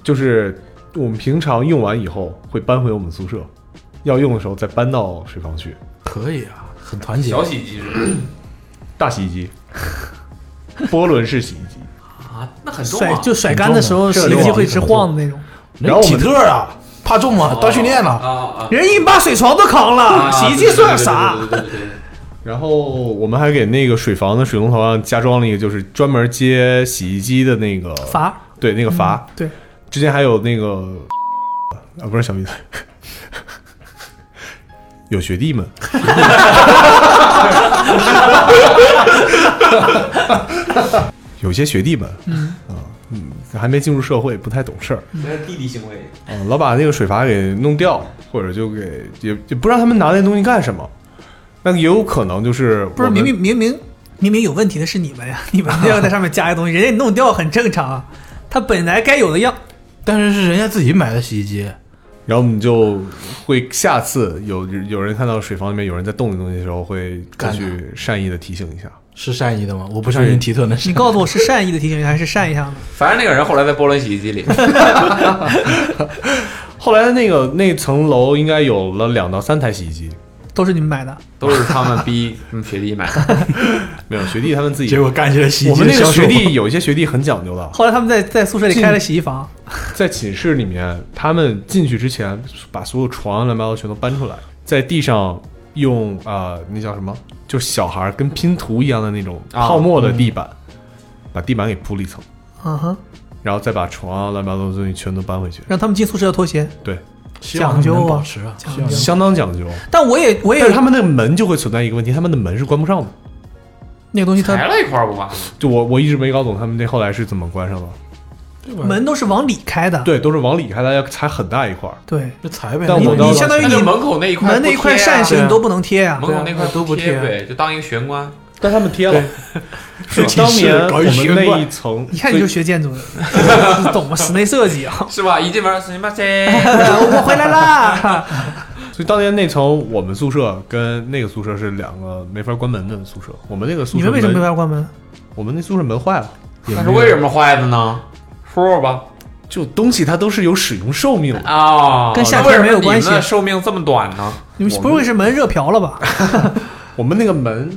[SPEAKER 7] 就是我们平常用完以后会搬回我们宿舍，要用的时候再搬到水房去。
[SPEAKER 12] 可以啊，很团结。
[SPEAKER 4] 小洗衣机是吧
[SPEAKER 7] 大洗衣机，波轮式洗衣机，
[SPEAKER 4] 那很
[SPEAKER 3] 甩就甩干的时候，洗衣机会直晃的那种。
[SPEAKER 7] 然后我们
[SPEAKER 12] 啊，怕重啊，当训练了，
[SPEAKER 3] 人一把水床都扛了，洗衣机算啥？
[SPEAKER 7] 然后我们还给那个水房的水龙头上加装了一个，就是专门接洗衣机的那个
[SPEAKER 3] 阀，
[SPEAKER 7] 对，那个阀。
[SPEAKER 12] 嗯
[SPEAKER 3] 对，
[SPEAKER 7] 之前还有那个啊，不是小米的， 有学弟们，有些学弟们，
[SPEAKER 4] 嗯
[SPEAKER 7] 嗯，还没进入社会，不太懂事儿。
[SPEAKER 4] 那是弟弟行为。
[SPEAKER 7] 嗯，老把那个水阀给弄掉，或者就给也也不知道他们拿那东西干什么。那也有可能就是
[SPEAKER 3] 不是
[SPEAKER 7] 我们
[SPEAKER 3] 明明明明明明有问题的是你们呀， 你们要在上面加一个 东西，人家弄掉很正常啊，它本来该有的样。
[SPEAKER 12] 但是是人家自己买的洗衣机，
[SPEAKER 7] 然后我们就会下次有有人看到水房里面有人在动的东西的时候，会过
[SPEAKER 12] 干他
[SPEAKER 7] 去善意的提醒一下。
[SPEAKER 12] 是善意的吗？我不相信提特能
[SPEAKER 3] 你告诉我是善意的提醒还是善意上的？
[SPEAKER 4] 反正那个人后来在波轮洗衣机里，
[SPEAKER 7] 后来那个那层楼应该有了两到三台洗衣机，
[SPEAKER 3] 都是你们买的，
[SPEAKER 4] 都是他们逼嗯学弟买的。
[SPEAKER 7] 没有学弟他们自己。
[SPEAKER 12] 结果干起了洗衣机
[SPEAKER 7] 我们那个
[SPEAKER 12] 销售
[SPEAKER 7] 学弟有一些学弟很讲究的，
[SPEAKER 3] 后来他们在在宿舍里开了洗衣房，
[SPEAKER 7] 在寝室里面，他们进去之前把所有床啊乱七八糟全都搬出来，在地上用啊、呃那叫什么？就小孩儿跟拼图一样的那种
[SPEAKER 3] 啊
[SPEAKER 7] 泡沫的
[SPEAKER 4] 嗯
[SPEAKER 7] 地板，把地板给铺了一层，
[SPEAKER 3] 嗯哼，
[SPEAKER 7] 然后再把床啊乱七八糟的东西全都搬回去。
[SPEAKER 3] 让他们进宿舍要脱鞋，
[SPEAKER 7] 对，
[SPEAKER 3] 讲究啊，讲究。
[SPEAKER 7] 相当讲究。
[SPEAKER 3] 但我也我也，
[SPEAKER 7] 但是他们的门就会存在一个问题，他们的门是关不上的。
[SPEAKER 3] 那个东西它
[SPEAKER 4] 块不吧？
[SPEAKER 7] 就我我一直没搞懂他们那后来是怎么关上的。
[SPEAKER 3] 门都是往里开的，
[SPEAKER 7] 对，都是往里开，大家踩很大一块儿。
[SPEAKER 3] 对，
[SPEAKER 12] 就裁呗
[SPEAKER 7] 但
[SPEAKER 3] 你
[SPEAKER 7] 我到
[SPEAKER 3] 你相当于
[SPEAKER 7] 那
[SPEAKER 3] 你
[SPEAKER 7] 就
[SPEAKER 4] 门口那一块
[SPEAKER 3] 门那一块
[SPEAKER 4] 不贴啊
[SPEAKER 3] 扇形你都不能贴呀，啊
[SPEAKER 4] 门口那
[SPEAKER 12] 啊
[SPEAKER 4] 块
[SPEAKER 3] 都不
[SPEAKER 4] 贴
[SPEAKER 3] 贴。
[SPEAKER 4] 呗，就当一个玄关。
[SPEAKER 7] 但他们贴 了。
[SPEAKER 4] 是吧
[SPEAKER 7] 当年我们那一层，
[SPEAKER 3] 一看你就学建筑的， 懂吗？室内设计啊，
[SPEAKER 4] 是吧？一进门，你妈谁？
[SPEAKER 3] 我回 来啦！
[SPEAKER 7] 所以当年那层我们宿舍跟那个宿舍是两个没法关门的宿舍。我们那个宿舍
[SPEAKER 3] 你们为什么没
[SPEAKER 7] 门
[SPEAKER 3] 法关门？
[SPEAKER 7] 我们那宿舍门坏了，
[SPEAKER 4] 那是为什么坏的呢？说说吧。
[SPEAKER 7] 就东西它都是有使用寿命的
[SPEAKER 4] 啊，
[SPEAKER 7] 跟夏
[SPEAKER 4] 那
[SPEAKER 7] 天
[SPEAKER 4] 为什么
[SPEAKER 7] 没有关系
[SPEAKER 4] 你们的寿命这么短呢？
[SPEAKER 3] 你们不会是门热瓢了吧？
[SPEAKER 7] 我们那个门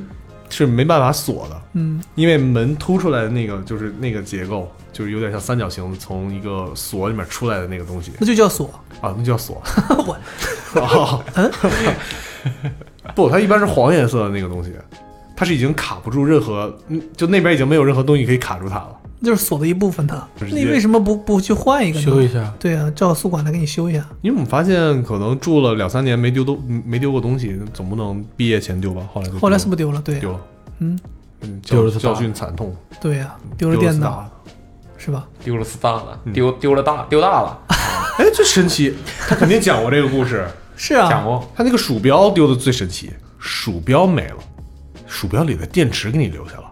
[SPEAKER 7] 是没办法锁的，
[SPEAKER 3] 嗯，
[SPEAKER 7] 因为门凸出来的那个就是那个结构，就是有点像三角形从一个锁里面出来的那个东西。
[SPEAKER 3] 那就叫锁
[SPEAKER 7] 啊，那叫 锁。我哦，
[SPEAKER 3] 嗯
[SPEAKER 7] 不，它一般是黄颜色的那个东西，它是已经卡不住任何，嗯，就那边已经没有任何东西可以卡住它了。
[SPEAKER 3] 就是锁的一部分它。
[SPEAKER 7] 直
[SPEAKER 3] 那
[SPEAKER 7] 接
[SPEAKER 3] 你为什么不不去换一个呢？
[SPEAKER 7] 修一下
[SPEAKER 3] 对啊，叫宿管来给你修一下。
[SPEAKER 7] 因为我们发现，可能住了两三年没丢都没丢过东西，总不能毕业前丢吧？后来就
[SPEAKER 3] 后来是不是丢了对
[SPEAKER 7] 丢了，
[SPEAKER 3] 嗯，
[SPEAKER 7] 嗯，
[SPEAKER 4] 丢
[SPEAKER 7] 教
[SPEAKER 4] 了次
[SPEAKER 7] 教
[SPEAKER 4] 大
[SPEAKER 7] 训惨痛。
[SPEAKER 3] 对呀、丢了
[SPEAKER 7] 丢了
[SPEAKER 3] 电
[SPEAKER 7] 四
[SPEAKER 3] 脑，是吧？
[SPEAKER 4] 丢了四大了，丢丢了大，丢大了。
[SPEAKER 7] 嗯哎，最神奇，他肯定讲过这个故事，
[SPEAKER 3] 是啊讲
[SPEAKER 4] 过。
[SPEAKER 7] 他那个鼠标丢的最神奇，鼠标没了，鼠标里的电池给你留下了，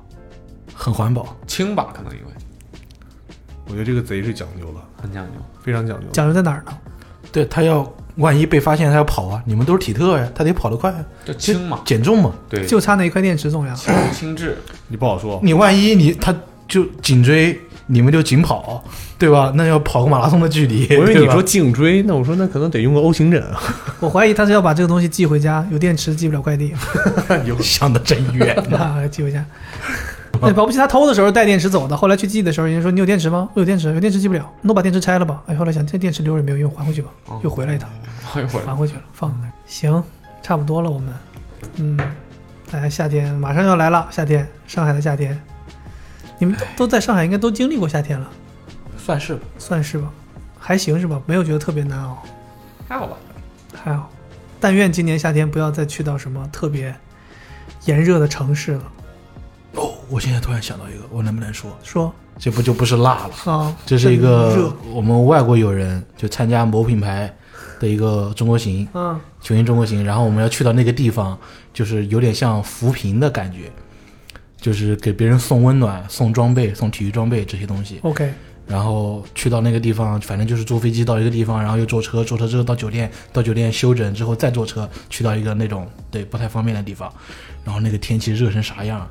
[SPEAKER 12] 很环保，
[SPEAKER 4] 轻吧，可能因为
[SPEAKER 7] 我觉得这个贼是讲究了，
[SPEAKER 4] 很讲究，
[SPEAKER 7] 非常讲究。
[SPEAKER 3] 讲究在哪儿呢？
[SPEAKER 12] 对他要万一被发现，他要跑啊！你们都是体特呀，他得跑得快啊，
[SPEAKER 4] 就轻嘛，
[SPEAKER 12] 减重嘛。
[SPEAKER 4] 对
[SPEAKER 3] 就差那一块电池重啊要。
[SPEAKER 4] 轻质，
[SPEAKER 7] 你不好说。
[SPEAKER 12] 你万一你他就紧追，你们就紧跑，对吧？那要跑个马拉松的距离。
[SPEAKER 7] 我以为
[SPEAKER 12] 对
[SPEAKER 7] 你
[SPEAKER 12] 吧
[SPEAKER 7] 说颈椎，那我说那可能得用个 O 型枕 啊。
[SPEAKER 3] 我怀疑他是要把这个东西寄回家，有电池寄不了快递，
[SPEAKER 7] 有
[SPEAKER 12] 想的真远
[SPEAKER 3] 啊，寄回家。那保不齐他偷的时候带电池走的，后来去寄的时候，人家说你有电池吗？我有电池，有电池寄不了，那我把电池拆了吧。哎，后来想这电池留着也没有用，还回去吧，
[SPEAKER 12] 哦
[SPEAKER 3] 又回来一趟，
[SPEAKER 4] 还回
[SPEAKER 3] 还回去了，放在那儿。行，差不多了，我们，嗯，大家夏天马上要来了，夏天，上海的夏天，你们都都在上海，应该都经历过夏天了，
[SPEAKER 12] 算是吧，
[SPEAKER 3] 算是吧，还行是吧？没有觉得特别难熬，
[SPEAKER 4] 还好吧。
[SPEAKER 3] 还好。但愿今年夏天不要再去到什么特别炎热的城市了。
[SPEAKER 12] 哦，我现在突然想到一个，我能不 能说？
[SPEAKER 3] 说
[SPEAKER 12] 这不就不是辣了？
[SPEAKER 3] 啊，
[SPEAKER 12] 这是一
[SPEAKER 3] 真
[SPEAKER 12] 个
[SPEAKER 3] 热，
[SPEAKER 12] 我们外国友人就参加某品牌的一个中国行，
[SPEAKER 3] 嗯，
[SPEAKER 12] 球星中国行，然后我们要去到那个地方，就是有点像扶贫的感觉，就是给别人送温暖、送装备、送体育装备这些东西。
[SPEAKER 3] OK
[SPEAKER 12] 然后去到那个地方，反正就是坐飞机到一个地方，然后又坐车，坐车之后到酒店，到酒店休整之后再坐车去到一个那种对不太方便的地方，然后那个天气热成啥样，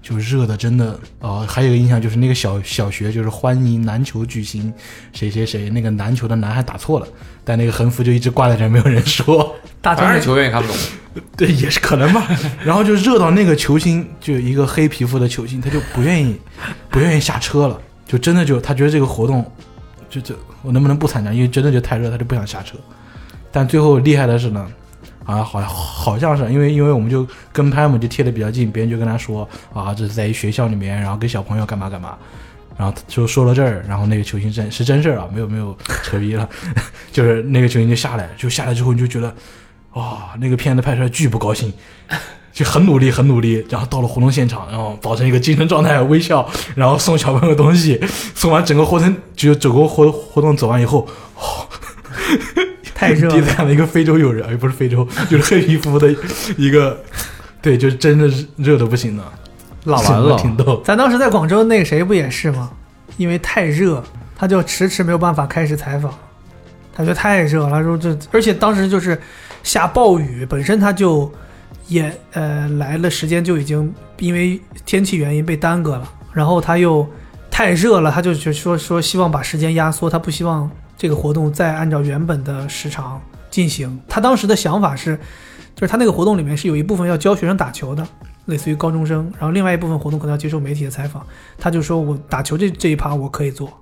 [SPEAKER 12] 就热的真的呃，还有一个印象就是那个小小学就是欢迎篮球巨星谁谁谁，那个篮球的男孩打错了，但那个横幅就一直挂在这儿，没有人说。
[SPEAKER 3] 大
[SPEAKER 4] 反正球员也看不懂。
[SPEAKER 12] 对，也是可能吧。然后就热到那个球星，就一个黑皮肤的球星，他就不愿意，不愿意下车了，就真的就他觉得这个活动，就就我能不能不参加？因为真的就太热，他就不想下车。但最后厉害的是呢，啊，好像好像是因为因为我们就跟拍嘛，就贴的比较近，别人就跟他说啊，这是在一学校里面，然后给小朋友干嘛干嘛。然后他就说到这儿，然后那个球星真是真事儿啊，没有没有扯逼了， 就是那个球星就下来，就下来之后你就觉得，哇、那个片子拍出来巨不高兴，就很努力很努力，然后到了活动现场，然后保持一个精神状态微笑，然后送小朋友东西，送完整个活动，就整个活活动走完以后，哦
[SPEAKER 3] 太热了
[SPEAKER 12] 第一次看到一个非洲友人，哎，不是非洲， 就是黑皮肤的一个，对，就是真的是热的不行了，
[SPEAKER 3] 辣完了
[SPEAKER 12] 挺逗。
[SPEAKER 3] 咱当时在广州那个谁不也是吗？因为太热，他就迟迟没有办法开始采访，他觉得太热了，他说这，而且当时就是下暴雨，本身他就也呃来了时间就已经因为天气原因被耽搁了，然后他又太热了，他就就说说希望把时间压缩，他不希望这个活动再按照原本的时长进行。他当时的想法是，就是他那个活动里面是有一部分要教学生打球的，类似于高中生，然后另外一部分活动可能要接受媒体的采访。他就说我打球这这一趴我可以做，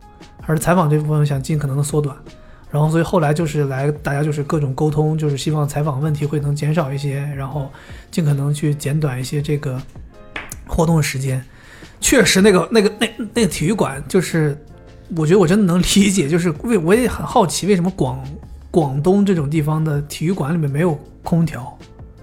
[SPEAKER 3] 而采访这部分想尽可能的缩短。然后所以后来就是来大家就是各种沟通，就是希望采访问题会能减少一些，然后尽可能去减短一些这个活动时间。确实、那个，那个那那个体育馆，就是我觉得我真的能理解，就是为我也很好奇，为什么广广东这种地方的体育馆里面没有空调，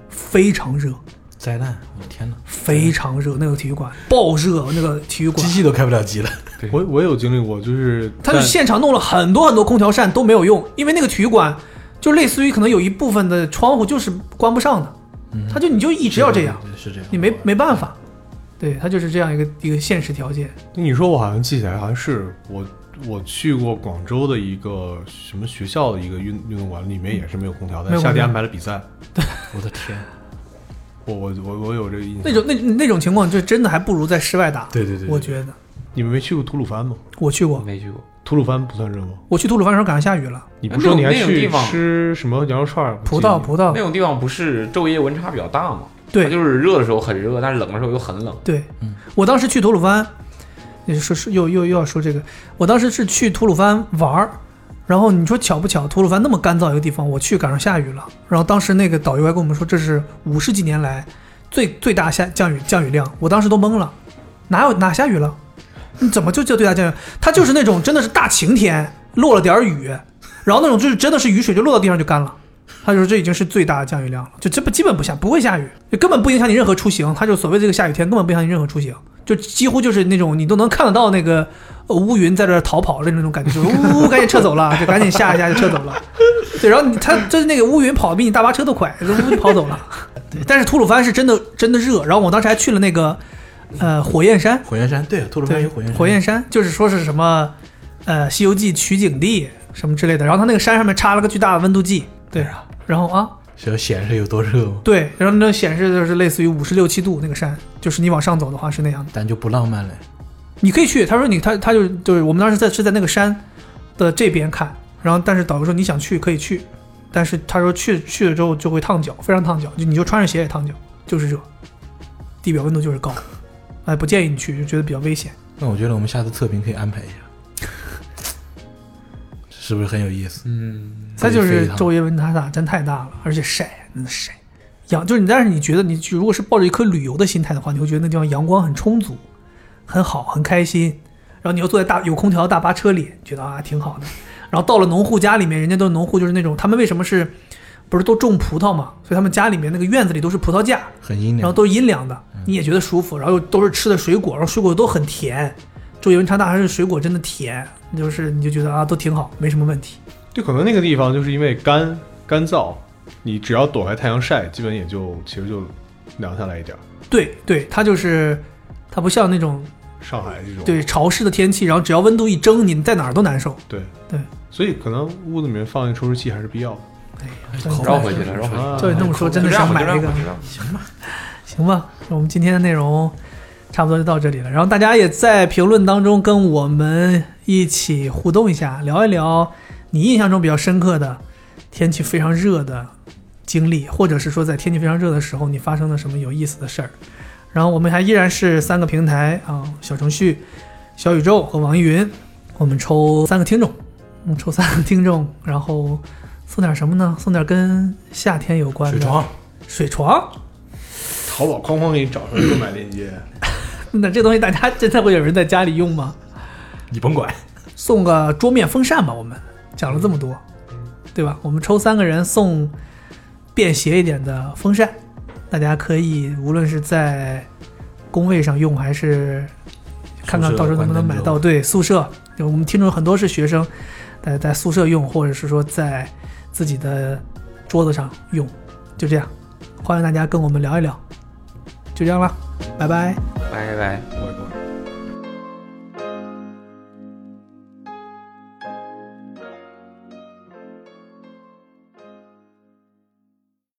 [SPEAKER 3] 非常热，
[SPEAKER 12] 灾难，
[SPEAKER 7] 哦
[SPEAKER 12] 我的天哪，
[SPEAKER 3] 非常热，那个体育馆爆热，那个体育馆
[SPEAKER 12] 机器都开不了机了。
[SPEAKER 7] 我我有经历过，就是
[SPEAKER 3] 他就
[SPEAKER 7] 在
[SPEAKER 3] 现场弄了很多很多空调扇都没有用，因为那个体育馆就类似于可能有一部分的窗户就是关不上的，
[SPEAKER 7] 嗯
[SPEAKER 3] 他就你就一直要这样，
[SPEAKER 12] 是这样。
[SPEAKER 3] 你没没办法，对他就是这样一个一个现实条件。
[SPEAKER 7] 你说我好像记起来，好像是我我去过广州的一个什么学校的一个运运动馆，里面也是没有空调的，
[SPEAKER 3] 没有
[SPEAKER 7] 但
[SPEAKER 3] 空调
[SPEAKER 7] 夏天安排了比 赛。
[SPEAKER 12] 我的天，
[SPEAKER 7] 我我我我有这个印
[SPEAKER 3] 那
[SPEAKER 7] 象。
[SPEAKER 3] 种那那种情况，就真的还不如在室外打。
[SPEAKER 7] 嗯对对对对
[SPEAKER 3] 我觉得
[SPEAKER 7] 你们没去过吐鲁番吗？
[SPEAKER 3] 我去过，
[SPEAKER 4] 没去过。
[SPEAKER 7] 吐鲁番不算热吗？
[SPEAKER 3] 我去吐鲁番的时候赶上下雨了。
[SPEAKER 7] 你不说你还
[SPEAKER 4] 那种地
[SPEAKER 7] 去
[SPEAKER 4] 方
[SPEAKER 7] 吃什么羊肉串儿、
[SPEAKER 3] 葡萄葡萄
[SPEAKER 4] 那种地方不是昼夜温差比较大吗？
[SPEAKER 3] 对，
[SPEAKER 4] 就是热的时候很热，但是冷的时候又很冷。
[SPEAKER 3] 对，我当时去吐鲁番，你说说又又又要说这个，我当时是去吐鲁番玩儿，然后你说呃巧不巧，吐鲁番那么干燥一个地方，我去赶上下雨了，然后当时那个导游还跟我们说这是五十几年来最最大下降雨降雨量，我当时都懵了，哪有哪下雨了？你怎么就叫最大降雨？它就是那种真的是大晴天落了点儿雨，然后那种就是真的是雨水就落到地上就干了。他就说这已经是最大的降雨量了，就这不基本不下不会下雨，就根本不影响你任何出行。他就所谓这个下雨天根本不影响你任何出行，就几乎就是那种你都能看得到那个呃乌云在这儿逃跑的那种感觉，就是呜呜赶紧撤走了，就赶紧下一下就撤走了。对，然后你他就是那个乌云跑得比你大巴车都快，这乌云跑走了。对，但是吐鲁番是真的真的热，然后我当时还去了那个呃火焰山，
[SPEAKER 12] 火焰山对，吐鲁番有火焰山。
[SPEAKER 3] 火焰山就是说是什么，呃，《西游记》取景地什么之类的。然后它那个山上面插了个巨大的温度计，
[SPEAKER 12] 哎
[SPEAKER 3] 对啊，然后啊，
[SPEAKER 12] 是要显示有多热吗？
[SPEAKER 3] 对，然后那显示就是类似于五十六七度那个山，就是你往上走的话是那样的。
[SPEAKER 12] 但就不浪漫了。
[SPEAKER 3] 你可以去，他说你他他就就是我们当时在是在那个山的这边看，然后但是导游说你想去可以去，但是他说去去了之后就会烫脚，非常烫脚，就你就穿着鞋也烫脚，就是热，地表温度就是高，哎，不建议你去，就觉得比较危险。
[SPEAKER 12] 那我觉得我们下次测评可以安排一下， 是不是很有意思？
[SPEAKER 4] 嗯，
[SPEAKER 3] 它就是
[SPEAKER 12] 周
[SPEAKER 3] 昼夜温差大，真太大了，而且晒，真的晒。阳就是你，但是你觉得你去如果是抱着一颗旅游的心态的话，你会觉得那地方阳光很充足，很好，很开心。然后你又坐在大有空调的大巴车里，觉得啊挺好的。然后到了农户家里面，人家都是农户，就是那种他们为什么是不是都种葡萄嘛？所以他们家里面那个院子里都是葡萄架，
[SPEAKER 12] 很
[SPEAKER 8] 嗯
[SPEAKER 12] 阴
[SPEAKER 3] 然后
[SPEAKER 12] 凉。
[SPEAKER 3] 都是阴凉的，你也觉得舒服，然后又都是吃的水果，然后水果都很甜，昼夜温差大，还是水果真的甜，就是你就觉得啊都挺好，没什么问题。
[SPEAKER 7] 对，可能那个地方就是因为干干燥，你只要躲开太阳晒，基本也就其实就凉下来一点儿。
[SPEAKER 3] 对对，它就是它不像那种
[SPEAKER 7] 上海这种
[SPEAKER 3] 对潮湿的天气，然后只要温度一蒸，你在哪儿都难受。
[SPEAKER 7] 对
[SPEAKER 3] 对，
[SPEAKER 7] 所以可能屋子里面放一抽湿器还是必要的。啊
[SPEAKER 4] 绕回去了绕回去了
[SPEAKER 3] 对，这么说真的
[SPEAKER 4] 啊就这样
[SPEAKER 3] 想买
[SPEAKER 4] 吧就
[SPEAKER 3] 一
[SPEAKER 4] 这样吧
[SPEAKER 3] 个
[SPEAKER 4] 就这样吧，
[SPEAKER 3] 行吧，行吧，那我们今天的内容差不多就到这里了。然后大家也在评论当中跟我们一起互动一下，聊一聊你印象中比较深刻的天气非常热的经历，或者是说在天气非常热的时候你发生了什么有意思的事儿。然后我们还依然是三个平台啊，小程序、小宇宙和网易云，我们抽三个听众，我们抽三个听众，然后送点什么呢？送点跟夏天有关的
[SPEAKER 7] 水床，
[SPEAKER 3] 水床。
[SPEAKER 7] 淘宝哐哐给你找上购买链接，
[SPEAKER 3] 那这东西大家真的会有人在家里用吗？
[SPEAKER 7] 你甭管。
[SPEAKER 3] 送个桌面风扇吧，我们讲了这么多，对吧？我们抽三个人送便携一点的风扇，大家可以无论是在工位上用，还是看看到时候能不能买到。对，宿舍，我们听众很多是学生，在在宿舍用，或者是说在自己的桌子上用，就这样。欢迎大家跟我们聊一聊，就这样了，拜拜。
[SPEAKER 4] 拜拜。